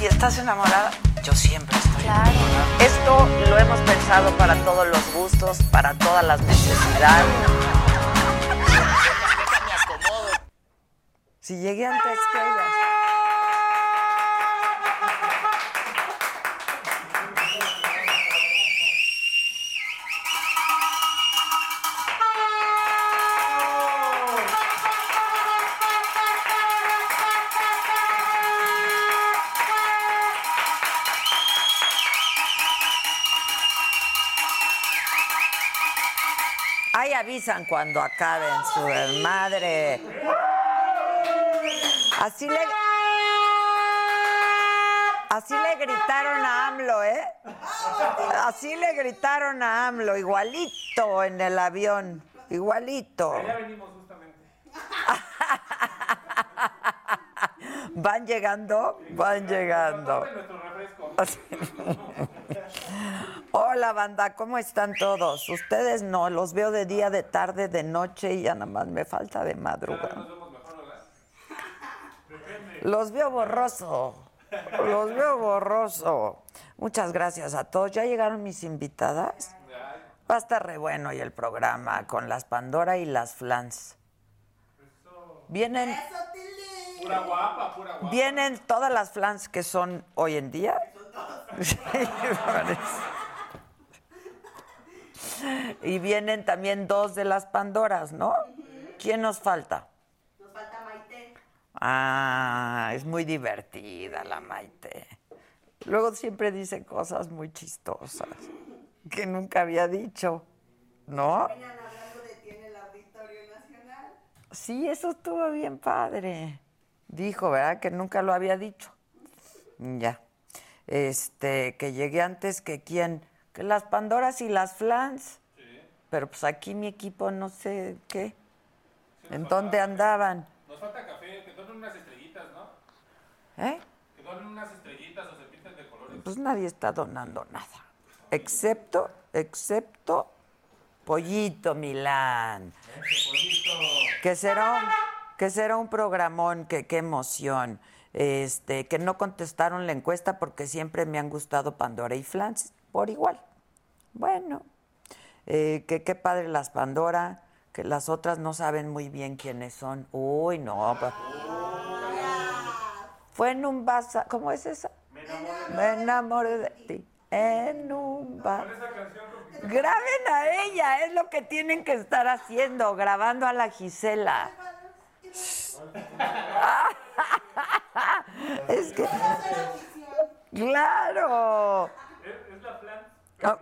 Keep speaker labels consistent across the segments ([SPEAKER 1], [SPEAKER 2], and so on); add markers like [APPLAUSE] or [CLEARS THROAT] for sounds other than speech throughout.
[SPEAKER 1] estás enamorada, yo siempre estoy
[SPEAKER 2] Claro.
[SPEAKER 1] enamorada.
[SPEAKER 3] Esto lo hemos pensado para todos los gustos, para todas las necesidades. Si llegué antes que ellas. Ahí avisan cuando acaben su desmadre. Así le. Así le gritaron a AMLO, ¿eh? Así le gritaron a AMLO, igualito en el avión, igualito. [LAUGHS] Van llegando, van llegando. [LAUGHS] Hola banda, ¿cómo están todos? Ustedes no, los veo de día, de tarde, de noche y ya nada más me falta de madrugada. Los veo borroso, los veo borroso. Muchas gracias a todos. ¿Ya llegaron mis invitadas? Va a estar re bueno hoy el programa con las Pandora y las Flans. Vienen,
[SPEAKER 4] Pura guapa, pura guapa.
[SPEAKER 3] vienen todas las Flans que son hoy en día. [LAUGHS] Sí, parece. Y vienen también dos de las Pandoras, ¿no? ¿Quién nos falta? Nos falta Maite. Ah, es muy divertida la Maite. Luego siempre dice cosas muy chistosas que nunca había dicho, ¿no? Sí, eso estuvo bien padre. Dijo, ¿verdad? Que nunca lo había dicho. Ya. Este, que llegué antes que quién. Que las Pandoras y las Flans. Pero pues aquí mi equipo no sé qué. ¿En dónde andaban?
[SPEAKER 4] Nos falta café, que donen unas estrellitas, ¿no?
[SPEAKER 3] ¿Eh?
[SPEAKER 4] Que donen unas estrellitas o se pinten de colores.
[SPEAKER 3] Pues nadie está donando nada. Excepto, excepto Pollito Milán. Que será un, que será un programón, que qué emoción. Este, que no contestaron la encuesta porque siempre me han gustado Pandora y Flans por igual. Bueno, eh, que qué padre las Pandora, que las otras no saben muy bien quiénes son. Uy, no. pues. Fue en un bazar, ¿cómo es esa? Me enamoré de ti en un bar. Graben a ella, es lo que tienen que estar haciendo, grabando a la [LAUGHS] Gisela. es que. Claro. Es la Ah.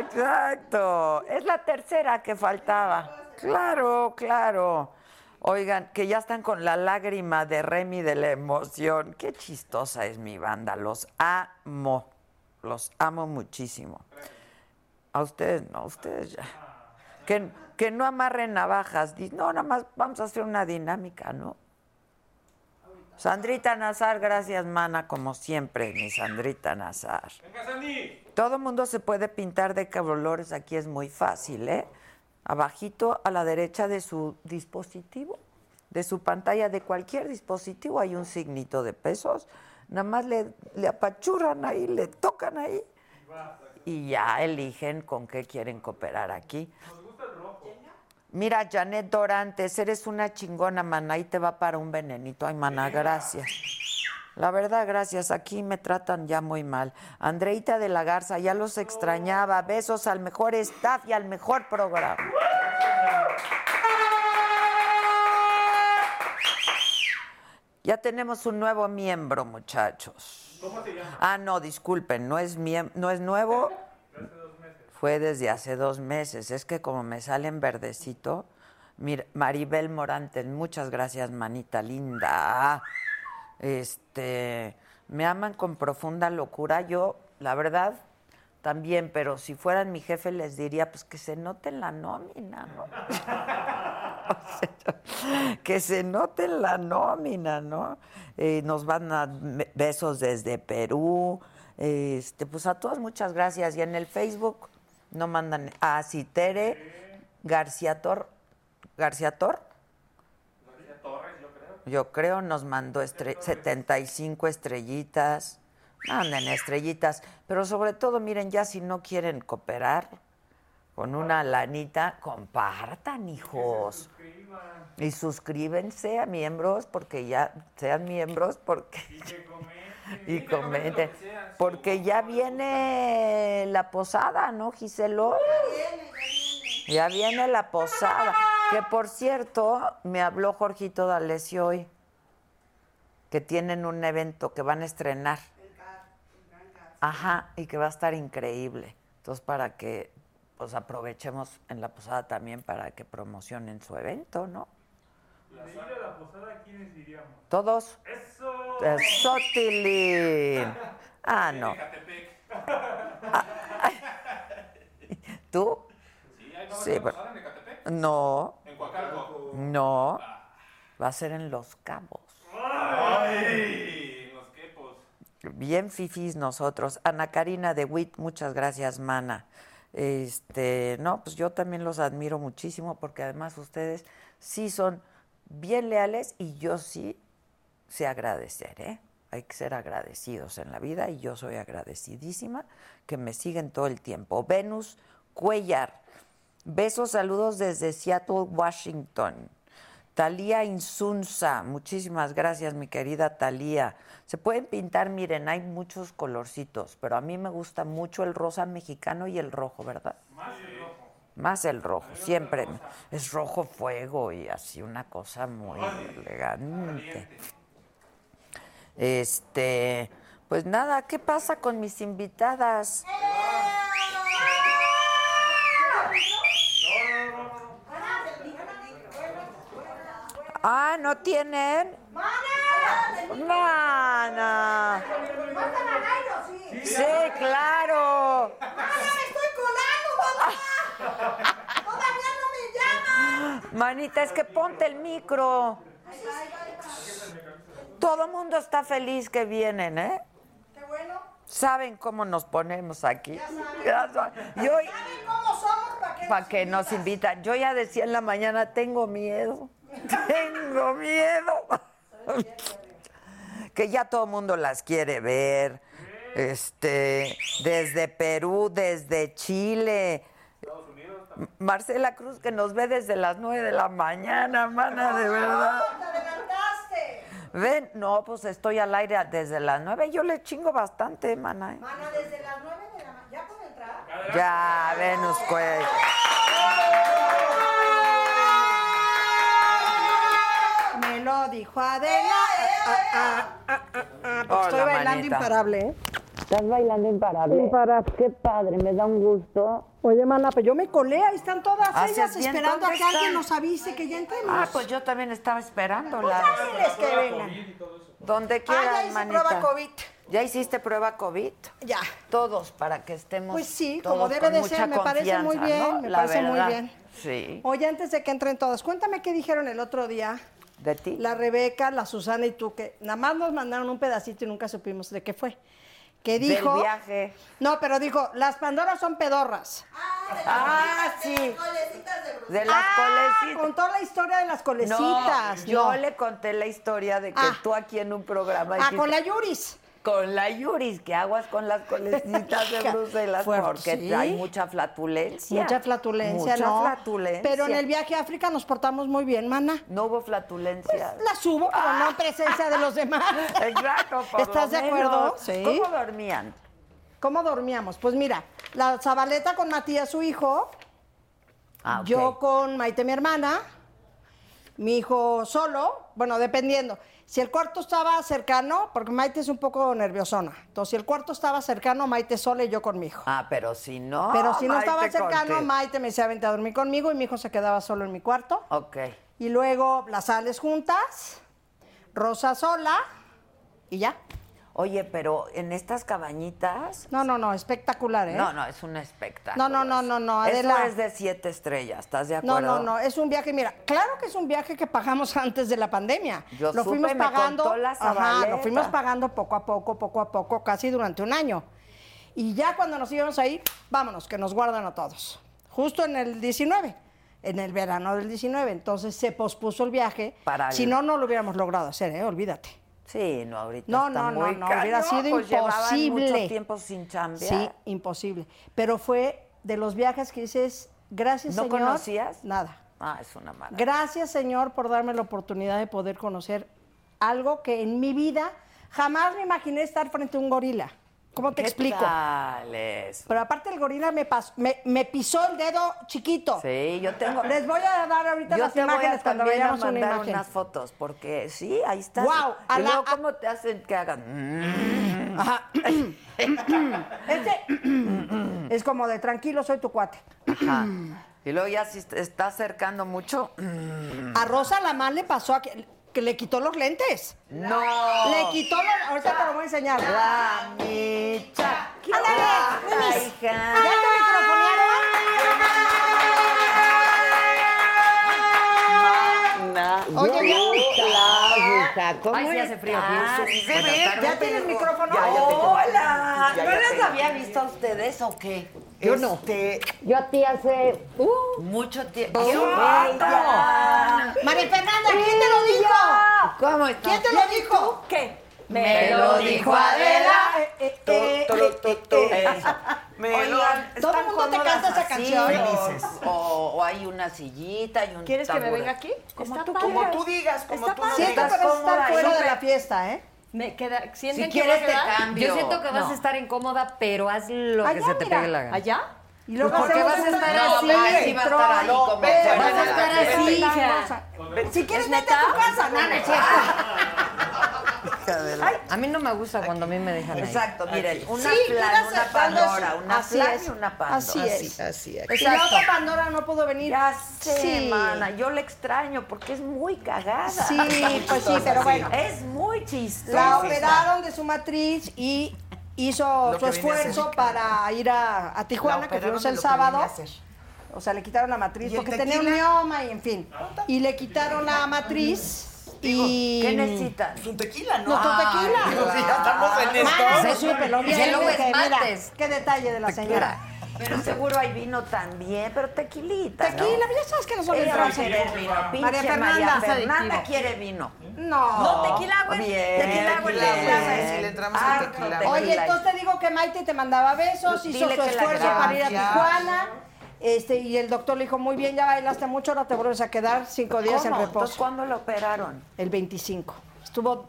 [SPEAKER 3] Exacto. Es la tercera que faltaba. Claro, claro. Oigan, que ya están con la lágrima de Remy de la emoción. Qué chistosa es mi banda. Los amo. Los amo muchísimo. A ustedes no, a ustedes ya. Que, que no amarren navajas. Di- No, nada más vamos a hacer una dinámica, ¿no? Sandrita Nazar, gracias, mana, como siempre, mi Sandrita Nazar.
[SPEAKER 4] ¡Venga, Sandy!
[SPEAKER 3] Todo mundo se puede pintar de colores, aquí es muy fácil, ¿eh? Abajito a la derecha de su dispositivo, de su pantalla de cualquier dispositivo hay un signito de pesos. Nada más le, le apachurran ahí, le tocan ahí y ya eligen con qué quieren cooperar aquí. Mira, Janet Dorantes, eres una chingona, maná, y te va para un venenito. Ay, maná, gracias. La verdad, gracias. Aquí me tratan ya muy mal. Andreita de la Garza, ya los extrañaba. Besos al mejor staff y al mejor programa. Ya tenemos un nuevo miembro, muchachos. Ah, no, disculpen, no es, miem- no es nuevo. Fue desde hace dos meses. Es que como me sale en verdecito, mira, Maribel Morantes, muchas gracias, manita linda. Este, me aman con profunda locura. Yo, la verdad, también, pero si fueran mi jefe les diría, pues que se note en la nómina, ¿no? [LAUGHS] que se note en la nómina, ¿no? Eh, nos van a me- besos desde Perú. Este, pues a todas muchas gracias. Y en el Facebook no mandan ah, a Citere García Tor, García Tor,
[SPEAKER 4] Lorena Torres, yo creo.
[SPEAKER 3] Yo creo nos mandó estre- 75 estrellitas. Manden estrellitas. Pero sobre todo, miren, ya si no quieren cooperar con una lanita, compartan, hijos. Y suscríbanse a miembros porque ya sean miembros porque [LAUGHS] y comenten porque pues ya viene la posada, ¿no, Giselo? Ya viene la posada. Que por cierto, me habló Jorgito D'Alessio hoy. Que tienen un evento que van a estrenar. Ajá, y que va a estar increíble. Entonces, para que pues aprovechemos en la posada también para que promocionen su evento, ¿no? Todos.
[SPEAKER 4] Eso.
[SPEAKER 3] Sotilín. Ah, no.
[SPEAKER 4] Catepec.
[SPEAKER 3] ¿Tú?
[SPEAKER 4] Sí, ahí vamos
[SPEAKER 3] Sí,
[SPEAKER 4] a la
[SPEAKER 3] pero-
[SPEAKER 4] posada en Ecatepec,
[SPEAKER 3] No,
[SPEAKER 4] en Coacalco.
[SPEAKER 3] no. Va a ser en Los Cabos.
[SPEAKER 4] Ay, los quepos.
[SPEAKER 3] Bien fifís nosotros. Ana Karina de Witt, muchas gracias, mana. Este, no, pues yo también los admiro muchísimo porque además ustedes sí son bien leales y yo sí sé agradecer, ¿eh? Hay que ser agradecidos en la vida y yo soy agradecidísima que me siguen todo el tiempo. Venus Cuellar, besos, saludos desde Seattle, Washington. Talía Insunza, muchísimas gracias, mi querida Talía. Se pueden pintar, miren, hay muchos colorcitos, pero a mí me gusta mucho el rosa mexicano y el rojo, ¿verdad? Más el rojo, siempre. Es rojo fuego y así una cosa muy elegante. Este, pues nada, ¿qué pasa con mis invitadas? Ah, ¿no tienen? ¡Mana! Sí, claro. Manita, es que ponte el micro. Todo mundo está feliz que vienen, ¿eh? Saben cómo nos ponemos aquí. Ya saben. Y hoy, para que nos invitan. Yo ya decía en la mañana, tengo miedo. Tengo miedo. [LAUGHS] que ya todo el mundo las quiere ver. Este, desde Perú, desde Chile. Marcela Cruz que nos ve desde las 9 de la mañana, mana, de verdad. Ven, no, pues estoy al aire desde las 9. Yo le chingo bastante, mana. ¿eh? Ya, Venus pues. Cuello.
[SPEAKER 5] Me lo dijo Adela. Ah, ah, ah, ah, ah, pues
[SPEAKER 3] Hola,
[SPEAKER 5] estoy bailando
[SPEAKER 3] manita.
[SPEAKER 5] imparable, ¿eh?
[SPEAKER 3] Estás bailando imparable.
[SPEAKER 5] Imparable.
[SPEAKER 3] Qué padre, me da un gusto.
[SPEAKER 5] Oye, mana, pues yo me colé, ahí están todas
[SPEAKER 3] Haces
[SPEAKER 5] ellas
[SPEAKER 3] bien,
[SPEAKER 5] esperando a
[SPEAKER 3] ¿dónde
[SPEAKER 5] que alguien
[SPEAKER 3] están?
[SPEAKER 5] nos avise que ya entremos.
[SPEAKER 3] Ah, pues yo también estaba esperándola.
[SPEAKER 5] Pues Diles que vengan.
[SPEAKER 3] Donde
[SPEAKER 5] Ah, ya
[SPEAKER 3] quieras,
[SPEAKER 5] hice
[SPEAKER 3] manita.
[SPEAKER 5] prueba COVID.
[SPEAKER 3] ¿Ya hiciste prueba COVID?
[SPEAKER 5] Ya.
[SPEAKER 3] Todos, para que estemos
[SPEAKER 5] Pues sí,
[SPEAKER 3] todos
[SPEAKER 5] como debe
[SPEAKER 3] con
[SPEAKER 5] de
[SPEAKER 3] mucha
[SPEAKER 5] ser, me parece muy
[SPEAKER 3] confianza,
[SPEAKER 5] bien,
[SPEAKER 3] ¿no?
[SPEAKER 5] me
[SPEAKER 3] La
[SPEAKER 5] parece muy
[SPEAKER 3] verdad,
[SPEAKER 5] bien.
[SPEAKER 3] Sí.
[SPEAKER 5] Oye, antes de que entren todas, cuéntame qué dijeron el otro día.
[SPEAKER 3] ¿De ti?
[SPEAKER 5] La Rebeca, la Susana y tú, que nada más nos mandaron un pedacito y nunca supimos de qué fue. Que
[SPEAKER 3] Del
[SPEAKER 5] dijo.
[SPEAKER 3] viaje.
[SPEAKER 5] No, pero dijo, las Pandoras son pedorras.
[SPEAKER 3] Ah, sí. De las
[SPEAKER 5] Ah,
[SPEAKER 3] colecitas.
[SPEAKER 5] Contó la historia de las colecitas.
[SPEAKER 3] yo
[SPEAKER 5] no.
[SPEAKER 3] le conté la historia de que
[SPEAKER 5] Ah.
[SPEAKER 3] tú aquí en un programa
[SPEAKER 5] Ah,
[SPEAKER 3] dijiste,
[SPEAKER 5] con la Yuris.
[SPEAKER 3] con la Yuris, que aguas con las colecitas de
[SPEAKER 5] [LAUGHS] Hija,
[SPEAKER 3] Bruselas,
[SPEAKER 5] fuerte,
[SPEAKER 3] porque
[SPEAKER 5] sí.
[SPEAKER 3] hay mucha flatulencia.
[SPEAKER 5] Mucha flatulencia,
[SPEAKER 3] Mucha
[SPEAKER 5] ¿no?
[SPEAKER 3] flatulencia.
[SPEAKER 5] Pero en el viaje a África nos portamos muy bien, mana.
[SPEAKER 3] No hubo flatulencia.
[SPEAKER 5] Pues, La subo, pero no en presencia de los demás.
[SPEAKER 3] Ah. Exacto, por lo
[SPEAKER 5] ¿Estás de
[SPEAKER 3] menos.
[SPEAKER 5] acuerdo? Sí.
[SPEAKER 3] ¿Cómo dormían?
[SPEAKER 5] [LAUGHS] ¿Cómo dormíamos? Pues mira, la Zabaleta con Matías, su hijo,
[SPEAKER 3] Ah, ok.
[SPEAKER 5] yo con Maite, mi hermana, mi hijo solo, bueno, dependiendo. Si el cuarto estaba cercano, porque Maite es un poco nerviosona, entonces si el cuarto estaba cercano, Maite sola y yo con mi hijo.
[SPEAKER 3] Ah, pero si no.
[SPEAKER 5] Pero si no
[SPEAKER 3] Maite,
[SPEAKER 5] estaba cercano,
[SPEAKER 3] contigo.
[SPEAKER 5] Maite me decía, vente a dormir conmigo y mi hijo se quedaba solo en mi cuarto.
[SPEAKER 3] Ok.
[SPEAKER 5] Y luego las sales juntas, Rosa sola y ya.
[SPEAKER 3] Oye, pero en estas cabañitas.
[SPEAKER 5] No, no, no, espectacular, ¿eh?
[SPEAKER 3] No, no, es un espectáculo.
[SPEAKER 5] No, no, no, no, no,
[SPEAKER 3] Eso
[SPEAKER 5] Adela.
[SPEAKER 3] es de siete estrellas, ¿estás de
[SPEAKER 5] No,
[SPEAKER 3] acuerdo?
[SPEAKER 5] no, no, es un viaje, mira, claro que es un viaje que pagamos [LAUGHS] antes de la pandemia.
[SPEAKER 3] Yo
[SPEAKER 5] lo
[SPEAKER 3] supe,
[SPEAKER 5] fuimos
[SPEAKER 3] me
[SPEAKER 5] pagando,
[SPEAKER 3] contó la
[SPEAKER 5] ajá, lo
[SPEAKER 3] Zabaleta.
[SPEAKER 5] fuimos pagando poco a poco, poco a poco, casi durante un año. Y ya cuando nos íbamos ahí, vámonos, que nos guardan a todos. Justo en el 19. en el verano del 19. Entonces se pospuso el viaje.
[SPEAKER 3] Para el-
[SPEAKER 5] Si no, no lo hubiéramos logrado hacer, ¿eh? olvídate.
[SPEAKER 3] Sí, no, ahorita
[SPEAKER 5] No,
[SPEAKER 3] está
[SPEAKER 5] no, no,
[SPEAKER 3] muy
[SPEAKER 5] no,
[SPEAKER 3] ca-
[SPEAKER 5] hubiera sido
[SPEAKER 3] pues llevaban mucho
[SPEAKER 5] imposible.
[SPEAKER 3] tiempo sin chambear.
[SPEAKER 5] Sí, imposible. Pero fue de los viajes que dices, gracias,
[SPEAKER 3] ¿No
[SPEAKER 5] señor.
[SPEAKER 3] conocías?
[SPEAKER 5] Nada.
[SPEAKER 3] Ah, es una maravilla.
[SPEAKER 5] Gracias, Señor, por darme la oportunidad de poder conocer algo que en mi vida jamás me imaginé estar frente a un gorila. ¿Cómo te
[SPEAKER 3] ¿Qué
[SPEAKER 5] explico?
[SPEAKER 3] tal eso?
[SPEAKER 5] Pero aparte el gorila me, pas- me, me pisó el dedo chiquito.
[SPEAKER 3] Sí, yo tengo...
[SPEAKER 5] Les voy a dar ahorita
[SPEAKER 3] Yo
[SPEAKER 5] las
[SPEAKER 3] te voy
[SPEAKER 5] imágenes
[SPEAKER 3] a
[SPEAKER 5] cuando
[SPEAKER 3] también a
[SPEAKER 5] veamos una
[SPEAKER 3] mandar
[SPEAKER 5] imagen.
[SPEAKER 3] unas fotos, porque sí, ahí estás.
[SPEAKER 5] Guau, a
[SPEAKER 3] y
[SPEAKER 5] la-
[SPEAKER 3] luego, ¿cómo te hacen que hagan?
[SPEAKER 5] Ajá.
[SPEAKER 3] [CLEARS THROAT]
[SPEAKER 5] Este es como de tranquilo, soy tu cuate.
[SPEAKER 3] Ajá. Y luego ya si te está acercando mucho...
[SPEAKER 5] A Rosa Lamán le pasó a que, que le quitó los lentes.
[SPEAKER 3] ¡No! Oh.
[SPEAKER 5] Le quitó los... Ahorita te lo voy a enseñar.
[SPEAKER 3] ¡La micha!
[SPEAKER 5] ¡Ándale,
[SPEAKER 3] ¡La
[SPEAKER 5] Mimis!
[SPEAKER 3] hija!
[SPEAKER 5] ¿Ya te microfonearon? Oye, bien.
[SPEAKER 6] Oh,
[SPEAKER 3] Ay, sí hace frío.
[SPEAKER 7] Sí, se ve.
[SPEAKER 5] ¿Ya tienes micrófono?
[SPEAKER 7] ¡Hola!
[SPEAKER 3] Ya,
[SPEAKER 7] ¿No
[SPEAKER 3] ya
[SPEAKER 7] les
[SPEAKER 3] tengo.
[SPEAKER 7] había visto a ustedes o qué?
[SPEAKER 3] Yo no.
[SPEAKER 7] Este,
[SPEAKER 8] Yo a ti hace. ¡Uh!
[SPEAKER 7] mucho tiempo.
[SPEAKER 9] Oh,
[SPEAKER 7] ¡Qué
[SPEAKER 3] bella!
[SPEAKER 7] bella!
[SPEAKER 5] María Fernanda, ¿quién te lo dijo?
[SPEAKER 8] ¿Cómo estás?
[SPEAKER 5] ¿Quién te lo dijo?
[SPEAKER 7] ¿Qué?
[SPEAKER 3] Me lo dijo Adela.
[SPEAKER 5] Eh, eh,
[SPEAKER 7] To-
[SPEAKER 5] eh,
[SPEAKER 7] toro,
[SPEAKER 5] eh,
[SPEAKER 7] to-
[SPEAKER 5] eh,
[SPEAKER 7] to-
[SPEAKER 5] eh.
[SPEAKER 7] Oigan,
[SPEAKER 5] todo el
[SPEAKER 7] ¿están
[SPEAKER 5] mundo te
[SPEAKER 7] cómodas
[SPEAKER 5] canta esa
[SPEAKER 7] así?
[SPEAKER 5] canción.
[SPEAKER 7] Felices. O, o hay una sillita y un
[SPEAKER 8] ¿Quieres que me
[SPEAKER 7] taburete.
[SPEAKER 8] venga aquí?
[SPEAKER 7] Como
[SPEAKER 8] Está
[SPEAKER 7] tú,
[SPEAKER 8] padre.
[SPEAKER 7] como tú
[SPEAKER 8] digas, como Está tú lo
[SPEAKER 5] Siento
[SPEAKER 8] digas.
[SPEAKER 5] que vas a
[SPEAKER 7] cómoda
[SPEAKER 5] estar
[SPEAKER 7] y
[SPEAKER 5] fuera de
[SPEAKER 7] súper-
[SPEAKER 5] la fiesta, ¿eh?
[SPEAKER 8] Me queda, ¿sienten
[SPEAKER 7] Si
[SPEAKER 8] que
[SPEAKER 7] quieres
[SPEAKER 8] voy a
[SPEAKER 7] te
[SPEAKER 8] quedar?
[SPEAKER 7] cambio.
[SPEAKER 9] Yo siento que vas
[SPEAKER 7] No.
[SPEAKER 9] a estar incómoda, pero haz lo que
[SPEAKER 5] Allá,
[SPEAKER 9] se te
[SPEAKER 5] mira,
[SPEAKER 9] pegue la gana.
[SPEAKER 8] ¿Allá?
[SPEAKER 5] Y luego
[SPEAKER 9] ¿por qué
[SPEAKER 5] hacemos
[SPEAKER 9] vas a
[SPEAKER 5] un
[SPEAKER 9] estar
[SPEAKER 5] trío,
[SPEAKER 9] así?
[SPEAKER 5] ven,
[SPEAKER 7] No, sí va a estar ahí
[SPEAKER 5] tro-
[SPEAKER 7] como
[SPEAKER 5] ven,
[SPEAKER 7] fuera
[SPEAKER 5] vas a
[SPEAKER 7] de la
[SPEAKER 5] estar
[SPEAKER 7] fiesta.
[SPEAKER 5] así,
[SPEAKER 9] Hija.
[SPEAKER 5] hija. Si quieres, vete a tu casa. No, no es cierto.
[SPEAKER 9] A mí no me gusta cuando a mí me dejan ahí.
[SPEAKER 3] Exacto, miren, una
[SPEAKER 5] Sí,
[SPEAKER 3] plan,
[SPEAKER 5] quieras
[SPEAKER 3] una
[SPEAKER 5] aceptarlo,
[SPEAKER 3] pandora, una
[SPEAKER 5] así
[SPEAKER 3] plan
[SPEAKER 5] es,
[SPEAKER 3] y una pandora.
[SPEAKER 5] Así es.
[SPEAKER 7] Así,
[SPEAKER 5] Y la otra Pandora no pudo venir.
[SPEAKER 3] Ya sé,
[SPEAKER 5] Sí.
[SPEAKER 3] mana, yo la extraño porque es muy cagada. [LAUGHS]
[SPEAKER 5] Sí, pues sí, pero bueno.
[SPEAKER 3] Es muy chistosa.
[SPEAKER 5] La operaron de su matriz y hizo
[SPEAKER 7] Lo
[SPEAKER 5] su
[SPEAKER 7] que viene a
[SPEAKER 5] esfuerzo
[SPEAKER 7] hacer.
[SPEAKER 5] para ir a, a Tijuana, que fuimos el sábado. O sea, le quitaron la matriz porque tenía un mioma y en fin. Y le quitaron la matriz y...
[SPEAKER 3] ¿Qué necesitan?
[SPEAKER 5] Nuestro tequila. Mana, se supe, lo vi
[SPEAKER 9] Y
[SPEAKER 5] ahí,
[SPEAKER 9] luego
[SPEAKER 5] dije, mira,
[SPEAKER 9] esmaltes.
[SPEAKER 5] Qué detalle de la señora.
[SPEAKER 3] Pero seguro hay vino también, pero tequilita, ¿no?
[SPEAKER 5] Tequila, ya sabes que no son el
[SPEAKER 3] Ella va a querer
[SPEAKER 5] francés.
[SPEAKER 3] vino. Pinche
[SPEAKER 5] María Fernanda.
[SPEAKER 3] María
[SPEAKER 5] Es
[SPEAKER 3] Fernanda
[SPEAKER 8] adictivo.
[SPEAKER 3] quiere vino.
[SPEAKER 5] No.
[SPEAKER 3] agua. Bien.
[SPEAKER 7] Tequila, güey,
[SPEAKER 3] bien.
[SPEAKER 7] tequila, güey, si le entramos al
[SPEAKER 3] Harto
[SPEAKER 7] tequila.
[SPEAKER 5] Oye, entonces te digo que Maite te mandaba besos,
[SPEAKER 9] Pues
[SPEAKER 5] hizo
[SPEAKER 3] Dile
[SPEAKER 5] su
[SPEAKER 3] que la
[SPEAKER 5] esfuerzo para ir a
[SPEAKER 7] gracias.
[SPEAKER 5] Tijuana. Este, y el doctor le dijo, muy bien, ya bailaste mucho, ahora te vuelves a quedar cinco días
[SPEAKER 3] ¿Cómo?
[SPEAKER 5] en
[SPEAKER 3] Entonces,
[SPEAKER 5] reposo.
[SPEAKER 3] ¿cuándo lo operaron?
[SPEAKER 5] El 25. Estuvo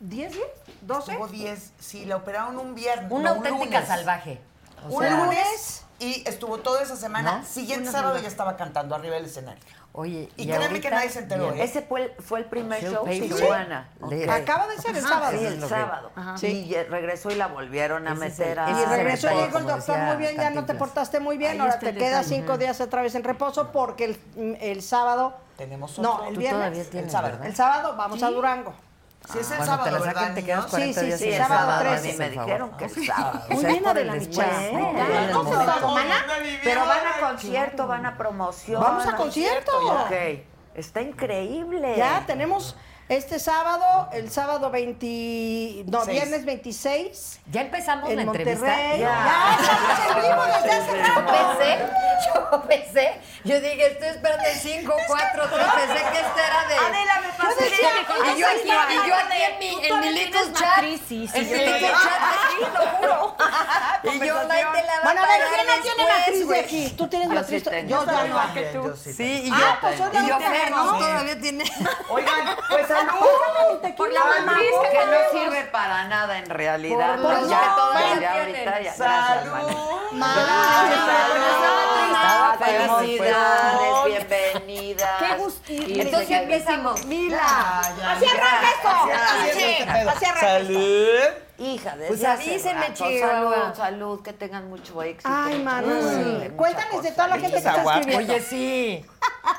[SPEAKER 5] 10 días, 12.
[SPEAKER 6] Hubo 10, sí, la operaron un viernes.
[SPEAKER 9] Una
[SPEAKER 6] no, un
[SPEAKER 9] auténtica
[SPEAKER 6] lunes.
[SPEAKER 9] salvaje. O
[SPEAKER 6] Un
[SPEAKER 9] sea,
[SPEAKER 6] lunes y estuvo toda esa semana.
[SPEAKER 9] ¿No?
[SPEAKER 6] Siguiente
[SPEAKER 9] Una
[SPEAKER 6] sábado
[SPEAKER 9] semana.
[SPEAKER 6] ya estaba cantando arriba del escenario.
[SPEAKER 9] Oye,
[SPEAKER 6] Y créeme que nadie se enteró,
[SPEAKER 9] bien.
[SPEAKER 6] ¿eh?
[SPEAKER 3] Ese fue el, fue el primer
[SPEAKER 9] Show
[SPEAKER 3] show
[SPEAKER 9] pay
[SPEAKER 3] sí.
[SPEAKER 9] for Juana. Le-
[SPEAKER 5] Acaba de ser el sábado.
[SPEAKER 3] Sí, el sábado.
[SPEAKER 5] Sí.
[SPEAKER 3] Y eh, regresó y la volvieron a
[SPEAKER 9] Ese es
[SPEAKER 3] meter
[SPEAKER 9] el-
[SPEAKER 3] a...
[SPEAKER 9] ese
[SPEAKER 5] Y
[SPEAKER 9] es
[SPEAKER 5] regresó y
[SPEAKER 9] detalle,
[SPEAKER 5] dijo el
[SPEAKER 9] Ah, como
[SPEAKER 5] doctor,
[SPEAKER 9] decía
[SPEAKER 5] muy bien, ya no te
[SPEAKER 9] Cantinflas.
[SPEAKER 5] portaste muy bien,
[SPEAKER 9] Ahí
[SPEAKER 5] ahora
[SPEAKER 9] está
[SPEAKER 5] te
[SPEAKER 9] el
[SPEAKER 5] quedas
[SPEAKER 9] detalle.
[SPEAKER 5] cinco días otra vez en reposo porque el, mm, el sábado...
[SPEAKER 6] Tenemos
[SPEAKER 5] No,
[SPEAKER 6] otro.
[SPEAKER 5] el
[SPEAKER 9] Tú todavía
[SPEAKER 5] viernes.
[SPEAKER 9] tienes,
[SPEAKER 6] el sábado.
[SPEAKER 9] ¿verdad?
[SPEAKER 5] El sábado vamos a Durango.
[SPEAKER 6] Sí, es el
[SPEAKER 5] Ah,
[SPEAKER 9] Cuando te
[SPEAKER 6] sábado,
[SPEAKER 9] la
[SPEAKER 6] ¿verdad,
[SPEAKER 9] saquen te quedas
[SPEAKER 6] niños?
[SPEAKER 5] Sí,
[SPEAKER 9] 40
[SPEAKER 5] sí,
[SPEAKER 9] días
[SPEAKER 5] sí,
[SPEAKER 3] Sí,
[SPEAKER 9] en
[SPEAKER 3] el
[SPEAKER 9] el
[SPEAKER 5] sábado
[SPEAKER 3] sábado. a mí
[SPEAKER 5] 13.
[SPEAKER 3] me dijeron que el sábado.
[SPEAKER 9] Muy
[SPEAKER 3] O sea, es
[SPEAKER 9] bien
[SPEAKER 3] por el
[SPEAKER 9] adelantada,
[SPEAKER 3] después,
[SPEAKER 9] ¿eh?
[SPEAKER 3] ¿no?
[SPEAKER 9] Ya,
[SPEAKER 3] Por el
[SPEAKER 9] ¿no?
[SPEAKER 3] momento.
[SPEAKER 6] Me vivió,
[SPEAKER 3] Pero van a
[SPEAKER 6] ay,
[SPEAKER 3] concierto, van a promoción.
[SPEAKER 5] Vamos a concierto.
[SPEAKER 3] Ok. Está increíble.
[SPEAKER 9] Eh.
[SPEAKER 5] Ya tenemos este sábado, el sábado 20, no,
[SPEAKER 6] Seis.
[SPEAKER 5] viernes 26
[SPEAKER 9] Ya empezamos
[SPEAKER 5] en
[SPEAKER 9] la entrevista.
[SPEAKER 5] Monterrey.
[SPEAKER 9] Yo
[SPEAKER 5] Ya, estamos en vivo desde hace rato.
[SPEAKER 9] Empecé, yo empecé, yo dije, estoy esperando el 5, 4, 3, pensé que esta era de...
[SPEAKER 3] Ah,
[SPEAKER 7] Adela, me pasé
[SPEAKER 9] Yo decía,
[SPEAKER 7] de-
[SPEAKER 9] y yo aquí, y yo aquí en mi, en mi little chat, en mi little chat aquí, lo juro. Y yo, Maite la va
[SPEAKER 5] Bueno, a ver,
[SPEAKER 9] pagar
[SPEAKER 5] ¿quién no tiene
[SPEAKER 9] después,
[SPEAKER 5] matriz de
[SPEAKER 9] güey.
[SPEAKER 5] aquí? Tú tienes
[SPEAKER 3] Yo sí
[SPEAKER 5] matriz.
[SPEAKER 3] tengo.
[SPEAKER 5] Yo ya no.
[SPEAKER 9] Sí, y yo,
[SPEAKER 5] Ah, pues
[SPEAKER 9] y yo,
[SPEAKER 5] obviamente
[SPEAKER 9] Fer,
[SPEAKER 5] no.
[SPEAKER 9] no, todavía tiene...
[SPEAKER 6] Oigan,
[SPEAKER 5] [LAUGHS]
[SPEAKER 6] pues salud.
[SPEAKER 9] Por la matriz
[SPEAKER 3] que no sirve para nada en realidad.
[SPEAKER 9] Por
[SPEAKER 3] Pues
[SPEAKER 9] lo
[SPEAKER 3] ya
[SPEAKER 9] menos
[SPEAKER 3] todas
[SPEAKER 9] tienen.
[SPEAKER 3] ya ahorita ya. Gracias,
[SPEAKER 6] Salud.
[SPEAKER 3] hermana.
[SPEAKER 9] Ah,
[SPEAKER 3] Felicidades, bienvenidas.
[SPEAKER 8] Qué gustito.
[SPEAKER 3] Y
[SPEAKER 9] Entonces ya empezamos.
[SPEAKER 3] Mila.
[SPEAKER 5] Así arranca esto.
[SPEAKER 6] Así es este pedo.
[SPEAKER 5] Así arranca esto.
[SPEAKER 6] Salud.
[SPEAKER 3] Hija, de
[SPEAKER 9] Pues avísenme, Chihuahua.
[SPEAKER 3] Salud, salud, que tengan mucho éxito.
[SPEAKER 5] Ay, mano,
[SPEAKER 3] Mucha
[SPEAKER 5] sí.
[SPEAKER 3] cosa.
[SPEAKER 5] Cuéntales de toda la gente que está
[SPEAKER 6] Agua.
[SPEAKER 5] escribiendo.
[SPEAKER 9] Oye, sí.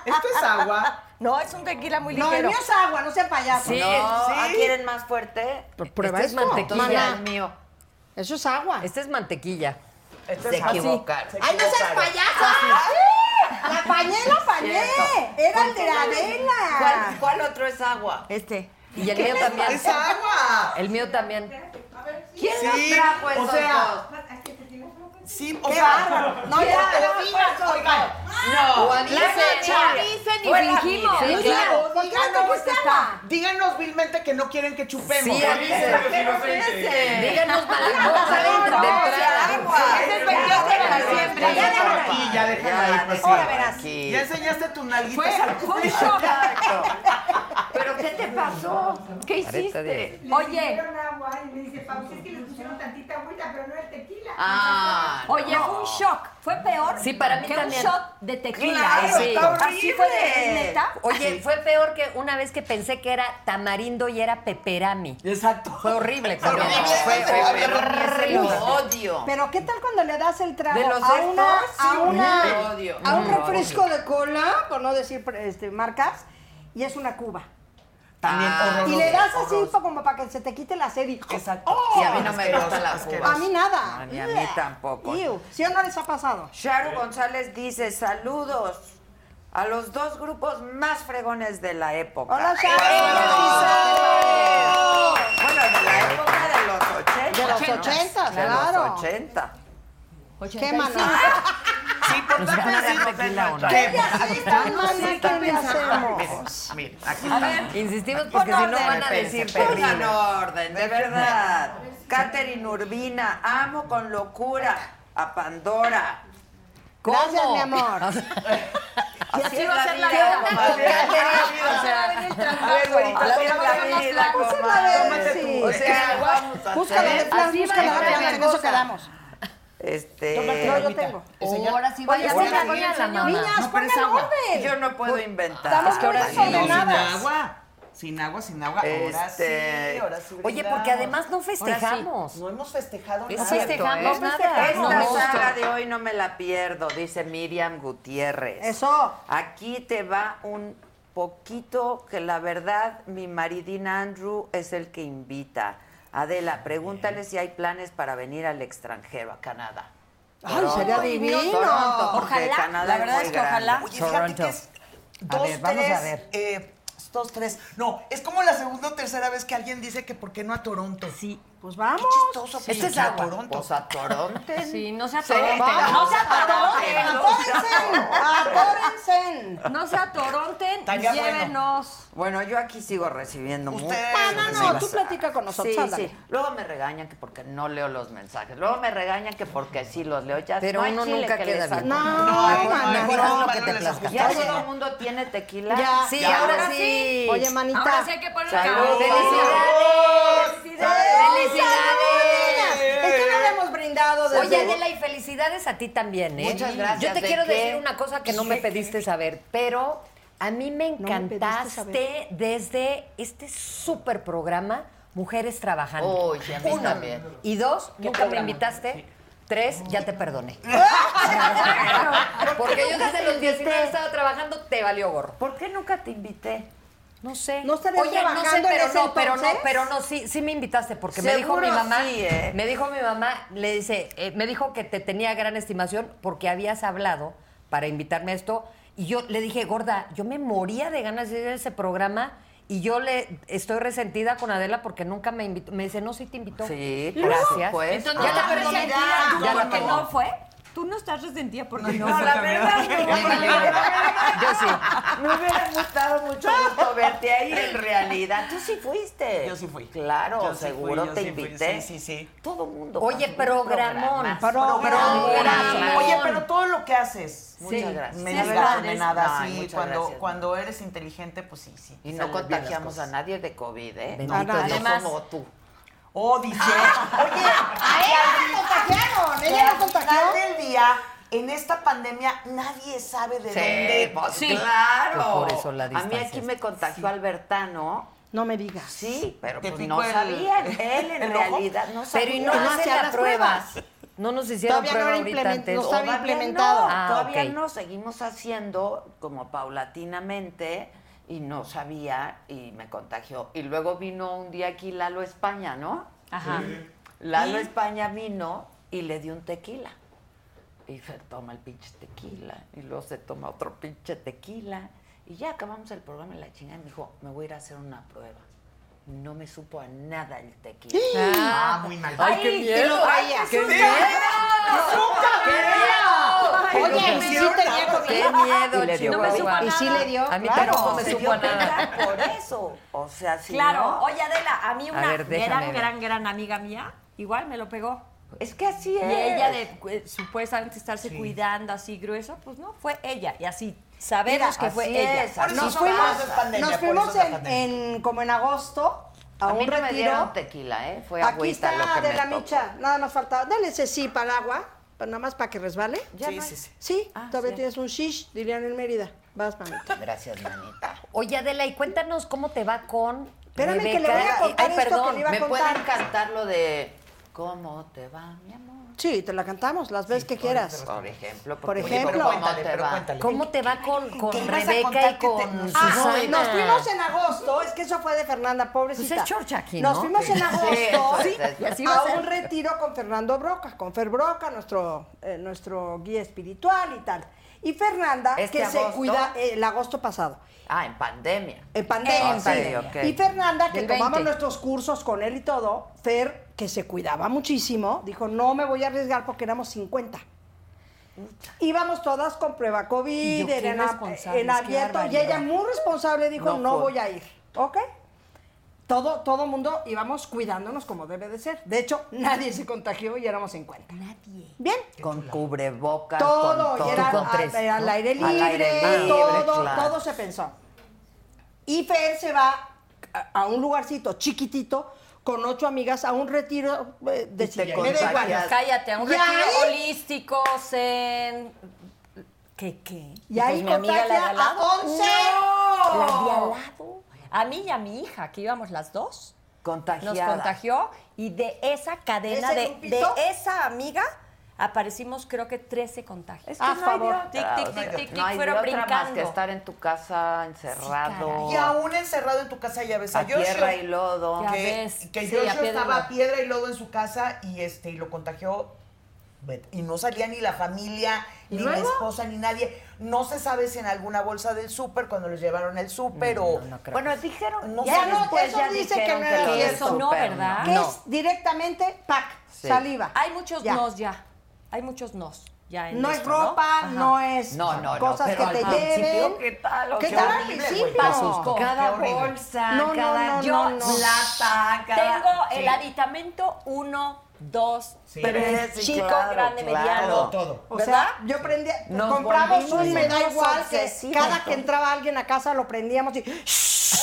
[SPEAKER 6] Esto es agua.
[SPEAKER 8] No, es un tequila muy
[SPEAKER 5] No, el
[SPEAKER 8] ligero.
[SPEAKER 5] mío es agua, no sea payaso.
[SPEAKER 9] Sí.
[SPEAKER 3] No, ¿ah, ¿quieren más fuerte?
[SPEAKER 9] Prueba
[SPEAKER 5] esto.
[SPEAKER 9] es mantequilla.
[SPEAKER 5] Maná.
[SPEAKER 9] mío.
[SPEAKER 5] Eso es agua.
[SPEAKER 9] Este es mantequilla.
[SPEAKER 6] Esto
[SPEAKER 3] Se
[SPEAKER 6] es agua.
[SPEAKER 3] equivocaron.
[SPEAKER 6] Se
[SPEAKER 5] ¡Ay, no seas
[SPEAKER 6] equivocaron.
[SPEAKER 5] payaso! ¡La apañé, la apañé! ¡Era el de la
[SPEAKER 3] ¿Cuál,
[SPEAKER 5] arena!
[SPEAKER 3] cuál otro es agua?
[SPEAKER 9] Este. Y el mío también.
[SPEAKER 6] Es agua.
[SPEAKER 9] El mío también.
[SPEAKER 3] ¿Quién
[SPEAKER 6] Sí,
[SPEAKER 3] los trajo
[SPEAKER 6] o
[SPEAKER 3] esos
[SPEAKER 6] sea,
[SPEAKER 3] dos?
[SPEAKER 6] Sí,
[SPEAKER 5] ¡Qué bárbaro! No, ya, pues,
[SPEAKER 6] lo digas, oigan.
[SPEAKER 10] No,
[SPEAKER 11] dicen y
[SPEAKER 9] Fuera.
[SPEAKER 11] fingimos.
[SPEAKER 9] Sí,
[SPEAKER 6] Oigan,
[SPEAKER 5] Pues,
[SPEAKER 9] claro.
[SPEAKER 6] ¿por qué
[SPEAKER 5] Digan
[SPEAKER 6] no
[SPEAKER 5] cómo
[SPEAKER 6] contestan?
[SPEAKER 5] estaba.
[SPEAKER 6] Díganos vilmente que no quieren que chupemos.
[SPEAKER 9] Sí,
[SPEAKER 6] Oigan,
[SPEAKER 9] Alicia.
[SPEAKER 6] eh,
[SPEAKER 3] [LAUGHS]
[SPEAKER 9] Díganos para la cosa de
[SPEAKER 10] no,
[SPEAKER 9] de
[SPEAKER 10] no,
[SPEAKER 9] entrada.
[SPEAKER 10] agua.
[SPEAKER 9] Es el
[SPEAKER 10] Ya,
[SPEAKER 9] 28 de
[SPEAKER 10] ya,
[SPEAKER 9] diciembre.
[SPEAKER 6] Ya
[SPEAKER 9] Ya,
[SPEAKER 6] déjalo
[SPEAKER 9] ya,
[SPEAKER 6] aquí, ya déjalo ahí. pues,
[SPEAKER 10] Ahora
[SPEAKER 6] sí.
[SPEAKER 10] verás.
[SPEAKER 6] Ya enseñaste tus nalguitas al público.
[SPEAKER 3] [LAUGHS]
[SPEAKER 10] ¿Pero qué te pasó? ¿Qué hiciste?
[SPEAKER 11] Oye,
[SPEAKER 10] Ah,
[SPEAKER 11] oye, fue un shock. Fue peor
[SPEAKER 9] Sí, para mí
[SPEAKER 11] que
[SPEAKER 9] también.
[SPEAKER 11] un shot de tequila.
[SPEAKER 9] Claro,
[SPEAKER 11] ¿eh?
[SPEAKER 9] sí.
[SPEAKER 6] está
[SPEAKER 11] Así fue de
[SPEAKER 10] horrible.
[SPEAKER 11] neta.
[SPEAKER 9] Oye, fue peor que una vez que pensé que era tamarindo y era peperami.
[SPEAKER 6] Exacto.
[SPEAKER 9] Fue horrible. cabrón.
[SPEAKER 10] horrible,
[SPEAKER 9] Fue
[SPEAKER 6] fue
[SPEAKER 10] lo
[SPEAKER 9] horrible.
[SPEAKER 10] odio.
[SPEAKER 5] Pero ¿qué tal cuando le das el trago
[SPEAKER 10] De los
[SPEAKER 5] a
[SPEAKER 10] estos,
[SPEAKER 5] una,
[SPEAKER 10] sí,
[SPEAKER 5] a una-
[SPEAKER 10] lo odio.
[SPEAKER 5] a un
[SPEAKER 10] Mm, lo
[SPEAKER 5] refresco de cola, por no decir este, marcas, y es una cuba?
[SPEAKER 6] También horroroso.
[SPEAKER 5] Y le das así
[SPEAKER 6] horroroso.
[SPEAKER 5] pa- como para que se te quite la sed y...
[SPEAKER 6] Exacto.
[SPEAKER 10] Sí, a mí
[SPEAKER 5] Oh,
[SPEAKER 10] no me
[SPEAKER 6] Asqueroso,
[SPEAKER 10] gusta la
[SPEAKER 6] asqueroso.
[SPEAKER 10] cuba.
[SPEAKER 5] A mí nada.
[SPEAKER 3] No, ni a mí tampoco.
[SPEAKER 5] Iu, ¿Sí o no les ha pasado?
[SPEAKER 3] Sharu González dice, saludos a los dos grupos más fregones de la época.
[SPEAKER 5] Hola, Sharon.
[SPEAKER 3] Bueno, de la época de los 80.
[SPEAKER 5] De los ochentas,
[SPEAKER 3] De
[SPEAKER 5] claro.
[SPEAKER 3] los 80.
[SPEAKER 5] ¡Qué mano!
[SPEAKER 6] Sí, por tanto, sí,
[SPEAKER 5] ¿Qué
[SPEAKER 6] ¿Qué?
[SPEAKER 5] le hacemos, mana? ¿Qué le hacemos?
[SPEAKER 6] Miren, aquí está.
[SPEAKER 9] Insistimos porque si no van a
[SPEAKER 3] Espérense,
[SPEAKER 9] decir
[SPEAKER 3] espérense.
[SPEAKER 9] terrible.
[SPEAKER 3] Pongan orden, de verdad. Catherine Urbina, amo con locura a Pandora.
[SPEAKER 5] Gracias, mi amor.
[SPEAKER 3] Así va a ser la
[SPEAKER 9] ¿Qué onda
[SPEAKER 3] vida,
[SPEAKER 9] con
[SPEAKER 3] comadre.
[SPEAKER 9] Catherine?
[SPEAKER 11] [LAUGHS]
[SPEAKER 3] O
[SPEAKER 9] sea,
[SPEAKER 3] A ver, güerita,
[SPEAKER 9] la
[SPEAKER 3] tómate
[SPEAKER 9] vida
[SPEAKER 3] la
[SPEAKER 9] es
[SPEAKER 3] vida,
[SPEAKER 9] la-
[SPEAKER 5] Tómate la
[SPEAKER 3] comadre.
[SPEAKER 5] de-
[SPEAKER 3] Tómate
[SPEAKER 5] sí.
[SPEAKER 3] tu- O sea, vamos a
[SPEAKER 5] Búscala de
[SPEAKER 6] ¿eh?
[SPEAKER 3] hacer-
[SPEAKER 5] plan,
[SPEAKER 9] Así va
[SPEAKER 5] búscala
[SPEAKER 9] a
[SPEAKER 5] de
[SPEAKER 9] ser
[SPEAKER 5] plan,
[SPEAKER 9] la
[SPEAKER 5] en eso
[SPEAKER 3] cosa.
[SPEAKER 5] quedamos. No, yo
[SPEAKER 3] Este...
[SPEAKER 5] tengo.
[SPEAKER 9] Ahora sí vaya a
[SPEAKER 5] Oye,
[SPEAKER 9] ser la vida la mamá.
[SPEAKER 5] Niñas,
[SPEAKER 9] No, pero es
[SPEAKER 5] pongan
[SPEAKER 9] agua.
[SPEAKER 5] orden.
[SPEAKER 3] Yo no puedo inventar.
[SPEAKER 5] Estamos muy
[SPEAKER 9] ahora sí.
[SPEAKER 6] No, sin
[SPEAKER 5] desordenadas.
[SPEAKER 6] agua. Sin agua, sin agua. Ahora sí,
[SPEAKER 3] Este,
[SPEAKER 6] ahora sí.
[SPEAKER 9] Oye,
[SPEAKER 6] brindamos.
[SPEAKER 9] porque además no festejamos.
[SPEAKER 6] No hemos festejado
[SPEAKER 9] No
[SPEAKER 6] nada.
[SPEAKER 9] festejamos
[SPEAKER 3] ¿eh?
[SPEAKER 9] nada.
[SPEAKER 3] Esta
[SPEAKER 9] No,
[SPEAKER 3] saga de hoy no me la pierdo, dice Miriam Gutiérrez.
[SPEAKER 5] Eso.
[SPEAKER 3] Aquí te va un poquito que la verdad mi maridín Andrew es el que invita. Adela, pregúntale si hay planes para venir al extranjero, a Canadá.
[SPEAKER 5] Ay, sería divino.
[SPEAKER 3] Toronto, porque
[SPEAKER 9] Ojalá,
[SPEAKER 3] Canadá
[SPEAKER 9] la verdad
[SPEAKER 3] muy
[SPEAKER 9] es que ojalá.
[SPEAKER 3] grande.
[SPEAKER 6] Oye, fíjate
[SPEAKER 9] Toronto.
[SPEAKER 6] que es
[SPEAKER 9] A
[SPEAKER 6] dos,
[SPEAKER 9] ver, vamos
[SPEAKER 6] tres,
[SPEAKER 9] a ver.
[SPEAKER 6] eh, dos, tres. No, es como la segunda o tercera vez que alguien dice que por qué no a Toronto. Sí.
[SPEAKER 5] Pues vamos.
[SPEAKER 6] Qué chistoso. pues,
[SPEAKER 9] Este es
[SPEAKER 6] que a
[SPEAKER 9] agua.
[SPEAKER 6] Toronto.
[SPEAKER 3] Pues a Toronto.
[SPEAKER 9] Sí, no se
[SPEAKER 3] Sí,
[SPEAKER 9] atoró.
[SPEAKER 3] vamos.
[SPEAKER 9] No se atoró.
[SPEAKER 5] ¡Apórense! ¡Apórense!
[SPEAKER 11] No se atoronten,
[SPEAKER 6] Estaría bueno.
[SPEAKER 11] llévenos.
[SPEAKER 3] Bueno, yo aquí sigo recibiendo
[SPEAKER 6] Ustedes.
[SPEAKER 3] muchos
[SPEAKER 6] Ah, no, no,
[SPEAKER 3] mensajes.
[SPEAKER 5] tú platica con nosotros,
[SPEAKER 3] Sí,
[SPEAKER 5] ándale.
[SPEAKER 3] sí. Luego me regañan que porque no leo los mensajes. Luego me regañan que porque sí los leo. Ya
[SPEAKER 9] Pero
[SPEAKER 3] no hay
[SPEAKER 9] uno
[SPEAKER 3] chile
[SPEAKER 9] nunca
[SPEAKER 3] que
[SPEAKER 9] queda
[SPEAKER 3] le saco.
[SPEAKER 9] bien.
[SPEAKER 5] No,
[SPEAKER 6] no,
[SPEAKER 5] mana,
[SPEAKER 6] mejor
[SPEAKER 5] no.
[SPEAKER 6] no,
[SPEAKER 9] lo que te
[SPEAKER 6] no les
[SPEAKER 9] plazca.
[SPEAKER 3] Ya
[SPEAKER 6] ajustamos.
[SPEAKER 3] todo el mundo tiene tequila.
[SPEAKER 5] Ya.
[SPEAKER 9] Sí,
[SPEAKER 3] Ya.
[SPEAKER 9] ahora sí.
[SPEAKER 5] Oye, manita.
[SPEAKER 11] Ahora sí hay que poner
[SPEAKER 3] Salud.
[SPEAKER 9] Felicidades. Felicidades.
[SPEAKER 5] Es que no habíamos brindado desde...
[SPEAKER 9] Oye, Adela, y felicidades a ti también, ¿eh?
[SPEAKER 3] Muchas gracias.
[SPEAKER 9] Yo te
[SPEAKER 3] ¿De
[SPEAKER 9] quiero
[SPEAKER 3] qué?
[SPEAKER 9] decir una cosa que no me pediste saber, pero a mí me
[SPEAKER 5] me pediste
[SPEAKER 9] encantaste desde este súper programa Mujeres Trabajando.
[SPEAKER 10] Uy, sí, a mí
[SPEAKER 9] Uno.
[SPEAKER 10] también.
[SPEAKER 9] Y dos, nunca me invitaste. Tres, ya te perdoné. Porque yo desde los 19 estaba trabajando, te valió gorro.
[SPEAKER 3] ¿Por qué nunca te invité?
[SPEAKER 9] No sé.
[SPEAKER 5] ¿No estarías
[SPEAKER 9] Oye, no sé,
[SPEAKER 5] trabajando en
[SPEAKER 9] pero
[SPEAKER 5] ese
[SPEAKER 9] no, pero no,
[SPEAKER 5] entonces?
[SPEAKER 9] pero no, sí, sí me invitaste porque me dijo
[SPEAKER 3] Seguro
[SPEAKER 9] mi mamá,
[SPEAKER 3] sí, ¿eh?
[SPEAKER 9] me dijo mi mamá, le dice, eh, me dijo que te tenía gran estimación porque habías hablado para invitarme a esto y yo le dije, gorda, yo me moría de ganas de ir a ese programa y yo le estoy resentida con Adela porque nunca me invitó. Me dice, no, sí te invitó.
[SPEAKER 3] Sí, por
[SPEAKER 9] gracias.
[SPEAKER 3] supuesto.
[SPEAKER 9] ya te
[SPEAKER 11] Ah,
[SPEAKER 9] perdoné.
[SPEAKER 11] resentida tú
[SPEAKER 9] Ya la
[SPEAKER 11] porque
[SPEAKER 9] perdoné.
[SPEAKER 11] no fue. Tú no estás resentida porque no,
[SPEAKER 3] No,
[SPEAKER 11] fue.
[SPEAKER 3] la verdad,
[SPEAKER 9] Me
[SPEAKER 3] [LAUGHS]
[SPEAKER 9] vale gorro. Yo sí.
[SPEAKER 3] Me hubiera gustado mucho gusto verte ahí en realidad. Tú sí fuiste.
[SPEAKER 6] Yo sí fui.
[SPEAKER 3] Claro,
[SPEAKER 6] Yo sí fui,
[SPEAKER 3] seguro
[SPEAKER 6] yo
[SPEAKER 3] te
[SPEAKER 6] sí fui,
[SPEAKER 3] invité.
[SPEAKER 6] sí, sí, sí.
[SPEAKER 3] Todo mundo.
[SPEAKER 9] Oye, programón.
[SPEAKER 5] Pro-
[SPEAKER 9] Programón.
[SPEAKER 6] Oye, pero todo lo que haces.
[SPEAKER 3] Muchas gracias.
[SPEAKER 6] Me
[SPEAKER 3] Sí,
[SPEAKER 6] digas
[SPEAKER 3] ¿verdad?
[SPEAKER 6] nada,
[SPEAKER 3] Ay,
[SPEAKER 6] sí.
[SPEAKER 3] muchas
[SPEAKER 6] Cuando,
[SPEAKER 3] gracias.
[SPEAKER 6] cuando eres inteligente, pues sí, sí.
[SPEAKER 3] Y no contagiamos a nadie de COVID, ¿eh?
[SPEAKER 9] Bendito
[SPEAKER 3] no,
[SPEAKER 9] Dios.
[SPEAKER 3] no como tú.
[SPEAKER 6] Oh, dice.
[SPEAKER 5] Ah,
[SPEAKER 6] Oye, a ella la contagiaron.
[SPEAKER 5] ella la contagió.
[SPEAKER 6] del día, en esta pandemia, nadie sabe de
[SPEAKER 3] Sí,
[SPEAKER 6] dónde.
[SPEAKER 3] pues
[SPEAKER 9] Sí.
[SPEAKER 3] claro.
[SPEAKER 9] Pues por eso la
[SPEAKER 3] a mí
[SPEAKER 9] distancia
[SPEAKER 3] aquí
[SPEAKER 9] es-
[SPEAKER 3] me contagió Albertano.
[SPEAKER 5] No me digas.
[SPEAKER 3] Sí, pero
[SPEAKER 6] ¿Te
[SPEAKER 3] pues
[SPEAKER 6] picó
[SPEAKER 3] no
[SPEAKER 6] el-
[SPEAKER 3] sabía. Él en
[SPEAKER 6] el ojo?
[SPEAKER 3] realidad no sabía.
[SPEAKER 9] Pero y no
[SPEAKER 5] No
[SPEAKER 9] hacen
[SPEAKER 5] hacían
[SPEAKER 9] la
[SPEAKER 5] las
[SPEAKER 9] prueba.
[SPEAKER 5] pruebas.
[SPEAKER 9] No nos hicieron
[SPEAKER 5] Todavía no
[SPEAKER 9] prueba
[SPEAKER 5] era
[SPEAKER 9] ahorita
[SPEAKER 5] implemen-
[SPEAKER 9] antes.
[SPEAKER 5] no estaba
[SPEAKER 3] Todavía
[SPEAKER 5] implementado.
[SPEAKER 3] no,
[SPEAKER 9] Ah,
[SPEAKER 3] todavía
[SPEAKER 9] ok.
[SPEAKER 3] no, seguimos haciendo como paulatinamente y no sabía y me contagió. Y luego vino un día aquí Lalo España, ¿no?
[SPEAKER 4] Ah.
[SPEAKER 11] Ajá.
[SPEAKER 3] Lalo España vino y le dio un tequila. Y se toma el pinche tequila. Y luego se toma otro pinche tequila. Y ya acabamos el programa y la chingada. Y me dijo, me voy a ir a hacer una prueba.
[SPEAKER 9] no me supo a nada el tequila.
[SPEAKER 3] [LAUGHS]
[SPEAKER 6] Ah, muy mal.
[SPEAKER 9] Ay, qué miedo.
[SPEAKER 6] ¡Qué miedo!
[SPEAKER 5] Oye,
[SPEAKER 6] Lo
[SPEAKER 5] sí
[SPEAKER 6] pusieron
[SPEAKER 5] tenía
[SPEAKER 6] tanto.
[SPEAKER 5] comida.
[SPEAKER 9] Qué miedo,
[SPEAKER 12] Y le dio
[SPEAKER 9] chino.
[SPEAKER 11] No me supo a
[SPEAKER 5] Y sí
[SPEAKER 11] nada.
[SPEAKER 5] le dio.
[SPEAKER 9] A mí
[SPEAKER 5] claro.
[SPEAKER 9] tampoco me supo a nada.
[SPEAKER 12] Por eso. O sea, si
[SPEAKER 11] Claro,
[SPEAKER 12] no-
[SPEAKER 11] oye Adela, a mí una
[SPEAKER 9] ver, déjame
[SPEAKER 11] gran,
[SPEAKER 9] ver.
[SPEAKER 11] gran, gran amiga mía, igual me lo pegó.
[SPEAKER 12] Es que así
[SPEAKER 11] Y
[SPEAKER 12] es.
[SPEAKER 11] ella de eh, supuestamente estarse cuidando así grueso, pues no, fue ella. Y así sabemos
[SPEAKER 12] Mira,
[SPEAKER 11] que fue
[SPEAKER 12] así
[SPEAKER 11] ella.
[SPEAKER 12] es, así
[SPEAKER 6] No
[SPEAKER 5] Nos
[SPEAKER 6] son
[SPEAKER 5] fuimos,
[SPEAKER 6] más, es pandemia,
[SPEAKER 5] nos
[SPEAKER 6] por
[SPEAKER 5] fuimos
[SPEAKER 6] eso es la
[SPEAKER 5] en,
[SPEAKER 6] pandemia.
[SPEAKER 5] en- como en agosto a,
[SPEAKER 3] A
[SPEAKER 5] un
[SPEAKER 3] mí no me
[SPEAKER 5] retiro.
[SPEAKER 3] dieron tequila, ¿eh? Fue
[SPEAKER 5] Aquí
[SPEAKER 3] agüita lo
[SPEAKER 5] está
[SPEAKER 3] que
[SPEAKER 5] de
[SPEAKER 3] me
[SPEAKER 5] la
[SPEAKER 3] tocó.
[SPEAKER 5] micha, nada más faltaba. Dale ese sí para el agua, pero nada más para que resbale.
[SPEAKER 6] Sí, sí, sí.
[SPEAKER 5] Ah, Sí, todavía tienes un shish, dirían en Mérida. Vas, mamita.
[SPEAKER 3] Gracias, manita.
[SPEAKER 9] Oye, Adela, y cuéntanos cómo te va con.
[SPEAKER 5] Espérame, que le
[SPEAKER 9] Rebeca.
[SPEAKER 5] voy a
[SPEAKER 9] Ay,
[SPEAKER 5] contar esto que
[SPEAKER 9] perdón,
[SPEAKER 5] le iba a
[SPEAKER 3] ¿Me
[SPEAKER 5] contar.
[SPEAKER 3] pueden cantar lo de cómo te va, mi amor?
[SPEAKER 5] Sí, te la cantamos las veces que quieras.
[SPEAKER 3] Por ejemplo.
[SPEAKER 5] Por
[SPEAKER 3] porque
[SPEAKER 5] ejemplo.
[SPEAKER 3] ¿Cómo
[SPEAKER 6] Cuéntale,
[SPEAKER 3] te
[SPEAKER 6] pero
[SPEAKER 3] va?
[SPEAKER 6] cuéntale.
[SPEAKER 9] ¿Cómo te va con, con
[SPEAKER 6] ¿Qué ibas a
[SPEAKER 9] Rebeca
[SPEAKER 6] contar
[SPEAKER 9] y
[SPEAKER 6] que te-
[SPEAKER 9] con
[SPEAKER 6] nos-
[SPEAKER 5] Ah,
[SPEAKER 9] Susana?
[SPEAKER 5] nos fuimos en agosto, es que eso fue de Fernanda, pobrecita.
[SPEAKER 9] Pues es Georgia aquí,
[SPEAKER 5] Nos
[SPEAKER 9] ¿no?
[SPEAKER 5] fuimos en
[SPEAKER 3] Sí,
[SPEAKER 5] agosto
[SPEAKER 3] sí, sí, sí.
[SPEAKER 5] a, un retiro con Fernando Broca, con Fer Broca, nuestro, eh, nuestro guía espiritual y tal. Y Fernanda,
[SPEAKER 3] ¿Este
[SPEAKER 5] que se
[SPEAKER 3] agosto?
[SPEAKER 5] cuida eh, el agosto pasado.
[SPEAKER 3] Ah, en pandemia.
[SPEAKER 5] En pandemia.
[SPEAKER 3] En
[SPEAKER 5] sí.
[SPEAKER 3] pandemia, Ah, ok.
[SPEAKER 5] Y Fernanda, que
[SPEAKER 9] Del
[SPEAKER 5] tomamos
[SPEAKER 9] 20.
[SPEAKER 5] nuestros cursos con él y todo, Fer, que se cuidaba muchísimo, dijo, no me voy a arriesgar porque éramos 50. Íbamos todas con prueba
[SPEAKER 9] Y yo,
[SPEAKER 5] COVID,
[SPEAKER 9] qué
[SPEAKER 5] en, ab-
[SPEAKER 9] irresponsables,
[SPEAKER 5] en
[SPEAKER 9] qué
[SPEAKER 5] abierto, y
[SPEAKER 9] barbaridad.
[SPEAKER 5] ella muy responsable dijo,
[SPEAKER 3] No
[SPEAKER 5] no,
[SPEAKER 3] fue.
[SPEAKER 5] voy a ir, ¿ok? Todo, todo mundo íbamos cuidándonos como debe de ser. De hecho, nadie se contagió y éramos 50. Nadie. Bien,
[SPEAKER 3] Con cubrebocas,
[SPEAKER 5] todo,
[SPEAKER 3] con todo.
[SPEAKER 5] y era
[SPEAKER 3] Con
[SPEAKER 5] a-
[SPEAKER 3] tres,
[SPEAKER 5] era al
[SPEAKER 3] ¿no?
[SPEAKER 5] aire libre,
[SPEAKER 3] Al aire libre,
[SPEAKER 5] todo,
[SPEAKER 3] claro.
[SPEAKER 5] todo se pensó. Y Fer se va a, a un lugarcito chiquitito con ocho amigas a un retiro eh, de
[SPEAKER 3] te
[SPEAKER 5] me da igual.
[SPEAKER 3] contagias.
[SPEAKER 11] Cállate, a un
[SPEAKER 5] Y
[SPEAKER 11] retiro
[SPEAKER 5] ahí-
[SPEAKER 11] holístico, zen. ¿Qué, qué?
[SPEAKER 5] Y ahí
[SPEAKER 11] Pues mi amiga la de
[SPEAKER 5] contagia
[SPEAKER 11] al lado.
[SPEAKER 5] a 11.
[SPEAKER 11] ¡No!
[SPEAKER 5] La de al
[SPEAKER 11] A mí y a mi hija, que íbamos las dos. Nos
[SPEAKER 3] Contagiada.
[SPEAKER 11] contagió y de esa cadena,
[SPEAKER 5] ¿Ese
[SPEAKER 11] de,
[SPEAKER 5] grupito?
[SPEAKER 11] de esa amiga, aparecimos creo que 13 contagios.
[SPEAKER 3] Es que
[SPEAKER 5] A
[SPEAKER 3] no
[SPEAKER 5] Ah, favor.
[SPEAKER 3] Hay de otra,
[SPEAKER 11] Tic, tic,
[SPEAKER 3] o sea,
[SPEAKER 11] tic, tic,
[SPEAKER 3] no hay
[SPEAKER 11] fueron
[SPEAKER 3] de otra más
[SPEAKER 11] brincando.
[SPEAKER 3] que estar en tu casa encerrado.
[SPEAKER 6] Y aún encerrado en tu casa ya ves a,
[SPEAKER 3] a
[SPEAKER 6] Yoshio.
[SPEAKER 3] tierra y lodo.
[SPEAKER 11] Ya
[SPEAKER 6] que,
[SPEAKER 11] ves,
[SPEAKER 6] que
[SPEAKER 11] sí,
[SPEAKER 6] Yoshio
[SPEAKER 11] a piedra y
[SPEAKER 6] estaba a
[SPEAKER 11] lodo.
[SPEAKER 6] piedra y lodo en su casa y este y lo contagió vete, y no salía ni la familia, ni la esposa, ni nadie. No se sabe si en alguna bolsa del súper, cuando los llevaron al súper o...
[SPEAKER 3] Bueno, dijeron,
[SPEAKER 6] No
[SPEAKER 3] ya
[SPEAKER 6] sé,
[SPEAKER 5] no,
[SPEAKER 3] después
[SPEAKER 5] eso
[SPEAKER 3] ya
[SPEAKER 5] dice que
[SPEAKER 3] dijeron
[SPEAKER 5] no
[SPEAKER 3] que,
[SPEAKER 5] era
[SPEAKER 3] lo del
[SPEAKER 5] cierto.
[SPEAKER 11] Eso no,
[SPEAKER 3] súper,
[SPEAKER 11] ¿verdad?
[SPEAKER 5] Que es directamente pack,
[SPEAKER 3] Sí.
[SPEAKER 5] saliva.
[SPEAKER 11] Hay muchos
[SPEAKER 5] Ya.
[SPEAKER 11] nos ya. Hay muchos nos ya en
[SPEAKER 5] No es
[SPEAKER 11] esto,
[SPEAKER 5] ropa,
[SPEAKER 11] Ajá.
[SPEAKER 5] no es
[SPEAKER 3] No, no, no,
[SPEAKER 5] cosas
[SPEAKER 3] pero
[SPEAKER 5] que te
[SPEAKER 3] al principio,
[SPEAKER 5] lleven.
[SPEAKER 3] ¿qué tal? O
[SPEAKER 5] ¿Qué
[SPEAKER 3] qué
[SPEAKER 5] tal al
[SPEAKER 6] horrible, güey,
[SPEAKER 5] principio?
[SPEAKER 6] te asustó.
[SPEAKER 3] Cada
[SPEAKER 6] Qué horrible.
[SPEAKER 3] bolsa,
[SPEAKER 5] No, no,
[SPEAKER 3] cada
[SPEAKER 5] no,
[SPEAKER 3] yo-
[SPEAKER 5] no, no.
[SPEAKER 3] lata, cada...
[SPEAKER 11] Tengo el aditamento 1, 2,
[SPEAKER 6] Sí.
[SPEAKER 11] 3,
[SPEAKER 3] Sí,
[SPEAKER 11] chico,
[SPEAKER 3] claro,
[SPEAKER 11] grande,
[SPEAKER 3] claro.
[SPEAKER 11] mediano.
[SPEAKER 6] Todo.
[SPEAKER 5] O
[SPEAKER 11] ¿Verdad?
[SPEAKER 5] sea, yo prendía,
[SPEAKER 3] Nos
[SPEAKER 5] compramos
[SPEAKER 3] volvimos
[SPEAKER 5] un me da
[SPEAKER 3] unos
[SPEAKER 5] igual que
[SPEAKER 3] obsesivos,
[SPEAKER 5] cada que
[SPEAKER 3] ¿no?
[SPEAKER 5] entraba alguien a casa lo prendíamos y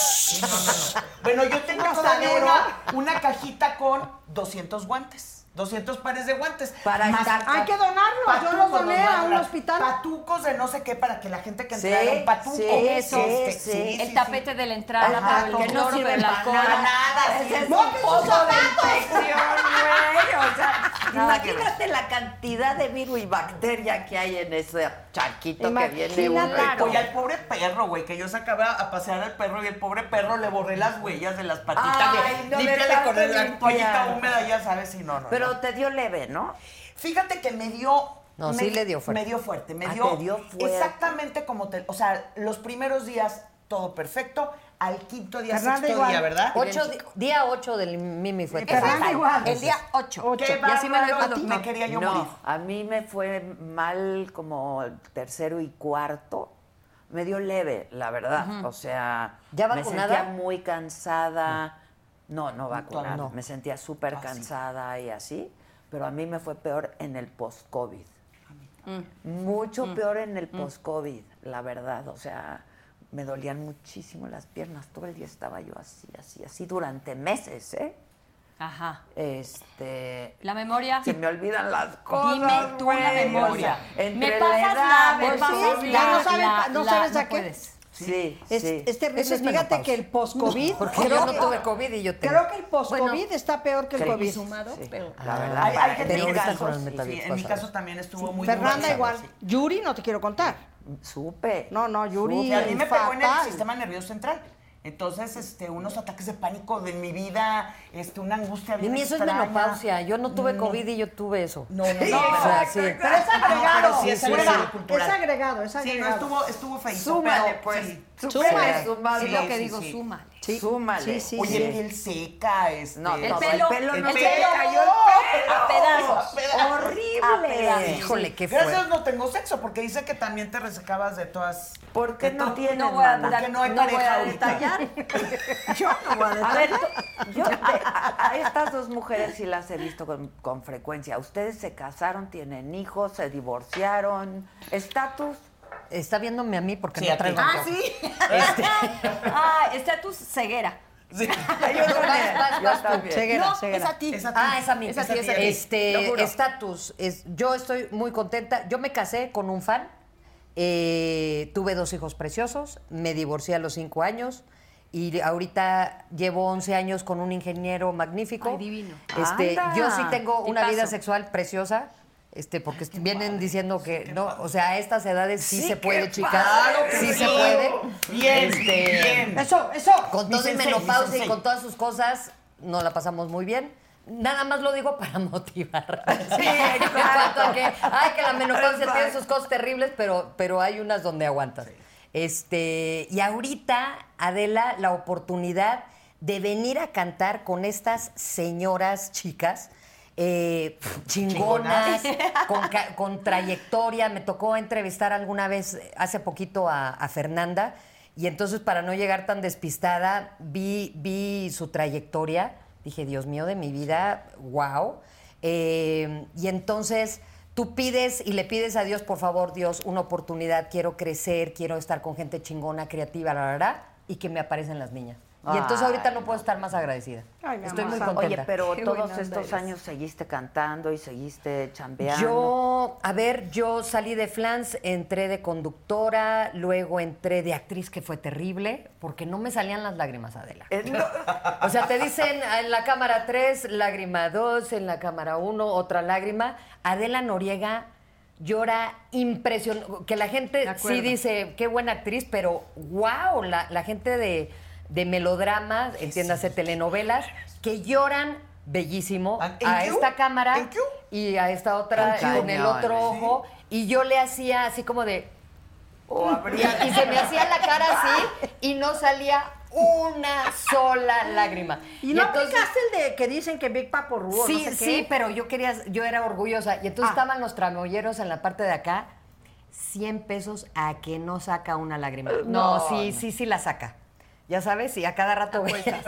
[SPEAKER 6] [LAUGHS] Bueno, yo tengo
[SPEAKER 5] Hasta
[SPEAKER 6] todavía
[SPEAKER 5] de
[SPEAKER 6] una, una cajita con 200 guantes. 200 pares de guantes.
[SPEAKER 3] Para estar-
[SPEAKER 5] Hay que donarlos, yo los doné a un hospital.
[SPEAKER 6] Patucos de no sé qué para que la gente que
[SPEAKER 3] Sí,
[SPEAKER 6] entrara un patuco.
[SPEAKER 3] sí,
[SPEAKER 6] Este,
[SPEAKER 3] sí, sí.
[SPEAKER 11] El
[SPEAKER 6] sí.
[SPEAKER 11] tapete de la entrada
[SPEAKER 6] Ajá,
[SPEAKER 11] para el
[SPEAKER 6] que
[SPEAKER 11] que
[SPEAKER 6] no
[SPEAKER 11] no
[SPEAKER 6] sirve
[SPEAKER 11] rompe el
[SPEAKER 6] para
[SPEAKER 11] alcohol.
[SPEAKER 3] nada, ese es
[SPEAKER 5] ¡Mojen
[SPEAKER 3] un
[SPEAKER 5] sus
[SPEAKER 3] [LAUGHS] poco de
[SPEAKER 5] zapatos!
[SPEAKER 3] infección, güey. O sea, imagínate la cantidad de virus y bacteria que hay en ese charquito que viene uno.
[SPEAKER 5] Imagínate.
[SPEAKER 3] y todo.
[SPEAKER 6] Oye, al pobre perro, güey, que yo sacaba a pasear al perro y el pobre perro le borré las huellas de las patitas.
[SPEAKER 3] Ay,
[SPEAKER 6] de-
[SPEAKER 3] no, de
[SPEAKER 6] límpiale
[SPEAKER 3] tanto
[SPEAKER 6] con el- la
[SPEAKER 3] limpiar.
[SPEAKER 6] toallita húmeda, ya sabes, si no, no.
[SPEAKER 3] Pero
[SPEAKER 6] no.
[SPEAKER 3] te dio leve, ¿no?
[SPEAKER 6] fíjate que me dio.
[SPEAKER 9] No,
[SPEAKER 6] me-
[SPEAKER 9] sí le dio fuerte.
[SPEAKER 6] Me dio fuerte, me
[SPEAKER 3] Ah,
[SPEAKER 6] dio.
[SPEAKER 3] te dio fuerte.
[SPEAKER 6] Exactamente como te. O sea, los primeros días todo perfecto, al quinto día,
[SPEAKER 5] Fernanda
[SPEAKER 6] sexto
[SPEAKER 5] igual.
[SPEAKER 6] día, ¿verdad?
[SPEAKER 9] Ocho di- día 8 del Mimi fue.
[SPEAKER 5] Fernanda
[SPEAKER 9] terrible.
[SPEAKER 5] igual.
[SPEAKER 9] El día 8.
[SPEAKER 6] Qué
[SPEAKER 9] Y así me
[SPEAKER 6] bárbaro,
[SPEAKER 9] lo dijo el
[SPEAKER 6] me
[SPEAKER 9] doctor.
[SPEAKER 6] quería yo
[SPEAKER 3] no,
[SPEAKER 6] morir.
[SPEAKER 3] a mí me fue mal como el tercero y cuarto. Me dio leve, la verdad. O sea,
[SPEAKER 9] ¿Ya
[SPEAKER 3] me
[SPEAKER 9] vacunada? Mm.
[SPEAKER 3] sentía muy cansada. No, no vacunada.
[SPEAKER 9] no. Ah,
[SPEAKER 3] Me sentía súper cansada y así. Pero a mí me fue peor en el post-COVID.
[SPEAKER 9] Mm.
[SPEAKER 3] Mucho peor en el post-COVID, la verdad. O sea, me dolían muchísimo las piernas. Todo el día estaba yo así, así, así durante meses, ¿eh?
[SPEAKER 11] Ajá.
[SPEAKER 3] Este,
[SPEAKER 11] La memoria.
[SPEAKER 3] se me olvidan las cosas.
[SPEAKER 11] Dime tú
[SPEAKER 3] güey,
[SPEAKER 11] la memoria.
[SPEAKER 3] o sea,
[SPEAKER 11] Me
[SPEAKER 3] entre
[SPEAKER 11] pasas
[SPEAKER 3] la edad, pues,
[SPEAKER 11] la, me
[SPEAKER 3] el
[SPEAKER 11] pasas
[SPEAKER 3] sexo,
[SPEAKER 5] sí,
[SPEAKER 11] la.
[SPEAKER 5] ya no
[SPEAKER 3] la-
[SPEAKER 5] saben pa- no sabes a qué.
[SPEAKER 11] puedes.
[SPEAKER 3] Sí,
[SPEAKER 5] es,
[SPEAKER 3] sí.
[SPEAKER 5] es terrible.
[SPEAKER 9] Eso es
[SPEAKER 5] este Fíjate
[SPEAKER 9] menopausia.
[SPEAKER 5] que el post-COVID.
[SPEAKER 9] Porque yo
[SPEAKER 5] creo
[SPEAKER 9] no
[SPEAKER 5] que-
[SPEAKER 9] tuve COVID y yo tengo.
[SPEAKER 5] Creo que el post-COVID
[SPEAKER 11] Bueno,
[SPEAKER 5] está peor que el
[SPEAKER 3] Sí,
[SPEAKER 5] COVID.
[SPEAKER 3] sí, La verdad.
[SPEAKER 6] Hay, hay
[SPEAKER 3] para-
[SPEAKER 6] gente
[SPEAKER 9] Pero
[SPEAKER 6] en mi
[SPEAKER 9] ahorita
[SPEAKER 6] caso,
[SPEAKER 9] con el
[SPEAKER 6] sí,
[SPEAKER 9] metavirus
[SPEAKER 6] en mi
[SPEAKER 9] pasado.
[SPEAKER 6] caso también estuvo muy
[SPEAKER 5] Fernanda
[SPEAKER 6] duro,
[SPEAKER 5] igual.
[SPEAKER 6] sí.
[SPEAKER 5] Yuri no te quiero contar.
[SPEAKER 3] Supe.
[SPEAKER 5] No, no, Yuri.
[SPEAKER 6] Y a mí me pegó en el
[SPEAKER 5] fatal.
[SPEAKER 6] sistema nervioso central. Entonces, este, unos ataques de pánico de mi vida, este, una angustia bien
[SPEAKER 9] Mimi, eso es
[SPEAKER 6] extraña. Mm,
[SPEAKER 9] menopausia. Yo no tuve COVID y yo tuve eso.
[SPEAKER 6] No, no, no.
[SPEAKER 9] Sí, o sea, sí.
[SPEAKER 5] Pero es agregado.
[SPEAKER 6] No, Ah, pero sí es
[SPEAKER 5] fuera.
[SPEAKER 6] agregado cultural.
[SPEAKER 5] Es agregado, es
[SPEAKER 6] Sí, no
[SPEAKER 5] agregado. [LAUGHS]
[SPEAKER 6] estuvo, estuvo feito.
[SPEAKER 3] Súmale,
[SPEAKER 6] pero
[SPEAKER 3] pues.
[SPEAKER 6] sí.
[SPEAKER 3] Súmale,
[SPEAKER 6] Sí, sí,
[SPEAKER 3] súmale.
[SPEAKER 11] Es lo que
[SPEAKER 6] sí,
[SPEAKER 11] digo,
[SPEAKER 6] sí.
[SPEAKER 11] súmale.
[SPEAKER 5] Sí,
[SPEAKER 12] Súmale.
[SPEAKER 5] sí, sí,
[SPEAKER 6] Oye,
[SPEAKER 5] sí.
[SPEAKER 6] piel seca, este.
[SPEAKER 12] No,
[SPEAKER 11] El
[SPEAKER 12] todo,
[SPEAKER 11] pelo,
[SPEAKER 12] el pelo no
[SPEAKER 11] el
[SPEAKER 12] se
[SPEAKER 11] pelo.
[SPEAKER 12] cayó el pelo.
[SPEAKER 11] [LAUGHS] A pedazos.
[SPEAKER 12] Horrible.
[SPEAKER 9] Híjole, qué fuerte.
[SPEAKER 6] Gracias, no tengo sexo, porque dice que también te resecabas de todas.
[SPEAKER 12] ¿Por qué no tienen
[SPEAKER 11] No voy a,
[SPEAKER 12] mana?
[SPEAKER 11] dar-
[SPEAKER 6] Que no hay
[SPEAKER 11] no voy
[SPEAKER 6] pareja
[SPEAKER 11] a
[SPEAKER 6] ahorita.
[SPEAKER 11] detallar.
[SPEAKER 12] A ver, tú- yo te- a, a estas dos mujeres sí las he visto con, con frecuencia. Ustedes se casaron, tienen hijos, se divorciaron. Estatus,
[SPEAKER 9] Está viéndome a mí porque
[SPEAKER 6] Sí, a
[SPEAKER 9] no
[SPEAKER 6] ti.
[SPEAKER 9] traigo.
[SPEAKER 6] Ah,
[SPEAKER 9] anteojos.
[SPEAKER 11] [LAUGHS] Ah, estatus ceguera.
[SPEAKER 6] Sí.
[SPEAKER 9] Vas, vas,
[SPEAKER 12] Yo
[SPEAKER 9] vas tú.
[SPEAKER 12] también.
[SPEAKER 5] Ceguera,
[SPEAKER 11] no,
[SPEAKER 5] ceguera.
[SPEAKER 11] es a ti.
[SPEAKER 6] Es a ti.
[SPEAKER 9] Ah, es a mí.
[SPEAKER 6] Es a ti, es a ti.
[SPEAKER 11] Lo
[SPEAKER 9] Este,
[SPEAKER 11] juro.
[SPEAKER 9] estatus. es- Yo estoy muy contenta. Yo me casé con un fan. eh, tuve dos hijos preciosos. Me divorcié a los cinco años. Y ahorita llevo 11 años con un ingeniero magnífico.
[SPEAKER 11] Ay, divino.
[SPEAKER 9] Este,
[SPEAKER 12] Anda.
[SPEAKER 9] yo sí tengo
[SPEAKER 11] Tipazo.
[SPEAKER 9] una vida sexual preciosa. Este, porque vienen diciendo que no, o sea, a estas edades sí, se puede, chicas.
[SPEAKER 6] Claro que
[SPEAKER 9] sí, se puede. Este,
[SPEAKER 6] Bien, bien.
[SPEAKER 9] Eso, eso. Con
[SPEAKER 6] Mi
[SPEAKER 9] todo y
[SPEAKER 6] sensei, mi
[SPEAKER 9] menopausia
[SPEAKER 6] sensei.
[SPEAKER 9] y con todas sus cosas, nos la pasamos muy bien. Nada más lo digo para [LAUGHS] motivar. [LAUGHS] Sí, exacto. que, ay, que la menopausia tiene sus cosas terribles, pero, pero hay unas donde aguantas. Este, y ahorita, Adela, la oportunidad de venir a cantar con estas señoras chicas. eh, chingonas, con, ca- con trayectoria. Me tocó entrevistar alguna vez, eh, hace poquito, a, a Fernanda. Y entonces, para no llegar tan despistada, vi, vi su trayectoria. Dije, Dios mío, de mi vida, wow. Eh, y entonces tú pides y le pides a Dios, por favor, Dios, una oportunidad, quiero crecer, quiero estar con gente chingona, creativa, la verdad, y que me aparecen las niñas. Y entonces
[SPEAKER 12] Ay,
[SPEAKER 9] ahorita no puedo estar más agradecida.
[SPEAKER 5] Ay, mi
[SPEAKER 9] Estoy
[SPEAKER 5] amor.
[SPEAKER 9] muy contenta.
[SPEAKER 12] Oye, pero
[SPEAKER 11] Qué buena
[SPEAKER 12] todos
[SPEAKER 11] onda
[SPEAKER 12] estos
[SPEAKER 11] eres.
[SPEAKER 12] años seguiste cantando y seguiste chambeando.
[SPEAKER 9] Yo, a ver, yo salí de Flans, entré de conductora, luego entré de actriz, que fue terrible, porque no me salían las lágrimas, Adela.
[SPEAKER 12] Eh,
[SPEAKER 9] [LAUGHS]
[SPEAKER 12] no,
[SPEAKER 9] O sea, te dicen ah, en la cámara 3, lágrima 2, en la cámara 1, otra lágrima. Adela Noriega llora impresionante. Que la gente sí dice, qué buena actriz, pero wow, la, la gente de, de melodramas, entiéndase, telenovelas, que lloran bellísimo
[SPEAKER 6] Ah, ¿en
[SPEAKER 9] a
[SPEAKER 6] qué?
[SPEAKER 9] esta cámara
[SPEAKER 6] ¿En qué?
[SPEAKER 9] y a esta otra
[SPEAKER 12] Tan
[SPEAKER 9] en el otro
[SPEAKER 12] cañones.
[SPEAKER 9] ojo. Y yo le hacía así como de,
[SPEAKER 12] o
[SPEAKER 9] y,
[SPEAKER 12] habría-
[SPEAKER 9] y se me hacía la cara así y no salía una sola lágrima.
[SPEAKER 5] Y, no
[SPEAKER 9] entonces-
[SPEAKER 5] aplicaste el de que dicen que Big Papo Rubo,
[SPEAKER 9] Sí,
[SPEAKER 5] no sé
[SPEAKER 9] sí,
[SPEAKER 5] qué.
[SPEAKER 9] pero yo quería, yo era orgullosa. Y entonces
[SPEAKER 5] Ah.
[SPEAKER 9] estaban los tramoyeros en la parte de acá, 100 pesos a que no saca una lágrima. No, sí, sí, sí la saca. Ya sabes, y a cada rato [LAUGHS] vueltas.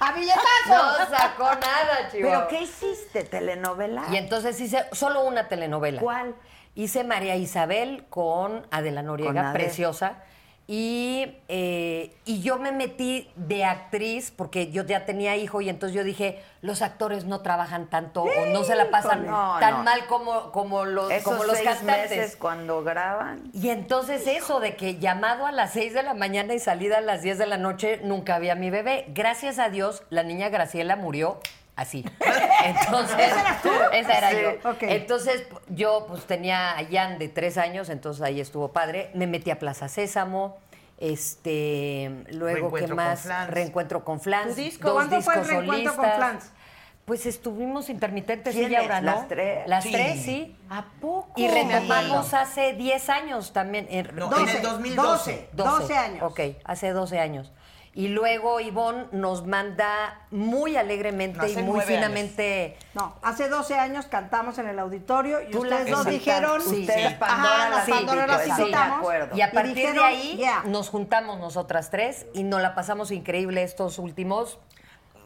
[SPEAKER 5] ¡A
[SPEAKER 9] No
[SPEAKER 5] billetazos!
[SPEAKER 9] sacó nada, chivo.
[SPEAKER 12] ¿Pero qué hiciste? ¿Telenovela?
[SPEAKER 9] Y entonces hice solo una telenovela.
[SPEAKER 12] ¿Cuál?
[SPEAKER 9] Hice María Isabel con Adela Noriega,
[SPEAKER 12] Con Adel.
[SPEAKER 9] preciosa. Y, eh, y yo me metí de actriz porque yo ya tenía hijo y entonces yo dije, los actores no trabajan tanto o no se la pasan
[SPEAKER 12] No,
[SPEAKER 9] tan
[SPEAKER 12] no.
[SPEAKER 9] mal como, como los,
[SPEAKER 12] Esos
[SPEAKER 9] como los
[SPEAKER 12] seis
[SPEAKER 9] cantantes.
[SPEAKER 12] meses cuando graban.
[SPEAKER 9] Y entonces eso de que llamado a las 6 de la mañana y salida a las 10 de la noche, nunca había mi bebé. Gracias a Dios, la niña Graciela murió
[SPEAKER 5] [LAUGHS]
[SPEAKER 9] así. Entonces, ¿Esa era yo.
[SPEAKER 5] ok.
[SPEAKER 9] Entonces yo pues tenía a Jan de tres años, entonces ahí estuvo padre. Me metí a Plaza Sésamo. Este, luego, ¿qué
[SPEAKER 6] Reencuentro con
[SPEAKER 9] más?
[SPEAKER 6] Flans.
[SPEAKER 9] Reencuentro con Flans.
[SPEAKER 5] ¿Tu disco?
[SPEAKER 9] dos
[SPEAKER 5] ¿Cuándo fue el
[SPEAKER 9] discos
[SPEAKER 5] reencuentro con
[SPEAKER 9] solistas.
[SPEAKER 5] Flans?
[SPEAKER 9] Pues estuvimos intermitentes y
[SPEAKER 12] ¿Quiénes?
[SPEAKER 9] ahora no.
[SPEAKER 12] ¿Las tres?
[SPEAKER 9] Las
[SPEAKER 6] Sí.
[SPEAKER 9] tres, sí.
[SPEAKER 12] ¿A poco?
[SPEAKER 9] Y retomamos
[SPEAKER 12] Sí.
[SPEAKER 9] hace 10 años también. en-
[SPEAKER 6] No, en
[SPEAKER 5] 12,
[SPEAKER 6] el 2012.
[SPEAKER 5] 12, años.
[SPEAKER 9] Ok, hace 12 años. Y luego Ivonne nos manda muy alegremente
[SPEAKER 6] No,
[SPEAKER 9] y
[SPEAKER 6] hace
[SPEAKER 9] muy
[SPEAKER 6] nueve
[SPEAKER 9] finamente.
[SPEAKER 5] No, hace 12 años cantamos en el auditorio y
[SPEAKER 9] Tú la-
[SPEAKER 5] ustedes dos
[SPEAKER 9] Exacto.
[SPEAKER 5] dijeron...
[SPEAKER 9] Sí,
[SPEAKER 12] Ustedes
[SPEAKER 9] sí.
[SPEAKER 12] Pandora
[SPEAKER 5] Ajá,
[SPEAKER 12] las
[SPEAKER 5] las Pandora
[SPEAKER 12] invitó,
[SPEAKER 5] las
[SPEAKER 12] sí, me
[SPEAKER 5] invitamos.
[SPEAKER 12] acuerdo.
[SPEAKER 9] Y a partir de
[SPEAKER 5] dijeron,
[SPEAKER 9] ahí
[SPEAKER 5] "Yeah".
[SPEAKER 9] nos juntamos nosotras tres y nos la pasamos increíble estos últimos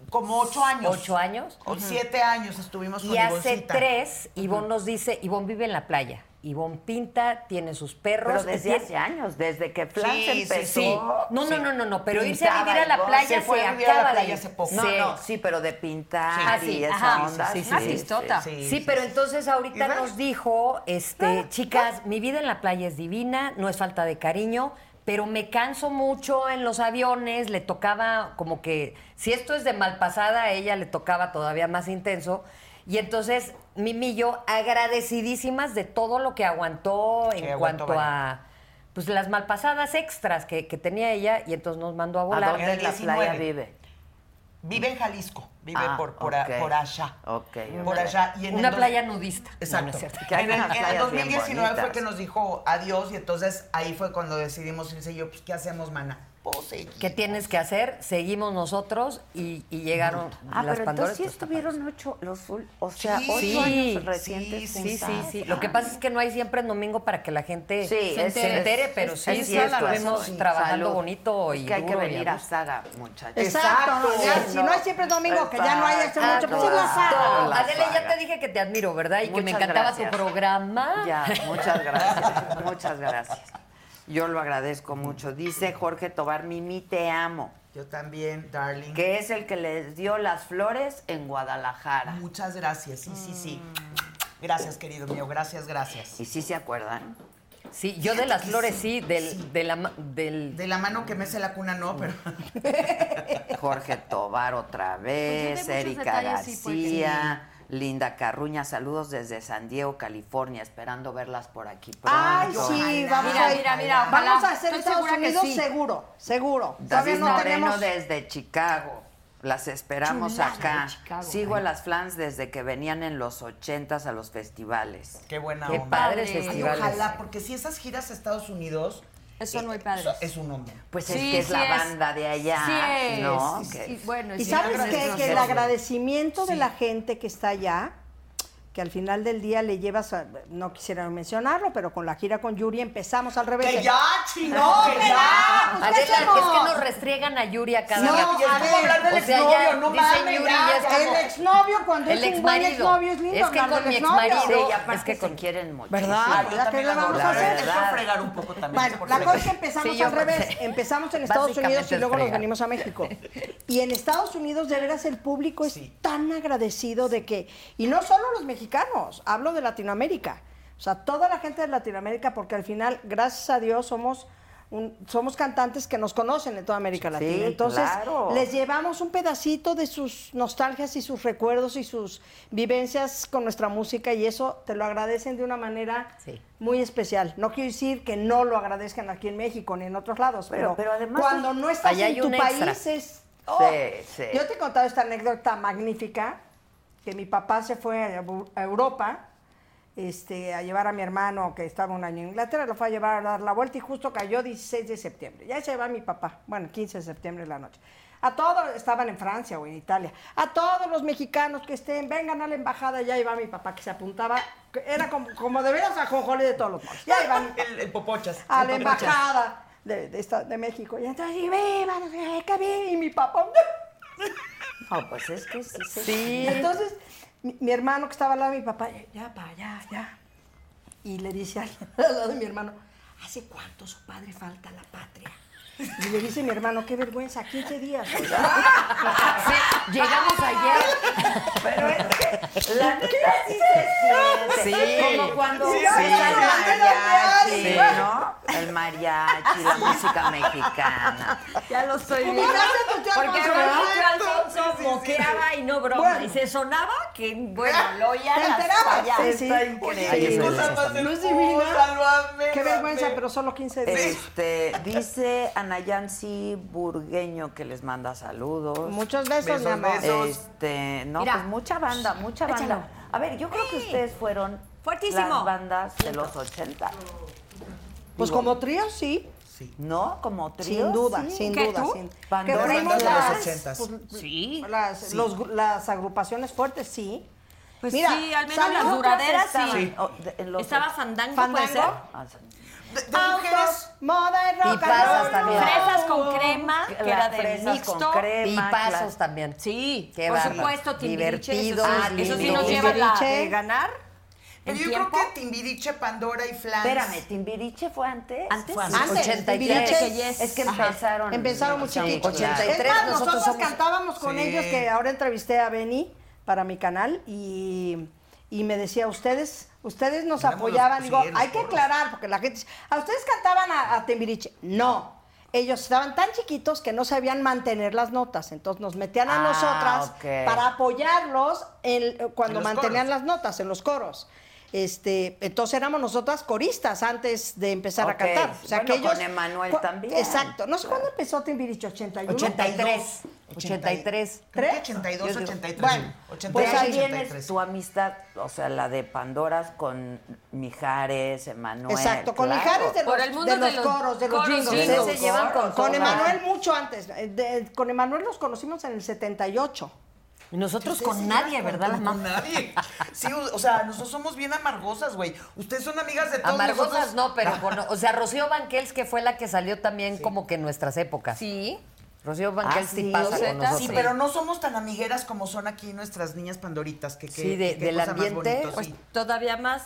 [SPEAKER 6] Como ocho años.
[SPEAKER 9] ocho años.
[SPEAKER 6] O siete años estuvimos con
[SPEAKER 9] Y hace
[SPEAKER 6] Ivoncita.
[SPEAKER 9] tres, Ivonne nos dice, Ivonne vive en la playa. Ivonne pinta, tiene sus perros.
[SPEAKER 12] Pero
[SPEAKER 9] y
[SPEAKER 12] desde
[SPEAKER 9] tiene-
[SPEAKER 12] hace años, desde que Flans
[SPEAKER 6] Sí, sí,
[SPEAKER 12] empezó.
[SPEAKER 9] Sí. No, no, no, no, no. Pero irse a
[SPEAKER 12] pintaba
[SPEAKER 9] vivir a la
[SPEAKER 12] Ivonne.
[SPEAKER 9] playa se,
[SPEAKER 6] Se fue a vivir a la
[SPEAKER 9] acaba
[SPEAKER 6] playa
[SPEAKER 9] de ir.
[SPEAKER 6] hace poco.
[SPEAKER 12] No,
[SPEAKER 9] Sí.
[SPEAKER 12] no, sí, pero de pintar
[SPEAKER 6] Sí.
[SPEAKER 9] Ah,
[SPEAKER 12] y
[SPEAKER 9] sí,
[SPEAKER 12] esa
[SPEAKER 9] ajá.
[SPEAKER 12] onda.
[SPEAKER 9] Sí, sí, sí. Artistota.
[SPEAKER 6] sí, sí,
[SPEAKER 9] Sí,
[SPEAKER 6] sí,
[SPEAKER 9] pero
[SPEAKER 6] sí.
[SPEAKER 9] entonces
[SPEAKER 6] ¿Y
[SPEAKER 9] ahorita
[SPEAKER 6] verdad?
[SPEAKER 9] nos dijo, este, chicas, mi vida en la playa es divina, no es falta de cariño, pero me canso mucho en los aviones, le tocaba como que, si esto es de mal pasada, a ella le tocaba todavía más intenso. Y entonces, Mimi y yo, agradecidísimas de todo lo que aguantó en
[SPEAKER 6] aguantó,
[SPEAKER 9] cuanto a pues las malpasadas extras que, que tenía ella, y entonces nos mandó a
[SPEAKER 12] ¿A
[SPEAKER 9] volar.
[SPEAKER 12] dónde en la playa
[SPEAKER 6] 19.
[SPEAKER 12] vive?
[SPEAKER 6] Vive en Jalisco. Vive
[SPEAKER 3] Ah,
[SPEAKER 6] por, por,
[SPEAKER 3] ok.
[SPEAKER 6] a- por allá.
[SPEAKER 3] Ok,
[SPEAKER 6] Por
[SPEAKER 3] ok.
[SPEAKER 6] allá. Y en el
[SPEAKER 9] Una
[SPEAKER 6] dos-
[SPEAKER 9] playa nudista. No, no
[SPEAKER 6] Exacto.
[SPEAKER 9] es cierto.
[SPEAKER 3] Que hay
[SPEAKER 6] en el,
[SPEAKER 3] unas
[SPEAKER 6] en el
[SPEAKER 3] playas bien
[SPEAKER 6] 2019 fue
[SPEAKER 3] bonitas.
[SPEAKER 6] que nos dijo adiós y entonces ahí fue cuando decidimos irse y yo, pues, ¿qué hacemos, mana? Pues seguimos.
[SPEAKER 9] ¿Qué tienes que hacer? Seguimos nosotros y, y llegaron
[SPEAKER 3] Ah,
[SPEAKER 9] las
[SPEAKER 3] pero
[SPEAKER 9] Pandoras.
[SPEAKER 3] entonces sí
[SPEAKER 9] tus zapatos.
[SPEAKER 3] estuvieron ocho, los, ul- o sea,
[SPEAKER 6] Sí,
[SPEAKER 3] ocho
[SPEAKER 6] sí,
[SPEAKER 3] años recientes
[SPEAKER 6] sí,
[SPEAKER 9] Sí, sí,
[SPEAKER 3] juntas.
[SPEAKER 9] sí. Lo que pasa es que no hay siempre en domingo para que la gente
[SPEAKER 3] Sí,
[SPEAKER 9] se,
[SPEAKER 3] es-
[SPEAKER 9] entere,
[SPEAKER 3] es-
[SPEAKER 9] pero
[SPEAKER 3] es-
[SPEAKER 9] sí,
[SPEAKER 3] es
[SPEAKER 9] sí
[SPEAKER 3] cierto,
[SPEAKER 9] estuvimos
[SPEAKER 3] sí.
[SPEAKER 9] trabajando
[SPEAKER 3] Salud.
[SPEAKER 9] bonito y
[SPEAKER 3] Es que hay que
[SPEAKER 9] duro y a
[SPEAKER 3] venir a
[SPEAKER 9] gusto.
[SPEAKER 3] Saga, muchachos.
[SPEAKER 5] Exacto. no, ya, si no es siempre domingo, que ya no hay hace mucho, pues es la
[SPEAKER 3] Exacto.
[SPEAKER 5] sala.
[SPEAKER 3] la
[SPEAKER 9] Adele, ya
[SPEAKER 3] saga.
[SPEAKER 9] te dije que te admiro, ¿verdad? Y que me
[SPEAKER 3] Muchas
[SPEAKER 9] encantaba tu
[SPEAKER 3] gracias.
[SPEAKER 9] programa.
[SPEAKER 3] Ya, muchas gracias, [LAUGHS] muchas gracias. Yo lo agradezco mucho. Dice Jorge Tobar, Mimi, te amo,
[SPEAKER 6] Yo también, darling.
[SPEAKER 3] que es el que les dio las flores en Guadalajara.
[SPEAKER 6] Muchas gracias. Sí, sí, sí. Gracias, querido mío. Gracias, gracias.
[SPEAKER 3] Y sí se acuerdan.
[SPEAKER 9] Sí, yo de las flores sí, del,
[SPEAKER 6] Sí.
[SPEAKER 9] de la ma- del
[SPEAKER 6] De la mano que mece la cuna, no, pero. [LAUGHS]
[SPEAKER 3] Jorge Tobar otra vez,
[SPEAKER 11] Pues yo de muchos
[SPEAKER 3] Erika
[SPEAKER 11] detalles sí, porque-
[SPEAKER 3] García, Linda Carruña, saludos desde San Diego, California, esperando verlas por aquí pronto.
[SPEAKER 5] Ay, sí, vamos
[SPEAKER 11] Mira,
[SPEAKER 5] a ir.
[SPEAKER 11] mira, mira, ojalá.
[SPEAKER 5] Vamos a hacer
[SPEAKER 11] Estoy
[SPEAKER 5] Estados
[SPEAKER 11] segura que
[SPEAKER 5] Unidos
[SPEAKER 11] sí.
[SPEAKER 5] seguro, seguro.
[SPEAKER 3] David
[SPEAKER 5] Todavía no
[SPEAKER 3] Moreno
[SPEAKER 5] tenemos...
[SPEAKER 3] desde Chicago. Las esperamos
[SPEAKER 11] Chulada de
[SPEAKER 3] acá.
[SPEAKER 11] Chicago.
[SPEAKER 3] Sigo a las flans desde que venían en los ochentas a los festivales.
[SPEAKER 6] Qué buena
[SPEAKER 9] Qué
[SPEAKER 6] onda.
[SPEAKER 9] padres
[SPEAKER 11] Ay,
[SPEAKER 6] Ay,
[SPEAKER 9] festivales.
[SPEAKER 6] ojalá, porque si esas giras a Estados Unidos. eh,
[SPEAKER 11] Eso no hay padres.
[SPEAKER 6] eso Es un hombre.
[SPEAKER 3] Pues es
[SPEAKER 11] Sí,
[SPEAKER 3] que es
[SPEAKER 11] sí
[SPEAKER 3] la
[SPEAKER 11] es.
[SPEAKER 3] banda de allá,
[SPEAKER 11] Sí es.
[SPEAKER 3] ¿no?
[SPEAKER 11] Sí,
[SPEAKER 3] Que-
[SPEAKER 11] sí, bueno,
[SPEAKER 5] Y
[SPEAKER 11] sí,
[SPEAKER 5] sabes
[SPEAKER 11] la
[SPEAKER 5] qué?
[SPEAKER 11] verdad
[SPEAKER 5] que
[SPEAKER 11] es
[SPEAKER 5] el
[SPEAKER 11] [LAUGHS] no sé.
[SPEAKER 5] agradecimiento de la gente que está allá, que al final del día le llevas, a- no quisiera mencionarlo, pero con la gira con Yuri empezamos al revés.
[SPEAKER 6] ¡Que ya, chino! ¡Que ya!
[SPEAKER 5] Pues, ¿qué
[SPEAKER 9] Adela, es
[SPEAKER 5] hacemos?
[SPEAKER 9] que nos restriegan a Yuri a cada
[SPEAKER 5] No,
[SPEAKER 9] rato.
[SPEAKER 6] Y es
[SPEAKER 5] a
[SPEAKER 6] como hablar del
[SPEAKER 9] o sea,
[SPEAKER 6] exnovio,
[SPEAKER 9] ya
[SPEAKER 6] no
[SPEAKER 9] dicen
[SPEAKER 6] mames,
[SPEAKER 9] Yuri,
[SPEAKER 6] ya,
[SPEAKER 9] ya es
[SPEAKER 6] ya,
[SPEAKER 9] como-
[SPEAKER 5] El exnovio, cuando
[SPEAKER 9] El
[SPEAKER 5] es un buen
[SPEAKER 9] exmarido.
[SPEAKER 5] exnovio, es lindo.
[SPEAKER 9] Es que
[SPEAKER 5] hablar
[SPEAKER 9] con
[SPEAKER 5] del
[SPEAKER 9] mi
[SPEAKER 5] exnovio.
[SPEAKER 3] Sí,
[SPEAKER 9] exmarido-
[SPEAKER 3] y aparte
[SPEAKER 9] Es que
[SPEAKER 3] se
[SPEAKER 9] con-
[SPEAKER 3] quieren mucho.
[SPEAKER 5] ¿Verdad?
[SPEAKER 6] Ah,
[SPEAKER 5] ¿Verdad que le vamos a hacer?
[SPEAKER 6] Dejó fregar un poco también.
[SPEAKER 5] Bueno,
[SPEAKER 6] porque
[SPEAKER 5] la
[SPEAKER 6] le-
[SPEAKER 5] cosa es que empezamos
[SPEAKER 9] Sí, yo
[SPEAKER 5] al revés.
[SPEAKER 9] sé.
[SPEAKER 5] Empezamos en Estados
[SPEAKER 9] Básicamente
[SPEAKER 5] Unidos y
[SPEAKER 9] es
[SPEAKER 5] luego nos
[SPEAKER 9] fregar.
[SPEAKER 5] venimos a México. Y en Estados Unidos, de veras, el público es
[SPEAKER 6] Sí.
[SPEAKER 5] tan agradecido de que. Y no solo los mexicanos, hablo de Latinoamérica. O sea, toda la gente de Latinoamérica, porque al final, gracias a Dios, somos. un- somos cantantes que nos conocen en toda América
[SPEAKER 3] Sí,
[SPEAKER 5] Latina. Entonces,
[SPEAKER 3] claro.
[SPEAKER 5] les llevamos un pedacito de sus nostalgias y sus recuerdos y sus vivencias con nuestra música y eso te lo agradecen de una manera
[SPEAKER 9] Sí.
[SPEAKER 5] muy especial. No quiero decir que no lo agradezcan aquí en México ni en otros lados,
[SPEAKER 3] Pero-
[SPEAKER 5] pero,
[SPEAKER 3] pero además
[SPEAKER 5] cuando
[SPEAKER 3] hay-
[SPEAKER 5] no estás
[SPEAKER 9] allá hay
[SPEAKER 5] en tu
[SPEAKER 9] un extra.
[SPEAKER 5] país es... ¡Oh!
[SPEAKER 3] Sí, sí.
[SPEAKER 5] Yo te he contado esta anécdota magnífica, que mi papá se fue a Eu- a Europa este, a llevar a mi hermano que estaba un año en Inglaterra, lo fue a llevar a dar la vuelta y justo cayó 16 de septiembre. Ya se va mi papá, bueno, 15 de septiembre en la noche. A todos, estaban en Francia o en Italia, a todos los mexicanos que estén, vengan a la embajada, ya iba mi papá que se apuntaba, que era como, como de veras a Jonjoli de todos los modos. Ya iba mi papá
[SPEAKER 6] El, el popochas.
[SPEAKER 5] a
[SPEAKER 6] el
[SPEAKER 5] la
[SPEAKER 6] popochas.
[SPEAKER 5] embajada de, de esta- de México. Y entonces, y viva, no sé qué, que viva, y mi papá.
[SPEAKER 3] No, pues es que sí, sí.
[SPEAKER 9] Sí.
[SPEAKER 5] Entonces, mi, mi hermano que estaba al lado de mi papá, ya, pa, ya, ya. Y le dice al, [LAUGHS] al lado de mi hermano, ¿hace cuánto su padre falta a la patria? Y le dice mi hermano, qué vergüenza, 15 [LAUGHS] días.
[SPEAKER 9] Sí, llegamos ayer.
[SPEAKER 3] Pero es que la neta sí se siente.
[SPEAKER 9] Sí.
[SPEAKER 3] Como cuando
[SPEAKER 6] Sí,
[SPEAKER 3] ves
[SPEAKER 6] sí,
[SPEAKER 3] el
[SPEAKER 6] sí.
[SPEAKER 3] mariachi,
[SPEAKER 6] Sí.
[SPEAKER 3] ¿no? El mariachi, la música mexicana.
[SPEAKER 9] Ya lo estoy
[SPEAKER 5] viendo.
[SPEAKER 9] Porque
[SPEAKER 5] Alfonso,
[SPEAKER 9] Francisco
[SPEAKER 5] ¿verdad?
[SPEAKER 9] Alfonso moqueaba y no broma.
[SPEAKER 5] Bueno.
[SPEAKER 9] Y se sonaba que, bueno, lo ya
[SPEAKER 5] ¿Te
[SPEAKER 9] las
[SPEAKER 5] enterabas?
[SPEAKER 9] fallas.
[SPEAKER 5] Sí, sí.
[SPEAKER 3] Está
[SPEAKER 6] Ay,
[SPEAKER 3] increíble.
[SPEAKER 6] qué cosa más
[SPEAKER 5] Luz
[SPEAKER 6] hermosa,
[SPEAKER 5] divina.
[SPEAKER 6] lo amé,
[SPEAKER 5] Qué
[SPEAKER 6] lo
[SPEAKER 5] vergüenza,
[SPEAKER 6] amé.
[SPEAKER 5] pero solo 15 días.
[SPEAKER 3] Este, dice Anayansi Burgueño que les manda saludos.
[SPEAKER 5] Muchos besos, mi
[SPEAKER 6] Besos,
[SPEAKER 5] amor.
[SPEAKER 6] besos.
[SPEAKER 3] Este, no,
[SPEAKER 9] Mira.
[SPEAKER 3] pues mucha banda, mucha banda.
[SPEAKER 9] Échalo.
[SPEAKER 3] A ver, yo creo que
[SPEAKER 9] Sí.
[SPEAKER 3] ustedes fueron
[SPEAKER 9] Fuertísimo.
[SPEAKER 3] las bandas de los 80,
[SPEAKER 5] Pues como trío, sí,
[SPEAKER 3] ¿no? Como trío.
[SPEAKER 5] sin duda,
[SPEAKER 3] sí.
[SPEAKER 5] sin
[SPEAKER 11] ¿Qué,
[SPEAKER 5] duda.
[SPEAKER 11] tú?
[SPEAKER 5] sin- Que
[SPEAKER 3] Pandora
[SPEAKER 5] fuimos
[SPEAKER 6] de los
[SPEAKER 5] las-
[SPEAKER 6] ochentas.
[SPEAKER 5] pues,
[SPEAKER 9] Sí.
[SPEAKER 5] Las, los gru- las agrupaciones fuertes, sí.
[SPEAKER 11] Pues
[SPEAKER 5] Mira,
[SPEAKER 11] sí, al menos
[SPEAKER 5] ¿sabes
[SPEAKER 11] las
[SPEAKER 5] otras
[SPEAKER 11] duraderas
[SPEAKER 3] estaban?
[SPEAKER 11] sí.
[SPEAKER 3] Oh, de- en los
[SPEAKER 11] Estaba
[SPEAKER 3] och-
[SPEAKER 11] fandango, puede ser.
[SPEAKER 5] Fandango,
[SPEAKER 3] Ah, sí.
[SPEAKER 6] De, de mujeres,
[SPEAKER 5] autos, moda y rock
[SPEAKER 9] Y
[SPEAKER 5] and
[SPEAKER 9] pasas
[SPEAKER 5] roll.
[SPEAKER 9] también.
[SPEAKER 11] Fresas con crema, que
[SPEAKER 3] Las
[SPEAKER 11] era de
[SPEAKER 3] fresas
[SPEAKER 11] mixto.
[SPEAKER 3] con crema,
[SPEAKER 9] Pipazos
[SPEAKER 3] claro.
[SPEAKER 9] también.
[SPEAKER 11] Sí,
[SPEAKER 9] Qué
[SPEAKER 11] por
[SPEAKER 9] bárbaro.
[SPEAKER 11] supuesto, Timbiriche.
[SPEAKER 9] Divertido.
[SPEAKER 11] eso sí-
[SPEAKER 9] Ah,
[SPEAKER 11] eso sí nos
[SPEAKER 9] Timbiriche.
[SPEAKER 11] lleva la
[SPEAKER 5] Timbiriche.
[SPEAKER 11] de ganar.
[SPEAKER 6] Pero
[SPEAKER 11] en
[SPEAKER 6] yo
[SPEAKER 11] tiempo.
[SPEAKER 6] creo que Timbiriche, Pandora y Flans.
[SPEAKER 3] Espérame, ¿Timbiriche fue antes?
[SPEAKER 11] Antes.
[SPEAKER 9] Fue
[SPEAKER 5] Antes,
[SPEAKER 9] 83.
[SPEAKER 5] Timbiriche,
[SPEAKER 11] yes.
[SPEAKER 3] Es que empezaron.
[SPEAKER 5] Empezaron muy chiquitos.
[SPEAKER 3] claro.
[SPEAKER 9] 83,
[SPEAKER 5] Es más,
[SPEAKER 9] nosotros
[SPEAKER 5] nosotros,
[SPEAKER 9] somos-
[SPEAKER 5] cantábamos con
[SPEAKER 6] Sí.
[SPEAKER 5] ellos, que ahora entrevisté a Benny para mi canal y, y me decía, ustedes ustedes nos
[SPEAKER 6] Éramos
[SPEAKER 5] apoyaban.
[SPEAKER 6] los-
[SPEAKER 5] Digo,
[SPEAKER 6] sí, los
[SPEAKER 5] hay que
[SPEAKER 6] coros.
[SPEAKER 5] aclarar, porque la gente dice, ¿a ustedes cantaban a, a Timbiriche? No. Ellos estaban tan chiquitos que no sabían mantener las notas, entonces nos metían a
[SPEAKER 3] Ah,
[SPEAKER 5] nosotras
[SPEAKER 3] ok.
[SPEAKER 5] para apoyarlos en- eh, cuando
[SPEAKER 6] En los
[SPEAKER 5] mantenían
[SPEAKER 6] coros.
[SPEAKER 5] las notas en los coros. Este, entonces éramos nosotras coristas antes de empezar
[SPEAKER 3] Ok.
[SPEAKER 5] a cantar. O sea,
[SPEAKER 3] Bueno,
[SPEAKER 5] que ellos,
[SPEAKER 3] con Emanuel
[SPEAKER 5] cua-
[SPEAKER 3] también.
[SPEAKER 5] Exacto. No sé cuándo empezó Timbiriche, 81.
[SPEAKER 9] 83. 83.
[SPEAKER 6] Creo que 82,
[SPEAKER 9] Yo digo,
[SPEAKER 6] 83.
[SPEAKER 5] bueno,
[SPEAKER 3] Pues
[SPEAKER 6] 83,
[SPEAKER 3] ahí tienes
[SPEAKER 6] 83.
[SPEAKER 3] tu amistad, o sea, la de Pandoras con Mijares, Emanuel.
[SPEAKER 5] Exacto, con
[SPEAKER 3] claro.
[SPEAKER 5] Mijares de
[SPEAKER 11] Por
[SPEAKER 5] los,
[SPEAKER 11] el mundo
[SPEAKER 5] de
[SPEAKER 11] de
[SPEAKER 5] los
[SPEAKER 11] los
[SPEAKER 5] coros, de los
[SPEAKER 11] coros
[SPEAKER 5] jingles.
[SPEAKER 11] jingles.
[SPEAKER 5] Ustedes se llevan con,
[SPEAKER 3] Coros,
[SPEAKER 5] con
[SPEAKER 3] ajá.
[SPEAKER 5] Emanuel mucho antes. eh, de- con Emanuel nos conocimos en el 78.
[SPEAKER 9] Y nosotros con nadie, ¿verdad? la
[SPEAKER 6] Con
[SPEAKER 9] mamá?
[SPEAKER 6] nadie. Sí, o, o sea, nosotros somos bien amargosas, güey. Ustedes son amigas de todos nosotros.
[SPEAKER 9] Amargosas no, pero con, o sea, Rocío Banquels, que fue la que salió también como que en nuestras épocas.
[SPEAKER 11] Sí.
[SPEAKER 9] Rocío Banquels sí,
[SPEAKER 3] sí,
[SPEAKER 9] pasa
[SPEAKER 11] Rosetta,
[SPEAKER 9] con nosotros.
[SPEAKER 6] Sí, pero no somos tan amigueras como son aquí nuestras niñas pandoritas. Que, que,
[SPEAKER 9] Sí, de-
[SPEAKER 6] qué
[SPEAKER 9] del
[SPEAKER 6] cosa más
[SPEAKER 9] ambiente,
[SPEAKER 6] bonito,
[SPEAKER 11] Pues
[SPEAKER 6] sí.
[SPEAKER 11] todavía más.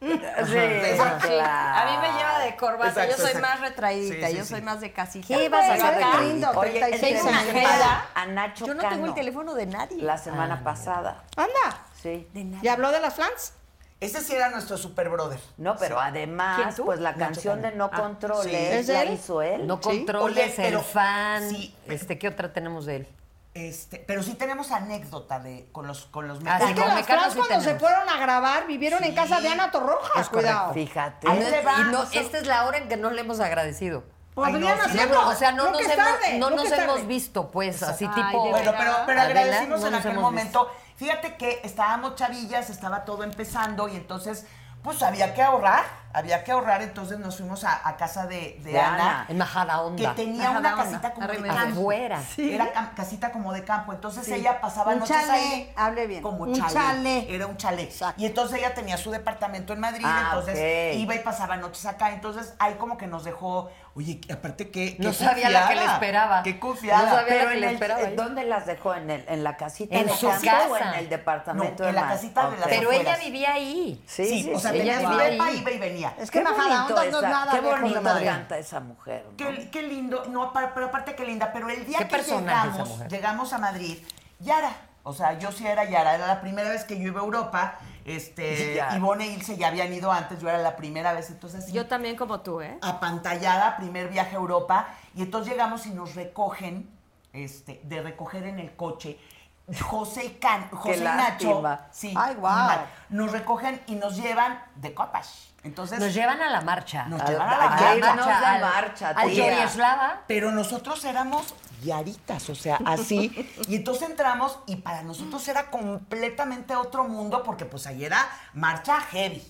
[SPEAKER 9] Sí,
[SPEAKER 6] Exacto.
[SPEAKER 11] Sí. A mí me lleva de corbata.
[SPEAKER 6] Exacto,
[SPEAKER 11] yo soy
[SPEAKER 6] exacto.
[SPEAKER 11] más retraídita.
[SPEAKER 6] Sí, sí,
[SPEAKER 11] yo
[SPEAKER 6] sí.
[SPEAKER 11] soy más de casita.
[SPEAKER 9] ¿Qué vas a
[SPEAKER 11] Pues,
[SPEAKER 5] saber,
[SPEAKER 11] acá,
[SPEAKER 5] Linda?
[SPEAKER 3] Oye,
[SPEAKER 5] 36
[SPEAKER 3] tengo una
[SPEAKER 5] años.
[SPEAKER 3] jeda a Nacho
[SPEAKER 11] Yo no tengo el
[SPEAKER 3] Cano
[SPEAKER 11] teléfono de nadie.
[SPEAKER 3] La semana pasada,
[SPEAKER 5] Anda.
[SPEAKER 3] sí.
[SPEAKER 11] De
[SPEAKER 5] ¿Y
[SPEAKER 11] nadie.
[SPEAKER 5] habló de las flans?
[SPEAKER 6] Ese sí era nuestro super brother.
[SPEAKER 3] No, pero
[SPEAKER 11] ¿Quién,
[SPEAKER 3] además,
[SPEAKER 11] tú?
[SPEAKER 3] pues la
[SPEAKER 6] Nacho
[SPEAKER 3] canción
[SPEAKER 6] Cano.
[SPEAKER 3] de No
[SPEAKER 6] Ah, sí.
[SPEAKER 3] Controles
[SPEAKER 5] ¿Es
[SPEAKER 3] la
[SPEAKER 5] él?
[SPEAKER 3] hizo él.
[SPEAKER 9] No
[SPEAKER 5] Sí.
[SPEAKER 9] controles
[SPEAKER 6] Oye, pero-
[SPEAKER 9] el fan.
[SPEAKER 6] sí.
[SPEAKER 9] Este, ¿qué otra tenemos de él?
[SPEAKER 6] Este, pero sí tenemos anécdota de con los con los
[SPEAKER 9] Ah,
[SPEAKER 5] Es
[SPEAKER 9] sí,
[SPEAKER 5] que
[SPEAKER 9] con
[SPEAKER 5] las
[SPEAKER 9] Mecano
[SPEAKER 5] flans
[SPEAKER 9] sí
[SPEAKER 5] cuando se
[SPEAKER 9] tenemos.
[SPEAKER 5] fueron a grabar vivieron en casa de Ana
[SPEAKER 11] Ah,
[SPEAKER 5] Torrojas, cuidado.
[SPEAKER 3] Fíjate.
[SPEAKER 9] Ah, Y
[SPEAKER 6] Ahí le va,
[SPEAKER 9] no,
[SPEAKER 6] o sea-
[SPEAKER 9] esta es la hora en que no le hemos agradecido.
[SPEAKER 6] Ay, no,
[SPEAKER 5] Podrían
[SPEAKER 6] sí,
[SPEAKER 5] hacerlo.
[SPEAKER 9] No, no, o sea, no
[SPEAKER 5] Nunca
[SPEAKER 9] nos,
[SPEAKER 5] es
[SPEAKER 9] hemos,
[SPEAKER 5] tarde,
[SPEAKER 9] no
[SPEAKER 5] nunca
[SPEAKER 9] nos
[SPEAKER 5] es tarde.
[SPEAKER 9] hemos visto, pues, así
[SPEAKER 11] Ay,
[SPEAKER 9] tipo.
[SPEAKER 11] de
[SPEAKER 6] Bueno,
[SPEAKER 11] Era-
[SPEAKER 6] pero, pero
[SPEAKER 9] Adela,
[SPEAKER 6] agradecimos
[SPEAKER 9] no
[SPEAKER 6] en
[SPEAKER 9] nos
[SPEAKER 6] aquel
[SPEAKER 9] hemos
[SPEAKER 6] momento. Fíjate que estábamos chavillas, estaba todo empezando y entonces, pues había que ahorrar, había que ahorrar. Entonces nos fuimos a, a casa de, de
[SPEAKER 3] De
[SPEAKER 6] Ana,
[SPEAKER 3] Ana.
[SPEAKER 9] En Majada
[SPEAKER 6] que
[SPEAKER 9] Onda.
[SPEAKER 6] tenía una
[SPEAKER 11] Majadahonda,
[SPEAKER 6] casita como de
[SPEAKER 11] arremedo.
[SPEAKER 6] campo.
[SPEAKER 9] Afuera.
[SPEAKER 6] Era cam- casita como de campo. Entonces ella pasaba
[SPEAKER 5] Un
[SPEAKER 6] noches
[SPEAKER 5] chalet,
[SPEAKER 6] ahí.
[SPEAKER 5] hable bien.
[SPEAKER 6] Como
[SPEAKER 5] Un
[SPEAKER 6] chalet.
[SPEAKER 5] chalet.
[SPEAKER 6] Era un chalet.
[SPEAKER 5] Exacto.
[SPEAKER 6] Y entonces ella tenía su departamento en Madrid.
[SPEAKER 3] Ah,
[SPEAKER 6] entonces
[SPEAKER 3] ok.
[SPEAKER 6] iba y pasaba noches acá. Entonces ahí como que nos dejó. Oye, que- aparte que.
[SPEAKER 9] No sabía la que le esperaba.
[SPEAKER 6] Qué confiada.
[SPEAKER 9] No sabía la
[SPEAKER 3] Pero
[SPEAKER 9] que
[SPEAKER 3] en
[SPEAKER 9] le
[SPEAKER 3] el- eh,
[SPEAKER 9] esperaba ahí.
[SPEAKER 3] ¿Dónde las dejó? ¿En, el, en la casita
[SPEAKER 9] En
[SPEAKER 3] de
[SPEAKER 9] su
[SPEAKER 3] campo
[SPEAKER 9] casa.
[SPEAKER 3] o en el departamento
[SPEAKER 6] No,
[SPEAKER 3] de
[SPEAKER 6] en la
[SPEAKER 3] Mar?
[SPEAKER 6] casita de la-
[SPEAKER 3] Ok.
[SPEAKER 9] Pero ella
[SPEAKER 6] afueras.
[SPEAKER 9] vivía ahí.
[SPEAKER 3] Sí,
[SPEAKER 6] sí,
[SPEAKER 3] sí,
[SPEAKER 6] o sea,
[SPEAKER 3] sí.
[SPEAKER 6] tenía
[SPEAKER 9] ella
[SPEAKER 6] su
[SPEAKER 9] vivía
[SPEAKER 6] depa,
[SPEAKER 9] ahí.
[SPEAKER 6] iba y venía.
[SPEAKER 5] Es que
[SPEAKER 3] Qué
[SPEAKER 5] Majada
[SPEAKER 3] bonito,
[SPEAKER 5] Onda no es
[SPEAKER 3] esa-
[SPEAKER 5] nada
[SPEAKER 3] qué
[SPEAKER 5] lejos de
[SPEAKER 3] bonito
[SPEAKER 5] Madrid.
[SPEAKER 3] canta esa mujer. ¿no?
[SPEAKER 6] Qué, qué lindo, no, pa- pero aparte qué linda, pero el día
[SPEAKER 9] Qué
[SPEAKER 6] que
[SPEAKER 9] personaje esa
[SPEAKER 6] llegamos,
[SPEAKER 9] mujer.
[SPEAKER 6] llegamos a Madrid, Yara, o sea, yo sí era Yara, era la primera vez que yo iba a Europa, este,
[SPEAKER 3] Yara.
[SPEAKER 6] Ivonne e Ilse ya habían ido antes, yo era la primera vez, entonces así,
[SPEAKER 11] Yo también como tú, ¿eh?
[SPEAKER 6] apantallada, primer viaje a Europa, y entonces llegamos y nos recogen, este, de recoger en el coche, José y Can, José y Nacho,
[SPEAKER 3] lástima.
[SPEAKER 6] sí,
[SPEAKER 5] Ay, guau.
[SPEAKER 6] mal, nos recogen y nos llevan de copas, entonces...
[SPEAKER 9] Nos llevan a la marcha.
[SPEAKER 6] Nos
[SPEAKER 9] A-
[SPEAKER 6] llevan a la
[SPEAKER 9] a
[SPEAKER 6] marcha.
[SPEAKER 9] manos
[SPEAKER 3] Marcha,
[SPEAKER 9] al-
[SPEAKER 3] marcha,
[SPEAKER 9] Al
[SPEAKER 3] tía.
[SPEAKER 9] Yorislava.
[SPEAKER 6] Pero nosotros éramos yaritas, o sea, así. Y entonces entramos y para nosotros era completamente otro mundo porque pues ahí era marcha heavy.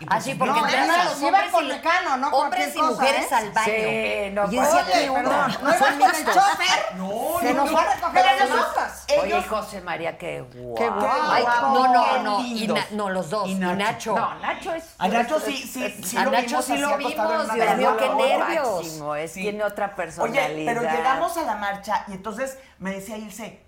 [SPEAKER 6] Y, pues,
[SPEAKER 9] Así, Ah, porque
[SPEAKER 6] no,
[SPEAKER 9] entraron
[SPEAKER 5] no,
[SPEAKER 9] a los
[SPEAKER 5] iban
[SPEAKER 9] hombres
[SPEAKER 5] con
[SPEAKER 9] y,
[SPEAKER 5] Mecano, no
[SPEAKER 9] hombres y
[SPEAKER 5] cualquier cosa,
[SPEAKER 9] mujeres
[SPEAKER 5] ¿eh?
[SPEAKER 9] al baño.
[SPEAKER 3] Sí, no,
[SPEAKER 9] y yo
[SPEAKER 3] cualquier-
[SPEAKER 9] decía, ¿qué
[SPEAKER 5] Oye,
[SPEAKER 9] onda?
[SPEAKER 5] perdón, no ibas con el chofer.
[SPEAKER 6] No,
[SPEAKER 5] Se
[SPEAKER 6] no,
[SPEAKER 5] nos
[SPEAKER 6] no,
[SPEAKER 5] va a recoger
[SPEAKER 6] pero
[SPEAKER 5] a
[SPEAKER 6] ellos-
[SPEAKER 5] nosotras.
[SPEAKER 3] Oye,
[SPEAKER 6] ellos-
[SPEAKER 3] José María, qué guapo.
[SPEAKER 5] Qué guapo.
[SPEAKER 9] Ay, no, no,
[SPEAKER 6] qué
[SPEAKER 9] no. Y
[SPEAKER 6] lindos.
[SPEAKER 9] na- no, los dos. Y Nacho.
[SPEAKER 3] No, Nacho es...
[SPEAKER 6] A Nacho
[SPEAKER 3] es-
[SPEAKER 6] sí,
[SPEAKER 3] es-
[SPEAKER 6] sí,
[SPEAKER 3] es-
[SPEAKER 6] sí
[SPEAKER 9] a
[SPEAKER 6] lo
[SPEAKER 9] Nacho
[SPEAKER 6] vimos
[SPEAKER 9] sí
[SPEAKER 6] así
[SPEAKER 9] lo
[SPEAKER 6] acostado en una
[SPEAKER 9] vimos, Dios
[SPEAKER 6] cama.
[SPEAKER 9] mío, qué
[SPEAKER 3] lo
[SPEAKER 9] nervios.
[SPEAKER 3] máximo, es,
[SPEAKER 6] Sí.
[SPEAKER 3] Tiene otra personalidad.
[SPEAKER 6] Oye, pero llegamos a la marcha y entonces me decía Ilse,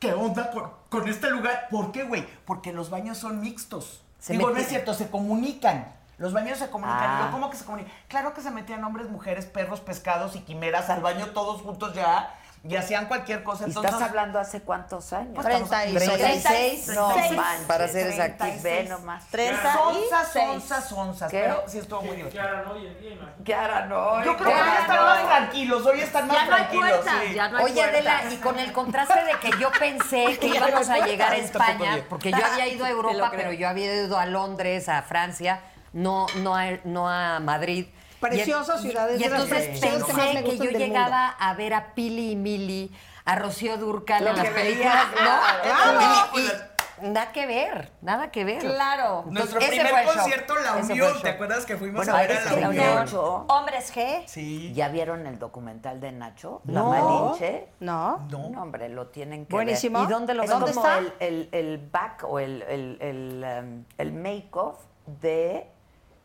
[SPEAKER 6] ¿qué onda con, con este lugar? ¿Por qué, güey? Porque los baños son mixtos.
[SPEAKER 9] Se
[SPEAKER 6] Digo, no
[SPEAKER 9] metía-
[SPEAKER 6] es cierto, se comunican. Los baños se comunican.
[SPEAKER 3] Ah.
[SPEAKER 6] Y yo, ¿Cómo que se comunican? Claro que se metían hombres, mujeres, perros, pescados y quimeras al baño todos juntos ya y hacían cualquier cosa.
[SPEAKER 3] ¿Y
[SPEAKER 6] Entonces,
[SPEAKER 3] estás hablando hace cuántos años?
[SPEAKER 6] Pues,
[SPEAKER 5] 36.
[SPEAKER 9] 36.
[SPEAKER 3] no,
[SPEAKER 9] manches,
[SPEAKER 3] manches,
[SPEAKER 9] para ser exacto.
[SPEAKER 3] 36. Ve nomás.
[SPEAKER 11] Treinta y
[SPEAKER 6] Sonzas,
[SPEAKER 11] seis.
[SPEAKER 6] onzas, onzas.
[SPEAKER 3] ¿Qué?
[SPEAKER 6] Pero sí estuvo muy divertido.
[SPEAKER 4] ahora no, y el día, imagínate.
[SPEAKER 3] ¿Qué harán hoy?
[SPEAKER 6] Yo creo que
[SPEAKER 9] Ya
[SPEAKER 6] hoy están
[SPEAKER 9] no
[SPEAKER 6] más
[SPEAKER 9] hay-
[SPEAKER 6] tranquilos, hoy están más
[SPEAKER 11] Ya no hay
[SPEAKER 6] tranquilos.
[SPEAKER 11] puertas,
[SPEAKER 6] sí.
[SPEAKER 11] ya no hay
[SPEAKER 9] Oye,
[SPEAKER 11] puertas.
[SPEAKER 9] Adela, y con el contraste de que yo
[SPEAKER 11] [LAUGHS]
[SPEAKER 9] pensé que íbamos a llegar a España, porque yo había ido a
[SPEAKER 11] Te lo
[SPEAKER 9] Europa,
[SPEAKER 11] creo.
[SPEAKER 9] pero yo había ido a Londres, a Francia, no, no, a, no a Madrid. Y en-
[SPEAKER 5] Preciosas ciudades,
[SPEAKER 9] Y,
[SPEAKER 5] de las
[SPEAKER 9] entonces
[SPEAKER 5] ciudades que más me
[SPEAKER 9] pensé que
[SPEAKER 5] gustan del
[SPEAKER 9] yo llegaba a ver a Pili y Mili, a Rocío Durcal
[SPEAKER 3] Lo
[SPEAKER 9] en las
[SPEAKER 3] que veías,
[SPEAKER 9] películas, ¿no?
[SPEAKER 5] claro.
[SPEAKER 9] Y- y- nada que ver, nada que ver.
[SPEAKER 11] Claro.
[SPEAKER 9] Entonces,
[SPEAKER 6] Nuestro
[SPEAKER 9] ese fue
[SPEAKER 6] primer
[SPEAKER 9] el shock.
[SPEAKER 6] concierto, La
[SPEAKER 9] Ese fue el
[SPEAKER 6] Unión. ¿Te
[SPEAKER 9] shock.
[SPEAKER 6] acuerdas que fuimos
[SPEAKER 3] Bueno,
[SPEAKER 6] a ver
[SPEAKER 3] es
[SPEAKER 6] a La
[SPEAKER 3] que La
[SPEAKER 6] Unión?
[SPEAKER 3] Nacho.
[SPEAKER 11] Hombres G.
[SPEAKER 6] Sí.
[SPEAKER 3] ¿Ya vieron el documental de Nacho? La
[SPEAKER 9] No.
[SPEAKER 3] Malinche.
[SPEAKER 5] No.
[SPEAKER 3] No, hombre, lo tienen que
[SPEAKER 5] Buenísimo.
[SPEAKER 3] ver.
[SPEAKER 9] ¿Y dónde lo
[SPEAKER 3] es
[SPEAKER 9] ven?
[SPEAKER 3] como
[SPEAKER 5] ¿Dónde está?
[SPEAKER 3] El, el- el back o el, el, el, em, el make-off de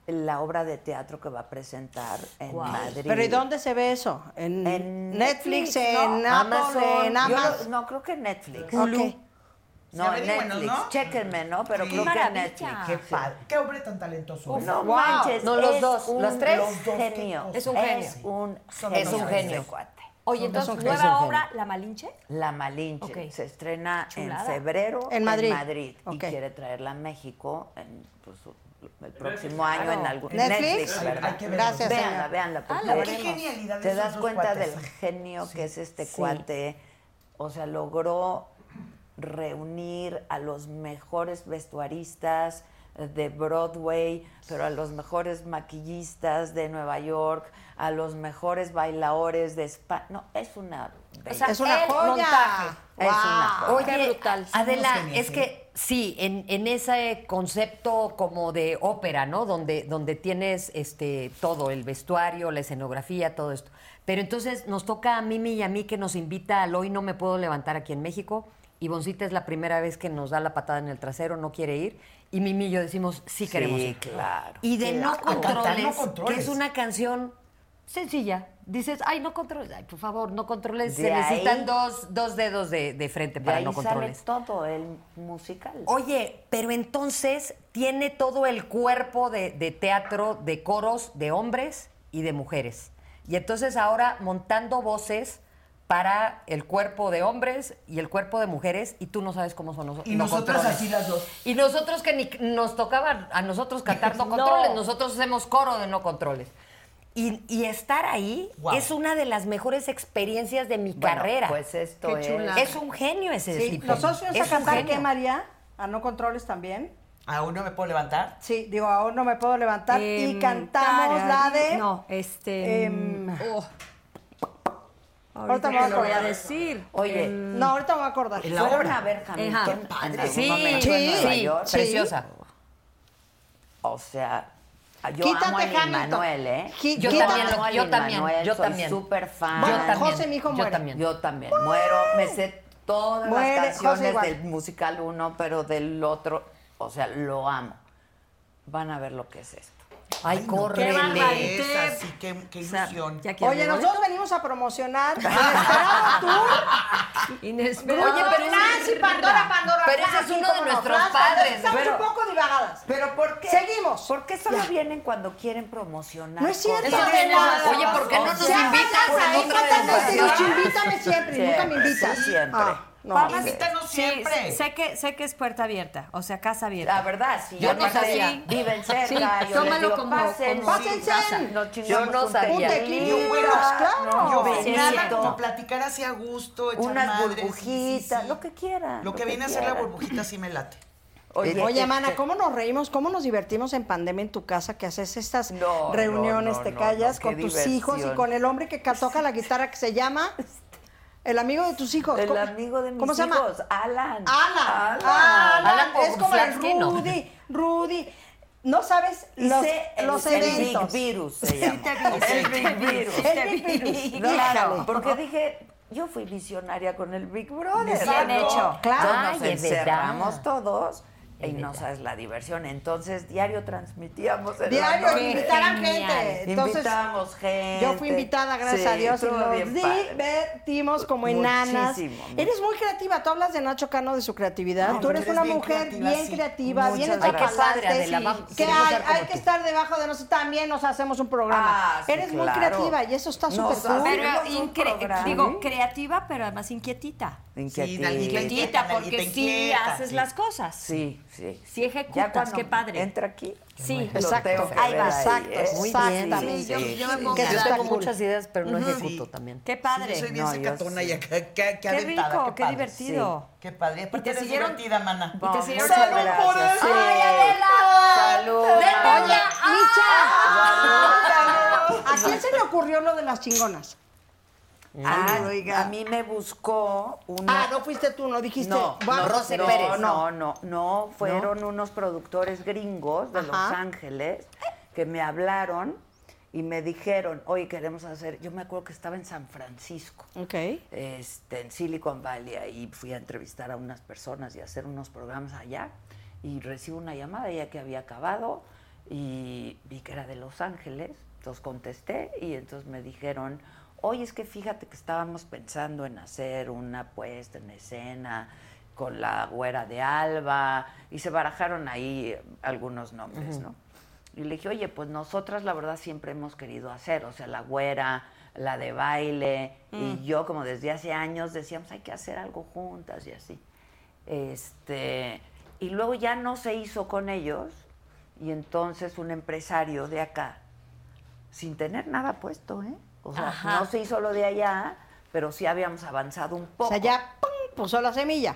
[SPEAKER 3] la obra de teatro que va a presentar en
[SPEAKER 9] Guau.
[SPEAKER 3] Madrid.
[SPEAKER 5] Pero ¿y dónde se ve eso? ¿En,
[SPEAKER 3] En Netflix,
[SPEAKER 5] Netflix, en
[SPEAKER 3] ¿no?
[SPEAKER 5] Apple, en
[SPEAKER 3] Yo lo-
[SPEAKER 5] Amazon?
[SPEAKER 3] no, creo que Netflix.
[SPEAKER 5] Ok.
[SPEAKER 3] No, en
[SPEAKER 6] averigüenos,
[SPEAKER 3] Netflix.
[SPEAKER 6] ¿no?
[SPEAKER 3] Chéquenme, ¿no? Pero
[SPEAKER 6] Sí.
[SPEAKER 3] creo que en
[SPEAKER 11] Maravilla.
[SPEAKER 3] Netflix.
[SPEAKER 6] Qué padre. Qué hombre tan talentoso. ¿eh?
[SPEAKER 3] No
[SPEAKER 9] Wow.
[SPEAKER 3] manches.
[SPEAKER 9] No, los
[SPEAKER 3] es
[SPEAKER 9] dos,
[SPEAKER 3] un-
[SPEAKER 9] los tres.
[SPEAKER 6] Los dos, qué
[SPEAKER 3] genio.
[SPEAKER 6] cosa.
[SPEAKER 11] Es un
[SPEAKER 3] Es
[SPEAKER 11] genio.
[SPEAKER 3] un genio.
[SPEAKER 9] Es un genio.
[SPEAKER 3] ese cuate.
[SPEAKER 11] Oye,
[SPEAKER 9] Son- son
[SPEAKER 11] entonces,
[SPEAKER 9] genios.
[SPEAKER 11] nueva
[SPEAKER 9] Son
[SPEAKER 11] obra, La Malinche.
[SPEAKER 3] La Malinche
[SPEAKER 11] Ok.
[SPEAKER 3] se estrena
[SPEAKER 11] Chulada.
[SPEAKER 3] en febrero
[SPEAKER 5] En Madrid.
[SPEAKER 3] y
[SPEAKER 5] Ok.
[SPEAKER 3] quiere traerla a México en, pues, el próximo
[SPEAKER 4] Netflix.
[SPEAKER 3] año en
[SPEAKER 11] Claro.
[SPEAKER 3] algún
[SPEAKER 5] Netflix.
[SPEAKER 6] Ay,
[SPEAKER 3] ¿verdad?
[SPEAKER 6] hay que verlo.
[SPEAKER 5] Gracias,
[SPEAKER 3] Véanla,
[SPEAKER 5] señor.
[SPEAKER 3] véanla, porque
[SPEAKER 11] la
[SPEAKER 6] Qué
[SPEAKER 11] veremos.
[SPEAKER 6] genialidad de
[SPEAKER 3] te
[SPEAKER 6] esos
[SPEAKER 3] das
[SPEAKER 6] dos
[SPEAKER 3] cuenta
[SPEAKER 6] cuates.
[SPEAKER 3] del genio que es este
[SPEAKER 9] Sí.
[SPEAKER 3] cuate. O sea, logró reunir a los mejores vestuaristas, eh, de Broadway, pero a los mejores maquillistas de Nueva York, a los mejores bailadores de España. No, es una... belleza.
[SPEAKER 5] es una
[SPEAKER 11] el
[SPEAKER 5] joya.
[SPEAKER 11] montaje.
[SPEAKER 3] Es una
[SPEAKER 5] Guau.
[SPEAKER 3] joya.
[SPEAKER 11] Qué brutal.
[SPEAKER 9] Adela,
[SPEAKER 6] Somos genios,
[SPEAKER 9] es que sí, en, en ese concepto como de ópera, ¿no? Donde, donde tienes este todo, el vestuario, la escenografía, todo esto. Pero entonces nos toca a Mimi y a mí que nos invita al Hoy No Me Puedo Levantar aquí en México. Y Boncita es la primera vez que nos da la patada en el trasero, no quiere ir. Y Mimi y yo decimos, sí queremos ir.
[SPEAKER 3] claro.
[SPEAKER 9] Y de
[SPEAKER 6] Claro,
[SPEAKER 9] no,
[SPEAKER 6] a cantar No
[SPEAKER 9] controles, que
[SPEAKER 6] Controles.
[SPEAKER 9] es una canción sencilla. Dices, ay, no controles, ay, por favor, no controles.
[SPEAKER 3] De
[SPEAKER 9] Se
[SPEAKER 3] ahí-
[SPEAKER 9] necesitan dos, dos dedos de, de frente
[SPEAKER 3] De
[SPEAKER 9] para
[SPEAKER 3] ahí
[SPEAKER 9] no controles.
[SPEAKER 3] sale todo el musical.
[SPEAKER 9] Oye, pero entonces tiene todo el cuerpo de, de teatro, de coros, de hombres y de mujeres. Y entonces ahora montando voces para el cuerpo de hombres y el cuerpo de mujeres, y tú no sabes cómo son nosotros.
[SPEAKER 6] Y nosotras así las dos.
[SPEAKER 9] Y nosotros que ni nos tocaba a nosotros cantar [LAUGHS] no controles, nosotros hacemos coro de no controles. Y, y estar ahí
[SPEAKER 6] Guau.
[SPEAKER 9] es una de las mejores experiencias de mi
[SPEAKER 3] Bueno,
[SPEAKER 9] carrera.
[SPEAKER 3] Pues esto
[SPEAKER 11] Qué chula.
[SPEAKER 9] es un genio ese
[SPEAKER 5] Sí,
[SPEAKER 9] tipo.
[SPEAKER 5] nosotros fuimos
[SPEAKER 9] Es
[SPEAKER 5] a
[SPEAKER 9] un
[SPEAKER 5] cantar, ¿qué,
[SPEAKER 9] genio.
[SPEAKER 5] María? A No Controles también.
[SPEAKER 6] Aún no me puedo levantar.
[SPEAKER 5] Sí, digo, aún no me puedo levantar. y
[SPEAKER 11] Em,
[SPEAKER 5] cantamos la de...
[SPEAKER 11] No, este.
[SPEAKER 5] Em,
[SPEAKER 11] oh,
[SPEAKER 5] ahorita me voy a
[SPEAKER 11] te lo voy a
[SPEAKER 5] acordar.
[SPEAKER 11] decir.
[SPEAKER 3] Oye,
[SPEAKER 11] Em,
[SPEAKER 5] No, ahorita me voy a acordar.
[SPEAKER 3] fueron a ver
[SPEAKER 11] Ajá.
[SPEAKER 3] Hamilton en algún
[SPEAKER 9] Sí,
[SPEAKER 3] momento en Nueva
[SPEAKER 9] sí,
[SPEAKER 3] York.
[SPEAKER 9] sí. preciosa.
[SPEAKER 3] O sea, yo amo a
[SPEAKER 5] Quítate
[SPEAKER 3] Lin
[SPEAKER 5] Hamilton.
[SPEAKER 3] Manuel, ¿eh?
[SPEAKER 5] Qui-
[SPEAKER 9] Yo
[SPEAKER 5] quítate-
[SPEAKER 9] también,
[SPEAKER 3] amo a
[SPEAKER 9] yo
[SPEAKER 3] Lin
[SPEAKER 9] también,
[SPEAKER 3] Manuel,
[SPEAKER 9] yo
[SPEAKER 3] soy
[SPEAKER 9] también.
[SPEAKER 3] súper fan.
[SPEAKER 9] Yo
[SPEAKER 5] Bueno,
[SPEAKER 9] también.
[SPEAKER 5] José, mi hijo,
[SPEAKER 9] yo
[SPEAKER 5] muere.
[SPEAKER 9] también.
[SPEAKER 3] Yo también muero, me sé todas
[SPEAKER 5] Muere,
[SPEAKER 3] las
[SPEAKER 5] José
[SPEAKER 3] canciones
[SPEAKER 5] igual.
[SPEAKER 3] del musical uno, pero del otro, o sea, lo amo. Van a ver lo que es esto.
[SPEAKER 9] Ay,
[SPEAKER 11] Qué
[SPEAKER 9] córrele.
[SPEAKER 11] barbaridad.
[SPEAKER 6] Es así, qué, qué ilusión.
[SPEAKER 11] ya quiero
[SPEAKER 5] Oye,
[SPEAKER 11] ver,
[SPEAKER 5] nosotros venimos a [LAUGHS] promocionar. Inesperado tú.
[SPEAKER 11] Inesperado.
[SPEAKER 9] Oye, pero
[SPEAKER 5] Nancy,
[SPEAKER 9] es-
[SPEAKER 5] Pandora, Pandora.
[SPEAKER 9] Pero ese
[SPEAKER 5] Fran,
[SPEAKER 9] es
[SPEAKER 5] sí,
[SPEAKER 9] uno
[SPEAKER 5] cómo
[SPEAKER 9] de
[SPEAKER 5] no,
[SPEAKER 9] nuestros
[SPEAKER 5] Fran,
[SPEAKER 9] padres,
[SPEAKER 5] Estamos
[SPEAKER 9] pero-
[SPEAKER 5] un poco divagadas.
[SPEAKER 3] Pero ¿por qué?
[SPEAKER 5] Seguimos.
[SPEAKER 3] ¿Por qué solo
[SPEAKER 5] Ya.
[SPEAKER 3] vienen cuando quieren promocionar?
[SPEAKER 5] No es cierto.
[SPEAKER 3] cosas?
[SPEAKER 9] Eso tiene nada.
[SPEAKER 5] Oye,
[SPEAKER 9] ¿por qué no nos
[SPEAKER 3] O sea,
[SPEAKER 9] invitan
[SPEAKER 3] por
[SPEAKER 5] Ahí
[SPEAKER 3] otra
[SPEAKER 5] cuéntame, te he dicho,
[SPEAKER 3] ocasión?
[SPEAKER 5] invítame siempre. y Nunca me
[SPEAKER 3] Siempre,
[SPEAKER 5] invitas.
[SPEAKER 3] sí, siempre.
[SPEAKER 5] Ah, no.
[SPEAKER 6] Papas, invítanos
[SPEAKER 11] Sí,
[SPEAKER 6] siempre.
[SPEAKER 11] sé que, sé que es puerta abierta, o sea, casa abierta.
[SPEAKER 3] La verdad, sí.
[SPEAKER 9] Yo no
[SPEAKER 3] aparte,
[SPEAKER 9] sabía.
[SPEAKER 3] Viven cerca.
[SPEAKER 11] Sí,
[SPEAKER 3] yo les
[SPEAKER 11] tómalo
[SPEAKER 3] digo,
[SPEAKER 11] como-
[SPEAKER 3] pasen,
[SPEAKER 11] como-
[SPEAKER 5] Pásense.
[SPEAKER 3] Nos
[SPEAKER 9] Yo
[SPEAKER 3] chingamos
[SPEAKER 9] no
[SPEAKER 3] un
[SPEAKER 9] sabía.
[SPEAKER 5] Un tequilita, claro.
[SPEAKER 3] no,
[SPEAKER 6] Yo
[SPEAKER 3] besito,
[SPEAKER 6] venía como platicar así a gusto, echar
[SPEAKER 3] pues, unas
[SPEAKER 6] madres, sí, sí,
[SPEAKER 3] burbujitas,
[SPEAKER 6] sí.
[SPEAKER 3] lo que quieran.
[SPEAKER 6] Lo que viene a ser la
[SPEAKER 3] quieran.
[SPEAKER 6] burbujita sí me late.
[SPEAKER 3] Oye,
[SPEAKER 5] Oye,
[SPEAKER 3] este,
[SPEAKER 5] mana, ¿cómo nos reímos? ¿Cómo nos divertimos en pandemia en tu casa que haces estas
[SPEAKER 3] No,
[SPEAKER 5] reuniones,
[SPEAKER 3] no, no,
[SPEAKER 5] te
[SPEAKER 3] no,
[SPEAKER 5] callas
[SPEAKER 3] no,
[SPEAKER 5] con
[SPEAKER 3] qué
[SPEAKER 5] tus hijos y
[SPEAKER 3] diversión.
[SPEAKER 5] con el hombre que ca- toca la guitarra que se llama el amigo de tus hijos?
[SPEAKER 3] El
[SPEAKER 5] ¿Cómo-
[SPEAKER 3] amigo de mis
[SPEAKER 5] ¿Cómo se llama?
[SPEAKER 3] hijos, Alan.
[SPEAKER 5] Alan. Alan.
[SPEAKER 3] Alan.
[SPEAKER 5] Es como el
[SPEAKER 9] Boguslavski, no.
[SPEAKER 5] Rudy, Rudy. No sabes
[SPEAKER 3] Y
[SPEAKER 5] los,
[SPEAKER 3] sé el-
[SPEAKER 5] los
[SPEAKER 3] el
[SPEAKER 5] eventos.
[SPEAKER 3] Big Virus se llama. el Big Virus.
[SPEAKER 5] El Big Virus.
[SPEAKER 3] No,
[SPEAKER 5] Híjole.
[SPEAKER 3] claro, porque dije, yo fui visionaria con el Big Brother.
[SPEAKER 6] Bien
[SPEAKER 3] ¿no?
[SPEAKER 6] hecho.
[SPEAKER 5] Claro.
[SPEAKER 3] Entonces
[SPEAKER 9] Ay,
[SPEAKER 3] nos
[SPEAKER 9] es verdad.
[SPEAKER 3] encerramos todos y
[SPEAKER 9] Es
[SPEAKER 3] no
[SPEAKER 9] verdad.
[SPEAKER 3] sabes la diversión. Entonces, diario transmitíamos. en la
[SPEAKER 5] Diario,
[SPEAKER 3] noche.
[SPEAKER 5] invitaran
[SPEAKER 11] genial.
[SPEAKER 5] gente. Entonces,
[SPEAKER 3] Invitábamos gente.
[SPEAKER 5] yo fui invitada, gracias
[SPEAKER 3] Este, Sí,
[SPEAKER 5] a Dios, y
[SPEAKER 3] estuvo
[SPEAKER 5] nos
[SPEAKER 3] bien padre.
[SPEAKER 5] divertimos como enanas.
[SPEAKER 3] Muchísimo, mucho.
[SPEAKER 5] Eres muy creativa, tú hablas de Nacho Cano, de su creatividad.
[SPEAKER 6] No,
[SPEAKER 5] tú eres,
[SPEAKER 6] eres
[SPEAKER 5] una
[SPEAKER 6] bien
[SPEAKER 5] mujer
[SPEAKER 6] creativa,
[SPEAKER 5] bien
[SPEAKER 6] sí.
[SPEAKER 5] creativa,
[SPEAKER 3] Muchas
[SPEAKER 5] bien
[SPEAKER 3] gracias.
[SPEAKER 5] hecha
[SPEAKER 9] Ay, qué padre, Adela, vamos,
[SPEAKER 5] que
[SPEAKER 9] queremos
[SPEAKER 5] hay,
[SPEAKER 9] ser como
[SPEAKER 5] hay que
[SPEAKER 9] tú.
[SPEAKER 5] estar debajo de nosotros, también nos hacemos un programa.
[SPEAKER 3] Ah, sí,
[SPEAKER 5] eres muy
[SPEAKER 3] claro.
[SPEAKER 5] creativa y eso está
[SPEAKER 3] Nos
[SPEAKER 5] súper cool.
[SPEAKER 3] hacemos
[SPEAKER 11] Pero eh,
[SPEAKER 3] Tenemos un
[SPEAKER 11] incre-
[SPEAKER 3] programa.
[SPEAKER 11] digo, creativa, pero además inquietita.
[SPEAKER 3] Inquietita.
[SPEAKER 6] Sí, Inquietita,
[SPEAKER 11] Inquietita,
[SPEAKER 6] inquieta,
[SPEAKER 11] porque sí
[SPEAKER 6] inquieta,
[SPEAKER 11] haces
[SPEAKER 6] sí.
[SPEAKER 11] las cosas.
[SPEAKER 3] Sí, sí.
[SPEAKER 11] Sí ejecutas,
[SPEAKER 3] Ya cuando
[SPEAKER 11] qué padre.
[SPEAKER 3] Entra aquí.
[SPEAKER 11] Sí.
[SPEAKER 3] lo
[SPEAKER 5] Exacto.
[SPEAKER 3] tengo que
[SPEAKER 5] Ahí
[SPEAKER 3] ver
[SPEAKER 5] va,
[SPEAKER 3] ahí,
[SPEAKER 5] exacto,
[SPEAKER 3] ¿eh?
[SPEAKER 5] Muy
[SPEAKER 9] bien.
[SPEAKER 3] Sí,
[SPEAKER 11] yo-
[SPEAKER 3] sí,
[SPEAKER 11] yo me
[SPEAKER 3] sí.
[SPEAKER 11] pongo
[SPEAKER 5] Que eso
[SPEAKER 9] Yo
[SPEAKER 5] está
[SPEAKER 9] tengo
[SPEAKER 5] cool.
[SPEAKER 9] muchas ideas, pero no ejecuto
[SPEAKER 6] Sí.
[SPEAKER 9] también.
[SPEAKER 11] Qué padre.
[SPEAKER 6] Sí, yo soy bien
[SPEAKER 3] No, yo
[SPEAKER 6] sacatona
[SPEAKER 3] sí.
[SPEAKER 6] y acá, qué, qué,
[SPEAKER 11] qué
[SPEAKER 6] aventada,
[SPEAKER 11] rico, qué,
[SPEAKER 6] padre.
[SPEAKER 11] divertido.
[SPEAKER 6] Qué padre. Aparte eres
[SPEAKER 11] siguieron-
[SPEAKER 6] divertida, mana.
[SPEAKER 11] Y te sirve
[SPEAKER 3] Muchas
[SPEAKER 11] todo.
[SPEAKER 3] gracias. Sí. Salud.
[SPEAKER 5] Oye,
[SPEAKER 11] Ah.
[SPEAKER 5] Micha, ¿a quién se le ocurrió lo de las chingonas?
[SPEAKER 3] Ah,
[SPEAKER 5] Ay, oiga.
[SPEAKER 3] a mí me buscó una...
[SPEAKER 5] Ah, no fuiste tú, no dijiste.
[SPEAKER 3] No,
[SPEAKER 5] Vamos.
[SPEAKER 3] no,
[SPEAKER 9] Rosy
[SPEAKER 3] no,
[SPEAKER 9] Pérez.
[SPEAKER 3] No, no, no, fueron unos productores gringos de Los
[SPEAKER 5] Ajá.
[SPEAKER 3] Ángeles que me hablaron y me dijeron, oye, queremos hacer, yo me acuerdo que estaba en San Francisco,
[SPEAKER 5] Ok.
[SPEAKER 3] este, en Silicon Valley, y fui a entrevistar a unas personas y a hacer unos programas allá, y recibo una llamada ya que había acabado, y vi que era de Los Ángeles, entonces contesté, y entonces me dijeron, oye, es que fíjate que estábamos pensando en hacer una puesta en escena con la güera de Alba, y se barajaron ahí eh, algunos nombres, ¿no? Y le dije, oye, pues nosotras la verdad siempre hemos querido hacer, o sea, la güera, la de baile,
[SPEAKER 11] Mm.
[SPEAKER 3] y yo como desde hace años decíamos, hay que hacer algo juntas y así. Este, y luego ya no se hizo con ellos, y entonces un empresario de acá, sin tener nada puesto, ¿eh? O sea,
[SPEAKER 11] Ajá.
[SPEAKER 3] no se hizo lo de allá, pero sí habíamos avanzado un
[SPEAKER 5] O
[SPEAKER 3] poco.
[SPEAKER 5] sea, ya ¡pum! puso la semilla.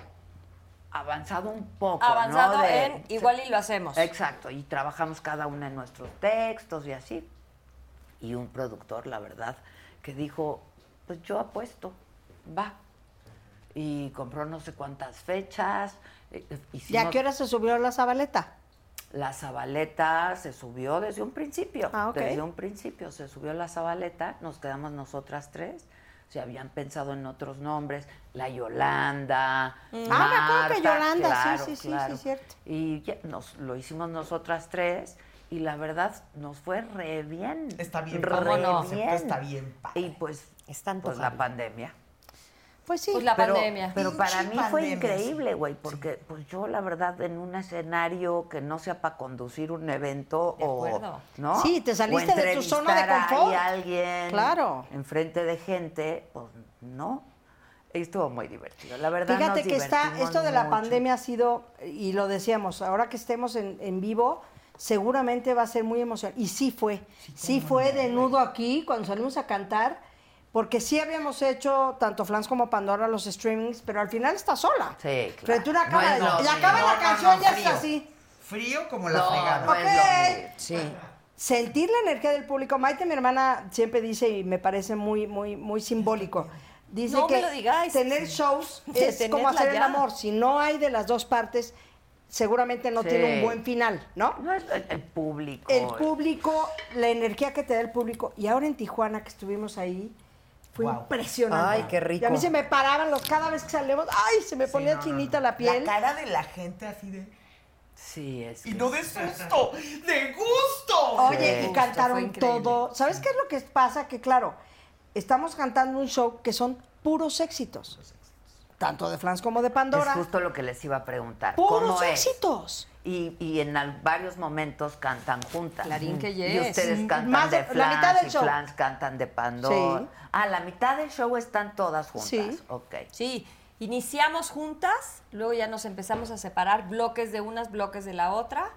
[SPEAKER 3] avanzado un poco. ¿no?
[SPEAKER 11] Avanzado
[SPEAKER 3] De-
[SPEAKER 11] en igual y lo hacemos.
[SPEAKER 3] Exacto, y trabajamos cada una en nuestros textos y así. Y un productor, la verdad, que dijo, pues yo apuesto, va. Y compró no sé cuántas fechas. eh, eh,
[SPEAKER 5] ¿Y a
[SPEAKER 3] hicimos-
[SPEAKER 5] qué hora se subió la Zabaleta?
[SPEAKER 3] la Zabaleta se subió desde un principio.
[SPEAKER 5] Ah, ok.
[SPEAKER 3] Desde un principio se subió la Zabaleta, nos quedamos nosotras tres. Se habían pensado en otros nombres, la Yolanda.
[SPEAKER 5] Ah, me acuerdo que
[SPEAKER 3] Marta,
[SPEAKER 5] Yolanda, sí,
[SPEAKER 3] claro,
[SPEAKER 5] sí, sí, sí,
[SPEAKER 3] claro.
[SPEAKER 5] cierto.
[SPEAKER 3] Y ya nos, lo hicimos nosotras tres y la verdad nos fue re bien.
[SPEAKER 6] Está bien
[SPEAKER 3] re
[SPEAKER 6] padre, el
[SPEAKER 3] bien.
[SPEAKER 6] concepto está bien padre.
[SPEAKER 3] Y pues,
[SPEAKER 9] Está
[SPEAKER 3] pues la pandemia.
[SPEAKER 5] Pues sí.
[SPEAKER 11] Pues la
[SPEAKER 3] Pero-
[SPEAKER 11] pandemia.
[SPEAKER 3] Pero para mí
[SPEAKER 6] Pinche
[SPEAKER 3] fue
[SPEAKER 6] pandemia,
[SPEAKER 3] increíble,
[SPEAKER 6] sí.
[SPEAKER 3] güey, porque pues yo la verdad en un escenario que no sea para conducir un evento
[SPEAKER 11] De
[SPEAKER 3] o
[SPEAKER 11] acuerdo.
[SPEAKER 3] no.
[SPEAKER 5] Sí, te
[SPEAKER 3] O
[SPEAKER 5] saliste de tu zona de
[SPEAKER 3] entrevistar
[SPEAKER 5] confort.
[SPEAKER 3] ahí A alguien.
[SPEAKER 5] Claro.
[SPEAKER 3] Enfrente de gente, pues no. Y Estuvo muy divertido. La verdad
[SPEAKER 5] Fíjate
[SPEAKER 3] nos
[SPEAKER 5] que está,
[SPEAKER 3] divertimos
[SPEAKER 5] esto de la
[SPEAKER 3] mucho.
[SPEAKER 5] pandemia ha sido, y lo decíamos, ahora que estemos en, en vivo, seguramente va a ser muy emocionante. Y sí fue, sí fue de nudo aquí cuando salimos a cantar, porque sí habíamos hecho tanto Flans como Pandora los streamings, pero al final está sola.
[SPEAKER 3] Sí, claro.
[SPEAKER 5] Frente a una
[SPEAKER 3] No
[SPEAKER 5] cámara,
[SPEAKER 3] es lo
[SPEAKER 5] y acaba
[SPEAKER 3] mismo.
[SPEAKER 5] la
[SPEAKER 6] No, no,
[SPEAKER 5] canción
[SPEAKER 6] no,
[SPEAKER 5] ya
[SPEAKER 6] frío.
[SPEAKER 5] está así.
[SPEAKER 6] Frío como la
[SPEAKER 3] No,
[SPEAKER 6] fregada.
[SPEAKER 3] no es lo
[SPEAKER 5] Ok.
[SPEAKER 3] mismo.
[SPEAKER 9] Sí.
[SPEAKER 5] sentir la energía del público. Maite, mi hermana, siempre dice, y me parece muy, muy, muy simbólico, dice
[SPEAKER 11] No
[SPEAKER 5] que
[SPEAKER 11] me lo digáis.
[SPEAKER 5] tener shows
[SPEAKER 11] [LAUGHS] De
[SPEAKER 5] es como
[SPEAKER 11] tenerla
[SPEAKER 5] hacer el
[SPEAKER 11] ya.
[SPEAKER 5] amor. Si no hay de las dos partes, seguramente no
[SPEAKER 3] Sí.
[SPEAKER 5] tiene un buen final, ¿no?
[SPEAKER 3] No es el, el público.
[SPEAKER 5] El público, la energía que te da el público. Y ahora en Tijuana, que estuvimos ahí, fue
[SPEAKER 6] Guau.
[SPEAKER 5] impresionante.
[SPEAKER 9] Ay, qué rico.
[SPEAKER 5] Y a mí se me paraban los, cada vez que salíamos, ay, se me ponía chinita la piel.
[SPEAKER 6] La cara de la gente así de...
[SPEAKER 3] Sí, es.
[SPEAKER 6] Y
[SPEAKER 3] que-
[SPEAKER 6] no de susto, de gusto.
[SPEAKER 5] Oye, y
[SPEAKER 9] Justo, fue
[SPEAKER 5] cantaron
[SPEAKER 9] increíble.
[SPEAKER 5] todo. ¿Sabes qué es lo que pasa? Que claro, estamos cantando un show que son puros éxitos. Tanto de Flans como de
[SPEAKER 3] es
[SPEAKER 5] Pandora.
[SPEAKER 3] justo lo que les iba a preguntar.
[SPEAKER 5] Puros
[SPEAKER 3] ¿Cómo es?
[SPEAKER 5] éxitos.
[SPEAKER 3] Y, y en al- varios momentos cantan juntas.
[SPEAKER 11] Clarín que
[SPEAKER 3] Y
[SPEAKER 11] yes.
[SPEAKER 3] ustedes
[SPEAKER 5] Mm,
[SPEAKER 3] cantan
[SPEAKER 5] más
[SPEAKER 3] de
[SPEAKER 5] de-
[SPEAKER 3] Flans
[SPEAKER 5] la mitad del
[SPEAKER 3] y
[SPEAKER 5] show.
[SPEAKER 3] Flans cantan de Pandora.
[SPEAKER 5] Sí.
[SPEAKER 3] Ah, la mitad del show están todas juntas.
[SPEAKER 5] Sí.
[SPEAKER 3] Ok.
[SPEAKER 11] Sí, iniciamos juntas, luego ya nos empezamos a separar, bloques de unas, bloques de la otra,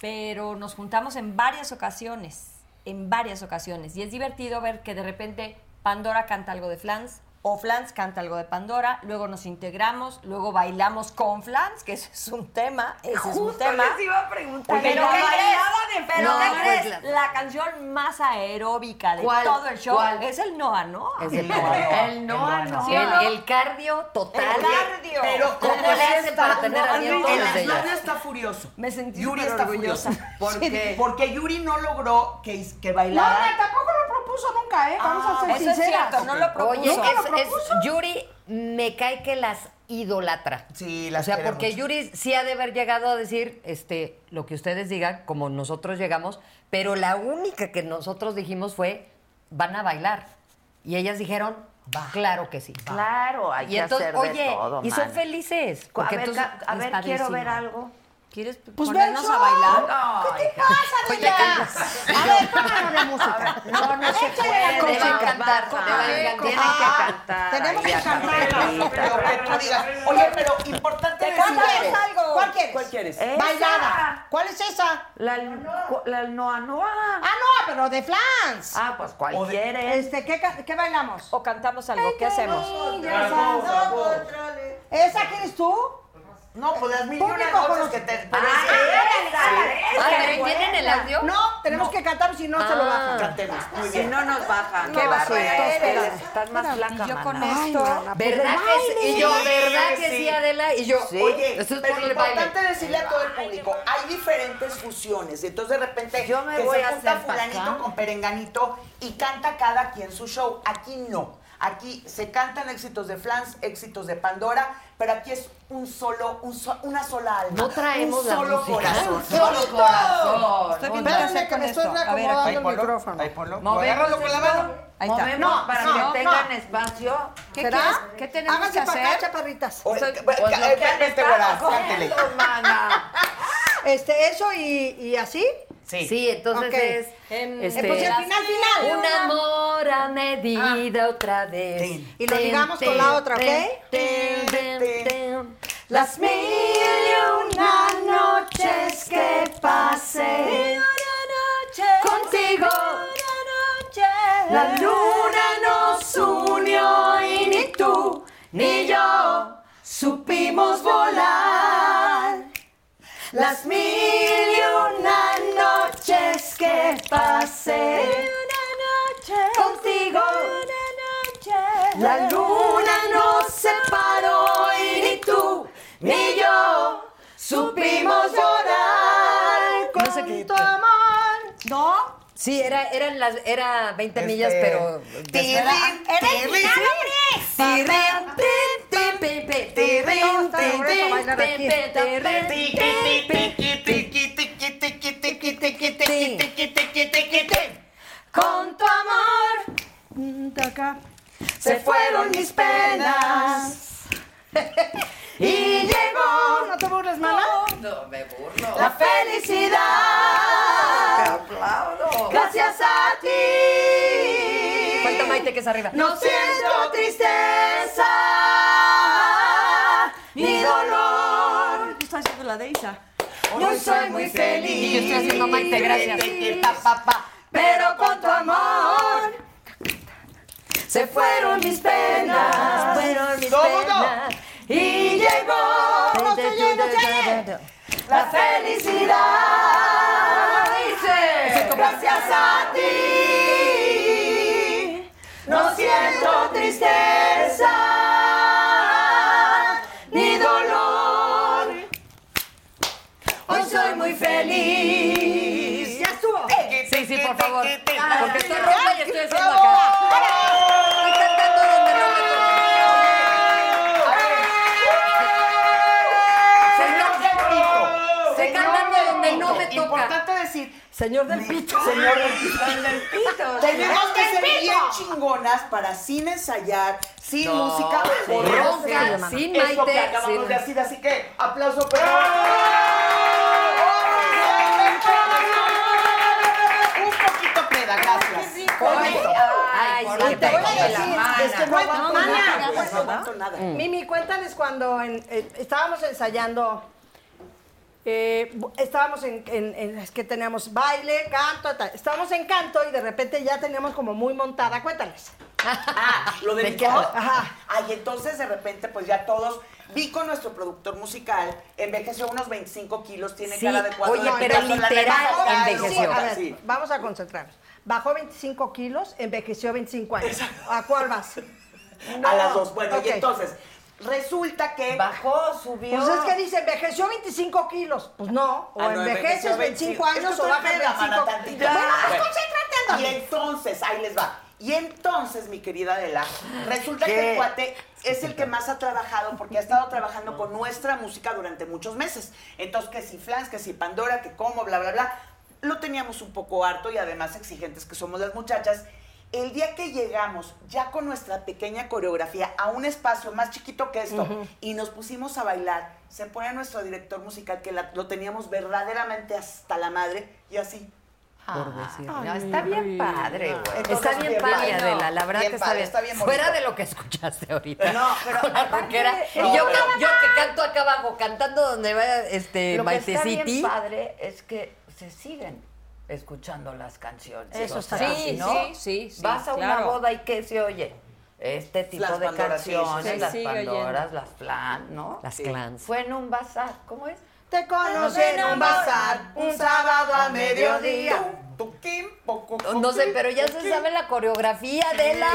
[SPEAKER 11] pero nos juntamos en varias ocasiones, en varias ocasiones. Y es divertido ver que de repente Pandora canta algo de Flans. O Flans canta algo de Pandora, luego nos integramos, luego bailamos con Flans, que eso es un tema, ese es un tema.
[SPEAKER 3] iba a preguntar.
[SPEAKER 11] Pero
[SPEAKER 9] no
[SPEAKER 11] ¿qué
[SPEAKER 9] bailaba
[SPEAKER 11] crees?
[SPEAKER 9] de
[SPEAKER 11] Pero
[SPEAKER 9] No,
[SPEAKER 11] ¿qué crees?
[SPEAKER 9] pues
[SPEAKER 11] la... canción más aeróbica de
[SPEAKER 9] ¿Cuál?
[SPEAKER 11] todo el show
[SPEAKER 9] ¿Cuál?
[SPEAKER 11] es el Noa, ¿no?
[SPEAKER 9] Es el Noa. El Noa, no.
[SPEAKER 11] ¿Sí o no?
[SPEAKER 9] El, el cardio total.
[SPEAKER 11] El cardio.
[SPEAKER 6] Pero
[SPEAKER 9] ¿Cómo
[SPEAKER 6] como
[SPEAKER 9] le hacen para tener abiertos
[SPEAKER 6] El
[SPEAKER 9] los de
[SPEAKER 6] Aslana
[SPEAKER 9] ellas?
[SPEAKER 6] está furioso.
[SPEAKER 11] Me sentí
[SPEAKER 6] Yuri
[SPEAKER 11] súper
[SPEAKER 6] está
[SPEAKER 11] orgullosa.
[SPEAKER 6] furiosa.
[SPEAKER 3] ¿Por
[SPEAKER 6] Sí,
[SPEAKER 3] qué?
[SPEAKER 6] Porque Yuri no logró que, que
[SPEAKER 5] No,
[SPEAKER 6] bailara.
[SPEAKER 5] no, tampoco lo propuso nunca, ¿eh? Vamos a ser
[SPEAKER 11] [LAUGHS] Eso es
[SPEAKER 5] sinceras.
[SPEAKER 11] cierto, no lo propuso.
[SPEAKER 9] Oye,
[SPEAKER 5] ¿Nunca lo
[SPEAKER 9] es- es-
[SPEAKER 5] propuso?
[SPEAKER 9] Yuri me cae que las idolatra.
[SPEAKER 6] Sí,
[SPEAKER 9] O
[SPEAKER 6] las
[SPEAKER 9] sea,
[SPEAKER 6] quiere
[SPEAKER 9] porque
[SPEAKER 6] mucho.
[SPEAKER 9] Yuri sí ha de haber llegado a decir este, lo que ustedes digan, como nosotros llegamos, pero la única que nosotros dijimos fue, van a bailar. Y ellas dijeron, claro que sí.
[SPEAKER 3] Claro, hay
[SPEAKER 9] Y
[SPEAKER 3] que
[SPEAKER 9] entonces,
[SPEAKER 3] hacer de
[SPEAKER 9] oye,
[SPEAKER 3] todo,
[SPEAKER 9] y son
[SPEAKER 3] man.
[SPEAKER 9] felices.
[SPEAKER 3] A
[SPEAKER 9] Porque
[SPEAKER 3] ver,
[SPEAKER 9] tú-
[SPEAKER 3] ca- a
[SPEAKER 11] es
[SPEAKER 3] ver, quiero
[SPEAKER 11] padrísimo.
[SPEAKER 3] ver algo.
[SPEAKER 11] ¿Quieres
[SPEAKER 5] Pues ve el
[SPEAKER 11] ponernos
[SPEAKER 5] show.
[SPEAKER 11] a bailar?
[SPEAKER 3] Ay,
[SPEAKER 5] ¿Qué pasa, niña? A ver, pónganos la música.
[SPEAKER 3] No, no se
[SPEAKER 5] Échale
[SPEAKER 3] puede.
[SPEAKER 5] la
[SPEAKER 3] Tienen
[SPEAKER 5] coca.
[SPEAKER 3] que cantar,
[SPEAKER 9] Coca,
[SPEAKER 3] Tienen
[SPEAKER 9] coca.
[SPEAKER 3] que
[SPEAKER 5] Ah,
[SPEAKER 3] cantar.
[SPEAKER 5] tenemos
[SPEAKER 3] ahí
[SPEAKER 5] que
[SPEAKER 3] a
[SPEAKER 5] cantar.
[SPEAKER 3] capelita.
[SPEAKER 6] Pero que tú digas, oye, pero importante
[SPEAKER 5] ¿Cuál quieres?
[SPEAKER 6] decirle.
[SPEAKER 5] algo? ¿Cuál quieres?
[SPEAKER 6] ¿Cuál quieres?
[SPEAKER 3] Esa.
[SPEAKER 5] Bailada. ¿Cuál es esa?
[SPEAKER 3] La, la Noa Noa.
[SPEAKER 5] Ah, no, pero de Flans.
[SPEAKER 3] Ah, pues
[SPEAKER 6] O de-
[SPEAKER 3] cualquiera.
[SPEAKER 5] Este, ¿qué, ca- ¿Qué bailamos?
[SPEAKER 11] ¿O cantamos algo? ¿Qué hacemos?
[SPEAKER 5] ¿Esa quieres tú?
[SPEAKER 6] No, pues las mil y una
[SPEAKER 5] Público con los-
[SPEAKER 6] cosas que te... pero
[SPEAKER 3] Ah,
[SPEAKER 6] es que-
[SPEAKER 9] Ah, pero ¿tienen el audio?
[SPEAKER 5] No, tenemos que cantar, si no se lo bajan.
[SPEAKER 6] Cantemos, muy
[SPEAKER 3] Si
[SPEAKER 6] bien.
[SPEAKER 3] no nos bajan.
[SPEAKER 5] Qué bárbaro.
[SPEAKER 3] Estás más flaca,
[SPEAKER 11] Y yo con
[SPEAKER 3] maná.
[SPEAKER 5] Ay,
[SPEAKER 11] esto.
[SPEAKER 5] mana, pues
[SPEAKER 9] ¿Verdad
[SPEAKER 5] de
[SPEAKER 9] que sí?
[SPEAKER 5] baile.
[SPEAKER 9] Y yo,
[SPEAKER 6] Sí,
[SPEAKER 9] ¿verdad que
[SPEAKER 6] sí.
[SPEAKER 9] sí, Adela? Y yo,
[SPEAKER 6] Oye,
[SPEAKER 9] esto es
[SPEAKER 6] pero
[SPEAKER 9] por el baile.
[SPEAKER 6] importante decirle a todo el público, hay diferentes fusiones, entonces de repente
[SPEAKER 3] Yo me
[SPEAKER 6] que
[SPEAKER 3] voy
[SPEAKER 6] se
[SPEAKER 3] a
[SPEAKER 6] junta
[SPEAKER 3] hacer pa' acá.
[SPEAKER 6] fulanito con perenganito y canta cada quien su show. Aquí no, aquí se cantan éxitos de Flans, éxitos de Pandora, pero aquí es un solo, un so- una sola alma,
[SPEAKER 9] No traemos
[SPEAKER 6] un
[SPEAKER 9] la
[SPEAKER 6] solo
[SPEAKER 9] música.
[SPEAKER 6] corazón.
[SPEAKER 5] ¡Solo corazón!
[SPEAKER 11] Estoy viendo qué
[SPEAKER 5] Espérame,
[SPEAKER 11] hacer
[SPEAKER 5] que
[SPEAKER 11] con
[SPEAKER 5] me estoy
[SPEAKER 11] esto. A ver,
[SPEAKER 5] reacomodando el
[SPEAKER 6] Polo,
[SPEAKER 5] micrófono.
[SPEAKER 6] ahí ponlo.
[SPEAKER 3] Movemos
[SPEAKER 6] Agárralo con la mano.
[SPEAKER 3] esto,
[SPEAKER 11] Ahí está.
[SPEAKER 3] Movemos
[SPEAKER 5] No,
[SPEAKER 3] para
[SPEAKER 5] no,
[SPEAKER 3] que
[SPEAKER 5] no.
[SPEAKER 3] tengan espacio.
[SPEAKER 11] ¿Qué
[SPEAKER 5] ¿Será?
[SPEAKER 11] quieres? ¿Qué tenemos
[SPEAKER 5] Háganse
[SPEAKER 11] que
[SPEAKER 5] para acá,
[SPEAKER 11] hacer?
[SPEAKER 5] chaparritas.
[SPEAKER 6] Oye,
[SPEAKER 3] Estoy-
[SPEAKER 6] eh,
[SPEAKER 3] pues, lo que
[SPEAKER 6] eh, Vente, güera,
[SPEAKER 3] estamos
[SPEAKER 6] cántele.
[SPEAKER 3] comiendo, mana.
[SPEAKER 5] Este, eso y, y así.
[SPEAKER 11] Eh,
[SPEAKER 6] Sí.
[SPEAKER 9] Sí, entonces
[SPEAKER 5] Ok.
[SPEAKER 9] es.
[SPEAKER 11] Em,
[SPEAKER 9] este,
[SPEAKER 5] Eh, pues el final, final.
[SPEAKER 9] Un amor a
[SPEAKER 5] Ah.
[SPEAKER 9] medida otra vez.
[SPEAKER 6] Sí.
[SPEAKER 5] Y lo
[SPEAKER 9] Ten,
[SPEAKER 5] ligamos con
[SPEAKER 9] ten,
[SPEAKER 5] la otra, ¿ok?
[SPEAKER 9] ten,
[SPEAKER 6] Ten,
[SPEAKER 9] ten,
[SPEAKER 6] ten.
[SPEAKER 9] ten.
[SPEAKER 5] Las mil y una noches que pasé contigo. La luna nos unió y ni tú ni yo supimos volar las mil y una noches que pasé. Contigo. La luna nos separó y ni tú ni yo supimos llorar con
[SPEAKER 9] No sé qué-
[SPEAKER 5] tu amor.
[SPEAKER 11] ¿No?
[SPEAKER 9] Sí, era, eran las, era 20 millas,
[SPEAKER 6] Este,
[SPEAKER 9] pero.
[SPEAKER 6] Tirrin,
[SPEAKER 11] ¡Era el
[SPEAKER 6] tirrin,
[SPEAKER 11] final,
[SPEAKER 6] tirrin,
[SPEAKER 11] hombre!
[SPEAKER 9] Tin, tin, tin,
[SPEAKER 6] tirrin,
[SPEAKER 9] tin,
[SPEAKER 6] tirrin,
[SPEAKER 9] tin,
[SPEAKER 6] tirrin,
[SPEAKER 9] tin, tin, tin, tin.
[SPEAKER 5] Con tu amor se fueron mis penas. [LAUGHS] Y llegó. ¿No te burles, mana? La felicidad. Gracias a ti.
[SPEAKER 9] Falta Maite que es arriba.
[SPEAKER 5] No siento tristeza ni dolor.
[SPEAKER 11] Yo estaba haciendo la de Isa.
[SPEAKER 5] Hoy soy muy feliz.
[SPEAKER 9] Yo estoy haciendo Maite, gracias.
[SPEAKER 5] Pero con tu amor se fueron mis penas.
[SPEAKER 9] Fueron mis
[SPEAKER 6] ¿Cómo no?
[SPEAKER 9] penas.
[SPEAKER 5] Y llegó no se llegue, no se llegue, la felicidad. Gracias a ti. No siento tristeza ni dolor. Hoy soy muy feliz. Ya estuvo.
[SPEAKER 6] Eh.
[SPEAKER 9] Sí, sí, por favor. Porque estoy rota y estoy haciendo acá. Estoy cantando donde no me toca. Se cantando donde no me toca.
[SPEAKER 6] Importante decir,
[SPEAKER 5] Señor del
[SPEAKER 6] pito. Señor del pito. Tenemos que ser bien chingonas para sin ensayar, sin música, por
[SPEAKER 9] Ronca, sin
[SPEAKER 6] Eso que
[SPEAKER 9] Maite,
[SPEAKER 6] acabamos
[SPEAKER 9] sin-
[SPEAKER 6] de decir, así que aplauso para... Un poquito peda, gracias. Correcto.
[SPEAKER 9] Ay, sí,
[SPEAKER 5] te voy a
[SPEAKER 9] perdón.
[SPEAKER 5] decir,
[SPEAKER 6] Es que no aguanto
[SPEAKER 5] Mana.
[SPEAKER 6] nada, pues, no aguanto nada.
[SPEAKER 5] Mimi, cuéntales cuando en- eh, estábamos ensayando. eh, bu- estábamos en, en- en- es que teníamos baile, canto, tal. estábamos en canto y de repente ya teníamos como muy montada. Cuéntales.
[SPEAKER 6] Ah, lo del
[SPEAKER 9] ¿De qué
[SPEAKER 6] coro.
[SPEAKER 9] habla?
[SPEAKER 6] Ajá. Ay, entonces de repente, pues ya todos. Vico, nuestro productor musical, envejeció unos 25 kilos, tiene
[SPEAKER 9] Sí,
[SPEAKER 6] cara de cuatro.
[SPEAKER 9] oye,
[SPEAKER 6] años,
[SPEAKER 9] pero
[SPEAKER 6] la neta,
[SPEAKER 9] literal
[SPEAKER 6] no, ya,
[SPEAKER 9] envejeció.
[SPEAKER 6] sí,
[SPEAKER 5] a ver,
[SPEAKER 6] sí.
[SPEAKER 5] vamos a concentrarnos. Bajó 25 kilos, envejeció 25 años. ¿A cuál vas?
[SPEAKER 6] A
[SPEAKER 5] No.
[SPEAKER 6] las dos. Bueno,
[SPEAKER 5] Ok.
[SPEAKER 6] y entonces, resulta que. Ah,
[SPEAKER 3] Bajó, subió.
[SPEAKER 5] Pues es que dice, envejeció 25 kilos. Pues no, o
[SPEAKER 6] Ah, no,
[SPEAKER 5] envejeces
[SPEAKER 6] envejeció
[SPEAKER 5] 25
[SPEAKER 6] Es que
[SPEAKER 5] años o
[SPEAKER 6] estoy
[SPEAKER 5] bajas
[SPEAKER 6] peda,
[SPEAKER 5] 25.
[SPEAKER 6] mana, tantito.
[SPEAKER 5] Bueno, pues
[SPEAKER 6] Bueno.
[SPEAKER 5] concéntrate,
[SPEAKER 6] Y
[SPEAKER 5] ándale.
[SPEAKER 6] entonces, ahí les va. Y entonces, mi querida Adela, resulta
[SPEAKER 12] ¿Qué?
[SPEAKER 6] que el cuate es el que más ha trabajado porque ha estado trabajando con nuestra música durante muchos meses. Entonces, que si Flans, que si Pandora, que cómo, bla, bla, bla. Lo teníamos un poco harto y además exigentes que somos las muchachas. El día que llegamos ya con nuestra pequeña coreografía a un espacio más chiquito que esto y nos pusimos a bailar, se pone nuestro director musical que la- lo teníamos verdaderamente hasta la madre y así.
[SPEAKER 9] No, está bien padre, güey.
[SPEAKER 6] Entonces,
[SPEAKER 9] Está bien
[SPEAKER 6] bien
[SPEAKER 9] padre,
[SPEAKER 6] padre,
[SPEAKER 9] Adela. La verdad
[SPEAKER 6] Bien
[SPEAKER 9] que está
[SPEAKER 6] padre,
[SPEAKER 9] bien.
[SPEAKER 6] está bien
[SPEAKER 9] Fuera
[SPEAKER 6] bonito.
[SPEAKER 9] de lo que escuchaste ahorita. [LAUGHS]
[SPEAKER 6] No, pero
[SPEAKER 9] con la
[SPEAKER 6] aparte
[SPEAKER 9] rockera.
[SPEAKER 6] de-
[SPEAKER 9] Y yo,
[SPEAKER 6] No,
[SPEAKER 9] que- yo que canto acá abajo, cantando donde vaya este,
[SPEAKER 3] Lo que
[SPEAKER 9] Maite
[SPEAKER 3] está
[SPEAKER 9] City.
[SPEAKER 3] bien padre es que se siguen escuchando las canciones.
[SPEAKER 5] Eso está
[SPEAKER 3] sea,
[SPEAKER 11] bien.
[SPEAKER 3] si no,
[SPEAKER 11] Sí, sí, sí,
[SPEAKER 3] Vas a una
[SPEAKER 11] claro.
[SPEAKER 3] boda y ¿qué se oye? Este tipo
[SPEAKER 6] Las
[SPEAKER 3] de
[SPEAKER 6] Pandoras, sí, sí,
[SPEAKER 3] canciones,
[SPEAKER 6] sí.
[SPEAKER 3] las
[SPEAKER 11] Se sigue
[SPEAKER 3] Pandoras,
[SPEAKER 11] oyendo.
[SPEAKER 3] las Flan, ¿no?
[SPEAKER 9] Las clans.
[SPEAKER 3] Fue en un bazar, ¿cómo es?
[SPEAKER 5] Te conocí en un bazar, un sábado a mediodía.
[SPEAKER 9] No sé, pero ya se sabe la coreografía, Adela.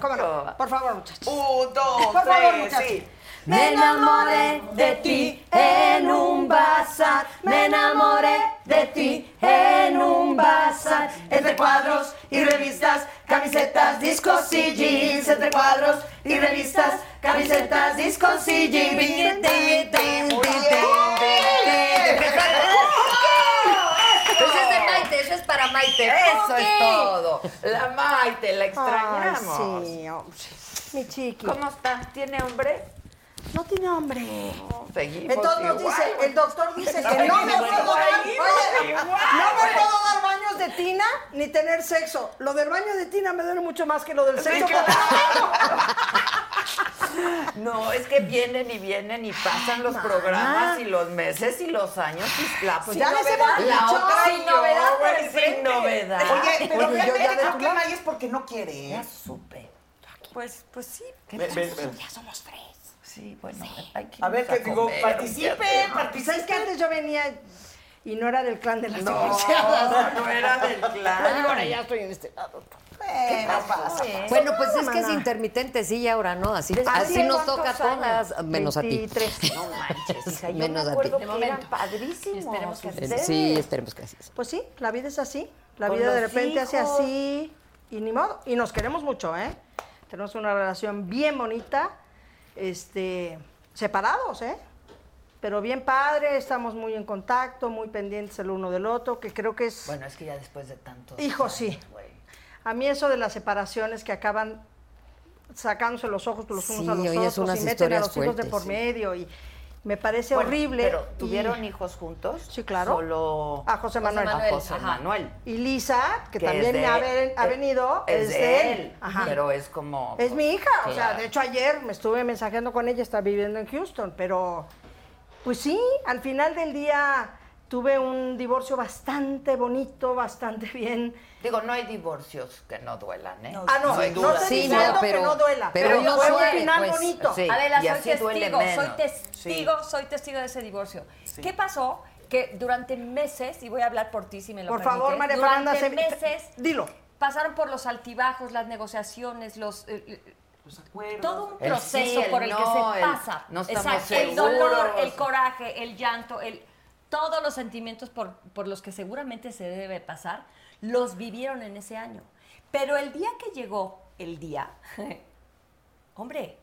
[SPEAKER 5] ¿Cómo no? Por favor, muchachos.
[SPEAKER 6] Un, dos,
[SPEAKER 5] Por
[SPEAKER 6] tres,
[SPEAKER 5] favor, muchachos.
[SPEAKER 6] sí.
[SPEAKER 9] Me enamoré de ti en un bazar. Me enamoré de ti en un bazar.
[SPEAKER 5] Entre cuadros y revistas, camisetas, discos y jeans. Entre cuadros y revistas, camisetas, discos y jeans.
[SPEAKER 9] Pues es de Maite, eso es para Maite.
[SPEAKER 3] Eso
[SPEAKER 9] Ok.
[SPEAKER 3] es todo. La Maite, la extrañamos.
[SPEAKER 5] sí, hombre. Mi chiqui.
[SPEAKER 3] ¿Cómo está? ¿Tiene hombre?
[SPEAKER 5] No tiene hambre.
[SPEAKER 3] Seguimos
[SPEAKER 5] Entonces nos
[SPEAKER 3] igual.
[SPEAKER 5] dice, el doctor dice que no me
[SPEAKER 3] Seguimos
[SPEAKER 5] puedo dar,
[SPEAKER 3] igual.
[SPEAKER 5] oye, no me puedo dar baños de tina ni tener sexo. Lo del baño de tina me duele mucho más que lo del sexo.
[SPEAKER 3] No, es que vienen y vienen y pasan los programas y los meses y los años y la
[SPEAKER 5] Pues ya les hemos
[SPEAKER 3] la
[SPEAKER 5] dicho,
[SPEAKER 3] otra
[SPEAKER 5] sin novedad
[SPEAKER 3] yo,
[SPEAKER 5] para
[SPEAKER 3] güey,
[SPEAKER 5] el
[SPEAKER 3] sin novedad.
[SPEAKER 6] Oye, pero
[SPEAKER 5] Oye, yo
[SPEAKER 6] realmente
[SPEAKER 5] ya de
[SPEAKER 6] creo
[SPEAKER 5] tu
[SPEAKER 6] que
[SPEAKER 5] lado.
[SPEAKER 6] May es porque no quiere. ¿eh?
[SPEAKER 3] supe.
[SPEAKER 11] Pues, pues sí.
[SPEAKER 6] Ven, ven, ven.
[SPEAKER 11] Ya somos tres.
[SPEAKER 3] Sí, bueno, hay que
[SPEAKER 6] A ver,
[SPEAKER 3] irnos
[SPEAKER 6] que digo,
[SPEAKER 3] comer.
[SPEAKER 6] participe,
[SPEAKER 5] Pues
[SPEAKER 6] participe.
[SPEAKER 5] es que antes yo venía y no era del clan de las
[SPEAKER 3] No,
[SPEAKER 5] divorciadas.
[SPEAKER 3] no era del
[SPEAKER 5] Pero digo, ahora
[SPEAKER 3] clan.
[SPEAKER 5] ya estoy en este lado.
[SPEAKER 6] ¿Qué pasa?
[SPEAKER 9] Bueno, pues es
[SPEAKER 5] maná.
[SPEAKER 9] que es intermitente, sí, ya ahora, ¿no? Así,
[SPEAKER 3] Después
[SPEAKER 9] así
[SPEAKER 3] de
[SPEAKER 9] nos toca a
[SPEAKER 3] cuántos
[SPEAKER 9] todas,
[SPEAKER 3] años?
[SPEAKER 9] menos a ti.
[SPEAKER 3] 23. No manches, hija, yo
[SPEAKER 9] [LAUGHS] Menos
[SPEAKER 3] me
[SPEAKER 9] a
[SPEAKER 3] acuerdo
[SPEAKER 9] ti. Eh,
[SPEAKER 3] que
[SPEAKER 11] De
[SPEAKER 3] eran
[SPEAKER 11] momento.
[SPEAKER 3] padrísimos
[SPEAKER 11] Esperemos que así
[SPEAKER 3] ustedes.
[SPEAKER 9] Sí, esperemos que así sea.
[SPEAKER 5] Pues sí, la vida es así. La
[SPEAKER 3] Con
[SPEAKER 5] vida de
[SPEAKER 3] los
[SPEAKER 5] repente hace
[SPEAKER 3] hijos.
[SPEAKER 5] así y ni modo. Y nos queremos mucho, ¿eh? Tenemos una relación bien bonita, este, separados, ¿eh? Pero bien padre, estamos muy en contacto, muy pendientes el uno del otro, que creo que es...
[SPEAKER 3] Bueno, es que ya después de tantos
[SPEAKER 5] Hijo,
[SPEAKER 3] años,
[SPEAKER 5] sí.
[SPEAKER 3] güey.
[SPEAKER 5] A mí eso de las separaciones que acaban sacándose los ojos los unos
[SPEAKER 9] Sí,
[SPEAKER 5] a los
[SPEAKER 9] oyes
[SPEAKER 5] otros y
[SPEAKER 9] unas
[SPEAKER 5] meten a
[SPEAKER 9] historias
[SPEAKER 5] los hijos de
[SPEAKER 9] fuertes,
[SPEAKER 5] por
[SPEAKER 9] sí.
[SPEAKER 5] medio y me parece
[SPEAKER 3] Bueno,
[SPEAKER 5] horrible.
[SPEAKER 3] Pero tuvieron
[SPEAKER 5] y,
[SPEAKER 3] hijos juntos.
[SPEAKER 5] Sí, claro.
[SPEAKER 3] Solo
[SPEAKER 5] A José Manuel.
[SPEAKER 3] A José
[SPEAKER 11] Ajá.
[SPEAKER 3] Manuel.
[SPEAKER 5] y Lisa, que,
[SPEAKER 3] que
[SPEAKER 5] también
[SPEAKER 3] es de-
[SPEAKER 5] ha, ven- ha
[SPEAKER 3] eh,
[SPEAKER 5] venido,
[SPEAKER 3] es de, él.
[SPEAKER 5] Ajá.
[SPEAKER 3] Pero es como.
[SPEAKER 5] es
[SPEAKER 3] pues,
[SPEAKER 5] mi hija, o sea,
[SPEAKER 3] claro.
[SPEAKER 5] de hecho ayer me estuve mensajeando con ella, está viviendo en Houston, pero pues sí, al final del día tuve un divorcio bastante bonito, bastante [LAUGHS] bien.
[SPEAKER 3] Digo, no hay divorcios que no duelan, ¿eh?
[SPEAKER 5] Ah, no,
[SPEAKER 6] Sin
[SPEAKER 5] no
[SPEAKER 6] duda.
[SPEAKER 5] estoy
[SPEAKER 9] Sí, no,
[SPEAKER 5] diciendo
[SPEAKER 9] pero-
[SPEAKER 5] que no duela,
[SPEAKER 9] pero
[SPEAKER 5] pero,
[SPEAKER 9] no
[SPEAKER 5] fue
[SPEAKER 9] duele,
[SPEAKER 5] un final
[SPEAKER 9] pues,
[SPEAKER 5] bonito.
[SPEAKER 3] sí.
[SPEAKER 11] Adela,
[SPEAKER 3] y
[SPEAKER 11] soy
[SPEAKER 3] así duele
[SPEAKER 11] testigo, soy
[SPEAKER 3] menos.
[SPEAKER 11] testigo, soy testigo de ese divorcio. ¿Qué pasó? Que durante meses, y voy a hablar por ti si me lo
[SPEAKER 5] Por
[SPEAKER 11] permites,
[SPEAKER 5] favor, María Fernanda,
[SPEAKER 11] durante
[SPEAKER 5] se-
[SPEAKER 11] meses
[SPEAKER 5] dilo.
[SPEAKER 11] pasaron por los altibajos, las negociaciones, los eh, todo un
[SPEAKER 3] El sí,
[SPEAKER 11] proceso
[SPEAKER 3] el
[SPEAKER 11] por el que
[SPEAKER 3] no,
[SPEAKER 11] se
[SPEAKER 3] el
[SPEAKER 11] pasa.
[SPEAKER 3] no estamos
[SPEAKER 11] Exacto, el
[SPEAKER 3] seguros.
[SPEAKER 11] dolor, el coraje, el llanto, el todos los sentimientos por, por los que seguramente se debe pasar, los vivieron en ese año. Pero el día que llegó, el día, [LAUGHS] hombre,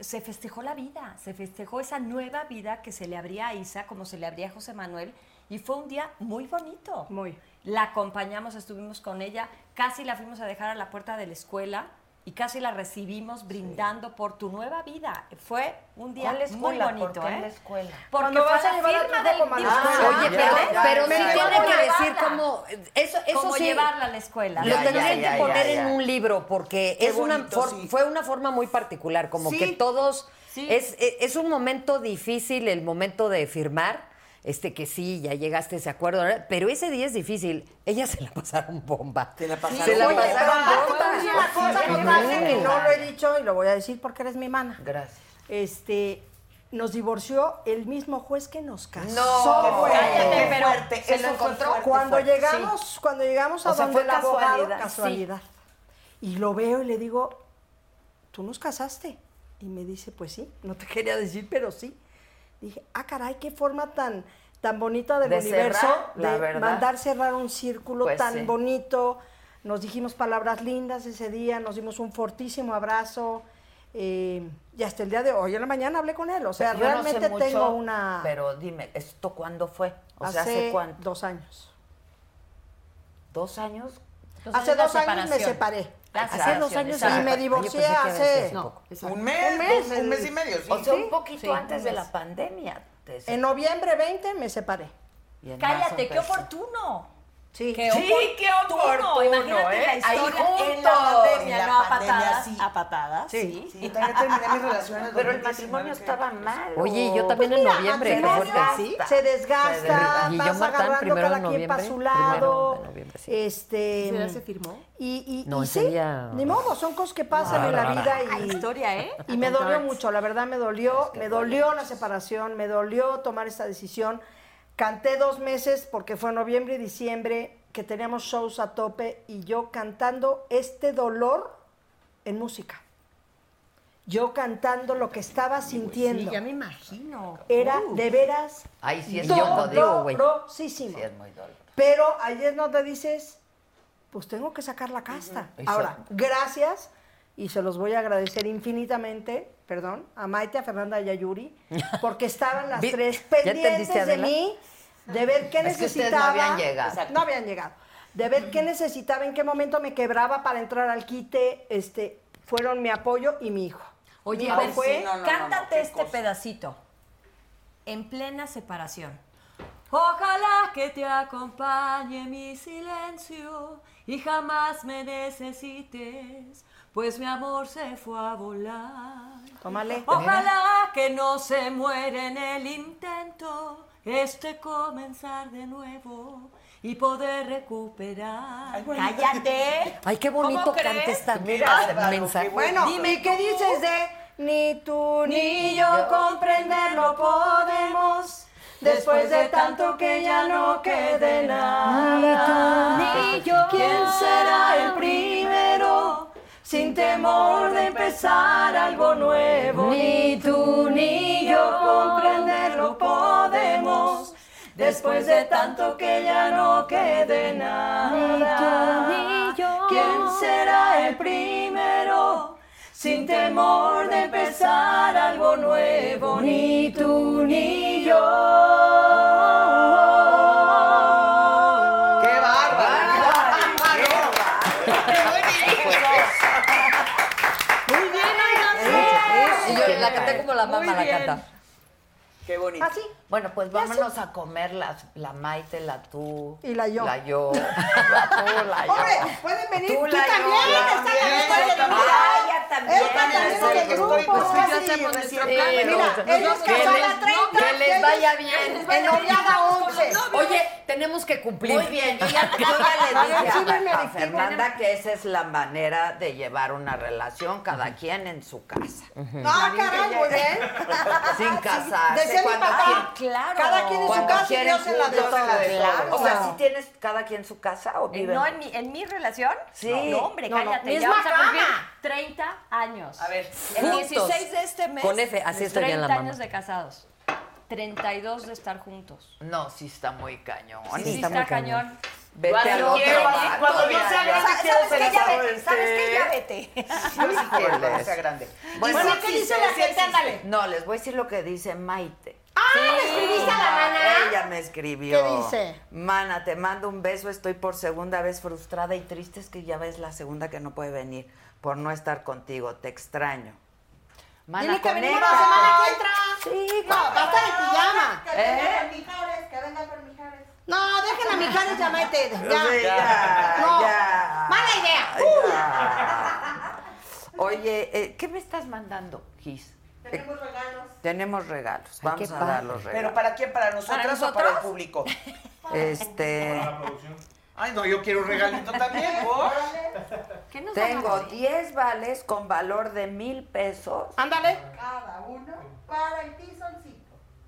[SPEAKER 11] se festejó la vida, se festejó esa nueva vida que se le abría a Isa, como se le abría a José Manuel, y fue un día muy bonito.
[SPEAKER 5] Muy.
[SPEAKER 11] La acompañamos, estuvimos con ella, casi la fuimos a dejar a la puerta de la escuela y casi la recibimos brindando por tu nueva vida. Fue un día
[SPEAKER 3] ¿Cuál escuela?
[SPEAKER 11] muy bonito,
[SPEAKER 3] ¿Por qué
[SPEAKER 11] ¿eh?
[SPEAKER 3] la escuela?
[SPEAKER 11] Porque
[SPEAKER 5] Cuando
[SPEAKER 11] fue
[SPEAKER 5] vas a
[SPEAKER 11] la
[SPEAKER 5] llevar a tu
[SPEAKER 11] firma
[SPEAKER 5] hijo
[SPEAKER 11] del
[SPEAKER 5] como a la
[SPEAKER 11] divorcio.
[SPEAKER 3] escuela.
[SPEAKER 9] Oye,
[SPEAKER 3] ya,
[SPEAKER 9] pero,
[SPEAKER 3] ya,
[SPEAKER 9] Ah, pero
[SPEAKER 5] me
[SPEAKER 9] sí
[SPEAKER 5] llevó
[SPEAKER 9] tiene que
[SPEAKER 11] llevarla.
[SPEAKER 9] decir cómo. Eso, eso
[SPEAKER 11] Cómo
[SPEAKER 9] sí.
[SPEAKER 11] llevarla a la escuela.
[SPEAKER 9] Lo
[SPEAKER 3] Ya,
[SPEAKER 9] tendrían
[SPEAKER 3] ya,
[SPEAKER 9] que
[SPEAKER 3] ya,
[SPEAKER 9] poner
[SPEAKER 3] ya, ya.
[SPEAKER 9] en un libro porque
[SPEAKER 6] Qué
[SPEAKER 9] es una
[SPEAKER 6] bonito,
[SPEAKER 9] for-
[SPEAKER 6] sí.
[SPEAKER 9] fue una forma muy particular, como
[SPEAKER 5] Sí.
[SPEAKER 9] que todos
[SPEAKER 11] Sí.
[SPEAKER 9] es, e- es un momento difícil el momento de firmar. Este que sí, ya llegaste a ese acuerdo, ¿verdad? pero ese día es difícil. Ellas se la pasaron bomba.
[SPEAKER 6] Se la pasaron
[SPEAKER 9] Se la
[SPEAKER 6] bomba.
[SPEAKER 9] pasaron
[SPEAKER 5] Pero aparte
[SPEAKER 9] bomba.
[SPEAKER 5] te voy a decir una cosa que pasa, que no lo he dicho y lo voy a decir porque eres mi mana.
[SPEAKER 3] Gracias.
[SPEAKER 5] Este, nos divorció el mismo juez que nos casó.
[SPEAKER 3] No,
[SPEAKER 5] güey.
[SPEAKER 3] cállate,
[SPEAKER 6] pero fuerte,
[SPEAKER 3] ¿se lo
[SPEAKER 6] eso fue
[SPEAKER 3] encontró?
[SPEAKER 6] fuerte,
[SPEAKER 5] Cuando
[SPEAKER 6] fuerte.
[SPEAKER 5] llegamos, cuando llegamos a
[SPEAKER 3] O sea,
[SPEAKER 5] donde
[SPEAKER 3] fue
[SPEAKER 5] el abogado,
[SPEAKER 3] casualidad.
[SPEAKER 5] casualidad. Y lo veo y le digo, "¿Tú nos casaste?" Y me dice, "Pues sí, no te [LAUGHS] quería decir, pero sí." Dije, "Ah, caray, qué forma tan tan bonita del
[SPEAKER 3] De
[SPEAKER 5] universo
[SPEAKER 3] cerrar, la
[SPEAKER 5] de
[SPEAKER 3] verdad.
[SPEAKER 5] mandar cerrar un círculo
[SPEAKER 3] Pues
[SPEAKER 5] tan
[SPEAKER 3] sí.
[SPEAKER 5] bonito." Nos dijimos palabras lindas ese día, nos dimos un fortísimo abrazo. eh, y hasta el día de hoy en la mañana hablé con él. O sea,
[SPEAKER 3] Yo no sé
[SPEAKER 5] realmente
[SPEAKER 3] mucho,
[SPEAKER 5] tengo una...
[SPEAKER 3] Pero dime, ¿esto cuándo fue? O sea,
[SPEAKER 5] hace
[SPEAKER 3] ¿hace cuánto?
[SPEAKER 5] dos años.
[SPEAKER 3] ¿Dos años?
[SPEAKER 11] Entonces,
[SPEAKER 5] Hace
[SPEAKER 11] la
[SPEAKER 5] dos años me
[SPEAKER 11] separación.
[SPEAKER 5] separé.
[SPEAKER 11] La
[SPEAKER 3] Hace dos
[SPEAKER 11] separación,
[SPEAKER 3] años
[SPEAKER 5] Y
[SPEAKER 11] exacto.
[SPEAKER 5] me
[SPEAKER 9] pues,
[SPEAKER 5] divorcié hace
[SPEAKER 6] Un mes,
[SPEAKER 5] Un
[SPEAKER 6] un
[SPEAKER 5] mes,
[SPEAKER 6] mes, un mes y medio, sí.
[SPEAKER 3] O sea, un poquito
[SPEAKER 11] Sí,
[SPEAKER 3] antes
[SPEAKER 11] un
[SPEAKER 3] de
[SPEAKER 11] mes.
[SPEAKER 3] la pandemia. te-
[SPEAKER 5] En noviembre 20 me separé.
[SPEAKER 3] y en marzo
[SPEAKER 11] Cállate, qué
[SPEAKER 3] empezó.
[SPEAKER 11] oportuno.
[SPEAKER 5] Sí.
[SPEAKER 11] Qué
[SPEAKER 3] Sí, qué oportuno,
[SPEAKER 11] Imagínate la
[SPEAKER 3] ¿eh? Ahí
[SPEAKER 11] historia en
[SPEAKER 3] juntos.
[SPEAKER 11] la pandemia,
[SPEAKER 6] En la
[SPEAKER 11] no a
[SPEAKER 6] pandemia,
[SPEAKER 11] patadas,
[SPEAKER 6] sí.
[SPEAKER 11] a patadas, sí.
[SPEAKER 6] Sí, también terminé mis relaciones.
[SPEAKER 3] Pero el
[SPEAKER 6] 2019,
[SPEAKER 3] matrimonio
[SPEAKER 6] que-
[SPEAKER 3] estaba mal.
[SPEAKER 9] Oye,
[SPEAKER 3] ¿o?
[SPEAKER 9] yo también
[SPEAKER 5] Pues
[SPEAKER 9] en noviembre.
[SPEAKER 5] matrimonio,
[SPEAKER 9] qué fuerte.
[SPEAKER 3] sí.
[SPEAKER 5] Se desgasta,
[SPEAKER 9] Se derrita. Y yo,
[SPEAKER 5] vas
[SPEAKER 9] Martán,
[SPEAKER 5] agarrando
[SPEAKER 9] primero
[SPEAKER 5] cada
[SPEAKER 9] de
[SPEAKER 5] quien para
[SPEAKER 9] noviembre,
[SPEAKER 5] su
[SPEAKER 9] primero
[SPEAKER 5] lado.
[SPEAKER 9] de noviembre, sí.
[SPEAKER 5] Este.
[SPEAKER 13] se firmó?
[SPEAKER 5] Y, y,
[SPEAKER 9] No,
[SPEAKER 5] y
[SPEAKER 9] ese
[SPEAKER 5] sí,
[SPEAKER 9] día-
[SPEAKER 5] ni modo, son cosas que pasan en la vida
[SPEAKER 11] Ah,
[SPEAKER 5] y,
[SPEAKER 11] historia, ¿eh?
[SPEAKER 5] y me dolió mucho, la verdad me dolió, me dolió la separación, me dolió tomar esta decisión. Canté dos meses porque fue noviembre y diciembre que teníamos shows a tope y yo cantando este dolor en música. Yo cantando lo que estaba sintiendo.
[SPEAKER 11] imagino.
[SPEAKER 5] Era de veras
[SPEAKER 3] Ay, sí, es
[SPEAKER 9] yo no digo, güey.
[SPEAKER 5] dolorosísimo.
[SPEAKER 3] Sí, es muy doloroso.
[SPEAKER 5] Pero ahí es donde dices, pues tengo que sacar la casta.
[SPEAKER 3] Ujú.
[SPEAKER 5] Ahora,
[SPEAKER 3] Exacto.
[SPEAKER 5] gracias y se los voy a agradecer infinitamente, perdón, a Maite, a Fernanda y
[SPEAKER 3] [LAUGHS]
[SPEAKER 5] a Yuri, porque estaban las
[SPEAKER 9] Vi-
[SPEAKER 5] tres
[SPEAKER 9] ¿ya
[SPEAKER 5] pendientes
[SPEAKER 9] entendiste,
[SPEAKER 5] de
[SPEAKER 9] Adela?
[SPEAKER 5] mí, de ver qué
[SPEAKER 3] Es que ustedes no
[SPEAKER 5] necesitaba.
[SPEAKER 3] habían llegado.
[SPEAKER 5] Exacto. No habían llegado. De ver qué necesitaba, en qué momento me quebraba para entrar al quite, este, fueron mi apoyo y mi hijo.
[SPEAKER 11] Oye,
[SPEAKER 5] Mi
[SPEAKER 11] a
[SPEAKER 5] hijo
[SPEAKER 11] ver,
[SPEAKER 5] fue-
[SPEAKER 6] sí, no, no, no,
[SPEAKER 11] cántate
[SPEAKER 6] qué
[SPEAKER 11] este
[SPEAKER 6] cosa.
[SPEAKER 11] pedacito. En plena separación. Ojalá que te acompañe mi silencio y jamás me necesites, pues mi amor se fue a volar.
[SPEAKER 5] Tómale.
[SPEAKER 11] Ojalá que no se muera en el intento este comenzar de nuevo y poder recuperar. ¡Cállate!
[SPEAKER 9] Ay, qué bonito
[SPEAKER 11] ¿Cómo
[SPEAKER 9] canta
[SPEAKER 11] crees?
[SPEAKER 9] esta
[SPEAKER 3] Mira,
[SPEAKER 9] mensa.
[SPEAKER 3] qué
[SPEAKER 5] Bueno, dime, ¿qué dices de Ni tú ni yo comprenderlo podemos. Después de tanto que ya no quede nada.
[SPEAKER 11] Ni yo.
[SPEAKER 5] ¿Quién será el primero? Sin temor de empezar algo nuevo. Ni tú ni yo comprenderlo podemos. Después de tanto que ya no quede nada.
[SPEAKER 11] Ni tú ni yo.
[SPEAKER 5] ¿Quién será el primero? Sin temor de empezar algo nuevo. Ni tú ni yo.
[SPEAKER 6] ¡Qué bárbaro!
[SPEAKER 5] Muy bien,
[SPEAKER 9] Y yo la canté como la mamá
[SPEAKER 5] Muy
[SPEAKER 9] la
[SPEAKER 5] bien.
[SPEAKER 9] canta.
[SPEAKER 6] ¡Qué bonito!
[SPEAKER 5] Así.
[SPEAKER 3] Bueno, pues vámonos a comer la, la Maite, la tú.
[SPEAKER 5] Y la yo.
[SPEAKER 3] La yo. La tú, la yo.
[SPEAKER 5] Hombre, pueden venir.
[SPEAKER 3] Tú,
[SPEAKER 5] Tú,
[SPEAKER 3] la
[SPEAKER 5] también,
[SPEAKER 3] yo, la
[SPEAKER 5] está
[SPEAKER 6] también,
[SPEAKER 5] también.
[SPEAKER 6] yo también.
[SPEAKER 5] Ay,
[SPEAKER 3] ella también.
[SPEAKER 5] Él también
[SPEAKER 3] es
[SPEAKER 5] es del
[SPEAKER 3] el
[SPEAKER 5] grupo.
[SPEAKER 3] grupo.
[SPEAKER 5] Pues
[SPEAKER 6] sí,
[SPEAKER 5] casi
[SPEAKER 6] hacemos nuestro
[SPEAKER 5] recién-
[SPEAKER 6] plan,
[SPEAKER 9] Eh,
[SPEAKER 5] Mira,
[SPEAKER 3] entonces,
[SPEAKER 5] ellos
[SPEAKER 3] nos
[SPEAKER 5] casó a
[SPEAKER 3] vemos.
[SPEAKER 5] las 30.
[SPEAKER 3] Que les vaya bien.
[SPEAKER 5] En Ollada 11.
[SPEAKER 9] Oye, tenemos que cumplir.
[SPEAKER 3] Muy bien, yo ya, yo ya
[SPEAKER 5] A
[SPEAKER 3] le
[SPEAKER 5] ver, sí,
[SPEAKER 3] dije
[SPEAKER 5] venme
[SPEAKER 3] a,
[SPEAKER 5] a
[SPEAKER 3] a
[SPEAKER 5] vestir,
[SPEAKER 3] Fernanda que esa es la manera de llevar una relación, cada quien en su casa.
[SPEAKER 5] Ah, caray, muy bien.
[SPEAKER 3] Sin casarse.
[SPEAKER 5] Decía mi
[SPEAKER 3] cuando
[SPEAKER 5] papá,
[SPEAKER 3] quien-
[SPEAKER 11] Ah, claro.
[SPEAKER 5] cada quien en su
[SPEAKER 3] cuando
[SPEAKER 5] casa y
[SPEAKER 3] quieren
[SPEAKER 5] Dios en la de
[SPEAKER 3] juntos,
[SPEAKER 5] todos.
[SPEAKER 3] claro. O sea,
[SPEAKER 5] Claro.
[SPEAKER 3] si tienes cada quien su casa o
[SPEAKER 11] Eh,
[SPEAKER 3] viven.
[SPEAKER 11] No, en mi, en mi relación.
[SPEAKER 3] Sí.
[SPEAKER 11] No, hombre,
[SPEAKER 5] No, no.
[SPEAKER 11] cállate. Ya
[SPEAKER 5] Misma
[SPEAKER 11] vamos a cumplir
[SPEAKER 5] cama.
[SPEAKER 11] 30 años.
[SPEAKER 6] A ver,
[SPEAKER 11] El
[SPEAKER 9] Juntos.
[SPEAKER 11] 16 de este mes.
[SPEAKER 9] Con F, así está
[SPEAKER 11] 30
[SPEAKER 9] bien la mamá.
[SPEAKER 11] años de casados. 32 de estar juntos.
[SPEAKER 3] No, sí está muy cañón.
[SPEAKER 11] Sí,
[SPEAKER 9] sí está
[SPEAKER 11] está,
[SPEAKER 9] muy cañón.
[SPEAKER 11] cañón.
[SPEAKER 3] Vete al otro
[SPEAKER 6] quiero,
[SPEAKER 3] vato,
[SPEAKER 6] cuando yo
[SPEAKER 3] ya,
[SPEAKER 6] sea
[SPEAKER 3] ya.
[SPEAKER 6] grande,
[SPEAKER 11] ¿Sabes qué? Ya
[SPEAKER 6] saber
[SPEAKER 11] vete.
[SPEAKER 6] este-
[SPEAKER 11] ¿Sabes qué? Ya vete.
[SPEAKER 3] Híjoles.
[SPEAKER 6] Cuando sea grande.
[SPEAKER 3] Bueno,
[SPEAKER 6] sí
[SPEAKER 5] Bueno, ¿qué
[SPEAKER 6] existe,
[SPEAKER 5] dice la
[SPEAKER 6] sí
[SPEAKER 5] gente?
[SPEAKER 6] existe.
[SPEAKER 5] Ándale.
[SPEAKER 3] No, les voy a decir lo que dice Maite.
[SPEAKER 5] Ah, le escribiste a la nana.
[SPEAKER 3] Ella me escribió.
[SPEAKER 5] ¿Qué dice?
[SPEAKER 3] Mana, te mando un beso. Estoy por segunda vez frustrada y triste. Es que ya ves la segunda que no puede venir por no estar contigo. Te extraño. Mana,
[SPEAKER 5] Tiene que venir la
[SPEAKER 3] conéctate.
[SPEAKER 5] semana que entra.
[SPEAKER 3] Sí,
[SPEAKER 5] No, basta de pijama.
[SPEAKER 3] ¿Eh?
[SPEAKER 5] No, dejen a Mijares ya Maite. Ya.
[SPEAKER 3] Sí, ya,
[SPEAKER 5] No.
[SPEAKER 3] ya.
[SPEAKER 5] Mala idea.
[SPEAKER 3] Ya. Oye, eh, ¿qué me estás mandando, Gis? Tenemos regalos. Tenemos regalos. Vamos
[SPEAKER 9] qué
[SPEAKER 3] a dar
[SPEAKER 9] padre.
[SPEAKER 3] los regalos.
[SPEAKER 6] ¿Pero para quién? ¿Para nosotras o para el público?
[SPEAKER 3] Este,
[SPEAKER 4] La producción.
[SPEAKER 6] Ay, no, yo quiero un regalito también, ¿por?
[SPEAKER 11] ¿Qué nos van a
[SPEAKER 3] tengo
[SPEAKER 11] hacer?
[SPEAKER 3] 10 vales con valor de mil pesos
[SPEAKER 5] Ándale.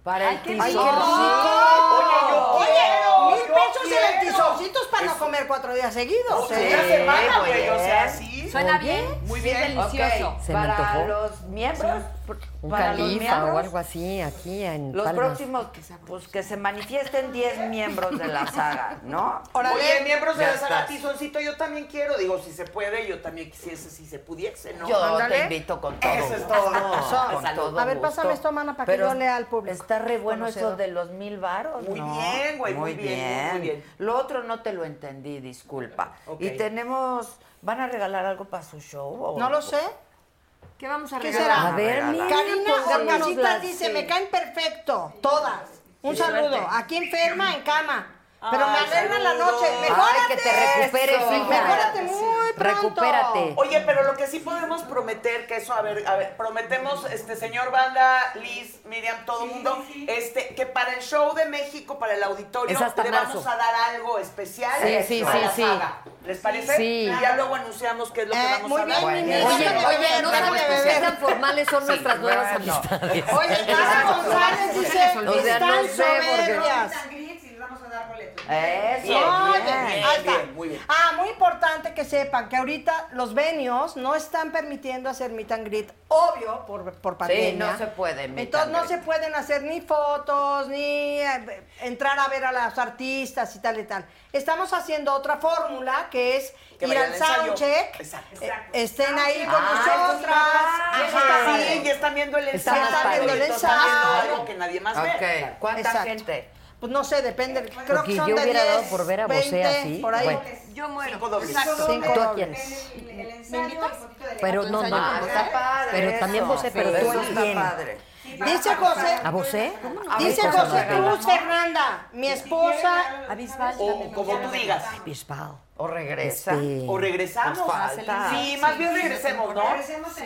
[SPEAKER 3] para el
[SPEAKER 11] Ay, qué
[SPEAKER 3] tizón.
[SPEAKER 11] rico.
[SPEAKER 6] Oye, yo
[SPEAKER 5] Oye,
[SPEAKER 6] quiero.
[SPEAKER 5] mil
[SPEAKER 6] yo
[SPEAKER 5] pesos
[SPEAKER 6] quiero.
[SPEAKER 5] en antizorcitos para no comer cuatro días
[SPEAKER 6] O
[SPEAKER 5] seguidos.
[SPEAKER 6] sea,
[SPEAKER 5] ¿eh?
[SPEAKER 6] una semana,
[SPEAKER 3] muy
[SPEAKER 6] güey, o sea,
[SPEAKER 3] bien.
[SPEAKER 6] sí.
[SPEAKER 11] ¿Suena bien?
[SPEAKER 6] Muy
[SPEAKER 11] Sí, es
[SPEAKER 6] bien.
[SPEAKER 3] Ok,
[SPEAKER 11] delicioso.
[SPEAKER 9] Se me
[SPEAKER 3] para
[SPEAKER 9] antojó.
[SPEAKER 3] los miembros, por-
[SPEAKER 9] Un
[SPEAKER 3] para los
[SPEAKER 9] califa
[SPEAKER 3] miembros,
[SPEAKER 9] o algo así, aquí en
[SPEAKER 3] Los
[SPEAKER 9] Palmas.
[SPEAKER 3] próximos, pues que se manifiesten 10 miembros de la saga, ¿no?
[SPEAKER 6] Oye, miembros de
[SPEAKER 3] Ya
[SPEAKER 6] la saga
[SPEAKER 3] estás.
[SPEAKER 6] Tizoncito, yo también quiero. Digo, si se puede, yo también quisiese, si se pudiese, ¿no?
[SPEAKER 3] Yo
[SPEAKER 5] Ándale.
[SPEAKER 3] te invito con todo.
[SPEAKER 6] Eso es
[SPEAKER 3] gusto.
[SPEAKER 6] todo.
[SPEAKER 3] No,
[SPEAKER 5] Eso.
[SPEAKER 3] con todo
[SPEAKER 5] A ver,
[SPEAKER 3] gusto.
[SPEAKER 5] pásame esto, mana, para que
[SPEAKER 3] Pero
[SPEAKER 5] yo lea al público.
[SPEAKER 3] Está re bueno
[SPEAKER 5] Conocedor.
[SPEAKER 3] eso de los mil varos.
[SPEAKER 6] Muy
[SPEAKER 3] ¿no?
[SPEAKER 6] bien, güey, muy bien, muy bien.
[SPEAKER 3] Lo otro no te lo entendí, disculpa.
[SPEAKER 6] Ok.
[SPEAKER 3] Y tenemos, ¿van a regalar algo para su show? o-
[SPEAKER 5] No lo sé.
[SPEAKER 11] ¿Qué vamos a
[SPEAKER 5] ¿Qué
[SPEAKER 11] regalar?
[SPEAKER 5] será?
[SPEAKER 3] A ver, mira.
[SPEAKER 5] Karina
[SPEAKER 3] Pues,
[SPEAKER 5] Orgasita
[SPEAKER 3] dámoslas,
[SPEAKER 5] dice,
[SPEAKER 3] sí.
[SPEAKER 5] me caen perfecto, todas. Un saludo. Aquí enferma, en cama. Pero me
[SPEAKER 6] Ay,
[SPEAKER 5] alegran la
[SPEAKER 6] saludos.
[SPEAKER 5] noche.
[SPEAKER 6] Ay,
[SPEAKER 5] Mejórate.
[SPEAKER 9] que te recuperes,
[SPEAKER 5] Eso.
[SPEAKER 9] hija.
[SPEAKER 5] Mejórate muy pronto.
[SPEAKER 9] Recupérate.
[SPEAKER 6] Oye, pero lo que sí podemos prometer, que eso, a ver, a ver, prometemos, este, señor Banda, Liz, Miriam, todo el mundo, este, que para el show de México, para el auditorio,
[SPEAKER 9] Es hasta
[SPEAKER 6] le vamos
[SPEAKER 9] marzo.
[SPEAKER 6] a dar algo especial
[SPEAKER 9] Sí, sí,
[SPEAKER 6] a
[SPEAKER 9] sí,
[SPEAKER 6] la
[SPEAKER 9] sí.
[SPEAKER 6] saga. ¿Les parece?
[SPEAKER 9] Sí.
[SPEAKER 6] Y ya luego anunciamos qué es lo que
[SPEAKER 5] Eh,
[SPEAKER 6] vamos
[SPEAKER 5] muy
[SPEAKER 6] a dar.
[SPEAKER 5] bien, mi
[SPEAKER 3] Bueno.
[SPEAKER 5] niña.
[SPEAKER 9] Oye,
[SPEAKER 5] Déjame
[SPEAKER 9] oye,
[SPEAKER 5] beber,
[SPEAKER 9] no
[SPEAKER 5] déjame
[SPEAKER 9] sabes qué
[SPEAKER 5] beber.
[SPEAKER 9] tan formales son nuestras nuevas
[SPEAKER 3] bueno.
[SPEAKER 9] amistades.
[SPEAKER 5] Oye, Clara González dice,
[SPEAKER 9] O sea, no
[SPEAKER 5] están
[SPEAKER 9] sé, porque-
[SPEAKER 5] soberbias.
[SPEAKER 3] Eso,
[SPEAKER 6] Bien,
[SPEAKER 5] Oye,
[SPEAKER 3] bien.
[SPEAKER 5] ahí
[SPEAKER 6] bien,
[SPEAKER 5] está.
[SPEAKER 6] bien, muy bien.
[SPEAKER 5] Ah, muy importante que sepan que ahorita los venios no están permitiendo hacer meet and greet, obvio, por, por pandemia.
[SPEAKER 3] no se puede meet
[SPEAKER 5] Entonces
[SPEAKER 3] and
[SPEAKER 5] no
[SPEAKER 3] greet.
[SPEAKER 5] se pueden hacer ni fotos, ni eh, entrar a ver a las artistas y tal y tal. Estamos haciendo otra fórmula que es
[SPEAKER 6] Que
[SPEAKER 5] ir
[SPEAKER 6] vayan al
[SPEAKER 5] al
[SPEAKER 6] ensayo.
[SPEAKER 5] soundcheck,
[SPEAKER 6] Exacto.
[SPEAKER 5] eh, estén ahí con
[SPEAKER 3] Ah, eso sí
[SPEAKER 5] nosotras.
[SPEAKER 3] va.
[SPEAKER 5] eso está
[SPEAKER 3] Ajá.
[SPEAKER 5] bien.
[SPEAKER 6] Sí, ya están viendo el
[SPEAKER 5] Está
[SPEAKER 6] ensayo.
[SPEAKER 5] más padre.
[SPEAKER 6] viendo el
[SPEAKER 5] Está más
[SPEAKER 6] ensayo.
[SPEAKER 5] padre. Ah,
[SPEAKER 6] Algo que nadie más
[SPEAKER 3] Ok,
[SPEAKER 6] ve.
[SPEAKER 3] ¿cuánta
[SPEAKER 5] Exacto.
[SPEAKER 3] gente?
[SPEAKER 5] Pues no sé, depende. Creo
[SPEAKER 9] Porque
[SPEAKER 5] que son
[SPEAKER 9] yo
[SPEAKER 5] de
[SPEAKER 9] hubiera dado
[SPEAKER 5] 10,
[SPEAKER 9] por ver a Bosé
[SPEAKER 5] 20,
[SPEAKER 9] así.
[SPEAKER 5] Por ahí.
[SPEAKER 9] Bueno.
[SPEAKER 11] Yo muero.
[SPEAKER 6] Cinco dobles.
[SPEAKER 11] Exacto.
[SPEAKER 5] Cinco
[SPEAKER 9] ¿Tú a
[SPEAKER 5] dobles.
[SPEAKER 9] quién?
[SPEAKER 11] ¿Me invitas?
[SPEAKER 9] Pero no, no.
[SPEAKER 3] Ah, está padre.
[SPEAKER 9] Pero también
[SPEAKER 3] eso.
[SPEAKER 9] José, pero
[SPEAKER 3] Eso
[SPEAKER 9] tú
[SPEAKER 3] está
[SPEAKER 9] bien.
[SPEAKER 3] padre.
[SPEAKER 5] Dice José.
[SPEAKER 9] ¿A José?
[SPEAKER 5] Dice
[SPEAKER 3] Ahorita
[SPEAKER 5] José
[SPEAKER 3] se lo
[SPEAKER 5] Cruz Fernanda, mi esposa.
[SPEAKER 11] Abisbal.
[SPEAKER 6] O como tú digas.
[SPEAKER 9] Bisbal.
[SPEAKER 3] O regresa.
[SPEAKER 9] Este-
[SPEAKER 6] O regresamos.
[SPEAKER 3] Nos falta.
[SPEAKER 6] Sí, más bien regresemos, ¿no?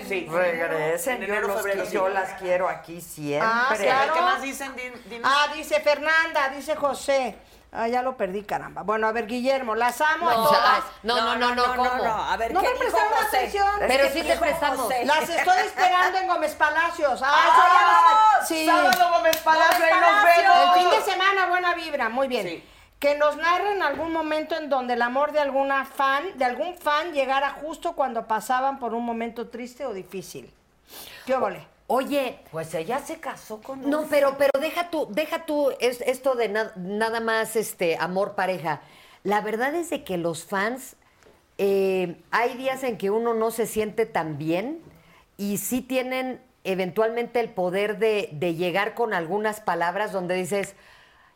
[SPEAKER 6] Sí.
[SPEAKER 3] Regresen,
[SPEAKER 6] En
[SPEAKER 3] yo,
[SPEAKER 6] enero,
[SPEAKER 3] los
[SPEAKER 6] febrero,
[SPEAKER 3] que-
[SPEAKER 6] sí.
[SPEAKER 3] yo las quiero aquí siempre.
[SPEAKER 5] Ah,
[SPEAKER 6] A ver,
[SPEAKER 5] claro.
[SPEAKER 6] ¿Qué más dicen? Din- dinos.
[SPEAKER 5] Ah, dice Fernanda, dice José. Ah, ya lo perdí, caramba. Bueno, a ver, Guillermo, las amo a
[SPEAKER 9] No,
[SPEAKER 5] todas.
[SPEAKER 9] ay, no, no, no, no, ¿cómo?
[SPEAKER 3] A ver,
[SPEAKER 5] No
[SPEAKER 3] ¿qué
[SPEAKER 5] me
[SPEAKER 3] dijo
[SPEAKER 5] prestaron
[SPEAKER 3] José?
[SPEAKER 5] atención.
[SPEAKER 9] Pero
[SPEAKER 3] ¿Qué
[SPEAKER 9] sí te
[SPEAKER 3] dijo
[SPEAKER 9] prestamos.
[SPEAKER 3] José?
[SPEAKER 5] Las estoy esperando en Gómez Palacios. Ah,
[SPEAKER 6] ¡Vámonos!
[SPEAKER 5] eso ya las-
[SPEAKER 6] Sábado Gómez Palacio, ahí nos vemos.
[SPEAKER 5] El fin de semana, buena vibra, muy bien.
[SPEAKER 6] Sí.
[SPEAKER 5] Que nos narren algún momento en donde el amor de alguna fan, de algún fan, llegara justo cuando pasaban por un momento triste o difícil. ¿Qué óvole?
[SPEAKER 9] Oye,
[SPEAKER 3] Pues ella se casó con un
[SPEAKER 9] No, pero, pero deja tú, deja tú es- esto de na- nada más este amor pareja. La verdad es de que los fans, eh, hay días en que uno no se siente tan bien y sí tienen eventualmente el poder de, de llegar con algunas palabras donde dices,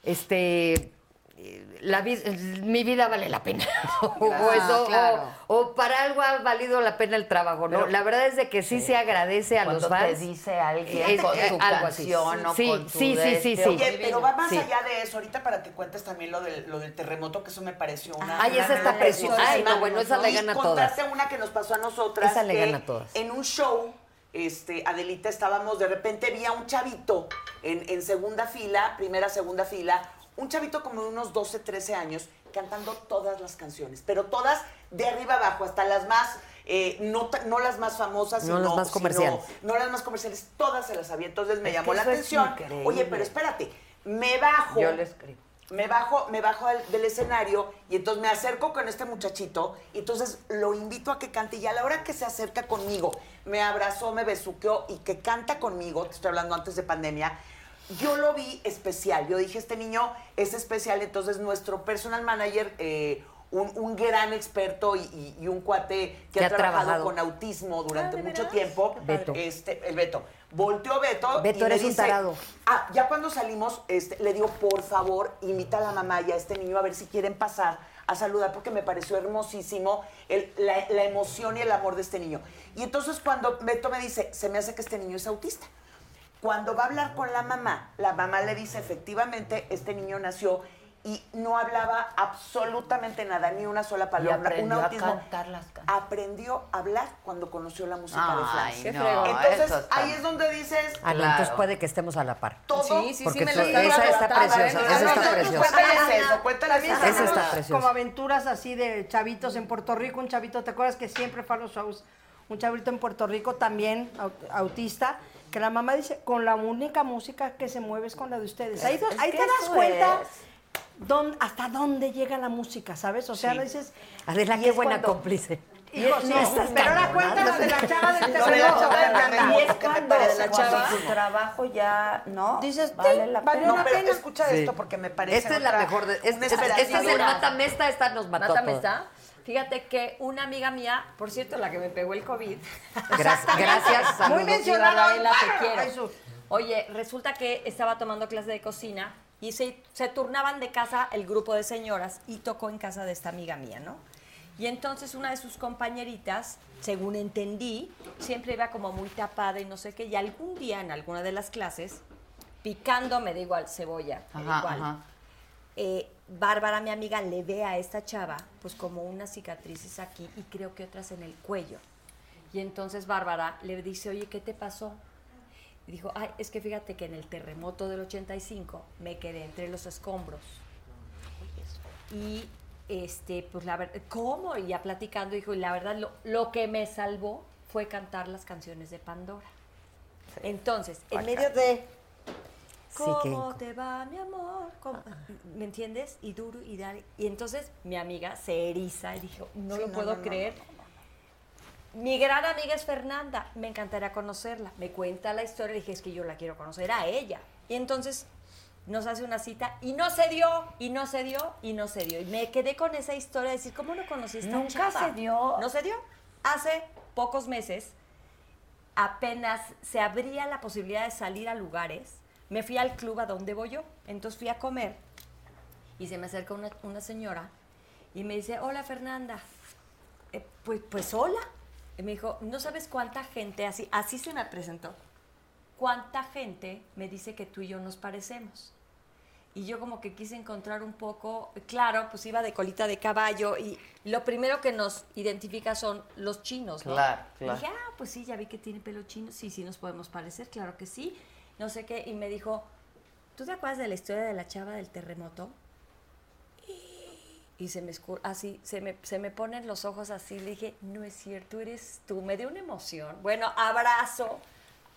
[SPEAKER 9] este, eh, la vi- mi vida vale la pena. [LAUGHS] o, eso, o-
[SPEAKER 3] claro.
[SPEAKER 9] o para algo ha valido la pena el trabajo, ¿no? la verdad es de que sí, se agradece a
[SPEAKER 3] cuando
[SPEAKER 9] los fans.
[SPEAKER 3] te dice alguien
[SPEAKER 9] Es-
[SPEAKER 3] con
[SPEAKER 9] eh,
[SPEAKER 3] tu
[SPEAKER 9] algo así.
[SPEAKER 3] canción o
[SPEAKER 9] Sí,
[SPEAKER 3] con tu
[SPEAKER 9] sí, sí,
[SPEAKER 3] de
[SPEAKER 9] sí,
[SPEAKER 3] este,
[SPEAKER 9] sí.
[SPEAKER 3] o-
[SPEAKER 6] Oye, pero va más
[SPEAKER 9] Sí.
[SPEAKER 6] allá de eso. Ahorita para que cuentes también lo del, lo del terremoto, que eso me pareció una.
[SPEAKER 9] Ay,
[SPEAKER 6] una
[SPEAKER 9] esa está
[SPEAKER 6] nota
[SPEAKER 9] preciosa. Ay, no, bueno, esa le
[SPEAKER 6] Y
[SPEAKER 9] gana a
[SPEAKER 6] contaste una que nos pasó a nosotras.
[SPEAKER 9] Esa le
[SPEAKER 6] que
[SPEAKER 9] gana a todas.
[SPEAKER 6] En un show, este, Adelita, estábamos, de repente vi a un chavito en, en segunda fila, primera, segunda fila, un chavito como de unos 12, 13 años, cantando todas las canciones, pero todas de arriba abajo, hasta las más. eh, no, ta- no las más famosas,
[SPEAKER 9] No las
[SPEAKER 6] sino-
[SPEAKER 9] más comerciales.
[SPEAKER 6] sino- no las más comerciales, todas se las sabía. Entonces me
[SPEAKER 3] Es que
[SPEAKER 6] llamó la
[SPEAKER 3] eso es
[SPEAKER 6] atención.
[SPEAKER 3] increíble.
[SPEAKER 6] Oye, pero espérate, me bajo.
[SPEAKER 3] Yo le escribo.
[SPEAKER 6] Me bajo, me bajo del, del escenario y entonces me acerco con este muchachito y entonces lo invito a que cante y a la hora que se acerca conmigo, me abrazó, me besuqueó y que canta conmigo, te estoy hablando antes de pandemia, yo lo vi especial. Yo dije, este niño es especial, entonces nuestro personal manager, eh, un, un gran experto y, y- y un cuate que
[SPEAKER 9] Que
[SPEAKER 6] ha,
[SPEAKER 9] ha
[SPEAKER 6] trabajado,
[SPEAKER 9] trabajado.
[SPEAKER 6] con autismo durante mucho tiempo, este, el Beto, volteó Beto.
[SPEAKER 9] Beto,
[SPEAKER 6] y me
[SPEAKER 9] eres un
[SPEAKER 6] dice,
[SPEAKER 9] tarado.
[SPEAKER 6] Ah, ya cuando salimos, este, le digo, por favor, invita a la mamá y a este niño a ver si quieren pasar a saludar, porque me pareció hermosísimo el- la, la emoción y el amor de este niño. Y entonces cuando Beto me dice, se me hace que este niño es autista. Cuando va a hablar con la mamá, la mamá le dice, efectivamente, este niño nació y no hablaba absolutamente nada, ni una sola palabra. un
[SPEAKER 3] aprendió a
[SPEAKER 6] autismo.
[SPEAKER 3] cantar las canciones.
[SPEAKER 6] Aprendió a hablar cuando conoció la música de
[SPEAKER 3] Ay,
[SPEAKER 6] Flash.
[SPEAKER 3] no,
[SPEAKER 6] Entonces,
[SPEAKER 3] eso está-
[SPEAKER 6] ahí es donde dices,
[SPEAKER 9] Ah, no,
[SPEAKER 3] Claro.
[SPEAKER 9] entonces puede que estemos a la par.
[SPEAKER 6] todo
[SPEAKER 11] Sí, sí, sí,
[SPEAKER 9] Porque
[SPEAKER 11] me
[SPEAKER 9] tú-
[SPEAKER 11] lo
[SPEAKER 9] esa
[SPEAKER 11] dijeron.
[SPEAKER 9] está
[SPEAKER 11] Estaba
[SPEAKER 9] preciosa,
[SPEAKER 6] ¿eh?
[SPEAKER 11] viendo-
[SPEAKER 9] esa está
[SPEAKER 11] Ah, no,
[SPEAKER 9] preciosa.
[SPEAKER 6] Cuéntales eso, cuéntales
[SPEAKER 5] También
[SPEAKER 6] eso.
[SPEAKER 9] Esa
[SPEAKER 5] sacamos
[SPEAKER 9] está preciosa.
[SPEAKER 5] Como aventuras así de chavitos en Puerto Rico, un chavito, ¿te acuerdas que siempre fue a los shows? Un chavito en Puerto Rico también, au- autista, que la mamá dice, con la única música que se mueve es con la de ustedes. Ahí, do-
[SPEAKER 3] es
[SPEAKER 5] ahí
[SPEAKER 3] que
[SPEAKER 5] te das
[SPEAKER 3] eso
[SPEAKER 5] cuenta
[SPEAKER 3] es.
[SPEAKER 5] dón- hasta dónde llega la música, ¿sabes? O sea, no dices...
[SPEAKER 9] Adela,
[SPEAKER 5] y
[SPEAKER 9] qué
[SPEAKER 5] es
[SPEAKER 9] buena
[SPEAKER 5] cuando-
[SPEAKER 9] cómplice.
[SPEAKER 5] Hijo, sí,
[SPEAKER 9] estás
[SPEAKER 5] pero
[SPEAKER 9] tan
[SPEAKER 5] ahora cuéntanos de la chava del
[SPEAKER 6] Lo de la
[SPEAKER 5] terremoto.
[SPEAKER 6] chava del
[SPEAKER 5] Fernanda.
[SPEAKER 6] terremoto.
[SPEAKER 3] Y es
[SPEAKER 6] que me
[SPEAKER 3] cuando,
[SPEAKER 6] parece la
[SPEAKER 3] cuando [LAUGHS]
[SPEAKER 6] chava.
[SPEAKER 3] su trabajo ya, ¿no?
[SPEAKER 5] Dices,
[SPEAKER 3] vale
[SPEAKER 5] "Sí,
[SPEAKER 3] la
[SPEAKER 5] valió
[SPEAKER 3] pena.
[SPEAKER 6] No, pero
[SPEAKER 5] pena.
[SPEAKER 6] escucha
[SPEAKER 9] Sí.
[SPEAKER 6] esto porque me parece.
[SPEAKER 9] Esta es la
[SPEAKER 6] otra-
[SPEAKER 9] mejor de.
[SPEAKER 6] una
[SPEAKER 9] Este, este- este es el
[SPEAKER 6] esperanza.
[SPEAKER 9] mátame esta, esta nos mató. a
[SPEAKER 11] Mátame
[SPEAKER 9] todos.
[SPEAKER 11] está. Fíjate que una amiga mía, por cierto, la que me pegó el COVID.
[SPEAKER 9] Gracias, gracias.
[SPEAKER 5] Muy
[SPEAKER 9] saludos.
[SPEAKER 5] mencionado.
[SPEAKER 11] Isabela, te
[SPEAKER 5] Bárbara,
[SPEAKER 11] quiero.
[SPEAKER 5] Jesús.
[SPEAKER 11] Oye, resulta que estaba tomando clase de cocina y se, se turnaban de casa el grupo de señoras y tocó en casa de esta amiga mía, ¿no? Y entonces una de sus compañeritas, según entendí, siempre iba como muy tapada y no sé qué, y algún día en alguna de las clases, picando, me da igual, cebolla, me da igual, eh, Bárbara, mi amiga, le ve a esta chava, pues como unas cicatrices aquí y creo que otras en el cuello. Y entonces Bárbara le dice, oye, ¿qué te pasó? Y dijo, ay, es que fíjate que en el terremoto del 85 me quedé entre los escombros. Y, este, pues la verdad, ¿cómo? Y ya platicando, dijo, y la verdad, lo, lo que me salvó fue cantar las canciones de Pandora. Entonces, en medio de...
[SPEAKER 9] Sí, qué
[SPEAKER 11] ¿Cómo
[SPEAKER 9] incó-
[SPEAKER 11] te va, mi amor? ¿Cómo- ¿Me entiendes? Y duro y dale. Y entonces mi amiga se eriza y dijo, no lo puedo creer. Mi gran amiga es Fernanda, me encantaría conocerla. Me cuenta la historia, dije, es que yo la quiero conocer a ella. Y entonces nos hace una cita y no se dio, y no se dio, y no se dio. Y me quedé con esa historia de decir, ¿cómo no conocí a esta
[SPEAKER 3] Nunca
[SPEAKER 11] chava?
[SPEAKER 3] se dio.
[SPEAKER 11] No se dio. Hace pocos meses apenas se abría la posibilidad de salir a lugares, me fui al club a donde voy yo. Entonces fui a comer y se me acerca una, una señora y me dice, hola Fernanda. Eh, pues, pues hola. Y me dijo, no sabes cuánta gente, así, así se me presentó, cuánta gente me dice que tú y yo nos parecemos. Y yo como que quise encontrar un poco, claro, pues iba de colita de caballo y lo primero que nos identifica son los chinos, ¿no?
[SPEAKER 3] Claro, claro.
[SPEAKER 11] Dije, ah, pues sí, ya vi que tiene pelo chino, sí, sí nos podemos parecer, claro que sí. No sé qué, y me dijo, ¿tú te acuerdas de la historia de la chava del terremoto? Y se me, escu- así, se, me, se me ponen los ojos así. Le dije, no es cierto, eres tú. Me dio una emoción. Bueno, abrazo.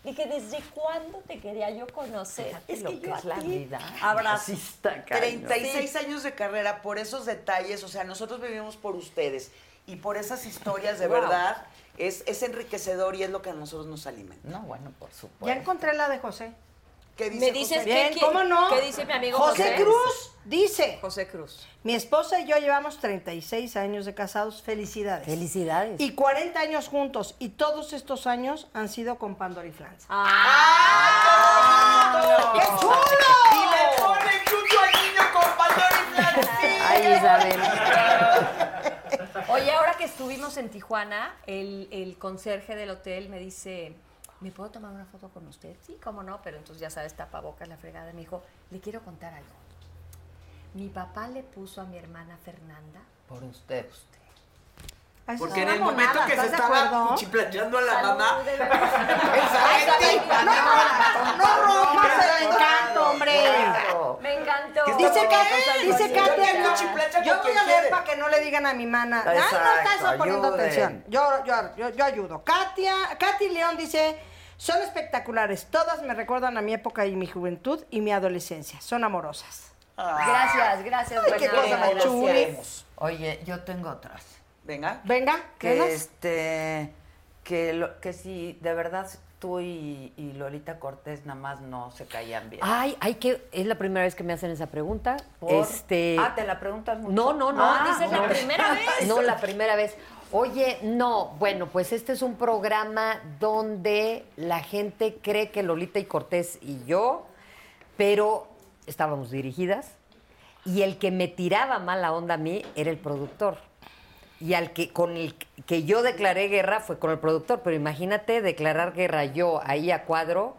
[SPEAKER 11] Dije, ¿desde cuándo te quería yo conocer?
[SPEAKER 3] Fíjate lo que
[SPEAKER 11] yo
[SPEAKER 3] es
[SPEAKER 11] a
[SPEAKER 3] la
[SPEAKER 11] ti".
[SPEAKER 3] vida.
[SPEAKER 11] Abrazo.
[SPEAKER 3] Sí está cañón.
[SPEAKER 6] 36 años de carrera por esos detalles, o sea, nosotros vivimos por ustedes y por esas historias de
[SPEAKER 3] Wow.
[SPEAKER 6] verdad es, es enriquecedor y es lo que a nosotros nos alimenta.
[SPEAKER 3] No, bueno, por
[SPEAKER 5] Ya
[SPEAKER 3] supuesto.
[SPEAKER 5] encontré la de José.
[SPEAKER 6] ¿Qué dice
[SPEAKER 11] ¿Me dices
[SPEAKER 6] José?
[SPEAKER 5] Bien,
[SPEAKER 11] qué,
[SPEAKER 5] ¿cómo no?
[SPEAKER 11] ¿Qué dice mi amigo
[SPEAKER 5] José,
[SPEAKER 11] José?
[SPEAKER 5] Cruz dice,
[SPEAKER 11] José Cruz.
[SPEAKER 5] mi esposa y yo llevamos 36 años de casados, felicidades.
[SPEAKER 9] Felicidades.
[SPEAKER 5] Y 40 años juntos, y todos estos años han sido con Pandora y Franz.
[SPEAKER 6] Ah,
[SPEAKER 11] Ah,
[SPEAKER 6] ¡Qué chulo! Y le ponen chucho al niño con pastor y
[SPEAKER 3] Ay, Isabel.
[SPEAKER 11] Oye, ahora que estuvimos en Tijuana, el, el conserje del hotel me dice, ¿me puedo tomar una foto con usted? Sí, cómo no, pero entonces ya sabes, tapabocas, la fregada. Me dijo, le quiero contar algo. Mi papá le puso a mi hermana Fernanda
[SPEAKER 3] Por usted.
[SPEAKER 5] Ay, eso
[SPEAKER 6] Porque
[SPEAKER 5] es
[SPEAKER 6] en
[SPEAKER 5] una
[SPEAKER 6] el momento
[SPEAKER 5] monada,
[SPEAKER 6] que se
[SPEAKER 5] ¿estás de acuerdo?
[SPEAKER 6] estaba cuchiplanchando a la
[SPEAKER 11] Salud,
[SPEAKER 6] mamá,
[SPEAKER 11] [LAUGHS] de verdad.
[SPEAKER 6] pensaba en ti.
[SPEAKER 11] No,
[SPEAKER 5] No, no rompas el encanto, hombre.
[SPEAKER 11] Me encantó.
[SPEAKER 6] ¿Qué
[SPEAKER 5] Dice
[SPEAKER 6] Estamos
[SPEAKER 5] Katy,
[SPEAKER 6] rotos,
[SPEAKER 5] dice
[SPEAKER 6] Yo
[SPEAKER 5] Katy,
[SPEAKER 6] te
[SPEAKER 5] no,
[SPEAKER 6] cuchiplacha
[SPEAKER 5] yo
[SPEAKER 6] con
[SPEAKER 5] voy
[SPEAKER 6] quien
[SPEAKER 5] a leer
[SPEAKER 6] quiere.
[SPEAKER 5] para que no le digan a mi mana. Ay, no
[SPEAKER 3] Exacto,
[SPEAKER 5] estás poniendo
[SPEAKER 3] ayuden.
[SPEAKER 5] atención. Yo, yo, yo, yo ayudo. Katia, Katy León dice, son espectaculares. Todas me recuerdan a mi época y mi juventud y mi adolescencia. Son amorosas.
[SPEAKER 11] Gracias, gracias.
[SPEAKER 5] Ay, qué
[SPEAKER 11] buena
[SPEAKER 5] cosa
[SPEAKER 11] onda.
[SPEAKER 5] más chula.
[SPEAKER 3] Oye, yo tengo otras.
[SPEAKER 6] Venga.
[SPEAKER 5] Venga,
[SPEAKER 3] que
[SPEAKER 5] ¿qué
[SPEAKER 3] este que lo- que si de verdad tú y, y Lolita Cortés nada más no se caían bien.
[SPEAKER 9] Ay, hay que. Es la primera vez que me hacen esa pregunta.
[SPEAKER 3] Por-
[SPEAKER 9] Este.
[SPEAKER 3] Ah, te la preguntas mucho. pues,
[SPEAKER 9] No, no, no.
[SPEAKER 11] Ah, dices la
[SPEAKER 9] [LAUGHS]
[SPEAKER 11] primera vez.
[SPEAKER 9] No, la primera vez. Oye, no, bueno, pues este es un programa donde la gente cree que Lolita y Cortés y yo, pero estábamos dirigidas y el que me tiraba mala onda a mí era el productor. Y al que con el que yo declaré guerra fue con el productor, pero imagínate declarar guerra yo ahí a cuadro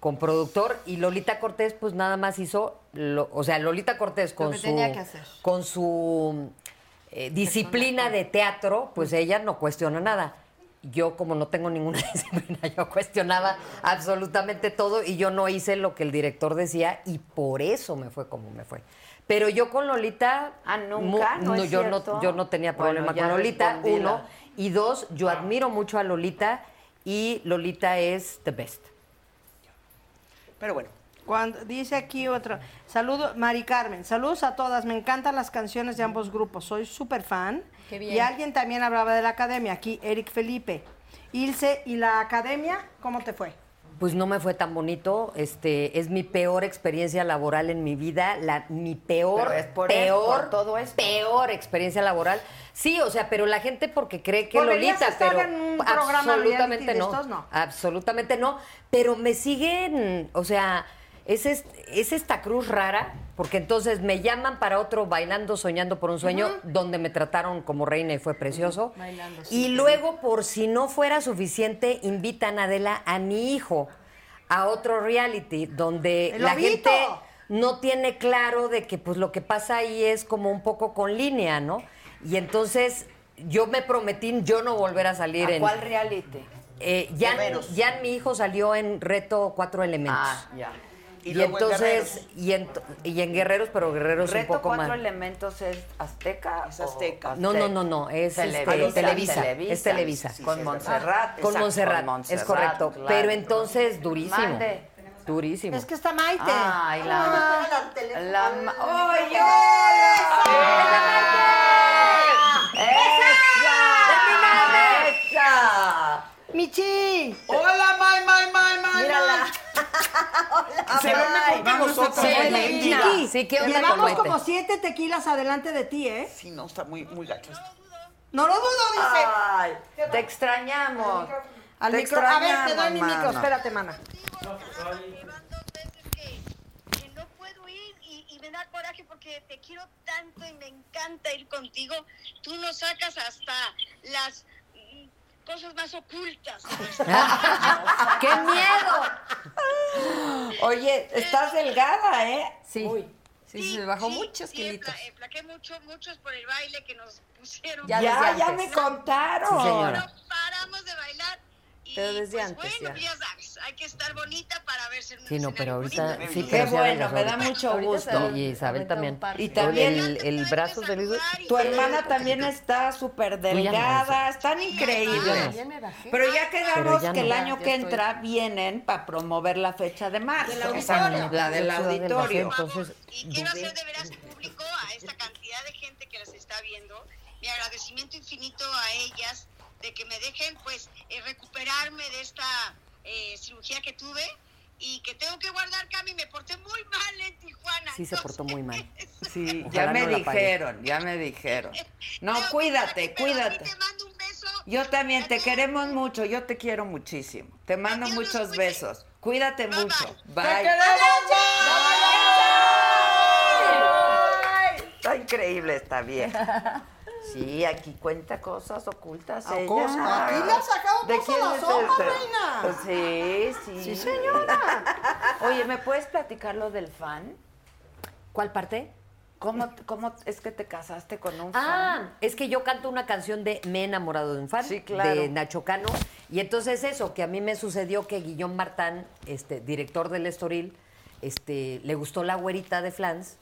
[SPEAKER 9] con productor y Lolita Cortés pues nada más hizo lo- o sea, Lolita Cortés con
[SPEAKER 11] que
[SPEAKER 9] su
[SPEAKER 11] tenía que hacer.
[SPEAKER 9] con su eh, disciplina de teatro, pues ella no cuestiona nada. Yo, como no tengo ninguna [LAUGHS] disciplina, yo cuestionaba absolutamente todo y yo no hice lo que el director decía y por eso me fue como me fue. Pero yo con Lolita...
[SPEAKER 3] Ah, nunca, no es
[SPEAKER 9] yo,
[SPEAKER 3] cierto.
[SPEAKER 9] no, yo no tenía
[SPEAKER 3] Bueno,
[SPEAKER 9] problema
[SPEAKER 3] ya
[SPEAKER 9] con Lolita,
[SPEAKER 3] respondí la-
[SPEAKER 9] uno. Y dos, yo
[SPEAKER 5] Ah.
[SPEAKER 9] admiro mucho a Lolita y Lolita es the best.
[SPEAKER 6] Pero bueno.
[SPEAKER 5] Cuando, dice aquí otro. Saludo, Mari Carmen. Saludos a todas. Me encantan las canciones de ambos grupos. Soy súper fan.
[SPEAKER 11] Qué bien.
[SPEAKER 5] Y alguien también hablaba de la academia. Aquí, Eric Felipe. Ilse, ¿y la academia cómo te fue?
[SPEAKER 9] Pues no me fue tan bonito. Este es mi peor experiencia laboral en mi vida, la mi peor,
[SPEAKER 3] Pero es por
[SPEAKER 9] peor,
[SPEAKER 3] esto, por todo esto.
[SPEAKER 9] peor experiencia laboral. Sí, o sea, pero la gente porque cree que
[SPEAKER 5] ¿Volverías
[SPEAKER 9] Lolita,
[SPEAKER 5] a estar
[SPEAKER 9] pero
[SPEAKER 5] en un programa reality
[SPEAKER 9] absolutamente
[SPEAKER 5] de
[SPEAKER 9] no,
[SPEAKER 5] estos? No.
[SPEAKER 9] absolutamente no. Pero me siguen, o sea, es, est- es esta cruz rara. Porque entonces me llaman para otro bailando, soñando por un sueño, donde me trataron como reina y fue precioso.
[SPEAKER 11] Bailando, sí.
[SPEAKER 9] Y luego, por si no fuera suficiente, invitan a Adela a mi hijo a otro reality donde
[SPEAKER 5] ¡El
[SPEAKER 9] la
[SPEAKER 5] lobito!
[SPEAKER 9] gente no tiene claro de que pues lo que pasa ahí es como un poco con línea, ¿no? Y entonces yo me prometí yo no volver a salir
[SPEAKER 3] ¿A
[SPEAKER 9] en
[SPEAKER 3] cuál reality?
[SPEAKER 9] eh, ya,
[SPEAKER 6] Guerreros?
[SPEAKER 9] ya mi hijo salió en reto cuatro elementos.
[SPEAKER 3] Ah, ya.
[SPEAKER 6] Y
[SPEAKER 9] Y,
[SPEAKER 6] luego en
[SPEAKER 9] entonces y en, y en guerreros, pero guerreros
[SPEAKER 3] Reto
[SPEAKER 9] un poco
[SPEAKER 3] cuatro
[SPEAKER 9] más.
[SPEAKER 3] elementos es azteca.
[SPEAKER 6] Es azteca.
[SPEAKER 9] No, no, no, no, es este,
[SPEAKER 3] Televisa,
[SPEAKER 9] Televisa,
[SPEAKER 3] Televisa.
[SPEAKER 9] es Televisa.
[SPEAKER 6] Sí, sí,
[SPEAKER 3] con
[SPEAKER 6] es
[SPEAKER 3] Montserrat.
[SPEAKER 9] Con
[SPEAKER 3] exacto,
[SPEAKER 9] Montserrat, es
[SPEAKER 3] Montserrat,
[SPEAKER 9] correcto.
[SPEAKER 3] claro.
[SPEAKER 9] Pero entonces, durísimo.
[SPEAKER 3] Mande.
[SPEAKER 9] Durísimo.
[SPEAKER 5] Es que está Maite.
[SPEAKER 3] Ay, la.
[SPEAKER 5] Ah,
[SPEAKER 3] La, ma- ¡Oye! ¡Esa! ¡Esa!
[SPEAKER 5] Michi.
[SPEAKER 6] Hola, May, May, May, May.
[SPEAKER 3] Mírala.
[SPEAKER 6] May. Se ven mejor que nosotros.
[SPEAKER 9] Sí,
[SPEAKER 6] May.
[SPEAKER 9] May.
[SPEAKER 5] Michi.
[SPEAKER 9] Mira, sí, ¿qué onda con
[SPEAKER 5] Llevamos
[SPEAKER 9] Maite? [LAUGHS]
[SPEAKER 5] como siete tequilas adelante de ti, ¿eh?
[SPEAKER 6] Sí, no, está muy, muy gacho esto.
[SPEAKER 5] No lo dudo, dice.
[SPEAKER 3] Ay, te extrañamos. Ah,
[SPEAKER 5] Al
[SPEAKER 3] Te
[SPEAKER 5] micro. A ver, te doy
[SPEAKER 3] extrañamos,
[SPEAKER 5] mi micro.
[SPEAKER 3] mana.
[SPEAKER 5] Espérate, mana.
[SPEAKER 13] van dos veces que, que no puedo ir y, y me da coraje porque te quiero tanto y me encanta ir contigo. Tú nos sacas hasta las mm, cosas más ocultas.
[SPEAKER 9] ¡Qué miedo!
[SPEAKER 3] Oye, estás delgada, ¿eh?
[SPEAKER 11] Sí. Sí, se bajó
[SPEAKER 13] sí,
[SPEAKER 11] muchos
[SPEAKER 13] sí,
[SPEAKER 11] kilitos.
[SPEAKER 13] empla- emplaqué eh, mucho, muchos por el baile que nos [LAUGHS] pusieron.
[SPEAKER 11] Ya desde
[SPEAKER 3] Ya, ya
[SPEAKER 11] antes.
[SPEAKER 3] me contaron.
[SPEAKER 9] Sí, señora.
[SPEAKER 13] No paramos de bailar. Y,
[SPEAKER 11] Pero desde
[SPEAKER 13] pues,
[SPEAKER 11] antes
[SPEAKER 13] bueno,
[SPEAKER 11] ya.
[SPEAKER 13] pues, ya sabes, hay que estar bonita para a verse en un
[SPEAKER 9] Sí, no, pero
[SPEAKER 13] escenario
[SPEAKER 9] ahorita
[SPEAKER 13] bonito.
[SPEAKER 9] sí,
[SPEAKER 3] Qué
[SPEAKER 9] pero sí,
[SPEAKER 3] bueno,
[SPEAKER 9] Adela,
[SPEAKER 3] me da
[SPEAKER 9] ahorita-
[SPEAKER 3] mucho
[SPEAKER 9] ahorita se
[SPEAKER 3] gusto.
[SPEAKER 9] Y Isabel también.
[SPEAKER 3] Y también el,
[SPEAKER 13] Adelante,
[SPEAKER 3] el
[SPEAKER 13] te
[SPEAKER 3] brazo
[SPEAKER 13] puedes
[SPEAKER 3] del...
[SPEAKER 13] saludar y
[SPEAKER 3] Tu
[SPEAKER 13] te-
[SPEAKER 3] hermana también está súper
[SPEAKER 9] no eres.
[SPEAKER 3] delgada, están increíbles.
[SPEAKER 11] Ya me bajé.
[SPEAKER 3] Pero ya quedamos
[SPEAKER 9] Pero ya
[SPEAKER 3] que el
[SPEAKER 9] no.
[SPEAKER 3] año
[SPEAKER 11] Ya
[SPEAKER 3] que
[SPEAKER 11] estoy.
[SPEAKER 3] entra vienen para promover la fecha de marzo.
[SPEAKER 9] auditorio.
[SPEAKER 3] La del
[SPEAKER 9] Fecha del
[SPEAKER 3] auditorio.
[SPEAKER 9] auditorio.
[SPEAKER 13] Vamos,
[SPEAKER 9] Entonces,
[SPEAKER 13] y quiero hacer de veras público a esta cantidad de gente que las está viendo mi agradecimiento infinito a ellas de que me dejen pues eh, recuperarme de esta eh, cirugía que tuve y que tengo que guardar Cami me porté muy mal en Tijuana
[SPEAKER 9] Sí, se portó muy
[SPEAKER 13] [LAUGHS]
[SPEAKER 9] mal.
[SPEAKER 3] Sí,
[SPEAKER 9] Ojalá
[SPEAKER 3] ya me
[SPEAKER 9] no la pague.
[SPEAKER 3] dijeron, ya me dijeron. No,
[SPEAKER 13] Tengo que
[SPEAKER 3] cuídate,
[SPEAKER 13] guardarte, pero a ti
[SPEAKER 3] cuídate.
[SPEAKER 13] te mando un beso
[SPEAKER 3] Yo también
[SPEAKER 13] A
[SPEAKER 3] te
[SPEAKER 13] todos.
[SPEAKER 3] queremos mucho, yo te quiero muchísimo. Te mando
[SPEAKER 13] Dios los
[SPEAKER 3] muchos
[SPEAKER 13] cuide.
[SPEAKER 3] besos. Cuídate
[SPEAKER 13] Bye,
[SPEAKER 3] mucho. Bye.
[SPEAKER 12] Está increíble está bien. Sí, aquí cuenta cosas ocultas.
[SPEAKER 5] Ah,
[SPEAKER 12] ella.
[SPEAKER 5] cosas. Aquí le ha sacado
[SPEAKER 12] ¿De
[SPEAKER 5] cosas
[SPEAKER 12] quién
[SPEAKER 5] a la
[SPEAKER 12] es
[SPEAKER 5] sopa,
[SPEAKER 12] este?
[SPEAKER 5] reina.
[SPEAKER 12] Pues Sí, sí. Sí, señora. Oye, ¿me puedes platicar lo del fan?
[SPEAKER 9] ¿Cuál parte?
[SPEAKER 12] ¿Cómo, cómo es que te casaste con un fan?
[SPEAKER 9] Ah, es que yo canto una canción de Me he enamorado de un fan
[SPEAKER 12] Sí, claro.
[SPEAKER 9] de Nacho Cano. Y entonces eso, que a mí me sucedió que Guillón Martán, este, director del Estoril, este, le gustó la güerita de Flans,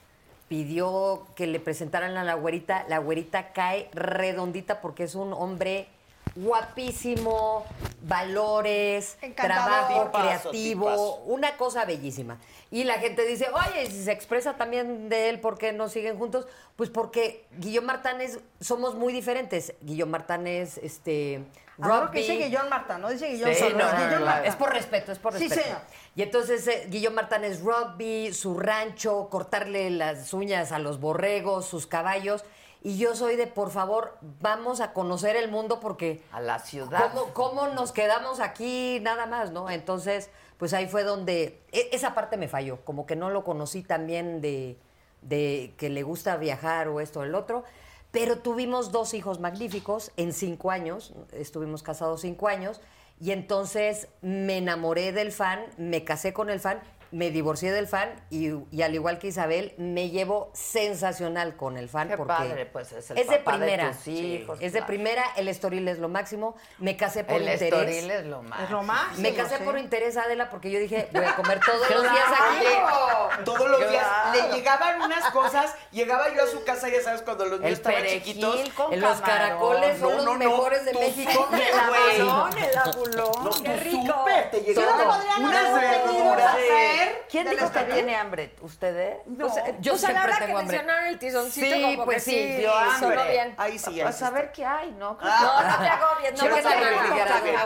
[SPEAKER 9] pidió que le presentaran a la güerita, la güerita cae redondita porque es un hombre guapísimo, valores,
[SPEAKER 5] Encantador.
[SPEAKER 9] trabajo
[SPEAKER 6] Tipazo,
[SPEAKER 9] creativo,
[SPEAKER 6] tipazo.
[SPEAKER 9] una cosa bellísima. Y la gente dice, oye, si se expresa también de él, ¿por qué no siguen juntos? Pues porque Guillón Martán es, somos muy diferentes. Guillón Martán es, este,
[SPEAKER 5] Ah, no,
[SPEAKER 9] rugby.
[SPEAKER 5] que dice Guillón Marta, no dice Guillón
[SPEAKER 9] Sí,
[SPEAKER 5] Solo,
[SPEAKER 9] no,
[SPEAKER 5] es
[SPEAKER 9] no,
[SPEAKER 5] Guillón
[SPEAKER 9] no,
[SPEAKER 5] Marta.
[SPEAKER 9] es por respeto, es por
[SPEAKER 5] Sí,
[SPEAKER 9] respeto.
[SPEAKER 5] señor.
[SPEAKER 9] Y entonces eh, Guillón Martán es rugby, su rancho, cortarle las uñas a los borregos, sus caballos. Y yo soy de, por favor, vamos a conocer el mundo porque
[SPEAKER 12] A la ciudad.
[SPEAKER 9] ¿Cómo, cómo nos quedamos aquí nada más, no? Entonces, pues ahí fue donde e- esa parte me falló, como que no lo conocí también de, de que le gusta viajar o esto o el otro, pero tuvimos dos hijos magníficos en cinco años, estuvimos casados cinco años, y entonces me enamoré del fan, me casé con el fan, me divorcié del fan y, y al igual que Isabel, me llevo sensacional con el fan.
[SPEAKER 12] Qué
[SPEAKER 9] porque
[SPEAKER 12] padre, pues, es el
[SPEAKER 9] de
[SPEAKER 12] papá de
[SPEAKER 9] primera.
[SPEAKER 12] tus hijos,
[SPEAKER 9] es de
[SPEAKER 12] claro.
[SPEAKER 9] primera primera, el estoril es lo máximo. Me casé por
[SPEAKER 12] El
[SPEAKER 9] interés.
[SPEAKER 12] estoril es lo más.
[SPEAKER 5] Es lo más.
[SPEAKER 9] Me casé
[SPEAKER 5] sí.
[SPEAKER 9] por interés, Adela, porque yo dije, voy a comer todos los días aquí.
[SPEAKER 6] Todos los días
[SPEAKER 12] Claro.
[SPEAKER 6] le llegaban unas cosas, llegaba yo a su casa, ya sabes, cuando los niños
[SPEAKER 12] El
[SPEAKER 6] estaban
[SPEAKER 12] perejil
[SPEAKER 6] chiquitos.
[SPEAKER 12] con
[SPEAKER 9] En los caracoles son
[SPEAKER 6] No,
[SPEAKER 9] los
[SPEAKER 6] no, no,
[SPEAKER 9] mejores de
[SPEAKER 6] tú
[SPEAKER 9] México.
[SPEAKER 6] [LAUGHS] sí,
[SPEAKER 9] El
[SPEAKER 6] güey.
[SPEAKER 9] abulón, el
[SPEAKER 6] No, pues,
[SPEAKER 9] abulón.
[SPEAKER 6] tú súper, te llegaban
[SPEAKER 9] Todo.
[SPEAKER 6] unas verduras.
[SPEAKER 12] ¿Quién dijo que tiene hambre? ¿Ustedes?
[SPEAKER 6] No,
[SPEAKER 9] Yo
[SPEAKER 11] Pues a la
[SPEAKER 9] siempre
[SPEAKER 11] hora que
[SPEAKER 9] tengo hambre.
[SPEAKER 11] mencionaron el tizoncito,
[SPEAKER 9] Sí,
[SPEAKER 11] como
[SPEAKER 9] pues sí,
[SPEAKER 11] que sí,
[SPEAKER 9] dio
[SPEAKER 11] sonó
[SPEAKER 9] hambre.
[SPEAKER 11] bien.
[SPEAKER 6] Ahí sí, ahí
[SPEAKER 12] Pues
[SPEAKER 6] sí
[SPEAKER 12] a
[SPEAKER 6] está.
[SPEAKER 12] ver qué hay,
[SPEAKER 5] Ah.
[SPEAKER 12] ¿no?
[SPEAKER 11] No, no te agobies, no
[SPEAKER 9] Yo
[SPEAKER 11] pasa
[SPEAKER 9] también
[SPEAKER 11] nada.
[SPEAKER 9] quiero
[SPEAKER 11] Ahorita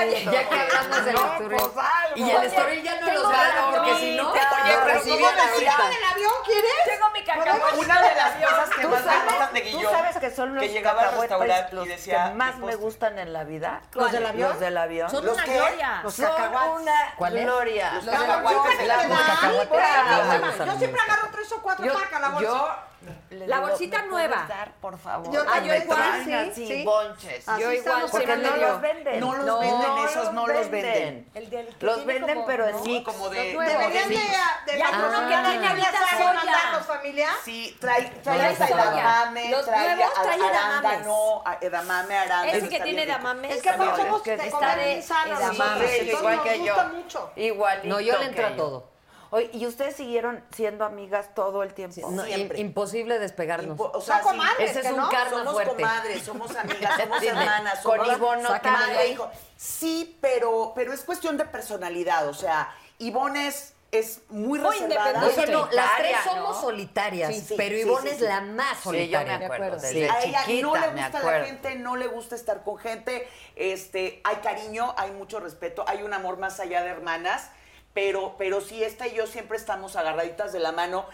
[SPEAKER 12] aguatito.
[SPEAKER 9] Ya que hablamos del estoril.
[SPEAKER 12] pues algo.
[SPEAKER 9] Y el estoril ya no los gano, porque si no,
[SPEAKER 11] Oye,
[SPEAKER 9] lo
[SPEAKER 11] pero
[SPEAKER 9] recibí
[SPEAKER 11] ¿cómo
[SPEAKER 9] a la
[SPEAKER 11] me
[SPEAKER 9] horita.
[SPEAKER 5] ¿Tiraban el avión, quieres?
[SPEAKER 11] Tengo mi cacahuate.
[SPEAKER 6] Una de las cosas que
[SPEAKER 12] ¿Tú
[SPEAKER 6] más me
[SPEAKER 12] sabes,
[SPEAKER 6] gustan de
[SPEAKER 12] tú
[SPEAKER 6] Guillón,
[SPEAKER 12] sabes que son los
[SPEAKER 6] que llegaba al
[SPEAKER 12] cacahuetes
[SPEAKER 6] restaurante
[SPEAKER 12] los
[SPEAKER 6] y decía,
[SPEAKER 12] que más
[SPEAKER 6] "Mi
[SPEAKER 12] me
[SPEAKER 6] postre".
[SPEAKER 12] gustan en la vida.
[SPEAKER 9] ¿Los del avión?
[SPEAKER 12] Los del avión.
[SPEAKER 11] Son
[SPEAKER 12] Los-
[SPEAKER 11] una
[SPEAKER 6] qué?
[SPEAKER 11] gloria.
[SPEAKER 5] Los
[SPEAKER 12] son
[SPEAKER 5] cacahuates.
[SPEAKER 12] una
[SPEAKER 9] ¿Cuál es?
[SPEAKER 12] gloria.
[SPEAKER 6] Los
[SPEAKER 12] La-
[SPEAKER 6] cacahuates
[SPEAKER 5] Yo me
[SPEAKER 6] de la-
[SPEAKER 5] quedé
[SPEAKER 9] los
[SPEAKER 5] ahí,
[SPEAKER 9] cacahuates
[SPEAKER 5] porque
[SPEAKER 9] de la-
[SPEAKER 5] yo
[SPEAKER 9] me gustan,
[SPEAKER 5] Yo
[SPEAKER 9] me
[SPEAKER 5] siempre agarro tres o cuatro, taca la bolsa.
[SPEAKER 12] le
[SPEAKER 11] La bolsita
[SPEAKER 12] ¿me puedes
[SPEAKER 11] nueva.
[SPEAKER 12] dar, por favor.
[SPEAKER 5] Yo
[SPEAKER 12] Ah, yo
[SPEAKER 5] también,
[SPEAKER 12] igual,
[SPEAKER 5] sí,
[SPEAKER 12] así,
[SPEAKER 5] sí.
[SPEAKER 12] bonches.
[SPEAKER 5] Así
[SPEAKER 12] yo igual,
[SPEAKER 5] estamos
[SPEAKER 12] porque
[SPEAKER 5] tirando
[SPEAKER 12] no
[SPEAKER 5] yo.
[SPEAKER 12] los venden.
[SPEAKER 6] No los venden, esos no los venden.
[SPEAKER 11] El del que
[SPEAKER 12] Los
[SPEAKER 11] tiene
[SPEAKER 12] venden,
[SPEAKER 11] como-
[SPEAKER 12] pero
[SPEAKER 11] ¿no?
[SPEAKER 12] así
[SPEAKER 6] como de-
[SPEAKER 5] Deberían de... de
[SPEAKER 11] Ya, uno que tiene ahorita soya.
[SPEAKER 5] mandarlos, familia.
[SPEAKER 6] Sí, trae, trae
[SPEAKER 11] Trae soya.
[SPEAKER 6] edamame,
[SPEAKER 11] Los
[SPEAKER 6] trae
[SPEAKER 11] nuevos traen edamames.
[SPEAKER 6] arándano, a- edamame, arándano.
[SPEAKER 11] Ese que tiene
[SPEAKER 6] edamame.
[SPEAKER 11] edamame.
[SPEAKER 5] Es que
[SPEAKER 11] está
[SPEAKER 5] aparte
[SPEAKER 11] bien.
[SPEAKER 5] somos
[SPEAKER 12] que
[SPEAKER 5] de
[SPEAKER 11] está
[SPEAKER 5] comer
[SPEAKER 11] de-
[SPEAKER 5] bien sanos,
[SPEAKER 11] de
[SPEAKER 5] entonces
[SPEAKER 11] amar.
[SPEAKER 12] Sí,
[SPEAKER 5] nos
[SPEAKER 12] igual que yo.
[SPEAKER 5] gusta mucho.
[SPEAKER 12] Igualito
[SPEAKER 9] No, yo le
[SPEAKER 12] que
[SPEAKER 9] entro a
[SPEAKER 12] yo.
[SPEAKER 9] todo.
[SPEAKER 12] Oye, ¿y ustedes siguieron siendo amigas todo el tiempo?
[SPEAKER 9] No, im-
[SPEAKER 6] Siempre.
[SPEAKER 9] imposible despegarnos.
[SPEAKER 6] O
[SPEAKER 5] Son comadres,
[SPEAKER 9] Ese es
[SPEAKER 5] que
[SPEAKER 9] un
[SPEAKER 5] no,
[SPEAKER 9] karma
[SPEAKER 6] somos
[SPEAKER 9] fuerte.
[SPEAKER 6] comadres, somos amigas, somos
[SPEAKER 9] Dime,
[SPEAKER 6] hermanas,
[SPEAKER 9] con
[SPEAKER 6] somos
[SPEAKER 9] Ivonne no
[SPEAKER 6] Sácame
[SPEAKER 9] te
[SPEAKER 6] de
[SPEAKER 9] veo.
[SPEAKER 6] ahí. hijo. Sí, pero, pero es cuestión de personalidad, o sea, Ivonne es, es muy
[SPEAKER 11] Muy
[SPEAKER 6] reservada.
[SPEAKER 11] independiente.
[SPEAKER 9] Oye, no, las tres
[SPEAKER 12] solitaria,
[SPEAKER 9] somos
[SPEAKER 12] ¿no?
[SPEAKER 9] solitarias,
[SPEAKER 6] Sí, sí,
[SPEAKER 9] pero
[SPEAKER 6] sí,
[SPEAKER 9] Ivonne
[SPEAKER 6] sí,
[SPEAKER 9] es
[SPEAKER 6] sí.
[SPEAKER 9] la más
[SPEAKER 12] Sí, yo me
[SPEAKER 9] solitaria.
[SPEAKER 12] acuerdo.
[SPEAKER 9] Sí.
[SPEAKER 12] Desde
[SPEAKER 6] a ella
[SPEAKER 12] chiquita
[SPEAKER 6] no le
[SPEAKER 12] me
[SPEAKER 6] gusta la
[SPEAKER 12] acuerdo.
[SPEAKER 6] gente, no le gusta estar con gente. Este, hay cariño, hay mucho respeto, hay un amor más allá de hermanas, pero, pero sí, esta y yo siempre estamos agarraditas de la mano,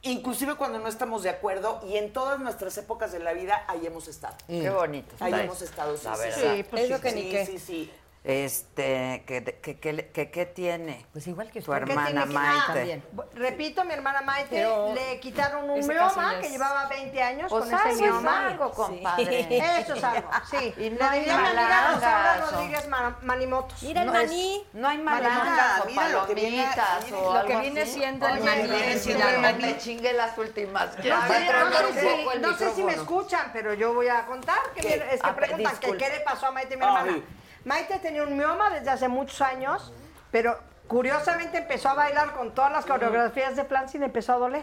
[SPEAKER 6] inclusive cuando no estamos de acuerdo, y en todas nuestras épocas de la vida ahí hemos estado.
[SPEAKER 12] Qué bonito.
[SPEAKER 6] Ahí
[SPEAKER 12] está
[SPEAKER 6] hemos
[SPEAKER 12] eso,
[SPEAKER 6] estado, sí,
[SPEAKER 12] la
[SPEAKER 6] sí,
[SPEAKER 12] verdad.
[SPEAKER 6] sí.
[SPEAKER 5] Sí, pues
[SPEAKER 11] Eso
[SPEAKER 5] sí.
[SPEAKER 11] que ni
[SPEAKER 6] sí,
[SPEAKER 11] qué.
[SPEAKER 6] sí, sí.
[SPEAKER 12] Este, que, que, que, que- que tiene
[SPEAKER 9] Pues igual que
[SPEAKER 12] tu
[SPEAKER 9] usted.
[SPEAKER 5] ¿Qué
[SPEAKER 12] hermana
[SPEAKER 5] tiene que- ah,
[SPEAKER 12] Maite.
[SPEAKER 5] Repito, mi hermana Maite
[SPEAKER 11] Pero-
[SPEAKER 5] le quitaron un
[SPEAKER 11] Ese caso
[SPEAKER 5] mioma
[SPEAKER 11] ya
[SPEAKER 5] que
[SPEAKER 11] es-
[SPEAKER 5] llevaba 20 años
[SPEAKER 12] Pues
[SPEAKER 5] con ese
[SPEAKER 12] algo es
[SPEAKER 5] mioma.
[SPEAKER 12] algo, compadre.
[SPEAKER 5] [LAUGHS] Eso es algo, sí.
[SPEAKER 12] [LAUGHS] Y no
[SPEAKER 5] Le
[SPEAKER 12] hay
[SPEAKER 5] diría a mi amiga Rosaura
[SPEAKER 12] malandras, o-
[SPEAKER 5] Rodríguez Ma- Manimotos.
[SPEAKER 11] Mira el
[SPEAKER 12] No es-
[SPEAKER 11] maní.
[SPEAKER 12] No hay
[SPEAKER 6] Malandra,
[SPEAKER 12] malandras o
[SPEAKER 6] mira lo que viene-
[SPEAKER 12] palomitas
[SPEAKER 6] mira
[SPEAKER 12] o
[SPEAKER 11] lo que
[SPEAKER 12] algo
[SPEAKER 11] viene
[SPEAKER 12] así.
[SPEAKER 11] siendo el
[SPEAKER 12] Oye,
[SPEAKER 11] maní.
[SPEAKER 12] viene siendo el maní. Me chingue las últimas.
[SPEAKER 5] No
[SPEAKER 12] Ya,
[SPEAKER 5] sé,
[SPEAKER 12] me
[SPEAKER 5] no
[SPEAKER 12] tronaron
[SPEAKER 5] sé
[SPEAKER 12] un
[SPEAKER 5] si-
[SPEAKER 12] poco el
[SPEAKER 5] no sé si me
[SPEAKER 12] micrófono.
[SPEAKER 5] escuchan, pero yo voy a contar. Que
[SPEAKER 12] ¿Qué?
[SPEAKER 5] mi- es que
[SPEAKER 12] Ah,
[SPEAKER 5] preguntan que
[SPEAKER 12] disculpe. Ah,
[SPEAKER 5] qué le pasó a Maite, mi
[SPEAKER 6] Ay.
[SPEAKER 5] hermana. Maite tenía un mioma desde hace muchos años, pero Curiosamente empezó a bailar con todas las coreografías de Plan y le empezó a doler.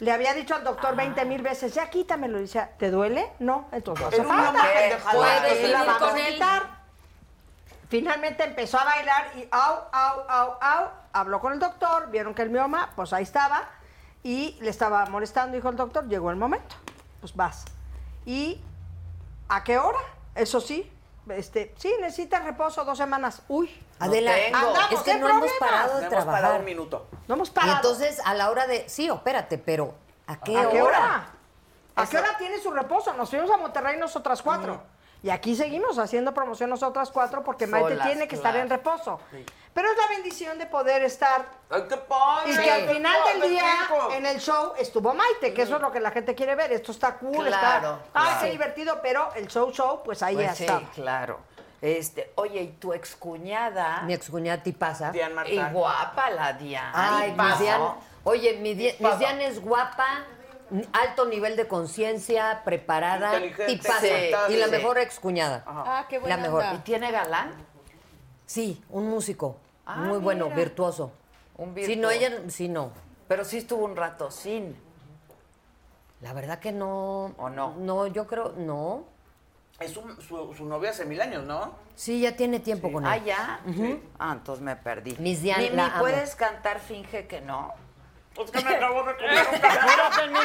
[SPEAKER 5] Le había dicho al doctor 20 mil veces, ya quítamelo. Y decía, ¿te duele? No, entonces no hace
[SPEAKER 6] Es una
[SPEAKER 5] falta.
[SPEAKER 6] pendejada.
[SPEAKER 5] Pues,
[SPEAKER 6] Puedes
[SPEAKER 5] la
[SPEAKER 11] vivir
[SPEAKER 5] vamos
[SPEAKER 11] con
[SPEAKER 5] a
[SPEAKER 11] él.
[SPEAKER 5] quitar. Finalmente empezó a bailar y au, au, au, au. Habló con el doctor, vieron que el mioma, pues ahí estaba. Y le estaba molestando, dijo el doctor, llegó el momento. Pues vas. ¿Y a qué hora? Eso sí. Este, sí, necesita reposo dos semanas. Uy,
[SPEAKER 9] Adela,
[SPEAKER 6] tengo.
[SPEAKER 9] andamos, es
[SPEAKER 5] Andamos,
[SPEAKER 9] que
[SPEAKER 5] ¿eh?
[SPEAKER 9] no hemos
[SPEAKER 5] Problemas.
[SPEAKER 9] parado
[SPEAKER 6] No
[SPEAKER 9] de
[SPEAKER 6] hemos parado
[SPEAKER 9] trabajar.
[SPEAKER 6] un minuto.
[SPEAKER 5] no hemos
[SPEAKER 9] Y
[SPEAKER 5] parado.
[SPEAKER 9] entonces, a la hora de. Sí, opérate, pero ¿a qué,
[SPEAKER 5] ¿A qué hora? ¿A
[SPEAKER 9] Eso.
[SPEAKER 5] qué hora tiene su reposo? Nos fuimos a Monterrey nosotras cuatro. Y aquí seguimos haciendo promoción nosotras cuatro porque Maite
[SPEAKER 3] Solas,
[SPEAKER 5] tiene que estar en
[SPEAKER 3] claro.
[SPEAKER 5] reposo. Pero es la bendición de poder estar
[SPEAKER 6] Ay, qué padre.
[SPEAKER 5] y
[SPEAKER 9] Sí.
[SPEAKER 5] que al final
[SPEAKER 6] Ay,
[SPEAKER 5] del
[SPEAKER 6] qué
[SPEAKER 5] día
[SPEAKER 6] rico.
[SPEAKER 5] en el show estuvo Maite, que eso es lo que la gente quiere ver. Esto está cool,
[SPEAKER 3] Claro,
[SPEAKER 5] está. Ah,
[SPEAKER 3] claro.
[SPEAKER 5] qué divertido, pero el show show, pues ahí
[SPEAKER 3] Pues
[SPEAKER 5] ya
[SPEAKER 3] sí,
[SPEAKER 5] está.
[SPEAKER 3] claro. Este, oye, y tu excuñada.
[SPEAKER 9] Mi excuñada pasa.
[SPEAKER 6] Dian
[SPEAKER 3] Y
[SPEAKER 6] Martán.
[SPEAKER 3] guapa la Diana.
[SPEAKER 9] Ay,
[SPEAKER 3] Tipazo.
[SPEAKER 9] mi Dian- Oye, mi, Di- mi
[SPEAKER 3] Tipazo.
[SPEAKER 9] Dian es guapa, n- alto nivel de conciencia, preparada,
[SPEAKER 6] Inteligente,
[SPEAKER 9] tipazo.
[SPEAKER 6] sí,
[SPEAKER 9] y la
[SPEAKER 6] sí.
[SPEAKER 9] mejor excuñada.
[SPEAKER 11] Ah, qué buena
[SPEAKER 9] La mejor.
[SPEAKER 3] ¿Y
[SPEAKER 11] onda.
[SPEAKER 3] tiene galán?
[SPEAKER 9] Sí, un músico.
[SPEAKER 3] Ah,
[SPEAKER 9] muy bueno,
[SPEAKER 3] mira.
[SPEAKER 9] virtuoso.
[SPEAKER 3] Un
[SPEAKER 9] Si no, ella, sí, no.
[SPEAKER 3] Pero sí estuvo un rato sin.
[SPEAKER 9] La verdad que no.
[SPEAKER 3] ¿O no?
[SPEAKER 9] No, yo creo, no.
[SPEAKER 6] Es su, su- su novia hace mil años, ¿no?
[SPEAKER 9] Sí, ya tiene tiempo con él.
[SPEAKER 3] Ah, ya. Ah, entonces me perdí.
[SPEAKER 9] Miss Dian,
[SPEAKER 3] Mimi,
[SPEAKER 9] la amo.
[SPEAKER 3] ¿puedes cantar Finge que no?
[SPEAKER 4] Es que me acabo de comer un Apúrate, Mimi.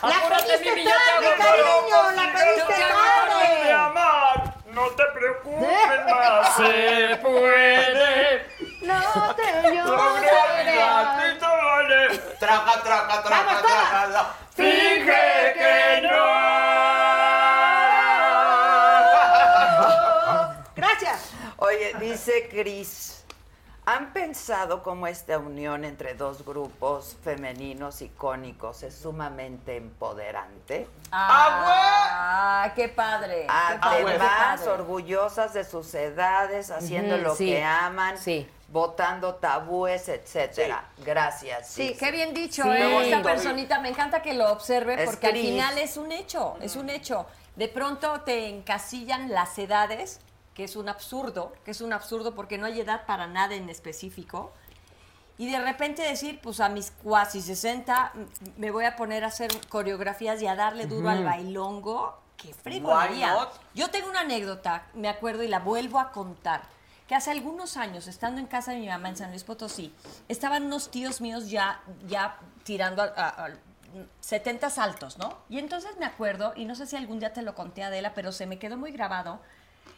[SPEAKER 4] Apúrate,
[SPEAKER 5] pediste
[SPEAKER 4] Mimi, yo te hago
[SPEAKER 5] tarde,
[SPEAKER 4] el
[SPEAKER 5] cariño,
[SPEAKER 4] favor.
[SPEAKER 5] la
[SPEAKER 4] Yo
[SPEAKER 5] pediste
[SPEAKER 4] te hago
[SPEAKER 5] tarde.
[SPEAKER 4] el favor de amar. No te
[SPEAKER 5] [LAUGHS]
[SPEAKER 4] preocupes más. Se puede.
[SPEAKER 5] No te
[SPEAKER 4] Lograrás
[SPEAKER 5] llores.
[SPEAKER 4] y soles.
[SPEAKER 6] Traca, traca, traca, traca. la-
[SPEAKER 4] Finge que no.
[SPEAKER 9] Oh,
[SPEAKER 5] Gracias.
[SPEAKER 3] Oye, dice Cris, ¿han pensado cómo esta unión entre dos grupos femeninos icónicos es sumamente empoderante?
[SPEAKER 11] Ah, qué padre. qué
[SPEAKER 5] Ah,
[SPEAKER 11] padre,
[SPEAKER 3] Ah,
[SPEAKER 11] qué
[SPEAKER 3] Además,
[SPEAKER 11] padre.
[SPEAKER 3] orgullosas de sus edades, haciendo
[SPEAKER 9] Ujú,
[SPEAKER 3] lo
[SPEAKER 9] sí,
[SPEAKER 3] que aman,
[SPEAKER 9] sí.
[SPEAKER 3] votando tabúes, etcétera. Gracias.
[SPEAKER 11] Sí,
[SPEAKER 3] Cris.
[SPEAKER 11] qué bien dicho,
[SPEAKER 9] Sí.
[SPEAKER 11] ¿eh? Esta
[SPEAKER 3] Bonito.
[SPEAKER 11] personita, me encanta que lo observe
[SPEAKER 3] Es
[SPEAKER 11] porque al
[SPEAKER 3] gris.
[SPEAKER 11] final es un hecho, es un hecho. De pronto te encasillan las edades, que es un absurdo, que es un absurdo porque no hay edad para nada en específico. Y de repente decir, pues a mis cuasi 60 m- me voy a poner a hacer coreografías y a darle duro al bailongo, qué
[SPEAKER 6] Why
[SPEAKER 11] fregonería.
[SPEAKER 6] not?
[SPEAKER 11] Yo tengo una anécdota, me acuerdo y la vuelvo a contar, que hace algunos años, estando en casa de mi mamá en San Luis Potosí, estaban unos tíos míos ya, ya tirando a, a- a- 70 saltos, ¿no? Y entonces me acuerdo, y no sé si algún día te lo conté, Adela, pero se me quedó muy grabado,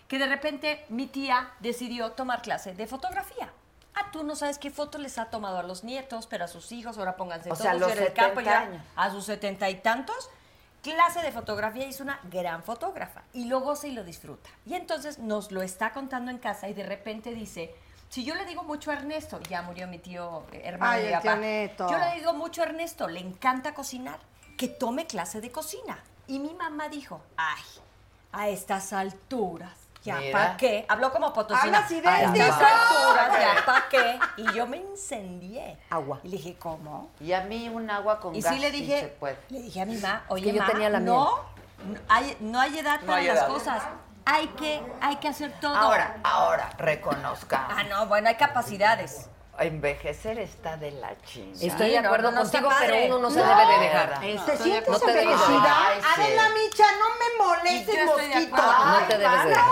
[SPEAKER 11] que de repente mi tía decidió tomar clase de fotografía. Ah, tú no sabes qué foto les ha tomado a los nietos, pero a sus hijos, ahora pónganse
[SPEAKER 3] O
[SPEAKER 11] todos
[SPEAKER 3] sea, a los
[SPEAKER 11] en el campo
[SPEAKER 3] 70
[SPEAKER 11] ya
[SPEAKER 3] años.
[SPEAKER 11] a sus setenta y tantos, clase de fotografía y es una gran fotógrafa y lo goza y lo disfruta. Y entonces nos lo está contando en casa y de repente dice, si yo le digo mucho a Ernesto, ya murió mi tío eh, hermano
[SPEAKER 5] Ay,
[SPEAKER 11] de mi
[SPEAKER 5] el tío
[SPEAKER 11] papá,
[SPEAKER 5] Neto.
[SPEAKER 11] yo le digo mucho a Ernesto, le encanta cocinar, que tome clase de cocina. Y mi mamá dijo, ay, a estas alturas. Ya,
[SPEAKER 3] Mira.
[SPEAKER 11] ¿para qué? Habló como potosina.
[SPEAKER 5] Hablas
[SPEAKER 11] "A estas
[SPEAKER 5] idéntico".
[SPEAKER 9] [LAUGHS]
[SPEAKER 11] alturas, ya, ¿para qué? Y yo me incendié.
[SPEAKER 9] Agua.
[SPEAKER 11] Y le dije, ¿cómo?
[SPEAKER 3] Y a mí un agua con
[SPEAKER 11] Y
[SPEAKER 3] gas
[SPEAKER 11] sí le
[SPEAKER 3] se
[SPEAKER 11] dije,
[SPEAKER 3] puede.
[SPEAKER 11] le dije a mi mamá, oye,
[SPEAKER 9] yo
[SPEAKER 11] ma,
[SPEAKER 9] tenía la
[SPEAKER 11] no, no hay, no hay edad para
[SPEAKER 6] hay
[SPEAKER 11] las
[SPEAKER 6] edad.
[SPEAKER 11] cosas. Hay que, hay que hacer todo.
[SPEAKER 3] Ahora, ahora, reconozcamos.
[SPEAKER 11] Ah, no, bueno, hay capacidades.
[SPEAKER 3] Envejecer está de la chingada.
[SPEAKER 9] Estoy
[SPEAKER 11] Sí,
[SPEAKER 9] de
[SPEAKER 11] no,
[SPEAKER 9] acuerdo
[SPEAKER 11] no, no está
[SPEAKER 9] contigo, pero
[SPEAKER 11] padre.
[SPEAKER 9] uno no se
[SPEAKER 3] No.
[SPEAKER 9] debe de dejar.
[SPEAKER 3] Ay,
[SPEAKER 5] ¿Te sientes
[SPEAKER 9] no te debes de
[SPEAKER 5] envejecida?
[SPEAKER 3] dejar. Ay, sí.
[SPEAKER 5] Adela Micha, no me
[SPEAKER 11] Y yo
[SPEAKER 5] molestes,
[SPEAKER 11] estoy de
[SPEAKER 5] mosquito.
[SPEAKER 11] acuerdo.
[SPEAKER 9] No te debes de
[SPEAKER 5] mana,
[SPEAKER 9] dejar.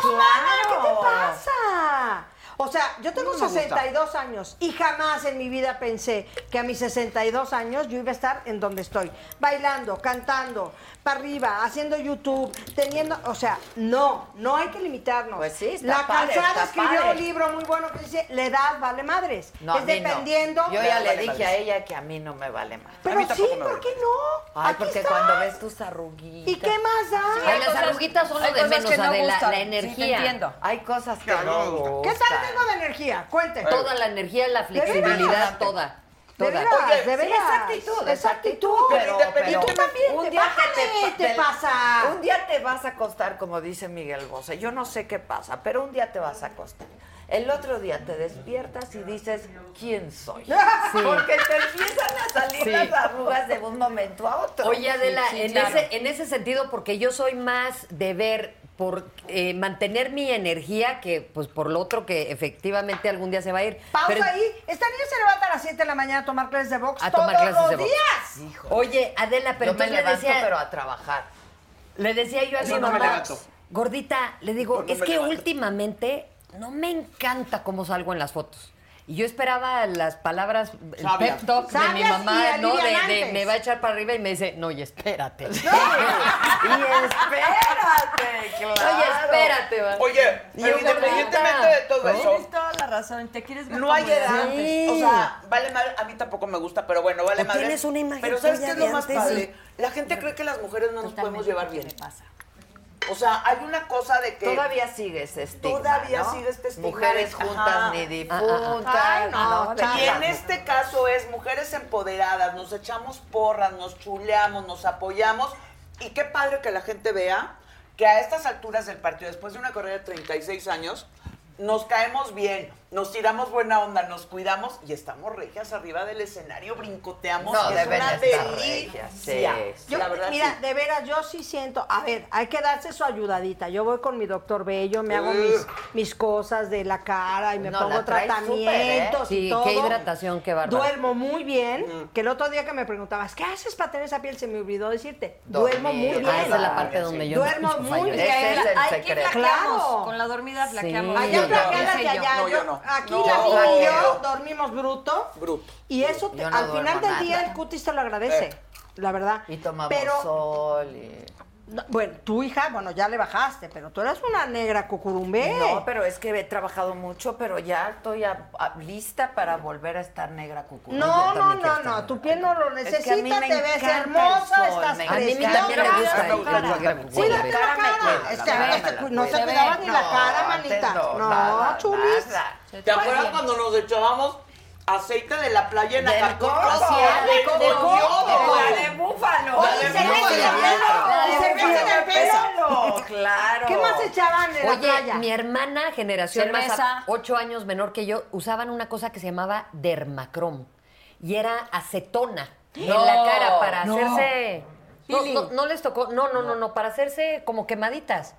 [SPEAKER 5] ¿Qué te pasa? O sea, yo tengo 62 años y jamás en mi vida pensé que a mis 62 años yo iba a estar en donde estoy. Bailando, cantando, para arriba, haciendo YouTube, teniendo... O sea, no, no hay que limitarnos.
[SPEAKER 3] Pues sí, está
[SPEAKER 5] La
[SPEAKER 3] padre,
[SPEAKER 5] Calzada
[SPEAKER 3] está
[SPEAKER 5] escribió
[SPEAKER 3] padre.
[SPEAKER 5] un libro muy bueno que dice, la edad vale madres.
[SPEAKER 3] No, a
[SPEAKER 5] es
[SPEAKER 3] mí no.
[SPEAKER 5] dependiendo...
[SPEAKER 3] Yo ya le
[SPEAKER 6] Vale,
[SPEAKER 3] dije
[SPEAKER 6] vale.
[SPEAKER 3] a ella que a mí no me vale más.
[SPEAKER 5] Pero
[SPEAKER 6] mí
[SPEAKER 5] sí,
[SPEAKER 6] tampoco me
[SPEAKER 5] ¿por
[SPEAKER 6] vale.
[SPEAKER 5] qué no?
[SPEAKER 3] Ay,
[SPEAKER 5] Aquí
[SPEAKER 3] porque
[SPEAKER 5] está.
[SPEAKER 3] cuando ves tus arruguitas.
[SPEAKER 5] ¿Y qué más da?
[SPEAKER 9] Ay, las arruguitas son lo
[SPEAKER 11] hay
[SPEAKER 9] de
[SPEAKER 11] cosas
[SPEAKER 9] menos,
[SPEAKER 11] que no
[SPEAKER 9] Adela,
[SPEAKER 11] gustan.
[SPEAKER 9] la
[SPEAKER 11] Sí, te
[SPEAKER 9] energía.
[SPEAKER 11] entiendo.
[SPEAKER 3] Hay cosas que
[SPEAKER 6] Que
[SPEAKER 3] no
[SPEAKER 6] no me
[SPEAKER 3] gustan.
[SPEAKER 5] ¿Qué tal tengo de energía? Cuente.
[SPEAKER 3] Pues
[SPEAKER 9] Toda la energía, la
[SPEAKER 5] veras?
[SPEAKER 9] flexibilidad, toda.
[SPEAKER 5] De
[SPEAKER 9] Toda.
[SPEAKER 5] veras,
[SPEAKER 3] Oye,
[SPEAKER 5] de
[SPEAKER 3] sí,
[SPEAKER 5] veras.
[SPEAKER 3] esa actitud,
[SPEAKER 5] Esa
[SPEAKER 3] esa
[SPEAKER 5] actitud.
[SPEAKER 3] actitud,
[SPEAKER 5] Pero,
[SPEAKER 3] pero-
[SPEAKER 5] y tú
[SPEAKER 3] pero-
[SPEAKER 5] también,
[SPEAKER 3] un
[SPEAKER 5] te,
[SPEAKER 3] día que
[SPEAKER 5] bájale,
[SPEAKER 3] pa-
[SPEAKER 5] te, pasa.
[SPEAKER 3] Un día te vas a acostar, como dice Miguel Bosé. Yo no sé qué pasa, pero un día te vas a acostar. El otro día te despiertas y dices, ¿quién soy? Porque te empiezan a salir
[SPEAKER 9] Sí.
[SPEAKER 3] las arrugas de un momento a otro.
[SPEAKER 9] Oye, Adela,
[SPEAKER 11] sí,
[SPEAKER 9] en,
[SPEAKER 11] claro.
[SPEAKER 9] ese, en ese sentido, porque yo soy más de ver por eh, mantener mi energía, que pues por lo otro que efectivamente algún día se va a ir.
[SPEAKER 5] Pausa
[SPEAKER 9] Pero-
[SPEAKER 5] ahí. Esta niña se levanta a las 7 de la mañana a tomar clases de box
[SPEAKER 9] A
[SPEAKER 5] todos
[SPEAKER 9] tomar clases
[SPEAKER 5] los
[SPEAKER 9] de box.
[SPEAKER 5] días.
[SPEAKER 9] Oye, Adela, pero
[SPEAKER 3] yo me
[SPEAKER 9] entonces le
[SPEAKER 3] levanto,
[SPEAKER 9] decía,
[SPEAKER 3] pero a trabajar.
[SPEAKER 9] le decía yo a
[SPEAKER 6] Yo
[SPEAKER 9] mi
[SPEAKER 6] no me
[SPEAKER 9] mamá,
[SPEAKER 6] levanto.
[SPEAKER 9] gordita, le digo,
[SPEAKER 6] Yo no
[SPEAKER 9] es
[SPEAKER 6] me
[SPEAKER 9] que
[SPEAKER 6] levanto".
[SPEAKER 9] últimamente no me encanta cómo salgo en las fotos. Y yo esperaba las palabras, el
[SPEAKER 6] Sabias.
[SPEAKER 9] pep talk de mi
[SPEAKER 5] Sabias
[SPEAKER 9] mamá,
[SPEAKER 5] y
[SPEAKER 9] ¿no? De- De,
[SPEAKER 5] alivianantes.
[SPEAKER 9] me va a echar para arriba y me dice, no, y [LAUGHS] espérate.
[SPEAKER 3] Y espérate, claro.
[SPEAKER 9] Oye, espérate, va.
[SPEAKER 6] Oye, pero
[SPEAKER 9] Yo, gordita.
[SPEAKER 6] independientemente de todo eso,
[SPEAKER 11] Tienes toda la razón, te quieres ver
[SPEAKER 6] no
[SPEAKER 11] como
[SPEAKER 6] hay
[SPEAKER 11] eres
[SPEAKER 6] edad.
[SPEAKER 11] antes.
[SPEAKER 6] O sea, vale madre. A mí tampoco me gusta, pero bueno, vale
[SPEAKER 9] O
[SPEAKER 6] madre.
[SPEAKER 9] tienes una imagen
[SPEAKER 6] Pero ¿sabes
[SPEAKER 9] tuya
[SPEAKER 6] qué es lo
[SPEAKER 9] de
[SPEAKER 6] más
[SPEAKER 9] antes y-
[SPEAKER 6] padre? La gente cree que las mujeres no nos podemos
[SPEAKER 11] Totalmente,
[SPEAKER 6] llevar
[SPEAKER 11] ¿qué
[SPEAKER 6] bien.
[SPEAKER 11] me pasa?
[SPEAKER 6] O sea, hay una cosa de que.
[SPEAKER 3] Todavía sigue ese estigma,
[SPEAKER 6] Todavía
[SPEAKER 3] ¿no?
[SPEAKER 6] sigue este estigma
[SPEAKER 3] Mujeres
[SPEAKER 6] de-
[SPEAKER 3] juntas
[SPEAKER 6] Ajá.
[SPEAKER 3] ni
[SPEAKER 9] Ah,
[SPEAKER 3] difuntas.
[SPEAKER 5] Ay, no,
[SPEAKER 3] te
[SPEAKER 6] Y en
[SPEAKER 3] quitan.
[SPEAKER 6] este caso es mujeres empoderadas, nos echamos porras, nos chuleamos, nos apoyamos. Y qué padre que la gente vea que a estas alturas del partido, después de una carrera de 36 años, nos caemos bien, nos tiramos buena onda, nos cuidamos y estamos regias arriba del escenario, brincoteamos.
[SPEAKER 3] No,
[SPEAKER 6] que es
[SPEAKER 3] deben
[SPEAKER 6] una
[SPEAKER 3] estar
[SPEAKER 6] delicia.
[SPEAKER 3] regias, sí, sí.
[SPEAKER 5] Yo,
[SPEAKER 6] la verdad,
[SPEAKER 5] mira,
[SPEAKER 6] sí.
[SPEAKER 5] de veras, yo sí siento, a ver, hay que darse su ayudadita. Yo voy con mi doctor Bello, me hago mis, mis cosas de la cara y me
[SPEAKER 3] No,
[SPEAKER 5] pongo
[SPEAKER 3] la traes
[SPEAKER 5] tratamientos
[SPEAKER 9] súper, ¿eh?
[SPEAKER 5] y
[SPEAKER 9] Sí,
[SPEAKER 5] todo.
[SPEAKER 9] qué hidratación, qué bárbaro.
[SPEAKER 5] Duermo muy bien, que el otro día que me preguntabas, ¿qué haces para tener esa piel? Se me olvidó decirte,
[SPEAKER 3] Dormir,
[SPEAKER 5] duermo muy bien.
[SPEAKER 9] Ah, esa es la parte
[SPEAKER 3] Claro,
[SPEAKER 9] donde
[SPEAKER 3] sí.
[SPEAKER 9] yo no-
[SPEAKER 5] Duermo muy
[SPEAKER 9] fallo.
[SPEAKER 5] bien.
[SPEAKER 3] Ese es el
[SPEAKER 11] Hay que
[SPEAKER 3] secreto.
[SPEAKER 11] flaqueamos,
[SPEAKER 5] Claro.
[SPEAKER 11] con la dormida flaqueamos.
[SPEAKER 9] Sí.
[SPEAKER 5] Allá
[SPEAKER 9] No,
[SPEAKER 5] flaqueadas
[SPEAKER 11] Ese
[SPEAKER 5] y allá.
[SPEAKER 6] No, yo
[SPEAKER 5] yo-
[SPEAKER 6] no.
[SPEAKER 5] Aquí
[SPEAKER 6] No,
[SPEAKER 5] la
[SPEAKER 6] no,
[SPEAKER 5] vi y
[SPEAKER 6] yo
[SPEAKER 5] yo
[SPEAKER 6] no.
[SPEAKER 5] dormimos bruto.
[SPEAKER 6] Bruto.
[SPEAKER 5] Y eso, te-
[SPEAKER 3] Yo no
[SPEAKER 5] al
[SPEAKER 3] duermo
[SPEAKER 5] final del día,
[SPEAKER 3] nada.
[SPEAKER 5] el cutis te lo agradece.
[SPEAKER 6] Eh.
[SPEAKER 5] La verdad.
[SPEAKER 3] Y tomamos
[SPEAKER 5] Pero
[SPEAKER 3] sol y...
[SPEAKER 5] No, bueno, tu hija, bueno, ya le bajaste, pero tú eras una negra cucurumbé.
[SPEAKER 3] No, pero es que he trabajado mucho, pero ya estoy a- a- lista para volver a estar negra cucú.
[SPEAKER 5] no, no, no, no, tu piel no lo necesita,
[SPEAKER 3] Es que a mí me
[SPEAKER 5] te ves
[SPEAKER 3] encanta el
[SPEAKER 5] hermosa,
[SPEAKER 3] sol,
[SPEAKER 5] estás
[SPEAKER 3] me
[SPEAKER 9] A mí me
[SPEAKER 3] encanta.
[SPEAKER 5] preciosa.
[SPEAKER 9] también me gusta.
[SPEAKER 6] Claro,
[SPEAKER 9] ir a la
[SPEAKER 6] claro.
[SPEAKER 5] Sí, la
[SPEAKER 9] cara.
[SPEAKER 5] cara,
[SPEAKER 3] Cara me
[SPEAKER 5] cara.
[SPEAKER 3] cuida,
[SPEAKER 5] Es
[SPEAKER 3] la
[SPEAKER 5] que
[SPEAKER 3] cara
[SPEAKER 5] no
[SPEAKER 3] me
[SPEAKER 5] te,
[SPEAKER 3] la
[SPEAKER 5] cu- no
[SPEAKER 3] cuida.
[SPEAKER 5] te cuidabas ni la
[SPEAKER 3] No,
[SPEAKER 5] cara,
[SPEAKER 3] antes
[SPEAKER 5] manita.
[SPEAKER 3] no,
[SPEAKER 5] No,
[SPEAKER 3] nada,
[SPEAKER 5] chulis.
[SPEAKER 3] nada.
[SPEAKER 6] ¿Te acuerdas cuando nos echábamos aceite de la playa en Acapulco? ¡Ay, como
[SPEAKER 5] de coco.
[SPEAKER 6] yo!
[SPEAKER 3] de búfalo.
[SPEAKER 6] Oye,
[SPEAKER 3] de
[SPEAKER 6] se me
[SPEAKER 3] búfalo.
[SPEAKER 6] hace la
[SPEAKER 5] pelo, se me hace la
[SPEAKER 3] No, Claro.
[SPEAKER 5] ¿Qué más echaban en la
[SPEAKER 9] Oye,
[SPEAKER 5] playa?
[SPEAKER 9] mi hermana, generación más
[SPEAKER 11] Cerveza.
[SPEAKER 9] a- ocho años menor que yo, usaban una cosa que se llamaba dermacrom. Y era acetona en la cara para hacerse. No,
[SPEAKER 11] Peeling.
[SPEAKER 9] no, no les tocó. No, no, no, no, para hacerse como quemaditas.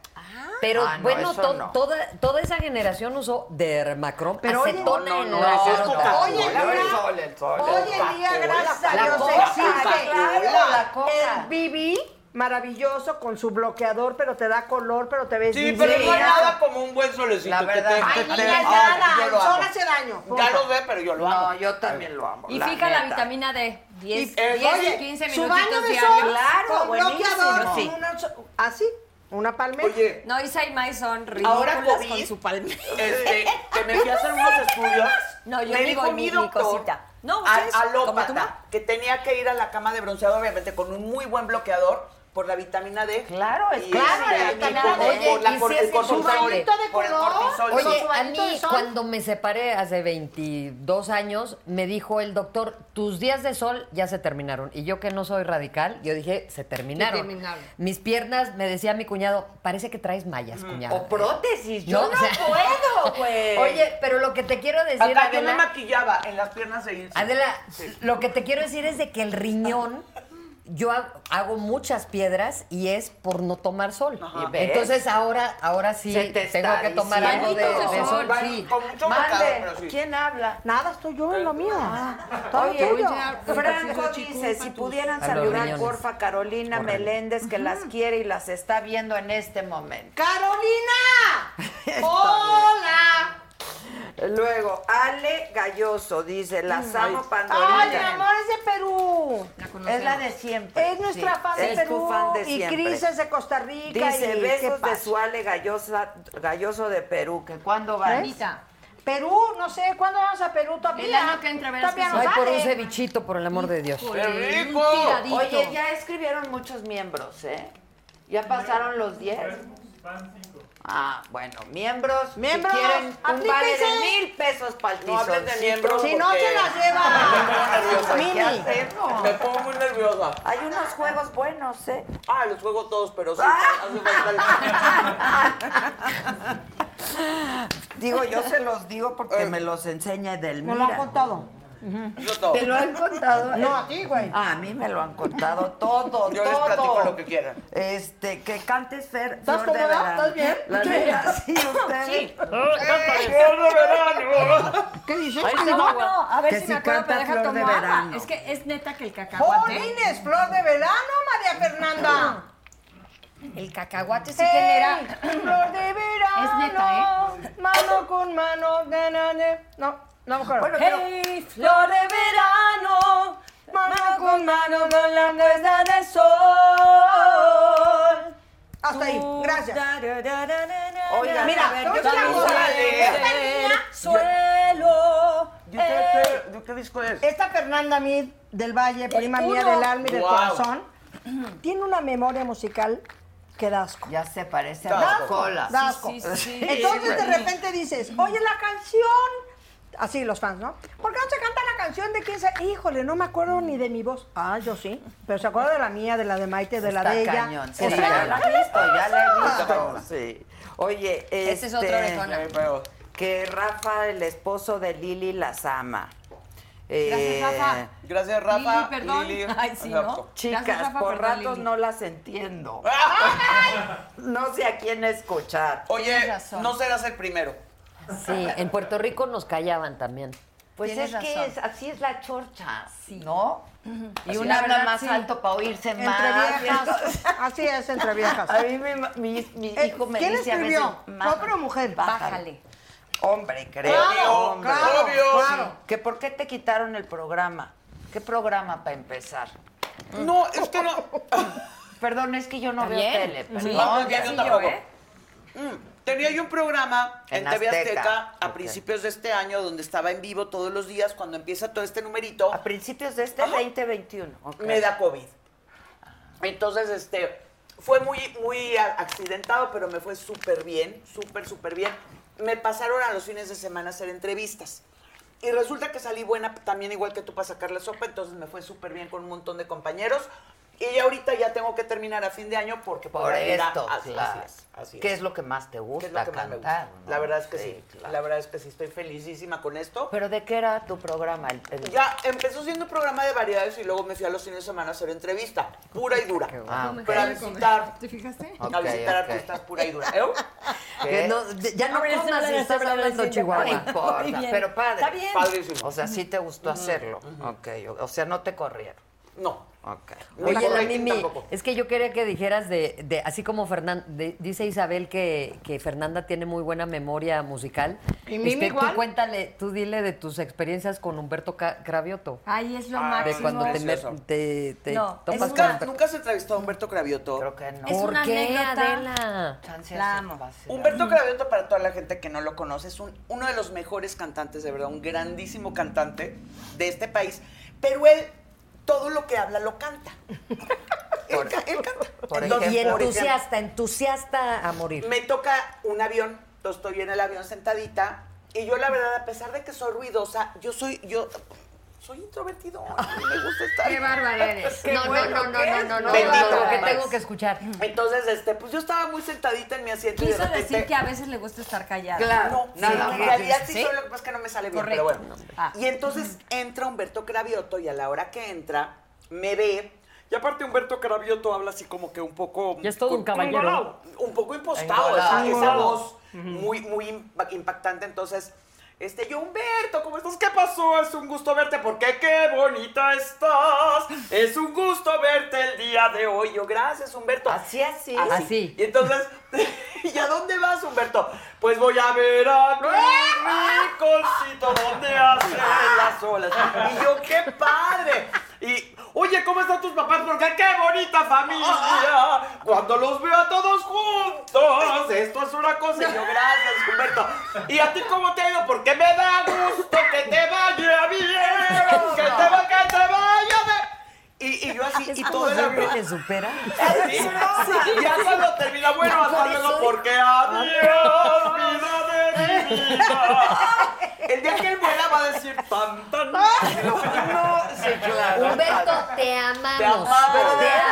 [SPEAKER 9] Pero
[SPEAKER 3] Ah, no,
[SPEAKER 9] bueno,
[SPEAKER 3] eso
[SPEAKER 9] to-
[SPEAKER 3] no.
[SPEAKER 9] toda, toda esa generación usó dermacrom,
[SPEAKER 5] Pero oye,
[SPEAKER 9] acetona
[SPEAKER 5] no,
[SPEAKER 9] en
[SPEAKER 3] No,
[SPEAKER 9] la
[SPEAKER 3] no,
[SPEAKER 9] cara.
[SPEAKER 3] no,
[SPEAKER 5] Oye,
[SPEAKER 3] no,
[SPEAKER 5] mira,
[SPEAKER 3] el sol, el sol.
[SPEAKER 5] Hoy en día, gracias a Dios,
[SPEAKER 3] coca,
[SPEAKER 5] existe
[SPEAKER 3] claro, la coca.
[SPEAKER 5] el BB maravilloso con su bloqueador, pero te da color, pero te ves
[SPEAKER 6] Sí, pero no hay
[SPEAKER 5] divina.
[SPEAKER 6] nada como un buen solecito.
[SPEAKER 3] La
[SPEAKER 6] que
[SPEAKER 3] verdad.
[SPEAKER 6] te-
[SPEAKER 3] Ay,
[SPEAKER 6] que
[SPEAKER 5] niña,
[SPEAKER 6] te-
[SPEAKER 5] ya
[SPEAKER 6] Ay,
[SPEAKER 5] nada,
[SPEAKER 6] yo lo
[SPEAKER 5] el sol
[SPEAKER 6] amo.
[SPEAKER 5] hace daño,
[SPEAKER 6] Ya
[SPEAKER 5] punto.
[SPEAKER 6] lo ve, pero yo lo amo.
[SPEAKER 3] No, yo también lo amo.
[SPEAKER 11] Y fija la
[SPEAKER 3] neta.
[SPEAKER 11] vitamina D. 10,
[SPEAKER 6] eh,
[SPEAKER 11] 10,
[SPEAKER 6] oye,
[SPEAKER 11] 15
[SPEAKER 5] su baño
[SPEAKER 11] minutitos
[SPEAKER 5] de sol
[SPEAKER 11] diarios.
[SPEAKER 5] con
[SPEAKER 3] buenísimo.
[SPEAKER 5] bloqueador,
[SPEAKER 3] Sí.
[SPEAKER 5] con una, así, una palmeta.
[SPEAKER 6] Oye,
[SPEAKER 11] No, Isa y Mai son
[SPEAKER 6] Ahora
[SPEAKER 11] ridículas
[SPEAKER 6] COVID.
[SPEAKER 11] con su palmera.
[SPEAKER 5] [LAUGHS]
[SPEAKER 6] este, que me fui a hacer unos estudios.
[SPEAKER 11] No, yo
[SPEAKER 6] me
[SPEAKER 11] digo
[SPEAKER 6] dijo
[SPEAKER 11] mi-
[SPEAKER 6] mi
[SPEAKER 11] mi
[SPEAKER 6] doctor,
[SPEAKER 11] cosita. No,
[SPEAKER 6] a-
[SPEAKER 11] ustedes, como tu
[SPEAKER 6] alópata,
[SPEAKER 11] mamá.
[SPEAKER 6] que tenía que ir a la cama de bronceado, obviamente, con un muy buen bloqueador por la vitamina D.
[SPEAKER 3] Claro, es
[SPEAKER 6] Y
[SPEAKER 3] claro,
[SPEAKER 6] este,
[SPEAKER 3] la vitamina
[SPEAKER 6] por-
[SPEAKER 3] D.
[SPEAKER 6] por la
[SPEAKER 9] Oye, y
[SPEAKER 6] cor-
[SPEAKER 9] sí
[SPEAKER 6] el
[SPEAKER 9] es
[SPEAKER 6] cortisol,
[SPEAKER 9] importante.
[SPEAKER 6] por el cortisol.
[SPEAKER 9] Oye,
[SPEAKER 5] Con su
[SPEAKER 9] a
[SPEAKER 5] bañito de
[SPEAKER 9] mí
[SPEAKER 5] sol.
[SPEAKER 9] cuando me separé hace 22 años, me dijo el doctor, tus días de sol ya se terminaron. Y yo que no soy radical, yo dije, se terminaron.
[SPEAKER 11] Se terminaron.
[SPEAKER 9] Mis piernas, me decía mi cuñado, parece que traes
[SPEAKER 6] Mm.
[SPEAKER 9] mallas, cuñado.
[SPEAKER 3] O prótesis, yo no, pues.
[SPEAKER 9] o sea-
[SPEAKER 3] puedo,
[SPEAKER 13] Eh,
[SPEAKER 6] [LAUGHS]
[SPEAKER 3] güey.
[SPEAKER 9] Oye, pero lo que te quiero decir,
[SPEAKER 6] Acá yo me
[SPEAKER 9] Adela,
[SPEAKER 6] maquillaba en las piernas de Ilse.
[SPEAKER 9] Adela, lo que te quiero decir es de que el riñón, yo ha- hago muchas piedras y es por no tomar sol.
[SPEAKER 3] Ajá. ¿Ves?
[SPEAKER 9] Entonces ahora, ahora sí
[SPEAKER 3] Se te
[SPEAKER 9] tengo
[SPEAKER 3] está
[SPEAKER 9] que tomar
[SPEAKER 3] diciendo.
[SPEAKER 9] algo de, de
[SPEAKER 6] Bañitos de
[SPEAKER 9] sol.
[SPEAKER 6] sol.
[SPEAKER 9] sí.
[SPEAKER 6] Con mucho mercado, pero sí.
[SPEAKER 3] Mande, ¿quién habla?
[SPEAKER 5] Nada, estoy yo en lo mío. Todo
[SPEAKER 3] Oye,
[SPEAKER 5] tuyo.
[SPEAKER 3] Franco dice, si pudieran
[SPEAKER 9] A los
[SPEAKER 3] saludar
[SPEAKER 9] riñones.
[SPEAKER 3] porfa a Carolina
[SPEAKER 9] Órale.
[SPEAKER 3] Meléndez, que las quiere y las está viendo en este momento. [LAUGHS]
[SPEAKER 5] ¡Carolina! ¡Hola!
[SPEAKER 3] Luego, Ale Galloso dice, las amo
[SPEAKER 5] ¡Ay, mi
[SPEAKER 3] Pandorita.
[SPEAKER 5] amor es de Perú!
[SPEAKER 3] es la de siempre.
[SPEAKER 5] Es nuestra
[SPEAKER 3] Sí,
[SPEAKER 5] fan de
[SPEAKER 3] es
[SPEAKER 5] Perú.
[SPEAKER 3] tu fan de
[SPEAKER 5] y
[SPEAKER 3] siempre.
[SPEAKER 5] Cris es de Costa Rica.
[SPEAKER 3] Dice,
[SPEAKER 5] y
[SPEAKER 3] besos
[SPEAKER 5] qué
[SPEAKER 3] de
[SPEAKER 5] paz.
[SPEAKER 3] su Ale Gallosa, Galloso de Perú, que cuándo va.
[SPEAKER 11] Anita,
[SPEAKER 5] Perú, no sé, ¿cuándo vamos a Perú todavía?
[SPEAKER 11] El año que entra, verás
[SPEAKER 5] Todavía
[SPEAKER 11] que
[SPEAKER 5] no
[SPEAKER 11] sí.
[SPEAKER 9] Ay, por un
[SPEAKER 5] sale.
[SPEAKER 9] cevichito, por el amor de Dios.
[SPEAKER 11] por el
[SPEAKER 6] rico!
[SPEAKER 11] tiradito.
[SPEAKER 3] Oye, ya escribieron muchos miembros, ¿eh? ¿Ya pasaron los 10? Ah, bueno, miembros,
[SPEAKER 5] Miembros,
[SPEAKER 3] si quieren un vale
[SPEAKER 5] aplíquense.
[SPEAKER 3] de mil pesos para el
[SPEAKER 6] No hablen de miembros
[SPEAKER 5] Si no,
[SPEAKER 6] porque
[SPEAKER 5] se las
[SPEAKER 6] [LAUGHS]
[SPEAKER 5] lleva. Mini.
[SPEAKER 6] Me pongo muy nerviosa.
[SPEAKER 3] Hay unos juegos buenos, ¿eh? Ah.
[SPEAKER 6] Ah, los juego todos, pero sí, hace falta
[SPEAKER 3] Digo, yo se los digo porque me los enseña
[SPEAKER 5] Me lo
[SPEAKER 6] Eh.
[SPEAKER 5] han
[SPEAKER 3] Edelmira.
[SPEAKER 5] contado.
[SPEAKER 6] el...
[SPEAKER 13] Eso todo.
[SPEAKER 9] ¿Te lo han contado?
[SPEAKER 5] No, a ti, güey.
[SPEAKER 3] Ah, a mí me lo han contado todo,
[SPEAKER 13] Yo les
[SPEAKER 3] todo.
[SPEAKER 13] platico lo que quieran.
[SPEAKER 3] Este, que cantes Fer.
[SPEAKER 5] ¿Estás
[SPEAKER 3] Flor de
[SPEAKER 5] cómoda?
[SPEAKER 3] Verano.
[SPEAKER 5] ¿Estás bien?
[SPEAKER 3] La
[SPEAKER 5] Sí.
[SPEAKER 3] neta,
[SPEAKER 11] [LAUGHS]
[SPEAKER 3] sí, ustedes.
[SPEAKER 14] Ah, canta de flor de verano.
[SPEAKER 5] ¿Qué dices?
[SPEAKER 3] Ahí
[SPEAKER 11] No,
[SPEAKER 3] está.
[SPEAKER 11] no, a ver
[SPEAKER 3] Que
[SPEAKER 11] si
[SPEAKER 3] si
[SPEAKER 11] me acuerdo,
[SPEAKER 3] canta
[SPEAKER 11] pero deja
[SPEAKER 3] Flor de
[SPEAKER 11] tomo agua.
[SPEAKER 3] Verano.
[SPEAKER 11] Es que es neta que el cacahuate,
[SPEAKER 5] Polines, flor de verano, María Fernanda.
[SPEAKER 11] el cacahuate sí genera...
[SPEAKER 5] Ey, Flor de verano.
[SPEAKER 11] Es neta,
[SPEAKER 5] ¿eh? Mano con mano. na, na, na. No, no me acuerdo.
[SPEAKER 11] ¡Hey, flor de verano!
[SPEAKER 5] mano con mano con la puesta del sol. Hasta ahí, gracias.
[SPEAKER 3] Oigan,
[SPEAKER 5] Mira,
[SPEAKER 3] a ver,
[SPEAKER 5] ¿cómo
[SPEAKER 3] yo
[SPEAKER 5] se llama?
[SPEAKER 3] también sé-
[SPEAKER 11] Suelo.
[SPEAKER 13] ¿De qué, de qué disco es?
[SPEAKER 5] Esta Fernanda Mid del Valle, prima mía del alma y del
[SPEAKER 13] Wow.
[SPEAKER 5] corazón, tiene una memoria musical que da asco.
[SPEAKER 3] Ya se parece a
[SPEAKER 13] Da
[SPEAKER 3] las
[SPEAKER 13] asco.
[SPEAKER 3] colas.
[SPEAKER 5] Da asco. Entonces de repente dices, oye la canción. Así los fans, ¿no? ¿Por qué no se canta la canción de quién se.? Híjole, no me acuerdo ni de mi voz. Ah, yo sí. Pero se acuerda de la mía, de la de Maite, de la
[SPEAKER 3] Está
[SPEAKER 5] de ella.
[SPEAKER 3] cañón, sí,
[SPEAKER 5] O sea,
[SPEAKER 3] ya la
[SPEAKER 5] ¿qué
[SPEAKER 3] he
[SPEAKER 5] les
[SPEAKER 3] visto, ya la he
[SPEAKER 5] pasa?
[SPEAKER 3] visto. Sí. Oye, este,
[SPEAKER 15] Ese es otro orejona.
[SPEAKER 13] Ay, huevo.
[SPEAKER 3] que Rafa, el esposo de Lili, las ama. Eh,
[SPEAKER 11] Gracias, Rafa.
[SPEAKER 13] Gracias, Rafa.
[SPEAKER 11] Lili, perdón. [LAUGHS] Ay, sí, ¿no?
[SPEAKER 3] Chicas,
[SPEAKER 11] Gracias, Rafa,
[SPEAKER 3] por
[SPEAKER 11] perdón,
[SPEAKER 3] ratos
[SPEAKER 11] Lili.
[SPEAKER 3] no las entiendo. [LAUGHS] No sé a quién escuchar.
[SPEAKER 13] Oye,
[SPEAKER 11] Tienes razón.
[SPEAKER 13] no serás el primero.
[SPEAKER 9] Sí, en Puerto Rico nos callaban también.
[SPEAKER 3] Pues
[SPEAKER 11] Tienes
[SPEAKER 3] es que
[SPEAKER 11] razón.
[SPEAKER 3] es- así es la chorcha, ¿no? Y una
[SPEAKER 11] La
[SPEAKER 3] habla
[SPEAKER 11] verdad,
[SPEAKER 3] más
[SPEAKER 11] sí.
[SPEAKER 3] alto para oírse
[SPEAKER 5] Entre
[SPEAKER 3] más.
[SPEAKER 5] viejas. Así es, entre viejas.
[SPEAKER 3] A mí me- mi, mi
[SPEAKER 5] Eh,
[SPEAKER 3] hijo me
[SPEAKER 5] ¿quién
[SPEAKER 3] dice a veces,
[SPEAKER 5] escribió?
[SPEAKER 3] "Ma,
[SPEAKER 5] ¿Hombre o mujer?
[SPEAKER 3] Bájale. Hombre, creo.
[SPEAKER 13] Claro,
[SPEAKER 3] hombre.
[SPEAKER 13] claro, Obvio. claro.
[SPEAKER 3] Que por qué te quitaron el programa. ¿Qué programa para empezar?
[SPEAKER 13] No, es que no.
[SPEAKER 3] Perdón, es que yo no veo
[SPEAKER 11] bien?
[SPEAKER 3] tele. Perdón.
[SPEAKER 13] No, no,
[SPEAKER 3] ya
[SPEAKER 13] yo
[SPEAKER 3] sí,
[SPEAKER 13] tampoco.
[SPEAKER 3] yo, ¿eh?
[SPEAKER 13] Mm, Tenía yo un programa en,
[SPEAKER 3] En
[SPEAKER 13] TV Azteca,
[SPEAKER 3] Azteca.
[SPEAKER 13] a
[SPEAKER 3] Ok.
[SPEAKER 13] principios de este año donde estaba en vivo todos los días cuando empieza todo este numerito.
[SPEAKER 3] A principios de este 2021. ok.
[SPEAKER 13] me da COVID. Entonces, este, fue muy, muy a- accidentado, pero me fue súper bien, súper, súper bien. Me pasaron a los fines de semana a hacer entrevistas. Y resulta que salí buena también igual que tú para sacar la sopa, entonces me fue súper bien con un montón de compañeros. Y ya ahorita ya tengo que terminar a fin de año porque
[SPEAKER 3] Por
[SPEAKER 13] para ir a-
[SPEAKER 3] esto,
[SPEAKER 13] así,
[SPEAKER 3] claro.
[SPEAKER 13] así es, así
[SPEAKER 3] ¿Qué
[SPEAKER 13] es.
[SPEAKER 3] es lo que más te
[SPEAKER 13] ¿Qué
[SPEAKER 3] gusta
[SPEAKER 13] es lo que más me gusta?
[SPEAKER 3] cantar? no?
[SPEAKER 13] La verdad es que sí,
[SPEAKER 3] claro.
[SPEAKER 13] la verdad es que sí, estoy felicísima con esto.
[SPEAKER 3] ¿Pero de qué era tu programa? El- el-
[SPEAKER 13] Ya empezó siendo un programa de variedades y luego me fui a los fines de semana a hacer entrevista, pura y dura.
[SPEAKER 3] Ah, ok.
[SPEAKER 13] Para visitar,
[SPEAKER 11] ¿Te fijaste?
[SPEAKER 13] a
[SPEAKER 3] Ok,
[SPEAKER 13] visitar
[SPEAKER 3] ok.
[SPEAKER 13] artistas pura y dura. ¿Eh?
[SPEAKER 3] ¿Qué?
[SPEAKER 9] Que no- de- ya no
[SPEAKER 11] Ahora Ah, ya se
[SPEAKER 9] comas
[SPEAKER 11] hablan
[SPEAKER 9] si
[SPEAKER 11] de
[SPEAKER 9] estás
[SPEAKER 11] hablar de
[SPEAKER 9] hablando
[SPEAKER 11] cine.
[SPEAKER 9] Chihuahua.
[SPEAKER 3] No importa,
[SPEAKER 11] Muy bien.
[SPEAKER 3] pero padre.
[SPEAKER 11] Está bien.
[SPEAKER 13] Padrísimo.
[SPEAKER 3] O sea, sí te gustó hacerlo. Ok, o, o sea, no te corrieron.
[SPEAKER 13] No.
[SPEAKER 3] Ok.
[SPEAKER 13] No
[SPEAKER 9] Oye,
[SPEAKER 13] corre
[SPEAKER 9] la Mimi,
[SPEAKER 13] tampoco.
[SPEAKER 9] es que yo quería que dijeras de, de- así como Fernan- de- dice Isabel que, que Fernanda tiene muy buena memoria musical.
[SPEAKER 5] Y Mimi
[SPEAKER 9] este,
[SPEAKER 5] igual.
[SPEAKER 9] Tú cuéntale, tú dile de tus experiencias con Humberto Ca- Cravioto.
[SPEAKER 11] Ay, es lo
[SPEAKER 13] Ah,
[SPEAKER 9] de
[SPEAKER 11] máximo.
[SPEAKER 9] cuando te,
[SPEAKER 13] precioso.
[SPEAKER 9] met- te, te
[SPEAKER 11] No, es
[SPEAKER 9] topas con
[SPEAKER 13] Nunca,
[SPEAKER 9] Humberto.
[SPEAKER 13] nunca se entrevistó a Humberto Cravioto.
[SPEAKER 3] Creo que no.
[SPEAKER 11] Es
[SPEAKER 9] ¿Por
[SPEAKER 11] una
[SPEAKER 9] qué,
[SPEAKER 11] anécdota.
[SPEAKER 9] Adela?
[SPEAKER 3] Chance
[SPEAKER 11] La
[SPEAKER 3] se
[SPEAKER 11] amo.
[SPEAKER 3] pase.
[SPEAKER 13] Humberto Cravioto, para toda la gente que no lo conoce, es un- uno de los mejores cantantes, de verdad, un grandísimo cantante de este país. Pero él, todo lo que habla, lo canta. él, ca- él canta.
[SPEAKER 3] por
[SPEAKER 13] Entonces,
[SPEAKER 9] y
[SPEAKER 13] por ejemplo,
[SPEAKER 9] entusiasta, entusiasta a morir.
[SPEAKER 13] Me toca un avión, entonces estoy en el avión sentadita y yo la verdad, a pesar de que soy ruidosa, yo soy yo soy introvertido, a mí me gusta estar.
[SPEAKER 11] Qué bárbara eres.
[SPEAKER 9] no, no, no, no, no, no, no,
[SPEAKER 13] Bendito
[SPEAKER 9] lo que
[SPEAKER 13] Max.
[SPEAKER 9] tengo que escuchar.
[SPEAKER 13] Entonces, este, pues yo estaba muy sentadita en mi asiento y de
[SPEAKER 11] Quiso
[SPEAKER 13] repente
[SPEAKER 11] decir que a veces le gusta estar callada.
[SPEAKER 13] Claro,
[SPEAKER 3] Sí,
[SPEAKER 13] nada,
[SPEAKER 3] sí,
[SPEAKER 13] en realidad
[SPEAKER 3] sí,
[SPEAKER 13] sí,
[SPEAKER 3] sí.
[SPEAKER 13] soy, lo que pasa es que no me sale bien,
[SPEAKER 11] Correcto.
[SPEAKER 13] pero bueno.
[SPEAKER 11] Ah.
[SPEAKER 13] Y entonces entra Humberto Cravioto y a la hora que entra, me ve. Y aparte Humberto Cravioto habla así como que un poco...
[SPEAKER 9] Ya es todo un
[SPEAKER 13] con-
[SPEAKER 9] caballero.
[SPEAKER 13] engolado, Un poco impostado, esa, esa voz muy, muy impa- impactante. Entonces, este, yo Humberto, ¿cómo estás? ¿Qué pasó? Es un gusto verte, porque qué bonita estás. Es un gusto verte el día de hoy. Yo, gracias Humberto.
[SPEAKER 3] Así, así.
[SPEAKER 9] Así.
[SPEAKER 13] Y entonces, ¿y a dónde vas, Humberto? Pues voy a ver a mi ricolcito donde hacen las olas. Y yo, ¡qué padre! Y, oye, ¿cómo están tus papás? Porque qué bonita familia. Cuando los veo a todos juntos, esto es una cosa. Y yo, gracias, Humberto. ¿Y a ti cómo te ha ido? Porque me da gusto que te vaya bien. Que te, va, que te vaya bien. Y, y yo así, y todo el
[SPEAKER 9] Siempre
[SPEAKER 13] avión-
[SPEAKER 9] te supera.
[SPEAKER 13] Sí, Ya cuando termina, bueno, hasta luego, porque adiós, vida de mi vida. El día que él vuela va a decir tan, tan. No, sí, claro.
[SPEAKER 15] Humberto, te amamos.
[SPEAKER 13] Te
[SPEAKER 11] Ah,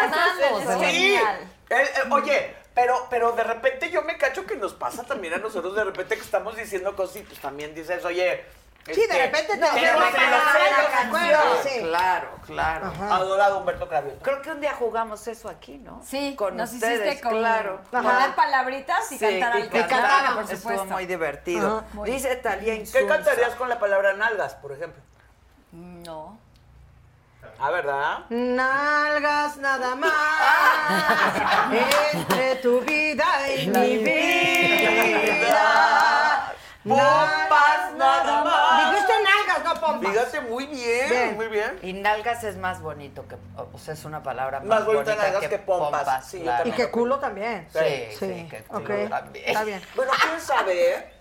[SPEAKER 13] amamos.
[SPEAKER 15] Te
[SPEAKER 11] Es
[SPEAKER 15] amamos.
[SPEAKER 11] que-
[SPEAKER 13] Sí.
[SPEAKER 11] Genial.
[SPEAKER 13] Él, eh, oye, pero, pero de repente yo me cacho que nos pasa también a nosotros, de repente que estamos diciendo cosas y pues también dices, oye,
[SPEAKER 5] Sí, de repente te lo
[SPEAKER 6] pero
[SPEAKER 5] llevo
[SPEAKER 6] me
[SPEAKER 5] a
[SPEAKER 6] conocí la
[SPEAKER 5] pagar, ¿te acuerdas?
[SPEAKER 6] canción.
[SPEAKER 5] Sí.
[SPEAKER 3] Claro, claro.
[SPEAKER 6] Adorado Humberto Clavijo.
[SPEAKER 3] Creo que un día jugamos eso aquí, ¿no?
[SPEAKER 11] Sí,
[SPEAKER 3] con
[SPEAKER 11] nos
[SPEAKER 3] ustedes,
[SPEAKER 11] hiciste con,
[SPEAKER 3] claro.
[SPEAKER 11] con dar palabritas y
[SPEAKER 3] Sí,
[SPEAKER 11] cantar
[SPEAKER 3] y
[SPEAKER 11] algo.
[SPEAKER 3] cantaban,
[SPEAKER 11] Claro, por
[SPEAKER 3] Estuvo
[SPEAKER 11] supuesto.
[SPEAKER 3] muy divertido. Dice Talía
[SPEAKER 6] ¿Qué
[SPEAKER 3] Insunza.
[SPEAKER 6] cantarías con la palabra nalgas, por ejemplo?
[SPEAKER 11] No.
[SPEAKER 6] Ah, ¿verdad?
[SPEAKER 5] Nalgas nada más entre tu vida y mi vida.
[SPEAKER 6] Pompas nada más.
[SPEAKER 5] Dijiste nalgas, no pompas.
[SPEAKER 6] Fíjate, muy bien,
[SPEAKER 5] Bien.
[SPEAKER 6] muy bien.
[SPEAKER 16] Y nalgas es más bonito que, o sea, es una palabra más,
[SPEAKER 6] Más bonita nalgas que pompas,
[SPEAKER 16] pompas.
[SPEAKER 6] sí, yo
[SPEAKER 16] claro.
[SPEAKER 5] Y que culo también.
[SPEAKER 16] Sí, sí,
[SPEAKER 5] Sí,
[SPEAKER 16] que culo
[SPEAKER 5] ok.
[SPEAKER 16] también.
[SPEAKER 5] Está bien.
[SPEAKER 6] Bueno, quién sabe, ¿eh?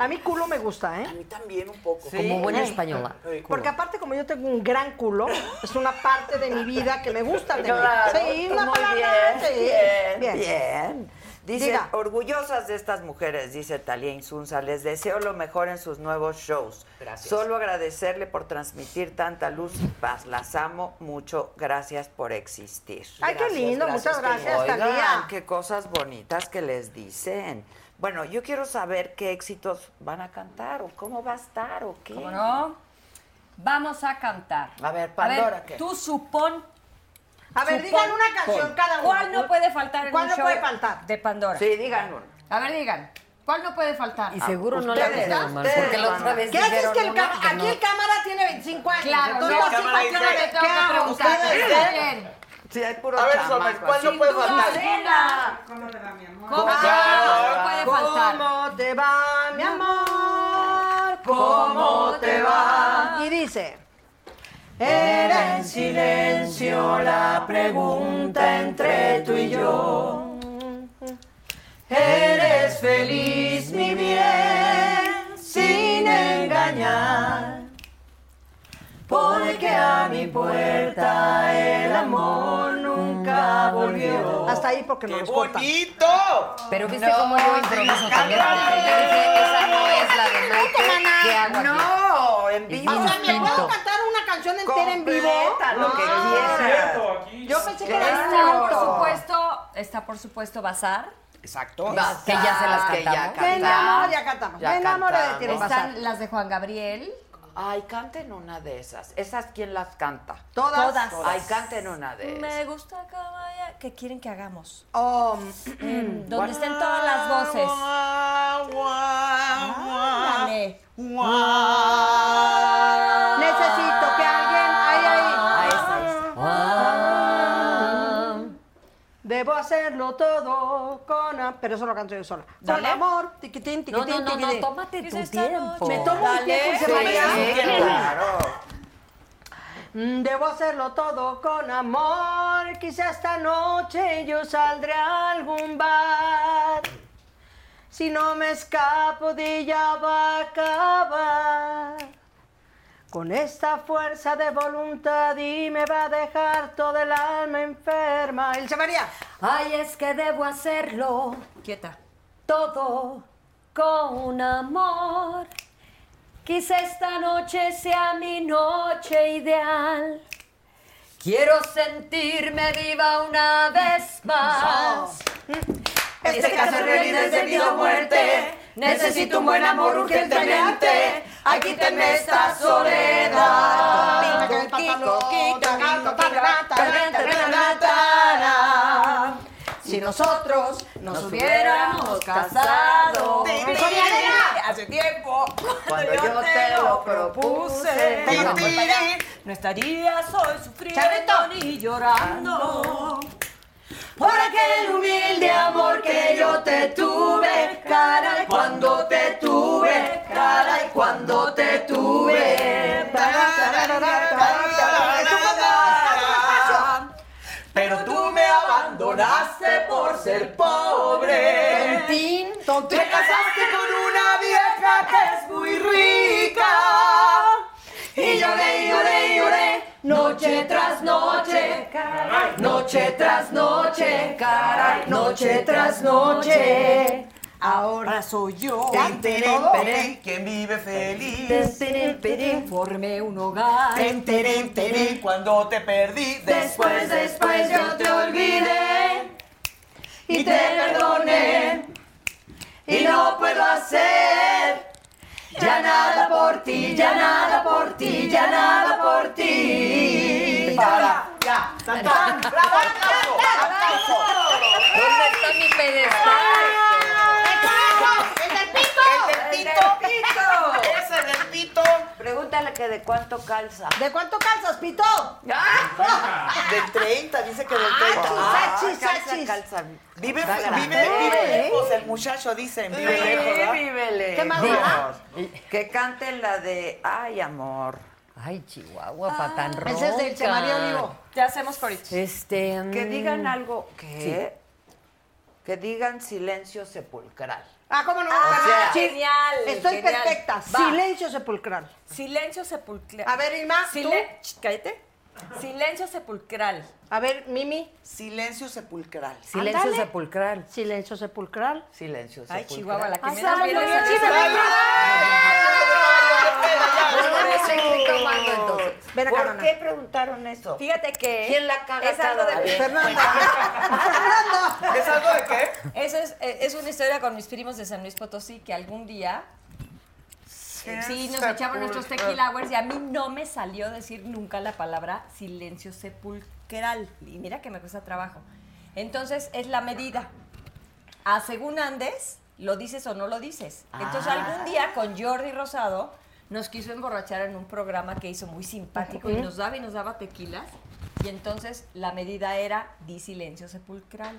[SPEAKER 5] A mí culo me gusta,
[SPEAKER 6] A
[SPEAKER 5] ¿eh?
[SPEAKER 6] mí también un poco.
[SPEAKER 9] Como buena española.
[SPEAKER 6] Sí.
[SPEAKER 5] Porque aparte como yo tengo un gran culo, es una parte de mi vida que me gusta de mí.
[SPEAKER 3] Claro,
[SPEAKER 5] Sí, una
[SPEAKER 3] muy
[SPEAKER 5] palabra.
[SPEAKER 3] bien,
[SPEAKER 5] sí.
[SPEAKER 3] bien,
[SPEAKER 5] Bien.
[SPEAKER 3] bien. Dice,
[SPEAKER 5] Diga.
[SPEAKER 3] orgullosas de estas mujeres, dice Talía Insunza, les deseo lo mejor en sus nuevos shows.
[SPEAKER 6] Gracias.
[SPEAKER 3] Solo agradecerle por transmitir tanta luz y paz. Las amo mucho. Gracias por existir.
[SPEAKER 5] Ay, qué lindo,
[SPEAKER 6] gracias,
[SPEAKER 5] muchas gracias,
[SPEAKER 3] Oigan,
[SPEAKER 5] Talía.
[SPEAKER 3] qué cosas bonitas que les dicen. Bueno, yo quiero saber qué éxitos van a cantar o cómo va a estar o qué.
[SPEAKER 11] ¿Cómo no? Vamos a cantar.
[SPEAKER 3] A ver, Pandora,
[SPEAKER 11] A ver,
[SPEAKER 3] ¿qué?
[SPEAKER 11] Tú supón.
[SPEAKER 5] A ver,
[SPEAKER 11] supón-
[SPEAKER 5] digan una canción cada uno.
[SPEAKER 11] ¿Cuál no puede faltar en
[SPEAKER 5] ¿Cuál
[SPEAKER 11] un
[SPEAKER 5] no
[SPEAKER 11] show
[SPEAKER 5] puede faltar?
[SPEAKER 11] de Pandora?
[SPEAKER 3] Sí, digan uno.
[SPEAKER 11] A ver, digan. ¿Cuál no puede faltar?
[SPEAKER 9] Y seguro no la
[SPEAKER 3] ustedes,
[SPEAKER 9] pusieron mal.
[SPEAKER 3] ustedes,
[SPEAKER 9] Porque la otra
[SPEAKER 3] Juana.
[SPEAKER 9] vez
[SPEAKER 5] ¿Qué haces
[SPEAKER 9] dijeron
[SPEAKER 5] que el
[SPEAKER 9] una
[SPEAKER 5] cámara-
[SPEAKER 9] que
[SPEAKER 5] aquí
[SPEAKER 9] no.
[SPEAKER 5] el cámara tiene 25 años?
[SPEAKER 11] Claro,
[SPEAKER 5] entonces
[SPEAKER 11] no,
[SPEAKER 5] así
[SPEAKER 11] sí,
[SPEAKER 6] cámara
[SPEAKER 11] ¿para qué no
[SPEAKER 6] dice,
[SPEAKER 11] le tengo
[SPEAKER 5] ¿qué
[SPEAKER 11] que
[SPEAKER 5] hago?
[SPEAKER 11] preguntar?
[SPEAKER 6] Ustedes,
[SPEAKER 11] Está
[SPEAKER 6] ¿eh?
[SPEAKER 11] bien.
[SPEAKER 3] Sí, hay puro
[SPEAKER 6] A ver,
[SPEAKER 3] chamaco
[SPEAKER 6] Somer, ¿cuál
[SPEAKER 3] así.
[SPEAKER 6] no puede
[SPEAKER 11] Sin duda,
[SPEAKER 6] faltar?
[SPEAKER 11] Cena. ¿Cómo te
[SPEAKER 6] Claro.
[SPEAKER 11] va? No puede faltar.
[SPEAKER 5] ¿Cómo te va, mi amor?
[SPEAKER 11] ¿Cómo te va?
[SPEAKER 5] Y dice. Era en silencio la pregunta entre tú y yo. Eres feliz, mi bien, sin engañar. Porque a mi puerta el amor nunca volvió. Hasta ahí porque no
[SPEAKER 6] ¡Qué
[SPEAKER 5] nos cortan.
[SPEAKER 6] bonito!
[SPEAKER 9] Pero viste cómo yo improviso también. Porque yo dije, esa no es la de Maite. ¿Qué hago aquí?
[SPEAKER 3] No, en vivo.
[SPEAKER 5] O sea, ¿me puedo cantar una canción entera en vivo?
[SPEAKER 3] Completa lo que
[SPEAKER 5] Ah,
[SPEAKER 3] quieras.
[SPEAKER 4] aquí.
[SPEAKER 5] Yo pensé que era
[SPEAKER 11] Está
[SPEAKER 5] esta.
[SPEAKER 11] por supuesto, está por supuesto Bazar.
[SPEAKER 6] Exacto.
[SPEAKER 9] Va, Que ya se las
[SPEAKER 3] Que ya
[SPEAKER 9] cantamos.
[SPEAKER 5] Me enamoré, ya
[SPEAKER 3] cantamos.
[SPEAKER 5] cantamos. Me enamoré de ti,
[SPEAKER 3] Quiero
[SPEAKER 5] Bazar.
[SPEAKER 11] Están las de Juan Gabriel.
[SPEAKER 3] Ay, canten una de esas. ¿Esas quién las canta?
[SPEAKER 5] Todas.
[SPEAKER 3] Ay, canten una de
[SPEAKER 11] Me
[SPEAKER 3] esas.
[SPEAKER 11] gusta que vaya. ¿Qué quieren que hagamos?
[SPEAKER 5] Oh,
[SPEAKER 11] Em, Donde estén todas las voces. Ándale.
[SPEAKER 5] necesito que alguien. Ahí, ahí.
[SPEAKER 3] Ah, esa, esa.
[SPEAKER 5] Debo hacerlo todo con. am- Pero eso lo canto yo sola. Con
[SPEAKER 11] Dale.
[SPEAKER 5] amor, tiquitín,
[SPEAKER 9] No,
[SPEAKER 5] tiquitín,
[SPEAKER 9] no, no, no,
[SPEAKER 5] tiquitín.
[SPEAKER 9] tómate
[SPEAKER 11] Es
[SPEAKER 9] tu
[SPEAKER 11] esta
[SPEAKER 9] tiempo.
[SPEAKER 11] noche.
[SPEAKER 5] Me tomo un
[SPEAKER 11] Dale.
[SPEAKER 5] tiempo y se
[SPEAKER 3] Sí,
[SPEAKER 5] me
[SPEAKER 3] sí,
[SPEAKER 5] olvida.
[SPEAKER 3] claro.
[SPEAKER 5] Mm, Debo hacerlo todo con amor. Quizá esta noche yo saldré a algún bar. Si no me escapo de ella va a acabar. Con esta fuerza de voluntad y me va a dejar todo el alma enferma. Elsa María.
[SPEAKER 9] Ay, es que debo hacerlo
[SPEAKER 11] Quieta.
[SPEAKER 9] todo con amor. Quizá esta noche sea mi noche ideal. Quiero sentirme viva una vez más.
[SPEAKER 5] Este caso requiere sentido a muerte. Necesito un buen amor urgentemente. Aquí teme esta soledad. Si nosotros nos hubiéramos casado.
[SPEAKER 11] Hace tiempo,
[SPEAKER 3] Cuando yo te lo propuse.
[SPEAKER 11] Venga, voy para allá. No estarías hoy sufriendo
[SPEAKER 5] Chavito.
[SPEAKER 11] ni llorando.
[SPEAKER 5] Por aquel humilde amor que yo te tuve, caray, cuando te tuve, caray, cuando te tuve.
[SPEAKER 6] Pero tú me abandonaste por ser pobre. Te casaste con una vieja que es muy rica.
[SPEAKER 5] Y lloré, y lloré, y lloré, noche tras noche, caray, noche tras noche, caray, noche tras noche. Ahora soy yo.
[SPEAKER 6] Tin, tirín, tirín, quien vive feliz.
[SPEAKER 11] Formé un hogar.
[SPEAKER 6] Tin, tirín, tirín, cuando te perdí.
[SPEAKER 5] Después, después yo te olvidé y te perdoné y no puedo hacer ya nada por
[SPEAKER 9] por ti, ya nada por ti, ya nada por ti.
[SPEAKER 6] Para, ya, tan, tan, bravo, aplauso, aplauso.
[SPEAKER 9] ¿Dónde está mi pedestal?
[SPEAKER 6] El del pito, ese del pito,
[SPEAKER 3] Pregúntale que de cuánto calza.
[SPEAKER 5] ¿De cuánto calzas, Pito?
[SPEAKER 6] del 30, dice que del 30.
[SPEAKER 5] Ah,
[SPEAKER 3] Ah,
[SPEAKER 5] Sachis, Sachis.
[SPEAKER 3] calza.
[SPEAKER 6] Vive,
[SPEAKER 3] Está grande.
[SPEAKER 6] vive, vive
[SPEAKER 5] Eh.
[SPEAKER 6] lejos, el muchacho dice, vive lejos, ¿verdad?
[SPEAKER 3] vívele.
[SPEAKER 5] ¿Qué más
[SPEAKER 3] Dios.
[SPEAKER 5] da?
[SPEAKER 3] Que canten la de Ay, amor.
[SPEAKER 9] Ay, Chihuahua, patán rojo.
[SPEAKER 5] Ese es de Che María Olivo.
[SPEAKER 11] Ya hacemos coritos.
[SPEAKER 9] Este.
[SPEAKER 3] Que
[SPEAKER 9] mm,
[SPEAKER 3] digan algo. ¿Qué? Que digan silencio sepulcral.
[SPEAKER 5] Ah, ¿cómo no?
[SPEAKER 3] sea,
[SPEAKER 5] Sí,
[SPEAKER 11] genial,
[SPEAKER 5] Estoy
[SPEAKER 11] genial.
[SPEAKER 5] perfecta.
[SPEAKER 11] Va.
[SPEAKER 5] Silencio sepulcral.
[SPEAKER 11] Silencio sepulcral.
[SPEAKER 5] A ver, Irma, tú.
[SPEAKER 11] Sile- Ch, cállate. Silencio sepulcral.
[SPEAKER 5] A ver, Mimi.
[SPEAKER 6] Silencio sepulcral.
[SPEAKER 9] Silencio sepulcral.
[SPEAKER 5] Silencio sepulcral.
[SPEAKER 3] Silencio sepulcral.
[SPEAKER 11] Ay, Chihuahua, la que
[SPEAKER 5] Ay,
[SPEAKER 11] menos
[SPEAKER 5] sabe,
[SPEAKER 11] viene
[SPEAKER 5] no,
[SPEAKER 11] es
[SPEAKER 5] no, no,
[SPEAKER 11] Chihuahua.
[SPEAKER 5] Ven acá,
[SPEAKER 3] ¿Por
[SPEAKER 5] Nana.
[SPEAKER 3] qué preguntaron eso?
[SPEAKER 11] Fíjate que.
[SPEAKER 3] ¿Quién la caga
[SPEAKER 11] es algo
[SPEAKER 3] cada
[SPEAKER 11] de-
[SPEAKER 3] vez?
[SPEAKER 11] [LAUGHS]
[SPEAKER 6] ¿Es algo de qué?
[SPEAKER 11] Eso es, eh, es una historia con mis primos de San Luis Potosí que algún día sí nos echamos nuestros tequila hours y a mí no me salió decir nunca la palabra silencio sepulcral. Y mira que me cuesta trabajo. Entonces es la medida. A según andes, lo dices o no lo dices. Entonces algún día con Jordi Rosado nos quiso emborrachar en un programa que hizo muy simpático y nos daba y nos daba tequilas. Y entonces la medida era di silencio sepulcral.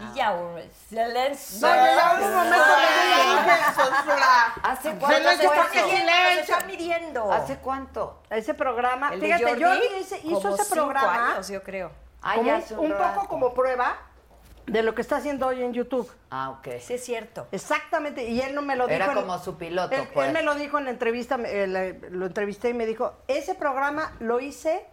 [SPEAKER 11] Y ya, un silencio.
[SPEAKER 5] No, yo ya hubo un momento que
[SPEAKER 3] ¿Hace
[SPEAKER 5] yo
[SPEAKER 3] cuánto
[SPEAKER 5] dije,
[SPEAKER 3] fue
[SPEAKER 5] ¿por qué
[SPEAKER 3] eso?
[SPEAKER 5] silencio?
[SPEAKER 11] Está midiendo.
[SPEAKER 3] ¿Hace cuánto?
[SPEAKER 5] Ese programa,
[SPEAKER 11] El de
[SPEAKER 5] fíjate,
[SPEAKER 11] Jordi,
[SPEAKER 5] yo hizo
[SPEAKER 11] como
[SPEAKER 5] ese
[SPEAKER 11] cinco
[SPEAKER 5] programa
[SPEAKER 11] años, yo creo.
[SPEAKER 3] Ay,
[SPEAKER 5] como
[SPEAKER 3] hace
[SPEAKER 5] un,
[SPEAKER 3] rato.
[SPEAKER 5] poco como prueba de lo que está haciendo hoy en YouTube.
[SPEAKER 3] Ah, ok.
[SPEAKER 11] Sí, es cierto.
[SPEAKER 5] Exactamente, y él no me lo dijo.
[SPEAKER 3] Era
[SPEAKER 5] en-
[SPEAKER 3] como su piloto,
[SPEAKER 5] Él,
[SPEAKER 3] pues.
[SPEAKER 5] él me lo dijo en la entrevista, me- eh, la- lo entrevisté y me dijo, ese programa lo hice,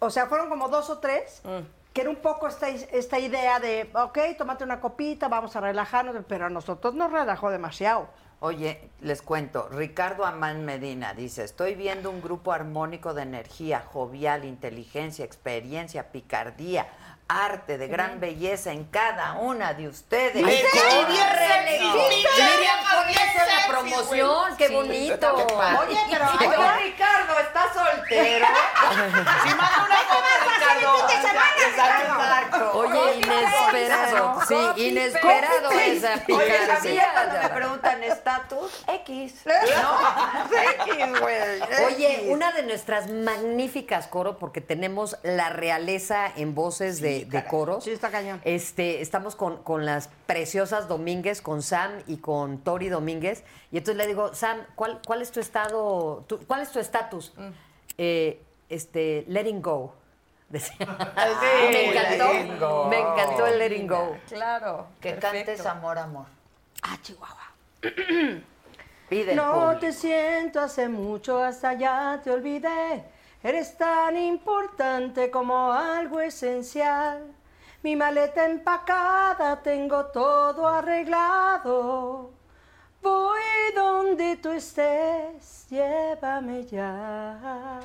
[SPEAKER 5] o sea, fueron como dos o tres,
[SPEAKER 3] Mm.
[SPEAKER 5] que era un poco esta, is- esta idea de, ok, tómate una copita, vamos a relajarnos, pero a nosotros nos relajó demasiado.
[SPEAKER 3] Oye, les cuento, Ricardo Amán Medina dice, estoy viendo un grupo armónico de energía, jovial, inteligencia, experiencia, picardía, arte de gran belleza en cada una de ustedes.
[SPEAKER 6] Me
[SPEAKER 3] ¡Qué
[SPEAKER 6] cae bien
[SPEAKER 3] bien
[SPEAKER 6] sexy.
[SPEAKER 3] relegado!
[SPEAKER 9] Miriam, póngase la promoción, qué bonito.
[SPEAKER 3] Qué padre.
[SPEAKER 5] Oye, pero-
[SPEAKER 3] Oye, Ricardo, ¿estás soltero?
[SPEAKER 6] Si manda una foto, Ricardo.
[SPEAKER 3] Exacto.
[SPEAKER 9] Oye, inesperado. Sí, inesperado esa
[SPEAKER 3] [LAUGHS] Oye, ¿sabías cuando me
[SPEAKER 9] picardía.
[SPEAKER 3] preguntan estatus?
[SPEAKER 5] [LAUGHS]
[SPEAKER 3] X. X, güey.
[SPEAKER 9] Oye, una de nuestras magníficas coro, porque tenemos la realeza en voces de, de coros.
[SPEAKER 5] Sí, está cañón.
[SPEAKER 9] Este, estamos con, con las preciosas Domínguez, con Sam y con Tori Domínguez. Y entonces le digo, Sam, ¿cuál, cuál es tu estado, tu- cuál es tu estatus?
[SPEAKER 5] Mm.
[SPEAKER 9] Eh, este, letting go. [LAUGHS]
[SPEAKER 5] [LAUGHS]
[SPEAKER 9] Decía.
[SPEAKER 3] Ah,
[SPEAKER 9] me
[SPEAKER 3] letting go.
[SPEAKER 9] encantó. Me encantó el letting go.
[SPEAKER 11] Claro.
[SPEAKER 3] Que cantes amor, amor.
[SPEAKER 5] Ah, Chihuahua.
[SPEAKER 3] Pide el
[SPEAKER 5] No
[SPEAKER 3] público.
[SPEAKER 5] te siento hace mucho, hasta ya te olvidé. Eres tan importante como algo esencial. Mi maleta empacada, tengo todo arreglado. Voy donde tú estés, llévame ya.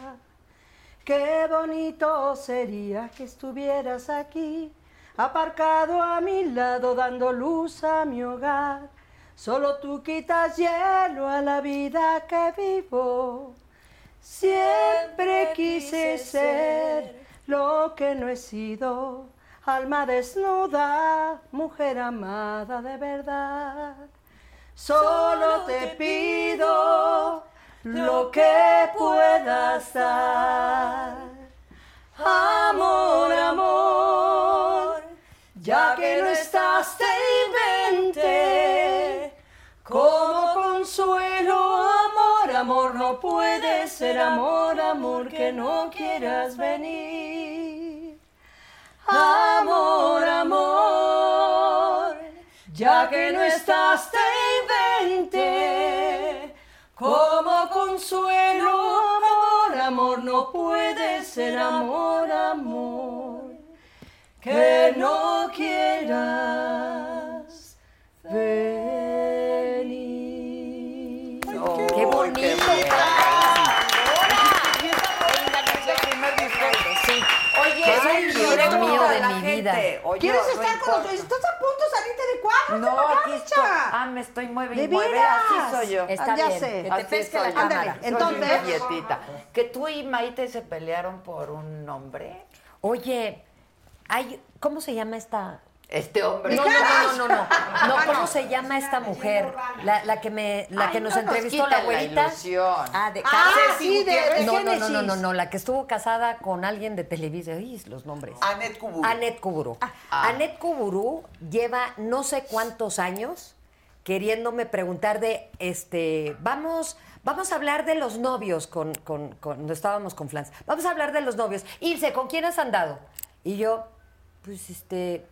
[SPEAKER 5] Qué bonito sería que estuvieras aquí, aparcado a mi lado, dando luz a mi hogar. Solo tú quitas hielo a la vida que vivo. Siempre quise ser lo que no he sido, alma desnuda, mujer amada de verdad. Solo te pido lo que puedas dar. Amor, amor, ya que no estás te invente. Como consuelo, amor, amor, no puede ser amor, amor, que no quieras venir. Amor, amor, ya que no estás te invente. Como consuelo, amor, amor, no puede ser amor, amor, que no quieras venir.
[SPEAKER 9] Oh, Qué bonito.
[SPEAKER 3] Oye,
[SPEAKER 9] Qué
[SPEAKER 3] es un
[SPEAKER 9] Dios
[SPEAKER 3] directo
[SPEAKER 9] mío
[SPEAKER 3] a
[SPEAKER 9] de
[SPEAKER 3] la
[SPEAKER 9] mi
[SPEAKER 3] gente.
[SPEAKER 9] vida.
[SPEAKER 3] Oye,
[SPEAKER 5] ¿Quieres
[SPEAKER 3] no
[SPEAKER 5] estar con
[SPEAKER 3] importa.
[SPEAKER 5] nosotros? Estás a punto de saliste de cuadro?
[SPEAKER 3] No, aquí estoy. Ah, me estoy mueve y mueve. Así soy yo.
[SPEAKER 9] Está
[SPEAKER 5] Ya
[SPEAKER 9] bien,
[SPEAKER 5] sé.
[SPEAKER 9] que te
[SPEAKER 3] Así
[SPEAKER 9] pesque la
[SPEAKER 3] soy yo.
[SPEAKER 9] cámara.
[SPEAKER 5] Ándale.
[SPEAKER 3] Soy
[SPEAKER 5] entonces-
[SPEAKER 3] una dietita. Que tú y Maite se pelearon por un nombre.
[SPEAKER 9] Oye, hay, ¿cómo se llama esta?
[SPEAKER 3] Este hombre.
[SPEAKER 9] No, no, no, no, no, no. No, ¿cómo se llama esta mujer? La, la que me, la que
[SPEAKER 3] Ay,
[SPEAKER 9] nos
[SPEAKER 3] no
[SPEAKER 9] entrevistó
[SPEAKER 3] quita
[SPEAKER 9] la abuelita.
[SPEAKER 3] ilusión.
[SPEAKER 9] Ah, de
[SPEAKER 5] Ah,
[SPEAKER 9] Cárdenas.
[SPEAKER 5] sí, de- de
[SPEAKER 9] no, no, no, no, no,
[SPEAKER 5] Génesis.
[SPEAKER 9] no, la que estuvo casada con alguien de Televisa. Ay, los nombres.
[SPEAKER 6] Anet Kuburu.
[SPEAKER 9] Anet Kuburu. Anet Kuburu lleva no sé cuántos años queriéndome preguntar de, este, vamos, vamos a hablar de los novios con, con, con- no estábamos con Flans, vamos a hablar de los novios. Ilse, ¿con quién has andado? Y yo, pues, este,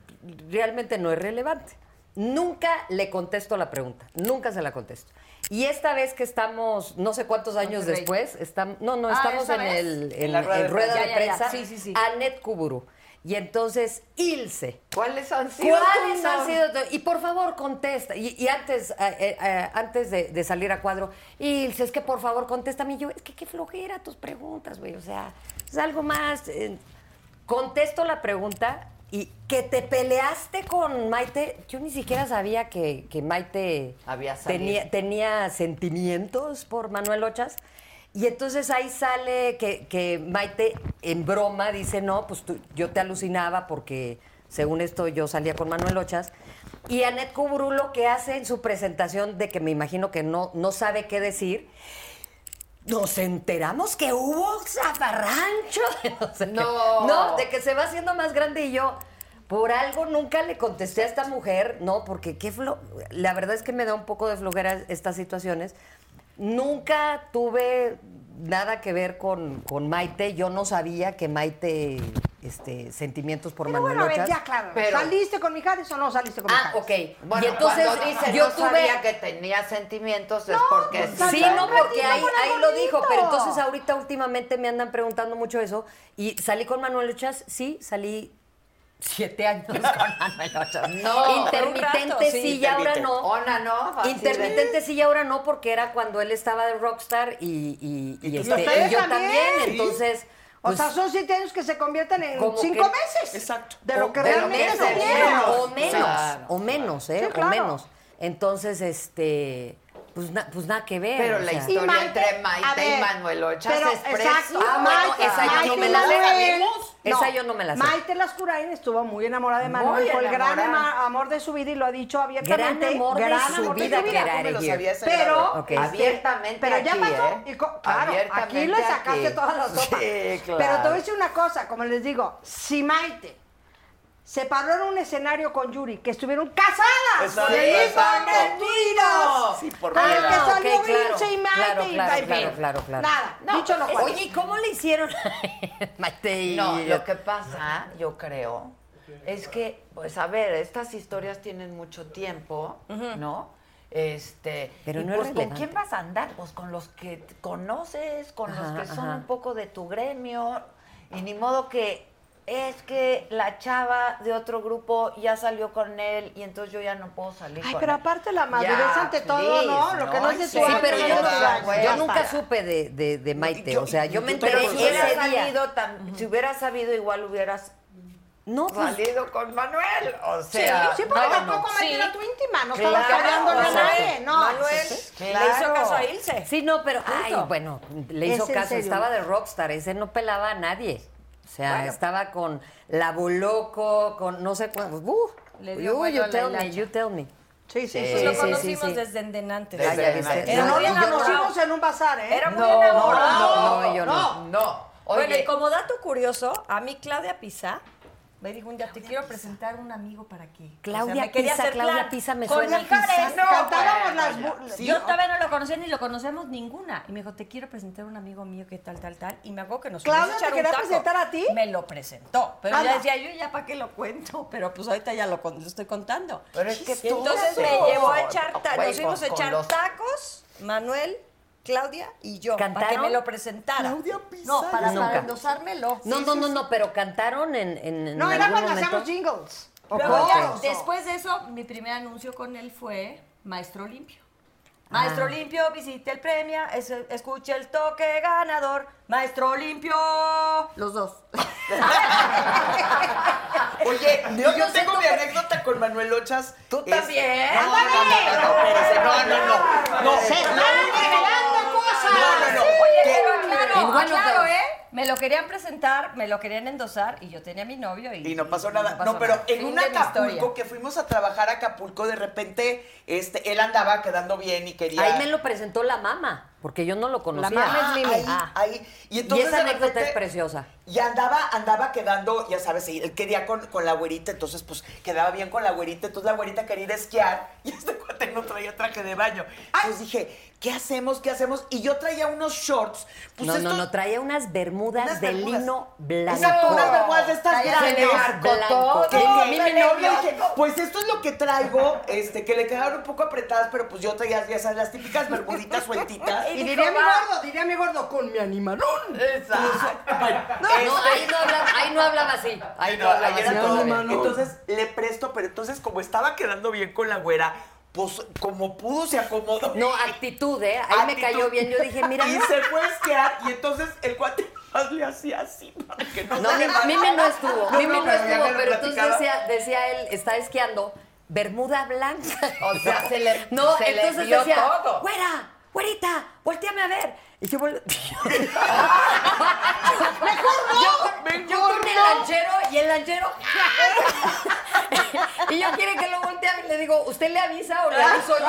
[SPEAKER 9] realmente no es relevante. Nunca le contesto la pregunta, nunca se la contesto. Y esta vez que estamos, no sé cuántos años
[SPEAKER 11] Monterrey.
[SPEAKER 9] después, estamos, no, no,
[SPEAKER 11] Ah,
[SPEAKER 9] estamos
[SPEAKER 11] ¿esta
[SPEAKER 9] en
[SPEAKER 11] vez?
[SPEAKER 9] el, en,
[SPEAKER 3] la
[SPEAKER 9] en
[SPEAKER 3] rueda
[SPEAKER 9] rueda,
[SPEAKER 3] de
[SPEAKER 9] de
[SPEAKER 11] prensa. Ya, ya, ya.
[SPEAKER 9] prensa,
[SPEAKER 11] Sí, sí, sí.
[SPEAKER 9] Anet Kuburu. Y entonces, Ilse,
[SPEAKER 3] ¿Cuáles han sido?
[SPEAKER 9] ¿Cuáles
[SPEAKER 3] tus
[SPEAKER 9] han
[SPEAKER 3] nom-
[SPEAKER 9] sido? tu- Y por favor, contesta. Y, y antes, eh, eh, eh, antes de, de salir a cuadro, Ilse, es que por favor, contéstame. Y yo, es que qué flojera tus preguntas, güey. O sea, es algo más. eh, Contesto la pregunta y que te peleaste con Maite. Yo ni siquiera sabía que, que Maite
[SPEAKER 3] Había salido.
[SPEAKER 9] tenía, tenía sentimientos por Manuel Ochas. Y entonces ahí sale que, que Maite en broma dice, no, pues tú- yo te alucinaba porque según esto yo salía con Manuel Ochas. Y Anet Kuburu lo que hace en su presentación de que me imagino que no, no sabe qué decir. Nos enteramos que hubo zafarrancho. [LAUGHS] No, sé qué.
[SPEAKER 3] No.
[SPEAKER 9] No, de que se va haciendo más grande y yo, por algo nunca le contesté a esta mujer, no, porque qué flo- la verdad es que me da un poco de flojera estas situaciones. Nunca tuve nada que ver con, con Maite, yo no sabía que Maite, este, sentimientos por
[SPEAKER 5] Pero
[SPEAKER 9] Manuel
[SPEAKER 5] bueno, a ver,
[SPEAKER 9] Ochas.
[SPEAKER 5] ya claro.
[SPEAKER 3] Pero-
[SPEAKER 5] ¿Saliste con Mijares o no saliste con
[SPEAKER 9] Ah,
[SPEAKER 5] Mijares?
[SPEAKER 9] ok.
[SPEAKER 3] Bueno,
[SPEAKER 9] y entonces
[SPEAKER 3] cuando dice,
[SPEAKER 9] yo
[SPEAKER 3] no
[SPEAKER 9] tuve
[SPEAKER 3] sabía que tenía sentimientos es porque
[SPEAKER 5] pues,
[SPEAKER 9] Sí,
[SPEAKER 5] Salí
[SPEAKER 9] no,
[SPEAKER 5] un
[SPEAKER 9] porque
[SPEAKER 5] ratito
[SPEAKER 9] ahí,
[SPEAKER 5] con
[SPEAKER 9] ahí
[SPEAKER 5] algo
[SPEAKER 9] lo dijo,
[SPEAKER 5] bonito.
[SPEAKER 9] pero entonces ahorita últimamente me andan preguntando mucho eso. Y salí con Manuel Ochas, sí, salí siete años con Manuel Ochas.
[SPEAKER 3] No.
[SPEAKER 9] intermitente
[SPEAKER 11] Un rato,
[SPEAKER 9] sí,
[SPEAKER 11] sí,
[SPEAKER 9] y ahora no.
[SPEAKER 3] Ona Oh, no. ¿eh? así de-
[SPEAKER 9] Intermitente sí y ahora no, porque era cuando él estaba de rockstar y, y- y
[SPEAKER 6] Y tú
[SPEAKER 9] este,
[SPEAKER 6] también.
[SPEAKER 9] y yo también.
[SPEAKER 5] Sí.
[SPEAKER 9] Entonces,
[SPEAKER 5] O
[SPEAKER 9] pues,
[SPEAKER 5] sea, son siete años que se convierten en
[SPEAKER 9] como
[SPEAKER 5] cinco
[SPEAKER 9] que-
[SPEAKER 5] meses.
[SPEAKER 6] Exacto.
[SPEAKER 5] De lo que
[SPEAKER 6] O- de
[SPEAKER 9] pero
[SPEAKER 5] realmente
[SPEAKER 9] menos,
[SPEAKER 5] se
[SPEAKER 3] dieron.
[SPEAKER 9] o menos,
[SPEAKER 3] Claro,
[SPEAKER 9] o menos, ¿eh?
[SPEAKER 5] Sí, claro.
[SPEAKER 9] O menos. Entonces, este, pues, na- pues nada que ver.
[SPEAKER 3] Pero
[SPEAKER 9] o
[SPEAKER 3] la
[SPEAKER 9] sea.
[SPEAKER 3] historia entre Maite
[SPEAKER 5] a
[SPEAKER 3] y Manuel Ochas es
[SPEAKER 5] exacto,
[SPEAKER 3] preciosa.
[SPEAKER 9] Ah, bueno, esa yo no me la sé.
[SPEAKER 5] Lascurain-
[SPEAKER 9] Esa yo no me la sé.
[SPEAKER 5] Maite Lascurain estuvo muy enamorada de
[SPEAKER 3] Muy
[SPEAKER 5] Manuel, fue el gran
[SPEAKER 3] enamorada.
[SPEAKER 5] ama- amor de su vida y lo ha dicho abiertamente.
[SPEAKER 9] Gran amor de
[SPEAKER 5] gran
[SPEAKER 9] su
[SPEAKER 5] amor
[SPEAKER 9] vida, que era
[SPEAKER 6] ¿Cómo lo
[SPEAKER 9] Eregier.
[SPEAKER 6] sabía ese grado?
[SPEAKER 5] Pero, este,
[SPEAKER 9] Ok.
[SPEAKER 3] Abiertamente
[SPEAKER 5] pero ya
[SPEAKER 3] aquí,
[SPEAKER 5] pasó.
[SPEAKER 3] ¿eh?
[SPEAKER 5] y co- claro,
[SPEAKER 3] Abiertamente
[SPEAKER 5] aquí le sacaste
[SPEAKER 3] aquí.
[SPEAKER 5] todas las sopas.
[SPEAKER 3] Sí, claro.
[SPEAKER 5] Pero te voy a decir una cosa, como les digo, si Maite se paró en un escenario con Yuri, que estuvieron casadas,
[SPEAKER 6] Exacto,
[SPEAKER 5] se
[SPEAKER 6] exacto.
[SPEAKER 5] iban mentiros.
[SPEAKER 6] Sí, por
[SPEAKER 5] con el
[SPEAKER 6] favor.
[SPEAKER 5] que
[SPEAKER 9] Ah, ok,
[SPEAKER 5] salió
[SPEAKER 9] claro,
[SPEAKER 5] Vince y Maite
[SPEAKER 9] claro,
[SPEAKER 5] y
[SPEAKER 9] claro,
[SPEAKER 5] en fin,
[SPEAKER 9] claro, claro, claro.
[SPEAKER 5] Nada, dicho lo cual.
[SPEAKER 9] Oye, ¿y cómo le hicieron a [LAUGHS] Maite y-
[SPEAKER 3] No, lo que pasa, yo creo, es que, pues a ver, estas historias tienen mucho tiempo, ¿no? Este,
[SPEAKER 9] Pero
[SPEAKER 3] y
[SPEAKER 9] no es
[SPEAKER 3] pues, ¿con
[SPEAKER 9] relevante.
[SPEAKER 3] quién vas a andar? Pues con los que t- conoces, con
[SPEAKER 9] Ajá,
[SPEAKER 3] los que son
[SPEAKER 9] ajá.
[SPEAKER 3] un poco de tu gremio, y ni modo que es que la chava de otro grupo ya salió con él y entonces yo ya no puedo salir
[SPEAKER 5] Ay,
[SPEAKER 3] con
[SPEAKER 5] pero
[SPEAKER 3] él.
[SPEAKER 5] aparte la madurez ante todo, ¿no? Lo que no es de
[SPEAKER 3] Sí,
[SPEAKER 5] tu
[SPEAKER 9] Sí,
[SPEAKER 5] año,
[SPEAKER 9] pero
[SPEAKER 5] no
[SPEAKER 9] yo,
[SPEAKER 5] es de
[SPEAKER 9] no
[SPEAKER 5] tu
[SPEAKER 9] supe,
[SPEAKER 5] año.
[SPEAKER 9] yo
[SPEAKER 3] Ya
[SPEAKER 9] nunca
[SPEAKER 3] para.
[SPEAKER 9] supe de, de- de Maite.
[SPEAKER 6] yo-
[SPEAKER 9] o sea, yo
[SPEAKER 6] yo
[SPEAKER 9] me
[SPEAKER 3] Pero
[SPEAKER 9] enteré
[SPEAKER 3] si
[SPEAKER 9] ese
[SPEAKER 3] hubiera
[SPEAKER 9] día.
[SPEAKER 3] sabido, tan- si hubiera sabido, igual hubieras
[SPEAKER 9] No, pues,
[SPEAKER 3] salido con Manuel. O
[SPEAKER 5] Sí,
[SPEAKER 3] sea,
[SPEAKER 5] sí, porque
[SPEAKER 3] no, no.
[SPEAKER 5] tampoco Maite
[SPEAKER 11] Sí.
[SPEAKER 5] era tu íntima, no
[SPEAKER 3] Claro,
[SPEAKER 5] estaba cargando a
[SPEAKER 3] o sea,
[SPEAKER 5] nadie, no.
[SPEAKER 3] Manuel,
[SPEAKER 11] Le hizo
[SPEAKER 3] claro.
[SPEAKER 11] caso a Ilse.
[SPEAKER 9] sí, no, pero, ay, bueno, le
[SPEAKER 5] Es
[SPEAKER 9] hizo
[SPEAKER 5] en
[SPEAKER 9] caso,
[SPEAKER 5] serio.
[SPEAKER 9] estaba de rockstar, ese no pelaba a nadie. O sea, estaba con la Boloco, con no sé cuánto. Uh,
[SPEAKER 11] Le dio
[SPEAKER 9] you,
[SPEAKER 11] vuelo
[SPEAKER 9] you
[SPEAKER 11] a la
[SPEAKER 9] tell me,
[SPEAKER 11] hilacha.
[SPEAKER 9] you tell me.
[SPEAKER 5] Sí, sí,
[SPEAKER 11] Pues
[SPEAKER 9] Sí,
[SPEAKER 11] lo
[SPEAKER 9] sí,
[SPEAKER 11] conocimos
[SPEAKER 9] sí.
[SPEAKER 11] desde endenantes.
[SPEAKER 3] Desde-
[SPEAKER 9] Ah, ya viste.
[SPEAKER 3] Pero
[SPEAKER 9] Era
[SPEAKER 5] Pero no
[SPEAKER 9] bien
[SPEAKER 5] nos conocimos
[SPEAKER 9] enamorado.
[SPEAKER 5] en un bazar, ¿eh?
[SPEAKER 11] Era muy
[SPEAKER 9] No, no,
[SPEAKER 11] enamorado.
[SPEAKER 9] no, no, yo no.
[SPEAKER 3] No.
[SPEAKER 11] Bueno, y
[SPEAKER 3] Oye,
[SPEAKER 11] como dato curioso, a mí Claudia Pisa me dijo un día, te quiero presentar un amigo para que...
[SPEAKER 9] Claudia
[SPEAKER 11] me quería
[SPEAKER 9] Pisa,
[SPEAKER 11] hacer
[SPEAKER 9] Claudia
[SPEAKER 11] plan
[SPEAKER 9] Pisa me
[SPEAKER 11] con
[SPEAKER 9] suena a
[SPEAKER 11] Mijares.
[SPEAKER 9] Pisa.
[SPEAKER 11] No, pues.
[SPEAKER 5] Cantábamos las...
[SPEAKER 6] bueno,
[SPEAKER 5] bu-
[SPEAKER 6] sí.
[SPEAKER 11] yo todavía no lo conocía ni lo conocemos ninguna. Y me dijo, te quiero presentar a un amigo mío que tal, tal, tal. Y me acuerdo que nos fuimos
[SPEAKER 5] ¿Claudia
[SPEAKER 11] a
[SPEAKER 5] te
[SPEAKER 11] echar un
[SPEAKER 5] quería
[SPEAKER 11] taco.
[SPEAKER 5] presentar a ti?
[SPEAKER 11] Me lo presentó. Pero
[SPEAKER 5] Anda.
[SPEAKER 11] ya decía, yo ya para qué lo cuento. Pero pues ahorita ya lo, con- lo estoy contando.
[SPEAKER 3] Pero es que
[SPEAKER 11] Y
[SPEAKER 3] tú
[SPEAKER 11] entonces me
[SPEAKER 3] eres
[SPEAKER 11] llevó a
[SPEAKER 3] un
[SPEAKER 11] echar, ta-
[SPEAKER 3] huevo
[SPEAKER 11] nos fuimos a
[SPEAKER 3] con
[SPEAKER 11] echar
[SPEAKER 3] los-
[SPEAKER 11] tacos, Manuel, Claudia y yo. Para que
[SPEAKER 9] ¿Cantaron?
[SPEAKER 11] me lo presentara. Claudia Pisa. No, para,
[SPEAKER 9] Nunca.
[SPEAKER 11] para endosármelo.
[SPEAKER 9] No,
[SPEAKER 11] Sí,
[SPEAKER 9] no,
[SPEAKER 11] sí,
[SPEAKER 9] no,
[SPEAKER 11] sí.
[SPEAKER 9] no, pero cantaron en. en- en
[SPEAKER 5] No, era
[SPEAKER 9] algún
[SPEAKER 5] cuando
[SPEAKER 9] momento.
[SPEAKER 5] hacíamos jingles.
[SPEAKER 11] Luego ya,
[SPEAKER 5] coros.
[SPEAKER 11] después de eso, mi primer anuncio con él fue Maestro Limpio.
[SPEAKER 6] Ah.
[SPEAKER 11] Maestro Limpio, visite el premio, es- escuche el toque ganador. Maestro Limpio. Los dos.
[SPEAKER 6] Oye, [LAUGHS] yo,
[SPEAKER 3] Yo sé
[SPEAKER 6] tengo
[SPEAKER 3] tú
[SPEAKER 6] mi
[SPEAKER 3] que-
[SPEAKER 6] anécdota con Manuel Ochas.
[SPEAKER 3] ¿Tú
[SPEAKER 6] Es-
[SPEAKER 3] también?
[SPEAKER 6] No, no, no, no, no, espérese, no, no, no. No,
[SPEAKER 5] Se
[SPEAKER 6] la
[SPEAKER 5] están
[SPEAKER 6] única-
[SPEAKER 5] revelando cosas.
[SPEAKER 6] No, no, no.
[SPEAKER 11] Ah, Oye,
[SPEAKER 6] que-
[SPEAKER 11] pero claro,
[SPEAKER 9] En buenos
[SPEAKER 11] claro,
[SPEAKER 9] dedos.
[SPEAKER 11] ¿eh? Me lo querían presentar, me lo querían endosar y yo tenía a mi novio y...
[SPEAKER 6] Y no pasó nada.
[SPEAKER 11] pasó
[SPEAKER 6] no, pero
[SPEAKER 11] nada.
[SPEAKER 6] en
[SPEAKER 11] Fin
[SPEAKER 6] un
[SPEAKER 11] de mi
[SPEAKER 6] Acapulco
[SPEAKER 11] historia.
[SPEAKER 6] que fuimos a trabajar a Acapulco, de repente, este, él andaba quedando bien y quería.
[SPEAKER 9] Ahí me lo presentó la mamá, porque yo no lo conocía.
[SPEAKER 6] Ah, ahí,
[SPEAKER 9] Ah.
[SPEAKER 6] ahí. Y
[SPEAKER 9] Y
[SPEAKER 6] entonces
[SPEAKER 9] esa
[SPEAKER 6] de
[SPEAKER 9] anécdota
[SPEAKER 6] repente-
[SPEAKER 9] es preciosa.
[SPEAKER 6] Y andaba, andaba quedando, ya sabes, él quería con, con la güerita, entonces pues quedaba bien con la güerita, entonces la güerita quería ir a esquiar [LAUGHS] y este cuate no traía traje de baño. Entonces dije, ¿qué hacemos? ¿Qué hacemos? Y yo traía unos shorts, pues
[SPEAKER 9] no,
[SPEAKER 6] estos-
[SPEAKER 9] no, no, traía unas bermudas
[SPEAKER 6] unas
[SPEAKER 9] de
[SPEAKER 6] bermudas.
[SPEAKER 9] lino blanco.
[SPEAKER 6] Exacto, unas bermudas de estas
[SPEAKER 9] Traía
[SPEAKER 6] grandes.
[SPEAKER 9] blanco,
[SPEAKER 6] Blanco.
[SPEAKER 9] todo.
[SPEAKER 6] Que a mí mi
[SPEAKER 9] Blanco.
[SPEAKER 6] novio dije, pues esto es lo que traigo, este, que le quedaron un poco apretadas, pero pues yo traía, ya sabes, las típicas bermuditas
[SPEAKER 9] [LAUGHS]
[SPEAKER 6] sueltitas.
[SPEAKER 5] Y diría mi gordo, diría mi gordo, con mi animalón.
[SPEAKER 9] Eh, No, ahí, no hablaba, ahí no hablaba así. Ahí no,
[SPEAKER 6] No,
[SPEAKER 9] hablaba
[SPEAKER 6] ahí era
[SPEAKER 9] así.
[SPEAKER 6] todo.
[SPEAKER 9] todavía.
[SPEAKER 6] Entonces le presto, pero entonces como estaba quedando bien con la güera, pues como pudo se acomodó.
[SPEAKER 9] No, actitud, ¿eh? Ahí me
[SPEAKER 6] Actitud.
[SPEAKER 9] cayó bien. Yo dije, mira,
[SPEAKER 6] Y se fue a esquiar y entonces el cuate más le hacía así para que no,
[SPEAKER 3] [LAUGHS]
[SPEAKER 9] No,
[SPEAKER 6] se le
[SPEAKER 9] Mimi- Mimi no estuvo,
[SPEAKER 6] No,
[SPEAKER 9] Mimi
[SPEAKER 6] no,
[SPEAKER 9] no,
[SPEAKER 6] pero ya me lo
[SPEAKER 9] estuvo, pero entonces
[SPEAKER 6] platicaba.
[SPEAKER 9] decía, decía él, está esquiando, bermuda blanca.
[SPEAKER 3] O sea, se le-
[SPEAKER 9] [LAUGHS] No,
[SPEAKER 3] se le
[SPEAKER 9] entonces
[SPEAKER 3] vio
[SPEAKER 9] decía,
[SPEAKER 3] todo.
[SPEAKER 9] güera, güerita, volteame a ver. Y
[SPEAKER 3] [LAUGHS]
[SPEAKER 9] yo [LAUGHS] volteé.
[SPEAKER 6] Mejor
[SPEAKER 9] Yo con el lanchero y el lanchero. [LAUGHS] y yo quiere que lo voltee a ver. Le digo, ¿usted le avisa o le
[SPEAKER 6] Ah,
[SPEAKER 9] aviso yo?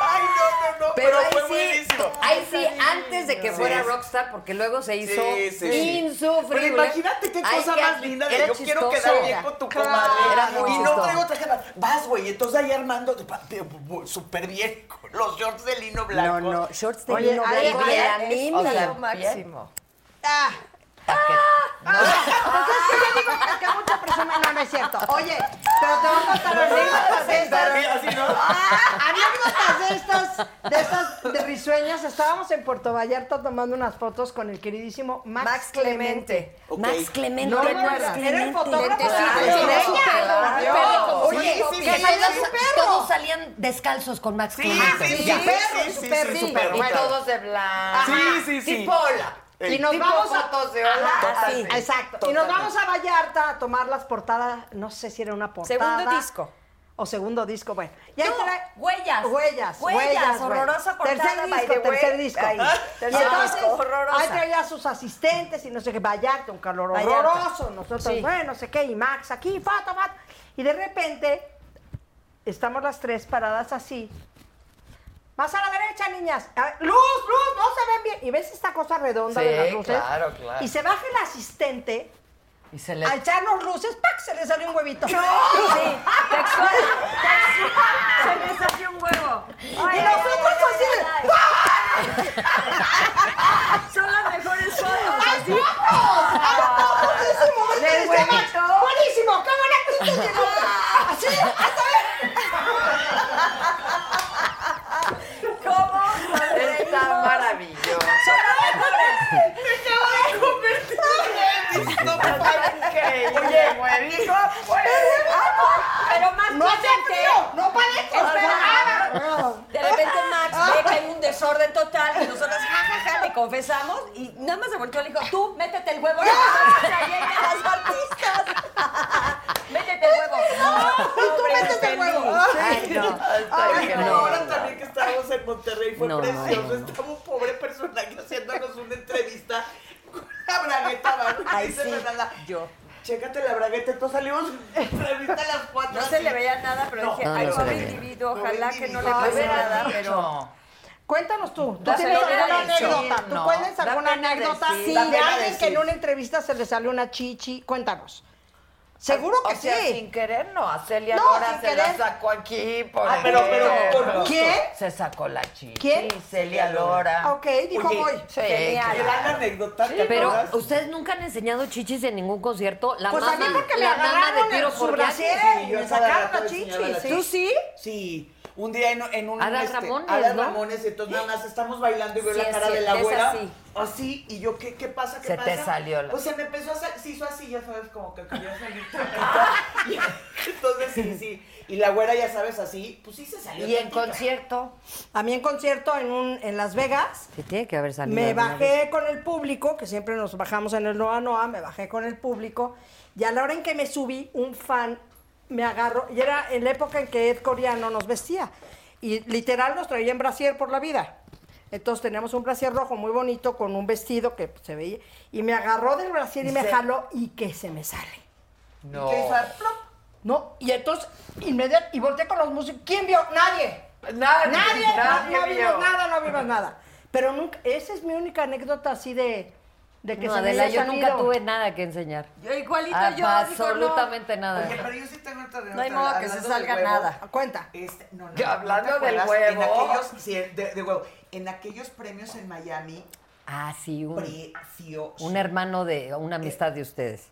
[SPEAKER 6] Ay, no, no, no, pero, fue
[SPEAKER 9] ahí sí,
[SPEAKER 6] buenísimo.
[SPEAKER 9] ahí sí, antes de que
[SPEAKER 6] Sí.
[SPEAKER 9] fuera rockstar, porque luego se hizo
[SPEAKER 6] Sí, sí, sí.
[SPEAKER 9] insufrible.
[SPEAKER 6] Pero imagínate qué
[SPEAKER 9] Ay,
[SPEAKER 6] cosa
[SPEAKER 9] qué
[SPEAKER 6] más
[SPEAKER 9] asco.
[SPEAKER 6] linda de
[SPEAKER 9] Era
[SPEAKER 6] yo quiero quedar
[SPEAKER 9] chistoso.
[SPEAKER 6] bien con tu comadre.
[SPEAKER 9] Era muy
[SPEAKER 6] y no
[SPEAKER 9] chistoso.
[SPEAKER 6] traigo traje de baño. Vas, güey. Entonces ahí Armando de- de- de- súper bien con los shorts de lino blanco.
[SPEAKER 9] No, no, shorts de
[SPEAKER 3] Oye,
[SPEAKER 9] lino
[SPEAKER 3] ahí
[SPEAKER 9] blanco.
[SPEAKER 3] bien,
[SPEAKER 9] era Mimi.
[SPEAKER 3] o sea,
[SPEAKER 9] Bien.
[SPEAKER 3] máximo.
[SPEAKER 5] Que mucha presume, no, no es cierto. Oye, pero te voy a contar anécdotas de estas.
[SPEAKER 6] Así, así, ¿no?
[SPEAKER 5] Ah, anécdotas de estas, de estas de risueñas. Estábamos en Puerto Vallarta tomando unas fotos con el queridísimo Max,
[SPEAKER 11] Max Clemente.
[SPEAKER 6] Ok.
[SPEAKER 9] Max Clemente.
[SPEAKER 5] No,
[SPEAKER 9] Max
[SPEAKER 5] recuerdas, era el
[SPEAKER 9] Clemente.
[SPEAKER 5] fotógrafo
[SPEAKER 9] Sí,
[SPEAKER 5] de
[SPEAKER 9] sí,
[SPEAKER 5] la
[SPEAKER 9] sí,
[SPEAKER 5] reseña.
[SPEAKER 9] perro,
[SPEAKER 5] Dios.
[SPEAKER 9] perro, como
[SPEAKER 6] Oye,
[SPEAKER 9] cinco
[SPEAKER 6] sí,
[SPEAKER 9] pies.
[SPEAKER 6] sí,
[SPEAKER 9] Todos-
[SPEAKER 6] sí,
[SPEAKER 5] perro.
[SPEAKER 9] Todos salían descalzos con Max
[SPEAKER 6] Sí,
[SPEAKER 9] Clemente.
[SPEAKER 6] sí, sí,
[SPEAKER 5] Ya, perro,
[SPEAKER 6] sí, sí,
[SPEAKER 5] súper
[SPEAKER 6] sí,
[SPEAKER 5] sí.
[SPEAKER 6] súper
[SPEAKER 3] Y
[SPEAKER 6] bueno.
[SPEAKER 3] todos de blanco.
[SPEAKER 6] Sí, sí, sí.
[SPEAKER 3] Tipo hola.
[SPEAKER 5] Y nos
[SPEAKER 3] Tipo
[SPEAKER 5] vamos a-
[SPEAKER 3] fotos de hola.
[SPEAKER 5] Ajá,
[SPEAKER 3] así.
[SPEAKER 5] sí, exacto. Y nos
[SPEAKER 3] Totalmente.
[SPEAKER 5] vamos a Vallarta a tomar las portadas, no sé si era una portada.
[SPEAKER 11] Segundo disco.
[SPEAKER 5] O segundo disco, bueno. Y ahí
[SPEAKER 11] No,
[SPEAKER 5] trae-
[SPEAKER 11] Huellas.
[SPEAKER 5] Huellas,
[SPEAKER 11] Huellas,
[SPEAKER 5] huellas.
[SPEAKER 11] horrorosa
[SPEAKER 5] Tercer
[SPEAKER 11] portada,
[SPEAKER 5] disco,
[SPEAKER 11] by the way.
[SPEAKER 5] tercer disco. Ah.
[SPEAKER 11] Ahí,
[SPEAKER 5] y
[SPEAKER 11] tercer
[SPEAKER 5] entonces,
[SPEAKER 11] disco, horrorosa.
[SPEAKER 5] ahí traía a sus asistentes y no sé qué, Vallarta, un calor
[SPEAKER 11] Vallarta.
[SPEAKER 5] horroroso. Nosotros,
[SPEAKER 11] Sí.
[SPEAKER 5] bueno, no sé qué, y Max aquí, foto, foto. Y de repente, estamos las tres paradas así. Más a la derecha, niñas. A ver, luz, luz, no se ven bien. Y ves esta cosa redonda
[SPEAKER 3] Sí,
[SPEAKER 5] de las luces.
[SPEAKER 3] claro, claro.
[SPEAKER 5] Y se baja el asistente
[SPEAKER 3] Y se le...
[SPEAKER 5] a echarnos luces. ¡Pac! Se le salió un huevito.
[SPEAKER 11] Textual, textual. Se me salió un huevo.
[SPEAKER 5] Y nosotros así de,
[SPEAKER 11] Son las mejores fotos.
[SPEAKER 5] ¡Ay, guapos! ¡Ay, guapos! Ese momento
[SPEAKER 11] Del
[SPEAKER 5] dice, Max,
[SPEAKER 11] huevito.
[SPEAKER 5] ¡Buenísimo! ¡Qué buena actitud llegó! ¡Así! ¡Hasta ver!
[SPEAKER 11] ¿Cómo?
[SPEAKER 3] Está maravilloso.
[SPEAKER 6] Oye,
[SPEAKER 11] Pero más
[SPEAKER 5] ¡No hace
[SPEAKER 11] Clemente,
[SPEAKER 5] frío! ¡No parece!
[SPEAKER 11] Espera.
[SPEAKER 5] ¡Espera!
[SPEAKER 11] De repente Max ve que hay un desorden total y nosotras jajaja le confesamos y nada más se volteó y le dijo, tú métete el huevo, no te vas a traer a las artistas. métete el huevo. No,
[SPEAKER 5] ¡Tú métete el huevo!
[SPEAKER 9] Ay, no.
[SPEAKER 6] Ay, no,
[SPEAKER 9] no,
[SPEAKER 6] ahora
[SPEAKER 9] no.
[SPEAKER 6] también que estábamos en Monterrey fue
[SPEAKER 9] No, no,
[SPEAKER 6] precioso.
[SPEAKER 9] no, no.
[SPEAKER 6] Estaba un pobre personaje haciéndonos una entrevista con la bragueta abajo. y
[SPEAKER 3] Ay,
[SPEAKER 6] dice
[SPEAKER 3] sí,
[SPEAKER 6] Fernanda,
[SPEAKER 3] yo.
[SPEAKER 6] Chécate la bragueta, entonces salimos entrevista a las cuatro.
[SPEAKER 11] No se
[SPEAKER 6] así.
[SPEAKER 11] le veía nada, pero dije,
[SPEAKER 9] No, no
[SPEAKER 11] ay,
[SPEAKER 9] se
[SPEAKER 11] pobre
[SPEAKER 9] le veía.
[SPEAKER 11] individuo,
[SPEAKER 6] Pobre
[SPEAKER 11] ojalá que no le
[SPEAKER 6] individuo.
[SPEAKER 11] pase
[SPEAKER 6] Ay,
[SPEAKER 11] nada, pero...
[SPEAKER 5] [LAUGHS] Cuéntanos tú. ¿Tú
[SPEAKER 3] La
[SPEAKER 5] tienes
[SPEAKER 3] señora
[SPEAKER 5] alguna
[SPEAKER 3] del show.
[SPEAKER 5] anécdota? ¿Tú
[SPEAKER 3] No.
[SPEAKER 5] cuentas
[SPEAKER 3] Da
[SPEAKER 5] alguna
[SPEAKER 3] pena
[SPEAKER 5] anécdota
[SPEAKER 3] decir.
[SPEAKER 5] de
[SPEAKER 3] Da pena
[SPEAKER 5] alguien que en
[SPEAKER 3] decir.
[SPEAKER 5] una entrevista se le salió una chichi? Cuéntanos. Seguro
[SPEAKER 3] O
[SPEAKER 5] que
[SPEAKER 3] sea,
[SPEAKER 5] sí.
[SPEAKER 3] sin querer no, a Celia
[SPEAKER 5] No,
[SPEAKER 3] Lora
[SPEAKER 5] sin
[SPEAKER 3] se la
[SPEAKER 5] querer.
[SPEAKER 3] sacó aquí por
[SPEAKER 6] Ah, pero- pero
[SPEAKER 3] ejemplo.
[SPEAKER 6] con gusto.
[SPEAKER 5] ¿Quién?
[SPEAKER 3] Se sacó la chica.
[SPEAKER 5] ¿Quién?
[SPEAKER 3] Celia Lora.
[SPEAKER 5] Ok, dijo
[SPEAKER 6] Oye,
[SPEAKER 5] voy.
[SPEAKER 3] Sí,
[SPEAKER 6] Gran
[SPEAKER 3] claro.
[SPEAKER 6] anécdota. ¿te
[SPEAKER 9] Pero
[SPEAKER 6] acuerdas?
[SPEAKER 9] ustedes nunca han enseñado chichis en ningún concierto. La
[SPEAKER 5] Pues a
[SPEAKER 9] mamá,
[SPEAKER 5] mí porque me
[SPEAKER 9] la mamá
[SPEAKER 5] agarraron
[SPEAKER 9] de
[SPEAKER 5] en
[SPEAKER 9] tiro
[SPEAKER 5] su
[SPEAKER 9] por
[SPEAKER 5] brasier
[SPEAKER 9] viaje.
[SPEAKER 6] Sí,
[SPEAKER 5] y
[SPEAKER 6] yo
[SPEAKER 5] me
[SPEAKER 6] cada
[SPEAKER 5] sacaron
[SPEAKER 6] rato
[SPEAKER 5] la
[SPEAKER 6] enseñaba la
[SPEAKER 5] chichi.
[SPEAKER 6] chichi.
[SPEAKER 5] ¿Tú sí?
[SPEAKER 6] Sí, un día en, en un...
[SPEAKER 9] Adal Ramones,
[SPEAKER 6] Adal
[SPEAKER 9] ¿no?
[SPEAKER 6] Ramones, entonces nada más estamos bailando y veo
[SPEAKER 11] Sí,
[SPEAKER 6] la
[SPEAKER 11] es
[SPEAKER 6] cara de la
[SPEAKER 11] cierto, es
[SPEAKER 6] abuela.
[SPEAKER 11] así.
[SPEAKER 6] Así, y yo, ¿qué, qué pasa? ¿Qué
[SPEAKER 3] Se te
[SPEAKER 6] pasa?
[SPEAKER 3] salió la-
[SPEAKER 6] Pues se me empezó a salir, se hizo así, ya sabes, como que quería salir. tantito. [LAUGHS] Entonces, sí, sí. Y la güera, ya sabes, así, pues sí se salió.
[SPEAKER 9] Y en
[SPEAKER 6] tantito.
[SPEAKER 9] concierto.
[SPEAKER 5] A mí en concierto en, un, en Las Vegas,
[SPEAKER 9] Que tiene que haber salido.
[SPEAKER 5] me
[SPEAKER 9] alguna vez.
[SPEAKER 5] bajé con el público, que siempre nos bajamos en el Noa Noa, me bajé con el público, y a la hora en que me subí, un fan me agarró, y era en la época en que Ed Coreano nos vestía, y literal nos traía en brasier por la vida. Entonces teníamos un brasier rojo muy bonito con un vestido que se veía, y me agarró del brasier y me jaló, y que se me sale.
[SPEAKER 6] Y que hizo, plop.
[SPEAKER 5] No, y entonces, inmediato, y volteé con los músicos. ¿Quién vio? Nadie.
[SPEAKER 3] Nadie,
[SPEAKER 5] Nadie,
[SPEAKER 3] nadie
[SPEAKER 5] no, no
[SPEAKER 3] vio.
[SPEAKER 5] vimos nada, no vimos nada. Pero nunca, esa es mi única anécdota así de, de que
[SPEAKER 9] No,
[SPEAKER 5] se me
[SPEAKER 9] Adela,
[SPEAKER 5] haya
[SPEAKER 9] yo nunca
[SPEAKER 5] salido.
[SPEAKER 9] tuve nada que enseñar.
[SPEAKER 11] Yo igualito
[SPEAKER 9] Ah,
[SPEAKER 11] yo. digo, no.
[SPEAKER 9] absolutamente nada.
[SPEAKER 6] Oye, pero yo sí tengo otra
[SPEAKER 11] No hay
[SPEAKER 6] otra-
[SPEAKER 11] modo que
[SPEAKER 6] hablando
[SPEAKER 11] se
[SPEAKER 6] del
[SPEAKER 11] salga
[SPEAKER 6] huevo.
[SPEAKER 11] nada.
[SPEAKER 5] Cuenta.
[SPEAKER 6] Este, no, no,
[SPEAKER 3] Ya,
[SPEAKER 6] no,
[SPEAKER 3] hablando
[SPEAKER 6] ¿no te
[SPEAKER 3] del
[SPEAKER 6] acuerdas? En
[SPEAKER 3] huevo.
[SPEAKER 6] aquellos, sí, de, de huevo. En aquellos premios en Miami,
[SPEAKER 9] Ah, sí, un,
[SPEAKER 6] precioso.
[SPEAKER 9] un hermano de una amistad de ustedes.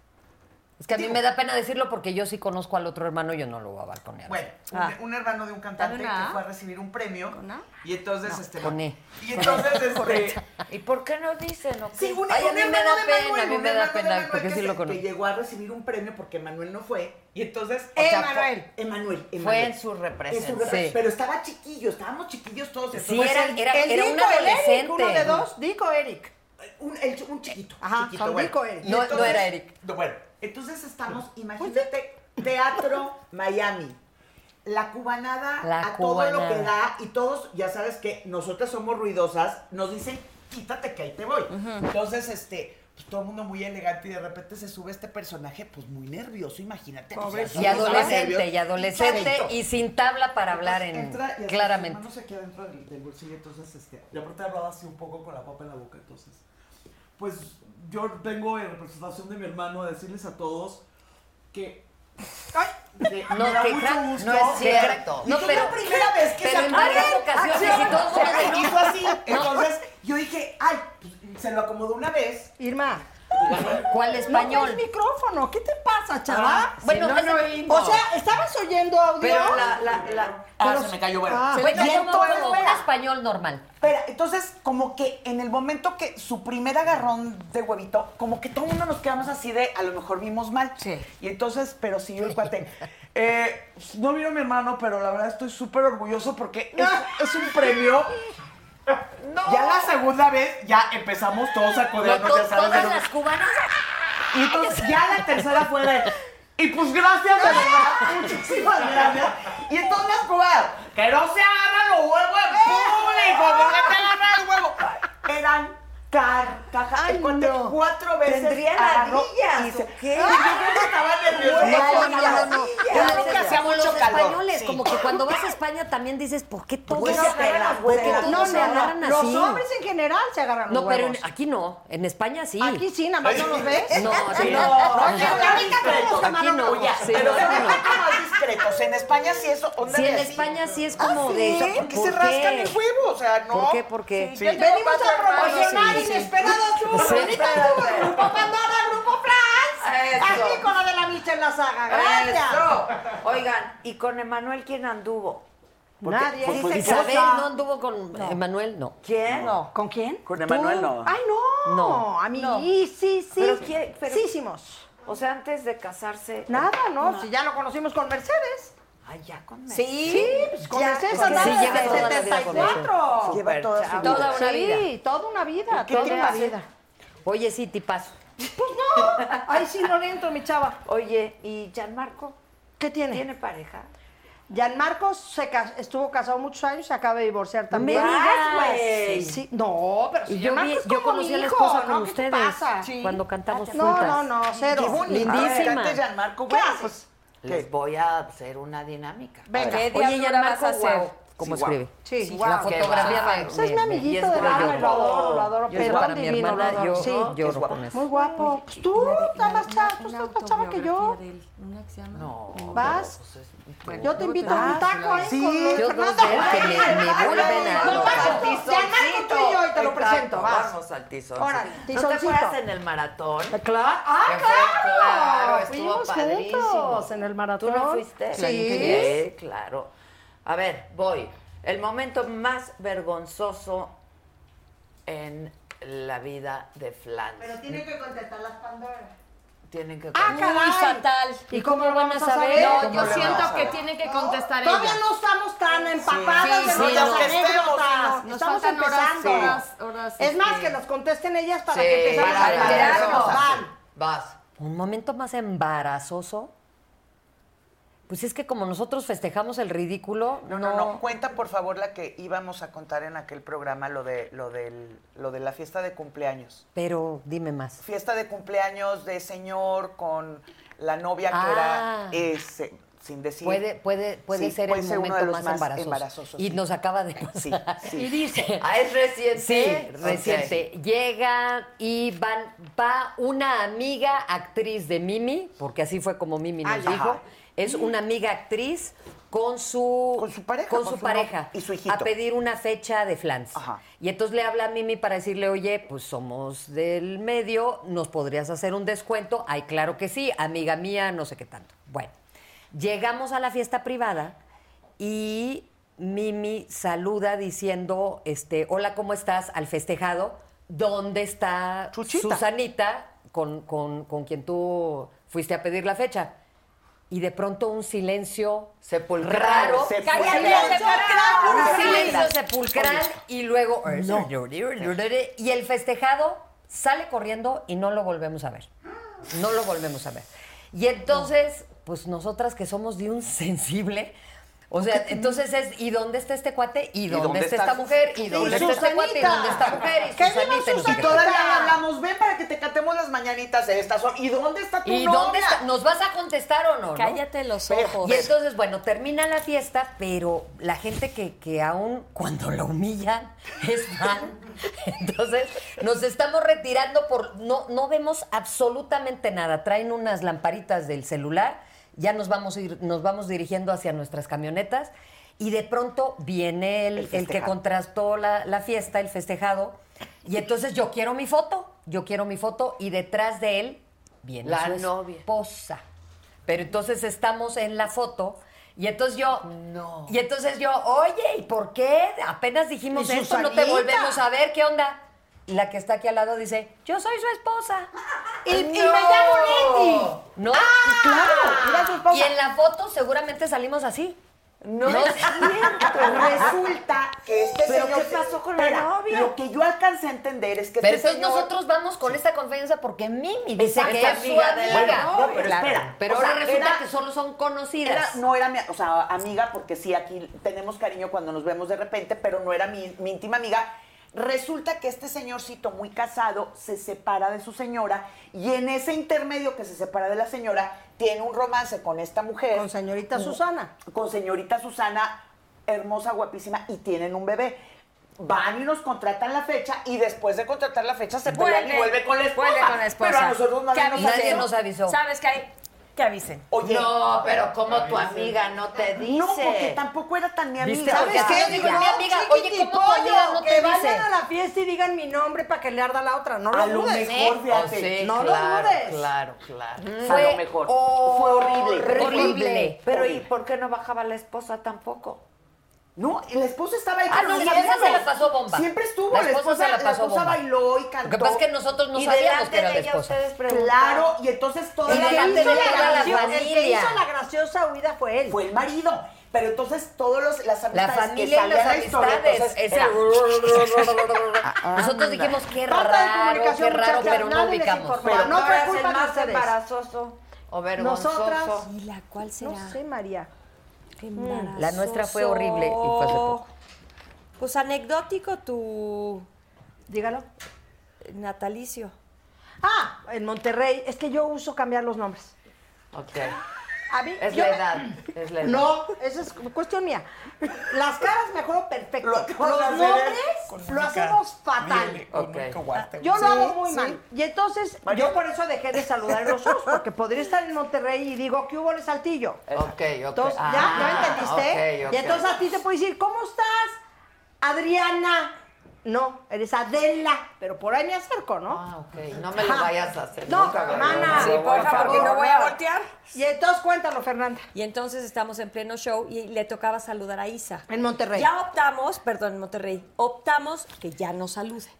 [SPEAKER 9] Es que a mí me da pena decirlo porque yo sí conozco al otro hermano, yo no lo voy a balconear.
[SPEAKER 6] Bueno, un,
[SPEAKER 11] Ah.
[SPEAKER 6] un hermano de un cantante
[SPEAKER 11] ¿Con una A?
[SPEAKER 6] que fue a recibir un premio.
[SPEAKER 11] ¿Con A?
[SPEAKER 6] Y entonces, este.
[SPEAKER 9] con E.
[SPEAKER 6] Y entonces,
[SPEAKER 9] [LAUGHS]
[SPEAKER 6] este.
[SPEAKER 3] [LAUGHS] ¿Y por qué no dicen? o qué?
[SPEAKER 6] Sí, un,
[SPEAKER 9] Ay, a
[SPEAKER 6] un
[SPEAKER 9] mí me
[SPEAKER 6] hermano
[SPEAKER 9] da
[SPEAKER 6] de
[SPEAKER 9] pena,
[SPEAKER 6] Manuel,
[SPEAKER 9] a mí
[SPEAKER 6] un
[SPEAKER 9] me da
[SPEAKER 6] hermano de
[SPEAKER 9] pena,
[SPEAKER 6] Manuel
[SPEAKER 9] porque
[SPEAKER 6] que
[SPEAKER 9] sí
[SPEAKER 6] se-
[SPEAKER 9] lo conozco.
[SPEAKER 6] Que llegó a recibir un premio porque Manuel no fue. Y entonces.
[SPEAKER 11] Eh,
[SPEAKER 5] Emanuel.
[SPEAKER 6] fue- Emanuel.
[SPEAKER 3] Fue
[SPEAKER 6] Emanuel.
[SPEAKER 3] en su
[SPEAKER 6] En su
[SPEAKER 3] representación.
[SPEAKER 6] repre-
[SPEAKER 9] Sí.
[SPEAKER 6] Pero estaba chiquillo, estábamos chiquillos todos.
[SPEAKER 9] Sí,
[SPEAKER 6] entonces-
[SPEAKER 9] era, era,
[SPEAKER 5] pues el
[SPEAKER 9] era
[SPEAKER 5] Dico,
[SPEAKER 9] un
[SPEAKER 5] el Eric,
[SPEAKER 9] adolescente.
[SPEAKER 5] uno de dos, Dico Eric.
[SPEAKER 6] Un, el- un chiquito.
[SPEAKER 5] Ajá,
[SPEAKER 6] chiquito,
[SPEAKER 5] Juan
[SPEAKER 6] bueno.
[SPEAKER 5] Rico Eric.
[SPEAKER 6] Y
[SPEAKER 9] No- no era Eric. Pues,
[SPEAKER 6] no, bueno, entonces estamos, imagínate,
[SPEAKER 9] [LAUGHS]
[SPEAKER 6] Teatro Miami. La cubanada
[SPEAKER 9] La
[SPEAKER 6] a todo lo que da
[SPEAKER 9] cubanada.
[SPEAKER 6] y todos, ya sabes que nosotras somos ruidosas, nos dicen, quítate que ahí te voy. Entonces, este, pues, todo el mundo muy elegante y de repente se sube este personaje, pues muy nervioso, imagínate. pues, ya
[SPEAKER 9] Y
[SPEAKER 6] sabes, estaba
[SPEAKER 9] adolescente,
[SPEAKER 6] nervioso.
[SPEAKER 9] y adolescente,
[SPEAKER 6] Chavito.
[SPEAKER 9] y sin tabla para hablar en
[SPEAKER 6] Entonces, entra y hasta
[SPEAKER 9] claramente.
[SPEAKER 6] su mano se queda dentro del, del bolsillo, entonces, este, y aparte hablaba así un poco con la papa en la boca, entonces.
[SPEAKER 17] Pues yo vengo en representación de mi hermano a decirles a todos que.
[SPEAKER 9] [LAUGHS] No, que cra- no es cierto. No,
[SPEAKER 6] Dije,
[SPEAKER 9] pero,
[SPEAKER 6] la primera vez que
[SPEAKER 9] pero
[SPEAKER 6] se
[SPEAKER 9] en varias
[SPEAKER 6] acuerdan,
[SPEAKER 9] ocasiones
[SPEAKER 6] acción,
[SPEAKER 9] y todo el
[SPEAKER 6] se
[SPEAKER 9] mundo
[SPEAKER 6] me hizo
[SPEAKER 9] [LAUGHS]
[SPEAKER 6] así. Entonces, yo dije, ay, pues, se lo acomodó una vez.
[SPEAKER 5] Irma.
[SPEAKER 9] ¿cuál
[SPEAKER 5] No,
[SPEAKER 9] español? Ah,
[SPEAKER 5] el micrófono. ¿Qué te pasa, chaval?
[SPEAKER 9] pues, bueno,
[SPEAKER 3] no,
[SPEAKER 9] pues,
[SPEAKER 3] no oímos.
[SPEAKER 5] o sea, ¿estabas oyendo audio?
[SPEAKER 3] Pero la, la, la.
[SPEAKER 6] Ah, se me cayó, bueno.
[SPEAKER 5] Ah.
[SPEAKER 9] bueno,
[SPEAKER 6] Y
[SPEAKER 9] como-
[SPEAKER 6] entonces,
[SPEAKER 9] como un
[SPEAKER 6] espera,
[SPEAKER 9] español normal.
[SPEAKER 6] espera, entonces, como que en el momento que su primer agarrón de huevito, como que todo el mundo nos quedamos así de, a lo mejor vimos mal.
[SPEAKER 11] Sí.
[SPEAKER 6] Y entonces, pero sí, yo el cuate,
[SPEAKER 17] Eh, no vino mi hermano, pero la verdad estoy súper orgulloso porque es, es un premio.
[SPEAKER 6] Ya la segunda vez ya empezamos todos a
[SPEAKER 9] No,
[SPEAKER 6] codearnos,
[SPEAKER 9] to-
[SPEAKER 6] ya sabes.
[SPEAKER 9] todas
[SPEAKER 6] de lo-
[SPEAKER 9] las cubanas.
[SPEAKER 6] Y entonces ya la tercera fue de. Y pues gracias, de verdad. Muchísimas gracias. Y entonces las cubanas, que no se hagan los huevos
[SPEAKER 9] Eh.
[SPEAKER 6] en público, porque te agarran el huevo. Eran carcajadas.
[SPEAKER 5] Ay,
[SPEAKER 6] El cuate
[SPEAKER 5] no.
[SPEAKER 6] Cuatro veces.
[SPEAKER 3] Tendría
[SPEAKER 6] agarró
[SPEAKER 3] ladrillas,
[SPEAKER 6] y se-
[SPEAKER 3] ¿o qué?
[SPEAKER 6] Y yo creo que estaba nervioso.
[SPEAKER 9] No, no, no, no.
[SPEAKER 6] Yo
[SPEAKER 9] Como
[SPEAKER 6] creo que hacía
[SPEAKER 9] los
[SPEAKER 6] mucho calor.
[SPEAKER 9] españoles,
[SPEAKER 6] Sí.
[SPEAKER 9] como que cuando vas a España también dices, ¿por qué todos
[SPEAKER 6] Pues
[SPEAKER 9] se
[SPEAKER 6] se agarran
[SPEAKER 9] agarran?
[SPEAKER 6] las
[SPEAKER 9] ¿Por qué
[SPEAKER 6] huevas.
[SPEAKER 9] todos
[SPEAKER 5] no,
[SPEAKER 9] se
[SPEAKER 5] no,
[SPEAKER 9] agarran
[SPEAKER 5] no.
[SPEAKER 9] así?
[SPEAKER 5] Los hombres en general se agarran los
[SPEAKER 9] No, pero en-
[SPEAKER 5] huevos.
[SPEAKER 9] aquí no, en España sí.
[SPEAKER 5] Aquí sí, nada más no los ves.
[SPEAKER 9] [LAUGHS] No, aquí no.
[SPEAKER 6] No,
[SPEAKER 5] Pero la rica como se
[SPEAKER 9] Aquí no,
[SPEAKER 6] Oye,
[SPEAKER 9] sí,
[SPEAKER 6] pero son
[SPEAKER 9] aquí
[SPEAKER 6] un
[SPEAKER 9] no.
[SPEAKER 6] poco más discretos. En España sí eso, onda
[SPEAKER 9] Sí, en
[SPEAKER 6] de así.
[SPEAKER 9] España sí es
[SPEAKER 6] Ah,
[SPEAKER 9] como
[SPEAKER 6] ¿sí?
[SPEAKER 9] de...
[SPEAKER 6] ¿Por qué se rascan el huevo? O sea, no.
[SPEAKER 9] ¿Por qué? ¿Por qué?
[SPEAKER 6] Sí.
[SPEAKER 5] Venimos a
[SPEAKER 9] hermanos,
[SPEAKER 5] promocionar
[SPEAKER 9] sí, sí.
[SPEAKER 5] inesperados churros. Ahorita tú, Grupo Pandora, Grupo Franz.
[SPEAKER 3] Eso.
[SPEAKER 5] Aquí con lo de la Michelle la saga. Gracias.
[SPEAKER 3] Eso. Oigan, ¿y con Emanuel quién anduvo?
[SPEAKER 5] Nadie.
[SPEAKER 3] Pues, pues,
[SPEAKER 9] Isabel no anduvo con Emanuel, no.
[SPEAKER 3] ¿Quién?
[SPEAKER 5] No. ¿Con quién?
[SPEAKER 3] Con Emanuel no.
[SPEAKER 5] Ay, no.
[SPEAKER 9] No.
[SPEAKER 5] A mí sí, sí, sí.
[SPEAKER 3] Pero quién- pero-
[SPEAKER 5] Sí, hicimos.
[SPEAKER 3] O sea, antes de casarse.
[SPEAKER 5] Nada, ¿no? Si ya lo conocimos con Mercedes.
[SPEAKER 3] Ay, ya con
[SPEAKER 5] Sí, pues con Mercedes
[SPEAKER 9] porque
[SPEAKER 5] andaba
[SPEAKER 9] sí
[SPEAKER 5] desde
[SPEAKER 9] lleva
[SPEAKER 5] el
[SPEAKER 9] toda la vida con
[SPEAKER 5] 74.
[SPEAKER 3] Lleva toda su
[SPEAKER 9] Toda
[SPEAKER 3] vida.
[SPEAKER 9] una vida.
[SPEAKER 5] Sí, toda una vida,
[SPEAKER 3] qué
[SPEAKER 5] toda
[SPEAKER 3] te
[SPEAKER 5] una
[SPEAKER 3] hace?
[SPEAKER 5] vida.
[SPEAKER 9] Oye, sí, tipazo.
[SPEAKER 5] Pues no, ahí sí no le entro, mi chava.
[SPEAKER 3] Oye, ¿y Gianmarco?
[SPEAKER 5] ¿Qué tiene?
[SPEAKER 3] ¿Tiene pareja?
[SPEAKER 5] Gianmarcos se ca- estuvo casado muchos años, se acaba de divorciar también.
[SPEAKER 9] me digas,
[SPEAKER 5] güey! Sí, no, pero si
[SPEAKER 9] Y yo,
[SPEAKER 5] Gianmarco
[SPEAKER 9] vi,
[SPEAKER 5] es
[SPEAKER 9] yo
[SPEAKER 5] como mi
[SPEAKER 9] conocí a la
[SPEAKER 5] hijo,
[SPEAKER 9] esposa con
[SPEAKER 5] ¿no? ¿Qué te
[SPEAKER 9] ustedes
[SPEAKER 5] pasa?
[SPEAKER 9] cuando cantamos
[SPEAKER 5] No,
[SPEAKER 9] juntas.
[SPEAKER 5] no, no,
[SPEAKER 6] Qué
[SPEAKER 5] cero.
[SPEAKER 6] bonito.
[SPEAKER 9] Lindísima.
[SPEAKER 6] Ahora, Gianmarco,
[SPEAKER 5] ¿Qué
[SPEAKER 6] bueno,
[SPEAKER 5] haces?
[SPEAKER 6] pues,
[SPEAKER 3] Les voy a hacer una dinámica.
[SPEAKER 5] Venga.
[SPEAKER 11] ¿Qué
[SPEAKER 9] Oye,
[SPEAKER 11] diablura
[SPEAKER 9] Gianmarco,
[SPEAKER 11] vas a hacer?
[SPEAKER 9] guau, ¿Cómo
[SPEAKER 3] Sí,
[SPEAKER 9] escribe?
[SPEAKER 5] Sí,
[SPEAKER 11] Sí,
[SPEAKER 5] guau.
[SPEAKER 9] La fotografía
[SPEAKER 3] guau.
[SPEAKER 9] me,
[SPEAKER 5] O sea, es mi
[SPEAKER 9] me- y
[SPEAKER 5] amiguito
[SPEAKER 9] es
[SPEAKER 5] de
[SPEAKER 9] guapo.
[SPEAKER 5] alma, lo adoro, lo adoro.
[SPEAKER 9] Yo para
[SPEAKER 5] Perdón,
[SPEAKER 9] mi
[SPEAKER 5] divino, lo
[SPEAKER 9] hermana,
[SPEAKER 5] adoro.
[SPEAKER 9] yo
[SPEAKER 5] Sí.
[SPEAKER 9] lloro con eso.
[SPEAKER 5] Muy guapo. Pues tú estás más chava, tú estás más chava que yo.
[SPEAKER 3] No. pues
[SPEAKER 5] Vas. Yo te invito a un
[SPEAKER 11] vas,
[SPEAKER 5] taco, ¿eh?
[SPEAKER 6] sí.
[SPEAKER 5] con los
[SPEAKER 9] Yo
[SPEAKER 5] Fernando
[SPEAKER 9] dos de él que me-
[SPEAKER 5] Juárez.
[SPEAKER 9] me
[SPEAKER 5] Ay,
[SPEAKER 9] vuelven a
[SPEAKER 5] no,
[SPEAKER 9] loca.
[SPEAKER 5] Marco, Gianmarco, tú y yo, y te lo
[SPEAKER 3] Exacto,
[SPEAKER 5] presento, vas.
[SPEAKER 3] Vamos al tizón.
[SPEAKER 5] Órale,
[SPEAKER 3] ¿No te
[SPEAKER 5] tizoncito.
[SPEAKER 3] acuerdas en el maratón?
[SPEAKER 5] Claro. Ah,
[SPEAKER 3] Que fue, claro,
[SPEAKER 5] claro.
[SPEAKER 3] estuvo
[SPEAKER 5] Fuimos
[SPEAKER 3] padrísimo.
[SPEAKER 5] juntos en el maratón.
[SPEAKER 3] ¿Tú no fuiste?
[SPEAKER 5] Sí.
[SPEAKER 3] Sí, claro. A ver, voy. El momento más vergonzoso en la vida de Flans.
[SPEAKER 5] tiene que contestar las Pandora.
[SPEAKER 3] Tienen que
[SPEAKER 5] ¡Ah,
[SPEAKER 11] Muy
[SPEAKER 5] caray!
[SPEAKER 11] fatal.
[SPEAKER 5] ¿Y cómo lo vamos a saber?
[SPEAKER 11] No,
[SPEAKER 5] ¿Cómo
[SPEAKER 11] yo
[SPEAKER 5] le
[SPEAKER 11] siento
[SPEAKER 5] vas a
[SPEAKER 11] que
[SPEAKER 5] ver?
[SPEAKER 11] tienen que contestar
[SPEAKER 5] Todavía
[SPEAKER 11] ellas.
[SPEAKER 5] no estamos tan empapadas
[SPEAKER 11] Sí,
[SPEAKER 5] de
[SPEAKER 11] sí,
[SPEAKER 5] nuestras
[SPEAKER 11] no.
[SPEAKER 5] anécdotas.
[SPEAKER 11] Nos
[SPEAKER 5] estamos
[SPEAKER 11] faltan horas,
[SPEAKER 5] empezando.
[SPEAKER 11] horas, horas,
[SPEAKER 5] es más,
[SPEAKER 11] este-
[SPEAKER 5] que nos contesten ellas para
[SPEAKER 3] Sí,
[SPEAKER 5] que empecemos
[SPEAKER 3] para
[SPEAKER 5] a
[SPEAKER 3] enterarnos.
[SPEAKER 5] enterarnos. Van.
[SPEAKER 3] Vas.
[SPEAKER 9] Un momento más embarazoso. Pues es que como nosotros festejamos el ridículo,
[SPEAKER 6] No, no, no. Cuenta, por favor, la que íbamos a contar en aquel programa, lo de, lo del, lo de la fiesta de cumpleaños.
[SPEAKER 9] Pero dime más.
[SPEAKER 6] Fiesta de cumpleaños de señor con la novia que
[SPEAKER 9] Ah.
[SPEAKER 6] era ese, sin decir.
[SPEAKER 9] Puede, puede, puede
[SPEAKER 6] Sí,
[SPEAKER 9] ser
[SPEAKER 6] puede
[SPEAKER 9] el
[SPEAKER 6] ser uno
[SPEAKER 9] momento
[SPEAKER 6] de los
[SPEAKER 9] más,
[SPEAKER 6] más
[SPEAKER 9] embarazoso.
[SPEAKER 6] embarazosos,
[SPEAKER 9] Y
[SPEAKER 6] sí.
[SPEAKER 9] nos acaba de pasar.
[SPEAKER 6] Sí, sí.
[SPEAKER 9] [LAUGHS] Y dice.
[SPEAKER 3] Ah, es reciente.
[SPEAKER 9] Sí,
[SPEAKER 3] Ok.
[SPEAKER 9] reciente. Llega y van, va una amiga actriz de Mimi, porque así fue como Mimi nos
[SPEAKER 6] Ay,
[SPEAKER 9] dijo.
[SPEAKER 6] ajá.
[SPEAKER 9] Es una amiga actriz con su,
[SPEAKER 6] Con su pareja,
[SPEAKER 9] con
[SPEAKER 6] con
[SPEAKER 9] su
[SPEAKER 6] su
[SPEAKER 9] pareja,
[SPEAKER 6] no- y su hijito.
[SPEAKER 9] a pedir una fecha de flans.
[SPEAKER 6] Ajá.
[SPEAKER 9] Y entonces le habla a Mimi para decirle, oye, pues somos del medio, ¿nos podrías hacer un descuento? Ay, claro que sí, amiga mía, no sé qué tanto. Bueno, llegamos a la fiesta privada y Mimi saluda diciendo, este, hola, ¿cómo estás? Al festejado, ¿dónde está
[SPEAKER 6] Chuchita.
[SPEAKER 9] Susanita con, con- con quien tú fuiste a pedir la fecha? Y de pronto un silencio
[SPEAKER 3] Sepulcral,
[SPEAKER 9] raro.
[SPEAKER 6] sepulcral.
[SPEAKER 9] ¡Cállate, sepulcral!
[SPEAKER 6] Una
[SPEAKER 9] Un silencio
[SPEAKER 6] silencio.
[SPEAKER 9] sepulcral y luego... Y el festejado sale corriendo y no lo volvemos a ver. No lo volvemos a ver. Y entonces, pues nosotras que somos de un sensible... O sea, entonces es, ¿y dónde está este cuate? ¿Y dónde,
[SPEAKER 6] dónde
[SPEAKER 9] está,
[SPEAKER 6] está
[SPEAKER 9] esta mujer? ¿Y dónde está este cuate? ¿Y dónde está esta mujer? ¿Y
[SPEAKER 5] ¡Que viva
[SPEAKER 9] Susanita? Y no sé
[SPEAKER 6] Y
[SPEAKER 9] qué.
[SPEAKER 6] todavía no hablamos, ven para que te cantemos las mañanitas de esta zona. ¿Y dónde está tu
[SPEAKER 9] ¿Y
[SPEAKER 6] novia?
[SPEAKER 9] dónde está? ¿Nos vas a contestar o no? no?
[SPEAKER 11] Cállate los
[SPEAKER 6] Pero-
[SPEAKER 11] ojos.
[SPEAKER 9] Y entonces, bueno, termina la fiesta, pero la gente que, que aún cuando la humillan [LAUGHS] es fan. Entonces, nos estamos retirando por. No, no vemos absolutamente nada. Traen unas lamparitas del celular, ya nos vamos, a ir, nos vamos dirigiendo hacia nuestras camionetas. Y de pronto viene el,
[SPEAKER 6] El
[SPEAKER 9] el que
[SPEAKER 6] festejado.
[SPEAKER 9] contrastó la, la fiesta, el festejado. Y entonces yo quiero mi foto, yo quiero mi foto. Y detrás de él viene
[SPEAKER 3] La
[SPEAKER 9] su
[SPEAKER 3] novia.
[SPEAKER 9] esposa. Pero entonces estamos en la foto y entonces yo.
[SPEAKER 3] No.
[SPEAKER 9] Y entonces yo, oye, ¿y por qué? Apenas dijimos
[SPEAKER 5] Y
[SPEAKER 9] esto, no te
[SPEAKER 5] Susanita.
[SPEAKER 9] volvemos a ver, ¿qué onda? La que está aquí al lado dice, yo soy su esposa.
[SPEAKER 5] Y, y me llamo Leti.
[SPEAKER 9] ¿No?
[SPEAKER 6] Ah.
[SPEAKER 5] Claro, mira su esposa.
[SPEAKER 9] Y en la foto seguramente salimos así.
[SPEAKER 3] No, es
[SPEAKER 6] Pero resulta que este
[SPEAKER 3] ¿Pero
[SPEAKER 6] señor.
[SPEAKER 3] qué pasó con la
[SPEAKER 6] Espera,
[SPEAKER 3] novia?
[SPEAKER 6] Lo que yo alcancé a entender es que
[SPEAKER 9] Pero
[SPEAKER 6] este
[SPEAKER 9] entonces
[SPEAKER 6] señor-
[SPEAKER 9] nosotros vamos con esta confianza porque Mimi dice
[SPEAKER 3] Exacto.
[SPEAKER 9] que es
[SPEAKER 3] Es
[SPEAKER 9] su
[SPEAKER 3] amiga
[SPEAKER 9] amiga.
[SPEAKER 3] de la
[SPEAKER 6] novia. No, pero espera.
[SPEAKER 9] Pero
[SPEAKER 6] O
[SPEAKER 9] ahora
[SPEAKER 6] sea,
[SPEAKER 9] resulta
[SPEAKER 6] era-
[SPEAKER 9] que solo son
[SPEAKER 6] Era-
[SPEAKER 9] conocidas.
[SPEAKER 6] no era mi, o sea, amiga, porque sí, aquí tenemos cariño cuando nos vemos de repente, pero no era mi, mi íntima amiga. Resulta que este señorcito muy casado se separa de su señora y en ese intermedio que se separa de la señora tiene un romance con esta mujer.
[SPEAKER 5] Con señorita Susana.
[SPEAKER 6] Con señorita Susana, hermosa, guapísima, y tienen un bebé. Van y nos contratan la fecha y después de contratar la fecha se pelean y vuelve con la esposa.
[SPEAKER 11] Vuelve con la esposa.
[SPEAKER 6] Pero a nosotros
[SPEAKER 11] Que
[SPEAKER 6] nadie nos
[SPEAKER 11] avisen.
[SPEAKER 9] Nadie
[SPEAKER 6] hace-
[SPEAKER 9] nos avisó.
[SPEAKER 11] ¿Sabes qué hay? Que avisen.
[SPEAKER 6] Oye,
[SPEAKER 3] No, pero como tu amiga no te dice.
[SPEAKER 6] no, porque tampoco era tan mi amiga.
[SPEAKER 9] ¿Sabes
[SPEAKER 6] Porque
[SPEAKER 9] qué?
[SPEAKER 6] era
[SPEAKER 9] Yo digo,
[SPEAKER 6] amiga.
[SPEAKER 9] mi amiga, oye, ¿cómo tu amiga no te
[SPEAKER 5] que
[SPEAKER 9] dice?
[SPEAKER 5] vayan a la fiesta y digan mi nombre para que le arda la otra. No
[SPEAKER 6] A
[SPEAKER 5] lo
[SPEAKER 6] lo
[SPEAKER 5] dudes.
[SPEAKER 6] mejor,
[SPEAKER 3] Oh,
[SPEAKER 6] fíjate.
[SPEAKER 3] sí,
[SPEAKER 5] No lo
[SPEAKER 3] claro,
[SPEAKER 5] dudes. Mm.
[SPEAKER 3] Claro, claro.
[SPEAKER 6] a lo mejor. Fue horrible.
[SPEAKER 9] horrible.
[SPEAKER 3] Pero ¿y por qué no bajaba la esposa tampoco?
[SPEAKER 6] No, y la esposa estaba ahí.
[SPEAKER 9] Ah,
[SPEAKER 6] con
[SPEAKER 9] no,
[SPEAKER 6] los
[SPEAKER 9] la esposa
[SPEAKER 6] amigos.
[SPEAKER 9] se la pasó bomba.
[SPEAKER 6] Siempre estuvo.
[SPEAKER 9] La
[SPEAKER 6] La
[SPEAKER 9] esposa
[SPEAKER 6] esposa,
[SPEAKER 9] se la pasó
[SPEAKER 6] la esposa
[SPEAKER 9] bomba.
[SPEAKER 6] bailó y cantó.
[SPEAKER 9] Lo que pasa es que nosotros no
[SPEAKER 3] y
[SPEAKER 9] sabíamos que
[SPEAKER 3] delante
[SPEAKER 9] era
[SPEAKER 3] de
[SPEAKER 9] la
[SPEAKER 3] ella
[SPEAKER 9] esposa.
[SPEAKER 3] ustedes
[SPEAKER 5] pues,
[SPEAKER 3] preguntaron.
[SPEAKER 6] Claro, y entonces toda
[SPEAKER 9] Y
[SPEAKER 6] la
[SPEAKER 9] delante
[SPEAKER 6] gente
[SPEAKER 9] de
[SPEAKER 6] la
[SPEAKER 9] toda la
[SPEAKER 6] graciosa-
[SPEAKER 5] El que
[SPEAKER 9] familia.
[SPEAKER 5] hizo la graciosa huida fue él.
[SPEAKER 6] Fue el marido. Pero entonces todos los las
[SPEAKER 9] La
[SPEAKER 6] amistades que
[SPEAKER 9] familia y
[SPEAKER 6] salían
[SPEAKER 9] las
[SPEAKER 6] a la historia,
[SPEAKER 9] amistades.
[SPEAKER 5] pues,
[SPEAKER 6] entonces,
[SPEAKER 9] ese-
[SPEAKER 5] [LAUGHS]
[SPEAKER 6] era-
[SPEAKER 9] Nosotros dijimos qué
[SPEAKER 5] Falta de
[SPEAKER 9] raro, qué
[SPEAKER 5] comunicación,
[SPEAKER 9] raro,
[SPEAKER 5] muchachas,
[SPEAKER 9] pero no
[SPEAKER 5] nadie les
[SPEAKER 9] ubicamos.
[SPEAKER 5] informó. Pero no fue
[SPEAKER 3] eres
[SPEAKER 5] culpa
[SPEAKER 3] el
[SPEAKER 5] de
[SPEAKER 3] más
[SPEAKER 5] ustedes.
[SPEAKER 3] embarazoso o vergonzoso.
[SPEAKER 5] Nosotras-
[SPEAKER 11] ¿Y la cuál será?
[SPEAKER 5] No sé, María.
[SPEAKER 11] Qué embarazoso.
[SPEAKER 9] Mm. La nuestra fue horrible y fue hace poco.
[SPEAKER 11] Pues anecdótico tu
[SPEAKER 5] Dígalo.
[SPEAKER 9] eh,
[SPEAKER 11] natalicio.
[SPEAKER 5] Ah, en Monterrey. Es que yo uso cambiar los nombres.
[SPEAKER 3] Ok.
[SPEAKER 5] A mí,
[SPEAKER 3] Es
[SPEAKER 5] yo-
[SPEAKER 3] la edad. Es la edad.
[SPEAKER 5] No, esa es cuestión mía. Las caras me acuerdo perfecto.
[SPEAKER 6] Lo acabas de
[SPEAKER 5] Los
[SPEAKER 6] hacer, ¿eh?
[SPEAKER 4] Con
[SPEAKER 5] nombres lo
[SPEAKER 4] una cara,
[SPEAKER 5] hacemos fatal.
[SPEAKER 4] mírale, con
[SPEAKER 3] Ok.
[SPEAKER 4] un
[SPEAKER 6] Ah,
[SPEAKER 4] cacahuate.
[SPEAKER 5] Yo lo hago muy mal. Y entonces, yo por eso dejé de saludar en los shows, porque podría estar en Monterrey y digo, ¿qué hubo el saltillo?
[SPEAKER 3] Ok, ok.
[SPEAKER 5] Entonces, ¿ya?
[SPEAKER 3] Ah,
[SPEAKER 5] ¿Ya me entendiste?
[SPEAKER 3] ok, ok.
[SPEAKER 5] Y entonces a ti te puedo decir, ¿cómo estás? Adriana. No, eres Adela, pero por ahí me acerco, ¿no?
[SPEAKER 3] Ah, ok. No me lo vayas a hacer.
[SPEAKER 5] No,
[SPEAKER 3] nunca, ¿verdad?
[SPEAKER 5] mana.
[SPEAKER 3] No,
[SPEAKER 5] Sí,
[SPEAKER 3] por favor.
[SPEAKER 11] no voy a voltear.
[SPEAKER 5] Y entonces cuéntalo, Fernanda,
[SPEAKER 11] Y entonces estamos en pleno show y le tocaba saludar a Isa.
[SPEAKER 5] en Monterrey.
[SPEAKER 11] Ya optamos, perdón, en Monterrey, optamos que ya no salude.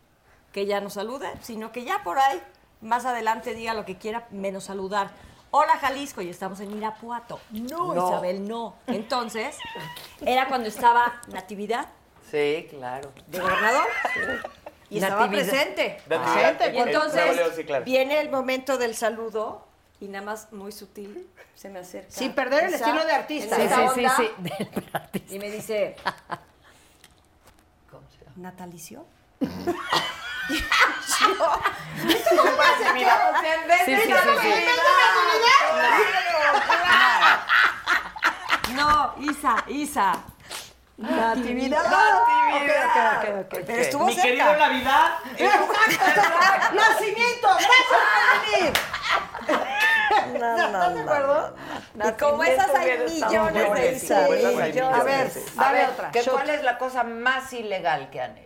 [SPEAKER 11] Que ya no salude, sino que ya por ahí más adelante diga lo que quiera, menos saludar. Hola Jalisco, y estamos en Irapuato. No,
[SPEAKER 3] No.
[SPEAKER 11] Isabel, no. Entonces, era cuando estaba Natividad
[SPEAKER 3] Sí, claro.
[SPEAKER 11] de gobernador y estaba
[SPEAKER 9] Natividad.
[SPEAKER 11] presente.
[SPEAKER 6] Natividad,
[SPEAKER 11] Y
[SPEAKER 6] el- el travoleo,
[SPEAKER 11] entonces
[SPEAKER 6] sí, claro.
[SPEAKER 11] viene el momento del saludo y nada más muy sutil se me acerca.
[SPEAKER 5] Sin perder el
[SPEAKER 11] Esa-
[SPEAKER 5] estilo de artista.
[SPEAKER 11] en
[SPEAKER 5] Sí,
[SPEAKER 11] esa
[SPEAKER 5] sí,
[SPEAKER 11] onda,
[SPEAKER 9] sí.
[SPEAKER 11] Y me dice,
[SPEAKER 5] [LAUGHS]
[SPEAKER 11] ¿natalicio?
[SPEAKER 9] Sí, sí, sí, sí.
[SPEAKER 11] No, Isa, Isa. Natividad. Pero estuvo
[SPEAKER 17] Mi querido
[SPEAKER 11] cerca.
[SPEAKER 17] Navidad,
[SPEAKER 5] ¡Nacimiento! ¡Gracias por venir! ¿Estás de acuerdo?
[SPEAKER 11] Y como esas hay millones de Isa.
[SPEAKER 5] A ver,
[SPEAKER 3] A
[SPEAKER 5] dale
[SPEAKER 3] ver,
[SPEAKER 5] otra.
[SPEAKER 3] ¿qué-
[SPEAKER 5] Shot.
[SPEAKER 3] ¿cuál es la cosa más ilegal que han hecho?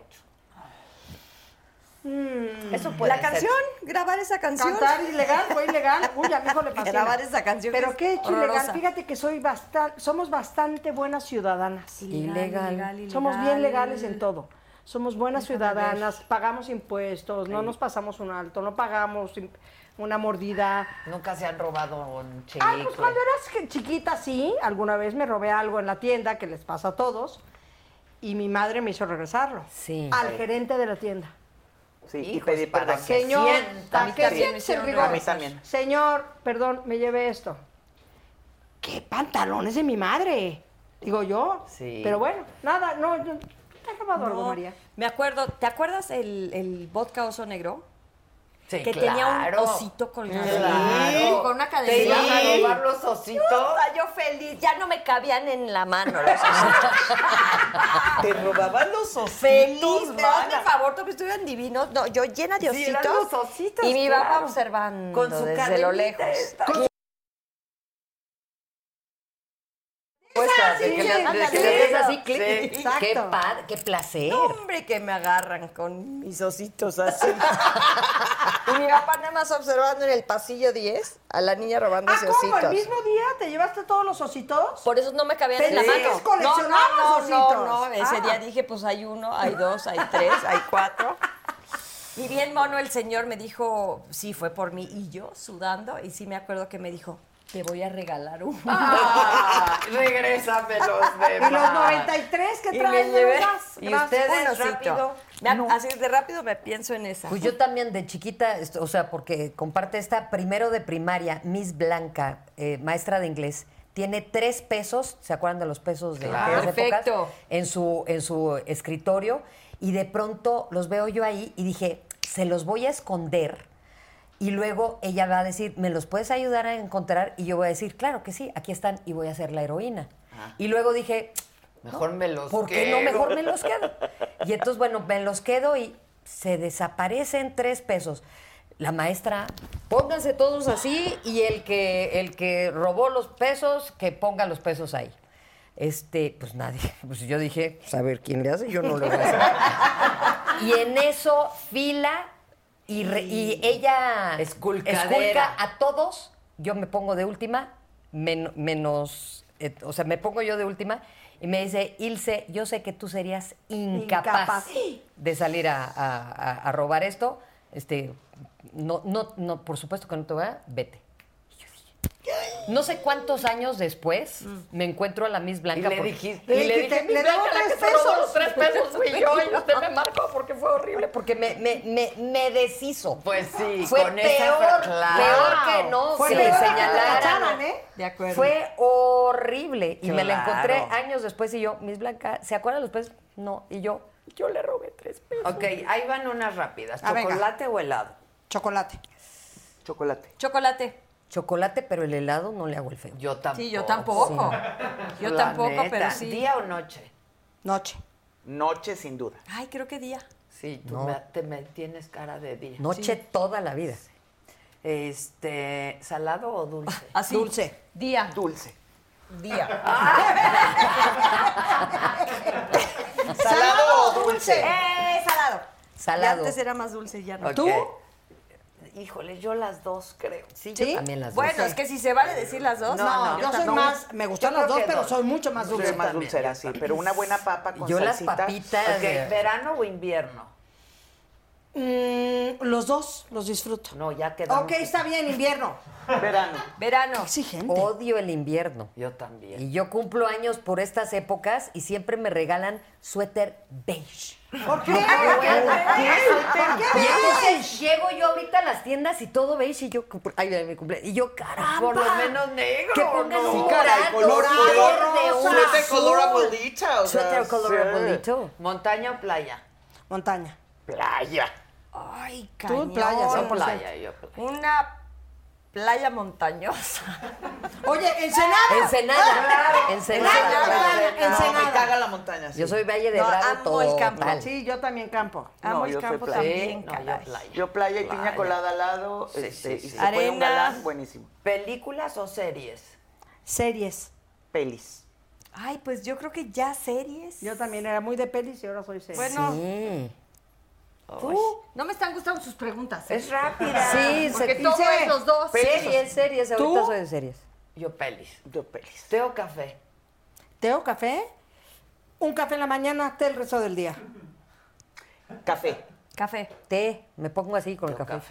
[SPEAKER 5] Mm.
[SPEAKER 3] Eso puede
[SPEAKER 11] La
[SPEAKER 3] ser.
[SPEAKER 11] canción, grabar esa canción.
[SPEAKER 5] Cantar ilegal, fue ilegal. Uy, a mi hijo le pasó.
[SPEAKER 11] Grabar esa canción. que
[SPEAKER 5] Pero
[SPEAKER 11] es
[SPEAKER 5] qué he hecho
[SPEAKER 11] horrorosa.
[SPEAKER 5] ilegal. Fíjate que soy bastante, somos bastante buenas ciudadanas.
[SPEAKER 9] Ilegal.
[SPEAKER 5] Somos bien legales en todo. Somos buenas ciudadanas, pagamos impuestos, no nos pasamos un alto, no pagamos im- una mordida.
[SPEAKER 3] Nunca se han robado un chicle.
[SPEAKER 5] Ah, pues cuando eras que- chiquita, sí, alguna vez me robé algo en la tienda, que les pasa a todos, y mi madre me hizo regresarlo.
[SPEAKER 9] Sí.
[SPEAKER 5] Al gerente de la tienda.
[SPEAKER 6] Sí, y
[SPEAKER 3] Hijos,
[SPEAKER 6] pedí
[SPEAKER 3] para
[SPEAKER 6] perdón.
[SPEAKER 3] que
[SPEAKER 5] Señor,
[SPEAKER 3] sienta.
[SPEAKER 5] ¿a
[SPEAKER 3] A mí
[SPEAKER 5] qué
[SPEAKER 3] también
[SPEAKER 5] sientes
[SPEAKER 3] me
[SPEAKER 5] el
[SPEAKER 3] hicieron
[SPEAKER 5] rigor?
[SPEAKER 6] A mí también.
[SPEAKER 5] Señor, perdón, me llevé esto. ¿Qué pantalones de mi madre? Digo yo.
[SPEAKER 3] Sí.
[SPEAKER 5] Pero bueno, nada, no, no, ¿te has robado algo,
[SPEAKER 11] No,
[SPEAKER 5] María?
[SPEAKER 11] Me acuerdo, ¿te acuerdas el, el vodka oso negro?
[SPEAKER 3] Sí,
[SPEAKER 11] que tenía un
[SPEAKER 3] claro.
[SPEAKER 11] osito colgado.
[SPEAKER 3] Claro.
[SPEAKER 11] Con una
[SPEAKER 3] ¿Te
[SPEAKER 11] cadenita.
[SPEAKER 3] iban a robar los ositos?
[SPEAKER 11] Puta, yo feliz, ya no me cabían en la mano los ositos.
[SPEAKER 3] [LAUGHS]
[SPEAKER 6] Te robaban los ositos.
[SPEAKER 11] feliz, pero hazme
[SPEAKER 6] mana.
[SPEAKER 11] favor, porque estuvieran divinos. No, yo llena
[SPEAKER 3] Sí,
[SPEAKER 11] de ositos.
[SPEAKER 3] eran los ositos,
[SPEAKER 11] y mi papá
[SPEAKER 3] claro.
[SPEAKER 11] observando
[SPEAKER 3] Con su
[SPEAKER 11] desde lo
[SPEAKER 3] cadenita
[SPEAKER 11] lejos.
[SPEAKER 3] esta.
[SPEAKER 11] Con-
[SPEAKER 3] Pues, de que le- de que le des así, clic.
[SPEAKER 5] Exacto.
[SPEAKER 9] Qué padre, qué placer.
[SPEAKER 11] Hombre, que me agarran con mis ositos así.
[SPEAKER 3] [LAUGHS]
[SPEAKER 11] y mi papá nada más observando en el pasillo 10 a la niña
[SPEAKER 5] Ah,
[SPEAKER 11] robándose
[SPEAKER 5] ¿cómo?
[SPEAKER 11] ositos.
[SPEAKER 5] ¿El mismo día te llevaste todos los ositos?
[SPEAKER 3] Pues,
[SPEAKER 11] Por eso no me cabían en la
[SPEAKER 5] Pensé
[SPEAKER 11] mano.
[SPEAKER 5] que coleccionabas
[SPEAKER 11] no, no, no,
[SPEAKER 5] ositos.
[SPEAKER 11] no, no. Ese
[SPEAKER 5] Ah.
[SPEAKER 11] día dije, pues hay uno, hay dos, hay tres, hay cuatro. Y bien mono el señor me dijo, sí, fue por mí. Y yo, sudando, y sí me acuerdo que me dijo, te voy a regalar uno. [LAUGHS]
[SPEAKER 3] Ah, regrésame los
[SPEAKER 5] Y
[SPEAKER 3] demás.
[SPEAKER 5] los 93 que
[SPEAKER 11] Y
[SPEAKER 5] traen
[SPEAKER 11] me
[SPEAKER 5] de
[SPEAKER 11] llevé.
[SPEAKER 5] las
[SPEAKER 3] Y ustedes
[SPEAKER 11] Un osito.
[SPEAKER 3] rápido.
[SPEAKER 11] Me- Así de rápido me pienso en esa.
[SPEAKER 9] Pues yo también de chiquita, esto- o sea, porque comparte esta, primero de primaria, Miss Blanca, eh, maestra de inglés, tiene tres pesos, ¿se acuerdan de los pesos de
[SPEAKER 3] Claro.
[SPEAKER 9] aquellas épocas?
[SPEAKER 11] Perfecto.
[SPEAKER 9] En su, en su escritorio, y de pronto los veo yo ahí y dije, se los voy a esconder. Y luego ella va a decir, ¿me los puedes ayudar a encontrar? Y yo voy a decir, claro que sí, aquí están y voy a ser la heroína. Y luego dije,
[SPEAKER 3] Mejor me los
[SPEAKER 9] ¿Por qué
[SPEAKER 3] quedo.
[SPEAKER 9] no mejor me
[SPEAKER 3] [LAUGHS]
[SPEAKER 9] los quedo? Y entonces, bueno, me los quedo y se desaparecen tres pesos. La maestra, pónganse todos así y el que, el que robó los pesos, que ponga los pesos ahí. Este, pues nadie, [LAUGHS] pues yo dije, pues a ver quién le hace, yo no le voy a hacer.
[SPEAKER 3] [LAUGHS]
[SPEAKER 9] Y en eso fila y, re- y ella
[SPEAKER 3] Esculcadera.
[SPEAKER 9] esculca a todos, yo me pongo de última, men- menos, eh, o sea, me pongo yo de última y me dice, Ilse, yo sé que tú serías incapaz,
[SPEAKER 5] Incapaz.
[SPEAKER 9] de salir a, a- a- a robar esto. Este, no, no, no, por supuesto que no te voy a, vete. Y yo dije, No sé cuántos años después me encuentro a la Miss
[SPEAKER 3] Mm. Y
[SPEAKER 9] Blanca.
[SPEAKER 3] le
[SPEAKER 9] porque-
[SPEAKER 3] dijiste,
[SPEAKER 5] Le
[SPEAKER 3] y le
[SPEAKER 5] dijiste,
[SPEAKER 3] dije,
[SPEAKER 5] le
[SPEAKER 3] "Mi
[SPEAKER 5] debo
[SPEAKER 3] blanca, la
[SPEAKER 5] tres
[SPEAKER 3] que se robó
[SPEAKER 5] pesos".
[SPEAKER 3] los tres pesos [LAUGHS] fui yo y usted me marcó porque fue horrible.
[SPEAKER 9] horrible porque me, me, me, me deshizo.
[SPEAKER 3] Pues sí,
[SPEAKER 9] fue
[SPEAKER 3] con esa
[SPEAKER 9] peor,
[SPEAKER 3] fra- claro.
[SPEAKER 9] peor que no
[SPEAKER 5] Fue
[SPEAKER 9] se
[SPEAKER 5] peor que te
[SPEAKER 9] señalaran.
[SPEAKER 5] cacharan, ¿eh?
[SPEAKER 11] De acuerdo.
[SPEAKER 9] Fue horrible. Y me la
[SPEAKER 3] Claro.
[SPEAKER 9] encontré años después y yo, Miss Blanca, ¿se acuerdan los pesos? No. Y yo, yo le robé tres pesos.
[SPEAKER 3] Ok, ahí van unas rápidas.
[SPEAKER 5] Ah, venga.
[SPEAKER 3] ¿Chocolate o helado?
[SPEAKER 5] Chocolate.
[SPEAKER 6] Chocolate.
[SPEAKER 11] Chocolate.
[SPEAKER 9] Chocolate, pero el helado no le hago el feo.
[SPEAKER 3] Yo tampoco.
[SPEAKER 11] Sí, yo tampoco. Yo
[SPEAKER 3] La
[SPEAKER 11] tampoco,
[SPEAKER 3] neta,
[SPEAKER 11] pero sí.
[SPEAKER 3] ¿Día o noche?
[SPEAKER 5] Noche.
[SPEAKER 6] Noche, sin duda.
[SPEAKER 11] Ay, creo que día.
[SPEAKER 3] Sí, tú
[SPEAKER 9] No.
[SPEAKER 3] me, te me tienes cara de día.
[SPEAKER 9] Noche toda la vida.
[SPEAKER 3] Este, ¿salado o dulce?
[SPEAKER 11] Así. Dulce. Día.
[SPEAKER 6] Dulce.
[SPEAKER 11] Día.
[SPEAKER 3] [LAUGHS]
[SPEAKER 6] ¿Salado o dulce?
[SPEAKER 11] ¡Eh! Salado.
[SPEAKER 9] Salado.
[SPEAKER 11] Ya antes era más dulce, ya no.
[SPEAKER 3] Ok. Híjole, yo las dos creo.
[SPEAKER 9] Sí,
[SPEAKER 5] ¿Sí?
[SPEAKER 9] yo también las dos.
[SPEAKER 11] Bueno, es que si se vale decir las dos.
[SPEAKER 3] No,
[SPEAKER 5] No,
[SPEAKER 3] no,
[SPEAKER 5] yo
[SPEAKER 3] yo
[SPEAKER 5] soy
[SPEAKER 3] tampoco.
[SPEAKER 5] más, me gustan
[SPEAKER 3] Yo
[SPEAKER 5] las
[SPEAKER 3] creo
[SPEAKER 5] dos,
[SPEAKER 3] que
[SPEAKER 5] pero
[SPEAKER 3] dos.
[SPEAKER 5] soy mucho más
[SPEAKER 6] Soy
[SPEAKER 5] dulce.
[SPEAKER 6] más dulcera, sí. Pero una buena papa con
[SPEAKER 9] Yo las
[SPEAKER 6] salsita.
[SPEAKER 9] papitas.
[SPEAKER 3] Ok,
[SPEAKER 9] de-
[SPEAKER 3] ¿verano o invierno?
[SPEAKER 5] Mm, los dos los disfruto.
[SPEAKER 3] No, ya quedamos.
[SPEAKER 5] ok, está bien, invierno.
[SPEAKER 6] Verano.
[SPEAKER 11] Verano.
[SPEAKER 5] Exigente.
[SPEAKER 11] Oh.
[SPEAKER 9] Odio el invierno.
[SPEAKER 3] Yo también.
[SPEAKER 9] Y yo cumplo años por estas épocas y siempre me regalan suéter beige.
[SPEAKER 5] ¿Por qué?
[SPEAKER 9] Y entonces llego yo ahorita a las tiendas y todo veis y yo, ay, ay, mi cumple, y yo, caramba.
[SPEAKER 3] Por lo menos negro.
[SPEAKER 9] que pongan
[SPEAKER 3] ¿no?
[SPEAKER 9] un
[SPEAKER 6] Sí, caray,
[SPEAKER 9] morado,
[SPEAKER 6] color,
[SPEAKER 9] un
[SPEAKER 6] color,
[SPEAKER 9] verde, un
[SPEAKER 6] suéter
[SPEAKER 9] azul.
[SPEAKER 6] color abuelita, o sea,
[SPEAKER 9] Suéter color
[SPEAKER 6] sí.
[SPEAKER 9] abuelito.
[SPEAKER 3] ¿Montaña o playa?
[SPEAKER 5] Montaña.
[SPEAKER 3] Playa.
[SPEAKER 11] Ay,
[SPEAKER 5] Tú
[SPEAKER 11] cañón.
[SPEAKER 5] playa,
[SPEAKER 3] Yo
[SPEAKER 5] 100%.
[SPEAKER 3] playa, yo playa.
[SPEAKER 11] Una playa montañosa. Ah.
[SPEAKER 5] Oye, Ensenada.
[SPEAKER 9] Ensenada. Ensenada.
[SPEAKER 6] No,
[SPEAKER 5] Ensenada.
[SPEAKER 6] me caga la montaña. sí.
[SPEAKER 9] Yo soy Valle de
[SPEAKER 5] No,
[SPEAKER 9] Bravo
[SPEAKER 5] amo
[SPEAKER 9] total.
[SPEAKER 5] el campo. Sí, yo también campo. Amo
[SPEAKER 6] No,
[SPEAKER 5] el
[SPEAKER 6] yo soy
[SPEAKER 5] campo
[SPEAKER 6] playa.
[SPEAKER 5] también,
[SPEAKER 3] Sí, no,
[SPEAKER 5] caray.
[SPEAKER 3] yo playa.
[SPEAKER 6] Yo playa y piña
[SPEAKER 3] Playa.
[SPEAKER 6] colada al lado,
[SPEAKER 3] Sí,
[SPEAKER 6] este,
[SPEAKER 3] sí,
[SPEAKER 6] y
[SPEAKER 3] sí.
[SPEAKER 6] se pone un
[SPEAKER 11] Arena.
[SPEAKER 6] galán, buenísimo.
[SPEAKER 3] ¿Películas o series?
[SPEAKER 5] Series.
[SPEAKER 6] Pelis.
[SPEAKER 11] Ay, pues yo creo que ya series.
[SPEAKER 5] Yo también era muy de pelis y ahora soy series.
[SPEAKER 11] Bueno,
[SPEAKER 9] Mm.
[SPEAKER 11] tú, no me están gustando sus preguntas. ¿eh?
[SPEAKER 3] Es rápida.
[SPEAKER 9] Sí,
[SPEAKER 11] Porque
[SPEAKER 9] se-
[SPEAKER 11] todo
[SPEAKER 9] dice-
[SPEAKER 11] es los dos.
[SPEAKER 9] Series, series, ahorita soy de series.
[SPEAKER 3] Yo pelis.
[SPEAKER 6] Yo pelis.
[SPEAKER 3] ¿Té o café?
[SPEAKER 5] ¿Teo café? Un café en la mañana, té el resto del día.
[SPEAKER 6] Café.
[SPEAKER 11] Café,
[SPEAKER 9] Té, me pongo así con el café.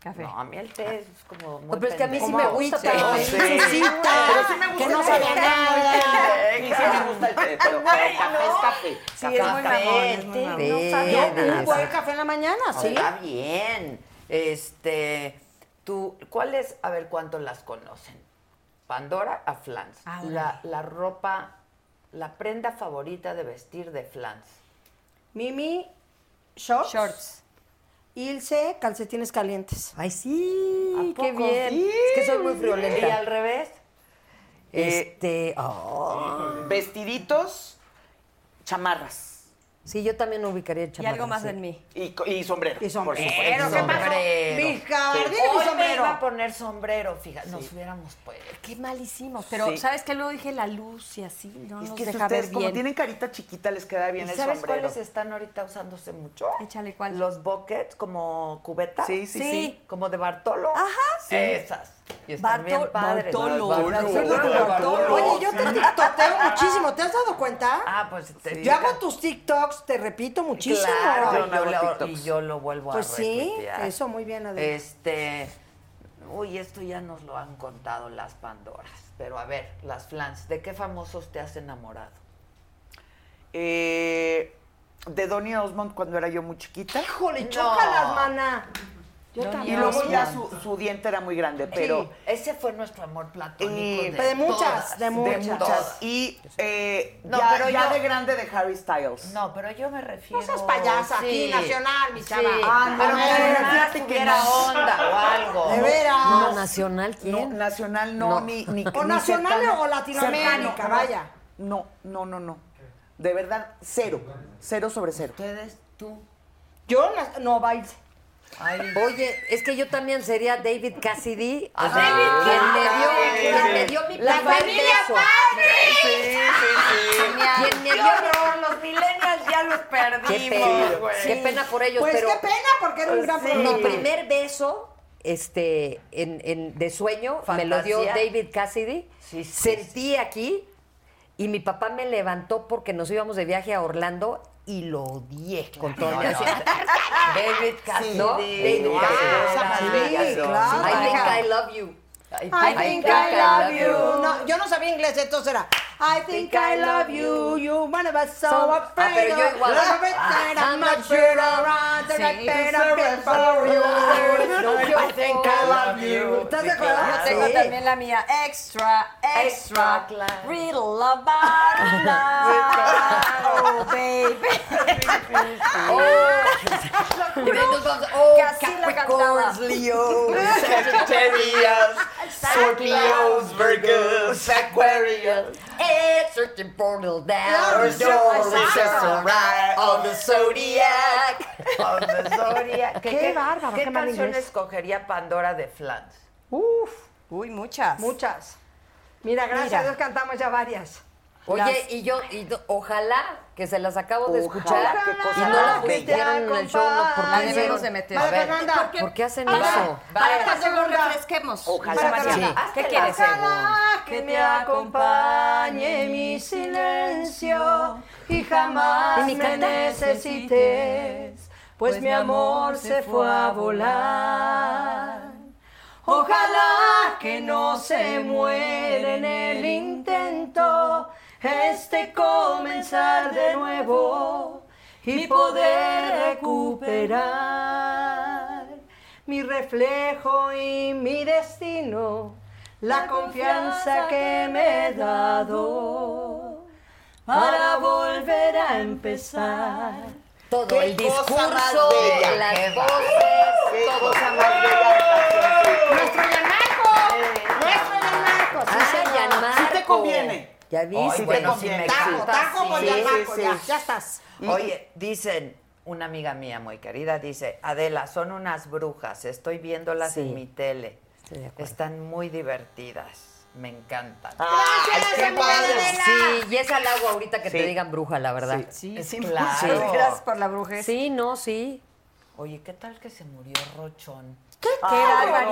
[SPEAKER 11] café.
[SPEAKER 3] No, a mí el
[SPEAKER 6] Ah.
[SPEAKER 3] té es como muy
[SPEAKER 9] Oh, pero es que a mí sí
[SPEAKER 3] pendejo.
[SPEAKER 9] me gusta
[SPEAKER 3] Sí,
[SPEAKER 9] pero-
[SPEAKER 3] sí.
[SPEAKER 6] Pero
[SPEAKER 5] Sucita,
[SPEAKER 6] sí me gusta
[SPEAKER 5] Ah, que no
[SPEAKER 6] el
[SPEAKER 5] sabe
[SPEAKER 6] té.
[SPEAKER 5] a nada.
[SPEAKER 6] [LAUGHS] Sí, sí me gusta el té,
[SPEAKER 3] [LAUGHS]
[SPEAKER 6] pero, pero café es café.
[SPEAKER 11] Sí, es muy mamón, es muy mamón.
[SPEAKER 9] Té,
[SPEAKER 5] Un buen café en la mañana, sí.
[SPEAKER 3] Ah, Está bien. Este, tú, ¿cuál es? A ver, ¿cuántos las conocen? Pandora a Flans.
[SPEAKER 11] Ah,
[SPEAKER 3] la, la ropa, la prenda favorita de vestir de Flans.
[SPEAKER 5] Mimi, shorts.
[SPEAKER 11] Shorts.
[SPEAKER 5] Ilse, calcetines calientes.
[SPEAKER 9] Ay, sí,
[SPEAKER 3] ¿A
[SPEAKER 9] Ah, qué
[SPEAKER 3] poco?
[SPEAKER 9] bien.
[SPEAKER 3] Sí,
[SPEAKER 9] es que soy muy
[SPEAKER 3] Y
[SPEAKER 6] Eh,
[SPEAKER 9] friolenta.
[SPEAKER 3] al revés,
[SPEAKER 9] Este, oh.
[SPEAKER 6] Vestiditos, chamarras
[SPEAKER 9] Sí, yo también ubicaría el
[SPEAKER 11] Y
[SPEAKER 9] chamarra.
[SPEAKER 11] algo más
[SPEAKER 9] sí.
[SPEAKER 11] en mí.
[SPEAKER 6] y, co- y sombrero.
[SPEAKER 5] Y sombrero.
[SPEAKER 6] por supuesto.
[SPEAKER 3] Pero, ¿qué pasó?
[SPEAKER 5] Sombrero. Mi jardín y mi
[SPEAKER 3] Hoy me
[SPEAKER 5] sombrero.
[SPEAKER 3] iba a poner sombrero, fíjate, nos hubiéramos puesto.
[SPEAKER 11] Qué mal hicimos. Pero,
[SPEAKER 6] Sí.
[SPEAKER 11] ¿sabes qué? Luego dije la luz y así. No
[SPEAKER 6] Es
[SPEAKER 11] nos
[SPEAKER 6] que si
[SPEAKER 11] deja
[SPEAKER 6] ustedes,
[SPEAKER 11] ver
[SPEAKER 6] como
[SPEAKER 11] bien.
[SPEAKER 6] tienen carita chiquita, les queda
[SPEAKER 3] ¿Y
[SPEAKER 6] bien el
[SPEAKER 3] sabes
[SPEAKER 6] sombrero.
[SPEAKER 3] cuáles están ahorita usándose mucho?
[SPEAKER 11] Échale, ¿cuál?
[SPEAKER 3] Los buckets, como cubetas.
[SPEAKER 6] Sí, sí, Sí.
[SPEAKER 11] sí.
[SPEAKER 3] Como de Bartolo.
[SPEAKER 11] Ajá.
[SPEAKER 3] Sí. Esas. Y están
[SPEAKER 11] Bartol-
[SPEAKER 3] bien padres.
[SPEAKER 11] Bartolo.
[SPEAKER 3] Bartolo. Bartolo.
[SPEAKER 5] Oye, yo te
[SPEAKER 3] [LAUGHS]
[SPEAKER 5] tiktokeo muchísimo, ¿te has dado cuenta?
[SPEAKER 3] Ah, pues. te-
[SPEAKER 5] Yo hago tus TikToks, te repito muchísimo.
[SPEAKER 3] Claro,
[SPEAKER 6] Yo no
[SPEAKER 3] yo
[SPEAKER 6] hago
[SPEAKER 3] lo-
[SPEAKER 6] TikToks.
[SPEAKER 3] y yo lo vuelvo
[SPEAKER 5] Pues
[SPEAKER 3] a
[SPEAKER 5] sí,
[SPEAKER 3] retuitear.
[SPEAKER 5] eso muy bien, Adela.
[SPEAKER 3] Este. Uy, esto ya nos lo han contado las Pandoras. Pero a ver, las flans, ¿de qué famosos te has enamorado?
[SPEAKER 6] Eh, de Donny Osmond cuando era yo muy chiquita.
[SPEAKER 5] Híjole,
[SPEAKER 3] No.
[SPEAKER 5] chócalas, mana. Yo
[SPEAKER 3] No,
[SPEAKER 6] Y
[SPEAKER 5] también.
[SPEAKER 6] luego ya su, su diente era muy grande, pero...
[SPEAKER 3] Ese fue nuestro amor platónico.
[SPEAKER 6] Eh,
[SPEAKER 3] de,
[SPEAKER 5] de muchas,
[SPEAKER 3] todas,
[SPEAKER 5] de muchas.
[SPEAKER 3] todas.
[SPEAKER 6] Y eh,
[SPEAKER 3] No,
[SPEAKER 6] ya,
[SPEAKER 3] pero
[SPEAKER 6] ya
[SPEAKER 3] yo-
[SPEAKER 6] de grande de Harry Styles.
[SPEAKER 3] No, pero yo me refiero.
[SPEAKER 5] No seas payasa, aquí, nacional, mi chava.
[SPEAKER 3] Ah, no,
[SPEAKER 6] Pero que
[SPEAKER 3] pero
[SPEAKER 6] además
[SPEAKER 3] fíjate que
[SPEAKER 6] tuviera
[SPEAKER 3] era onda o algo.
[SPEAKER 5] De veras.
[SPEAKER 9] No, nacional,
[SPEAKER 6] No,
[SPEAKER 9] ¿quién?
[SPEAKER 6] nacional no,
[SPEAKER 9] No.
[SPEAKER 6] ni, ni-
[SPEAKER 5] O
[SPEAKER 6] ni
[SPEAKER 5] nacional
[SPEAKER 6] cercano.
[SPEAKER 5] o Latinoamérica,
[SPEAKER 6] Cercano,
[SPEAKER 5] vaya.
[SPEAKER 6] No, no, no, no. De verdad, cero. Cero sobre cero.
[SPEAKER 3] Ustedes, tú.
[SPEAKER 5] Yo na- no baile.
[SPEAKER 3] Ay,
[SPEAKER 9] Oye, es que yo también sería David Cassidy.
[SPEAKER 3] Ah,
[SPEAKER 9] o sea,
[SPEAKER 3] David
[SPEAKER 9] quien me dio,
[SPEAKER 3] Cassidy.
[SPEAKER 9] quien me dio mi
[SPEAKER 3] La
[SPEAKER 9] primer
[SPEAKER 3] familia
[SPEAKER 9] beso.
[SPEAKER 6] Sí, sí,
[SPEAKER 9] Quien me
[SPEAKER 3] qué
[SPEAKER 9] dio
[SPEAKER 3] horror, los millennials ya los
[SPEAKER 9] Qué
[SPEAKER 3] perdimos,
[SPEAKER 9] pena,
[SPEAKER 3] güey.
[SPEAKER 9] qué pena por ellos,
[SPEAKER 5] Pues
[SPEAKER 9] pero
[SPEAKER 5] qué pena, porque
[SPEAKER 6] Pues
[SPEAKER 5] era un gran
[SPEAKER 9] mi
[SPEAKER 5] problema.
[SPEAKER 9] primer beso este, en, en- de sueño me lo dio
[SPEAKER 3] Fantasía.
[SPEAKER 9] David Cassidy.
[SPEAKER 3] Sí, sí,
[SPEAKER 9] Sentí aquí y mi papá me levantó porque nos íbamos de viaje a Orlando y lo odié con todo
[SPEAKER 3] No,
[SPEAKER 9] mi
[SPEAKER 3] no.
[SPEAKER 9] alma.
[SPEAKER 6] [LAUGHS]
[SPEAKER 3] David Cassidy.
[SPEAKER 9] ¿No?
[SPEAKER 3] David
[SPEAKER 9] David
[SPEAKER 3] Cassidy. Sí,
[SPEAKER 5] Cassidy, claro.
[SPEAKER 9] I think
[SPEAKER 5] Ajá.
[SPEAKER 9] I love you.
[SPEAKER 5] I think I love you.
[SPEAKER 9] you.
[SPEAKER 5] No, yo no sabía inglés, entonces era I think I love you, you wanna be so
[SPEAKER 9] So- Ah,
[SPEAKER 5] afraid
[SPEAKER 9] pero yo
[SPEAKER 5] of
[SPEAKER 9] igual.
[SPEAKER 5] love it, and
[SPEAKER 9] Ah,
[SPEAKER 5] I'm
[SPEAKER 9] ah,
[SPEAKER 5] not sure around the
[SPEAKER 9] sí.
[SPEAKER 5] right bed of it for you.
[SPEAKER 9] No, yo-
[SPEAKER 6] I think I love you.
[SPEAKER 5] ¿Estás de
[SPEAKER 11] Yo
[SPEAKER 5] acuerdo?
[SPEAKER 11] tengo
[SPEAKER 9] Sí.
[SPEAKER 11] también la mía. Extra, extra.
[SPEAKER 3] Extra, claro.
[SPEAKER 11] Riddle about now, baby.
[SPEAKER 9] Y nos vamos- oh,
[SPEAKER 11] Que así la
[SPEAKER 9] Capricorns,
[SPEAKER 11] cantaba.
[SPEAKER 3] [LAUGHS]
[SPEAKER 9] Leo.
[SPEAKER 6] Sagittarius, Scorpios, Virgos, Aquarius,
[SPEAKER 3] Eh,
[SPEAKER 9] It's searching portal down.
[SPEAKER 6] Earth, Your Recessor, Right,
[SPEAKER 9] On the zodiac.
[SPEAKER 3] [LAUGHS] On the Zodiac.
[SPEAKER 5] Qué bárbaro,
[SPEAKER 3] ¿Qué
[SPEAKER 5] qué mal
[SPEAKER 3] canción
[SPEAKER 5] inglés.
[SPEAKER 3] escogería Pandora de Flans?
[SPEAKER 5] Uf,
[SPEAKER 11] Uy, muchas.
[SPEAKER 5] muchas. Mira, gracias
[SPEAKER 11] Mira.
[SPEAKER 5] a Dios cantamos ya varias.
[SPEAKER 9] Oye, y yo, y yo- ojalá que se las acabo de escuchar
[SPEAKER 6] Ojalá, qué cosa
[SPEAKER 9] y no las
[SPEAKER 6] más bella.
[SPEAKER 9] metieron en el show. No, ¿por,
[SPEAKER 11] Las
[SPEAKER 9] qué
[SPEAKER 11] debemos de
[SPEAKER 9] hicieron-
[SPEAKER 11] meter.
[SPEAKER 5] Vale,
[SPEAKER 11] A ver.
[SPEAKER 5] Fernanda.
[SPEAKER 11] ¿Por qué?
[SPEAKER 9] ¿Por qué hacen
[SPEAKER 11] Para-
[SPEAKER 9] eso?
[SPEAKER 11] Para
[SPEAKER 5] Vaya.
[SPEAKER 11] que nos refresquemos.
[SPEAKER 6] Ojalá.
[SPEAKER 11] María.
[SPEAKER 9] Sí.
[SPEAKER 11] ¿Qué
[SPEAKER 3] Hazte
[SPEAKER 11] quieres?
[SPEAKER 3] la
[SPEAKER 11] Que me acompañe mi silencio y jamás
[SPEAKER 9] Y ni
[SPEAKER 11] me
[SPEAKER 9] cantar.
[SPEAKER 11] necesites
[SPEAKER 5] pues mi amor se fue a volar. Ojalá que no se muera en el intento este comenzar de nuevo y poder recuperar mi reflejo y mi destino, la confianza que me he dado para volver a empezar.
[SPEAKER 9] Todo el
[SPEAKER 6] cosa
[SPEAKER 9] discurso,
[SPEAKER 6] más bella,
[SPEAKER 9] las
[SPEAKER 6] qué
[SPEAKER 9] voces.
[SPEAKER 6] Qué cosa más bella.
[SPEAKER 5] ¡Nuestro Yanarco! ¡Nuestro Yanarco! Sí,
[SPEAKER 9] Ah,
[SPEAKER 5] señor.
[SPEAKER 9] Gianmarco.
[SPEAKER 6] Sí te conviene.
[SPEAKER 9] Ya
[SPEAKER 3] Ay,
[SPEAKER 9] viste.
[SPEAKER 3] sí te
[SPEAKER 9] bueno, sí
[SPEAKER 6] conviene.
[SPEAKER 9] me
[SPEAKER 6] Taco,
[SPEAKER 9] excitas,
[SPEAKER 5] taco con
[SPEAKER 9] sí.
[SPEAKER 5] Yanarco,
[SPEAKER 6] sí,
[SPEAKER 5] ya,
[SPEAKER 6] sí.
[SPEAKER 5] ya estás.
[SPEAKER 3] Oye, dicen, una amiga mía muy querida dice, Adela, son unas brujas, estoy viéndolas
[SPEAKER 9] Sí.
[SPEAKER 3] en mi tele.
[SPEAKER 9] Estoy de acuerdo.
[SPEAKER 3] Están muy divertidas, me encantan.
[SPEAKER 6] Ah, Gracias, qué padre.
[SPEAKER 9] Sí, y es halago ahorita que te
[SPEAKER 6] Sí.
[SPEAKER 9] digan bruja, la verdad.
[SPEAKER 3] Sí,
[SPEAKER 9] Es
[SPEAKER 3] claro.
[SPEAKER 11] Gracias por la brujería.
[SPEAKER 9] Sí, no, sí.
[SPEAKER 3] Oye, ¿qué tal que se murió Rochón?
[SPEAKER 9] Qué barbaridad.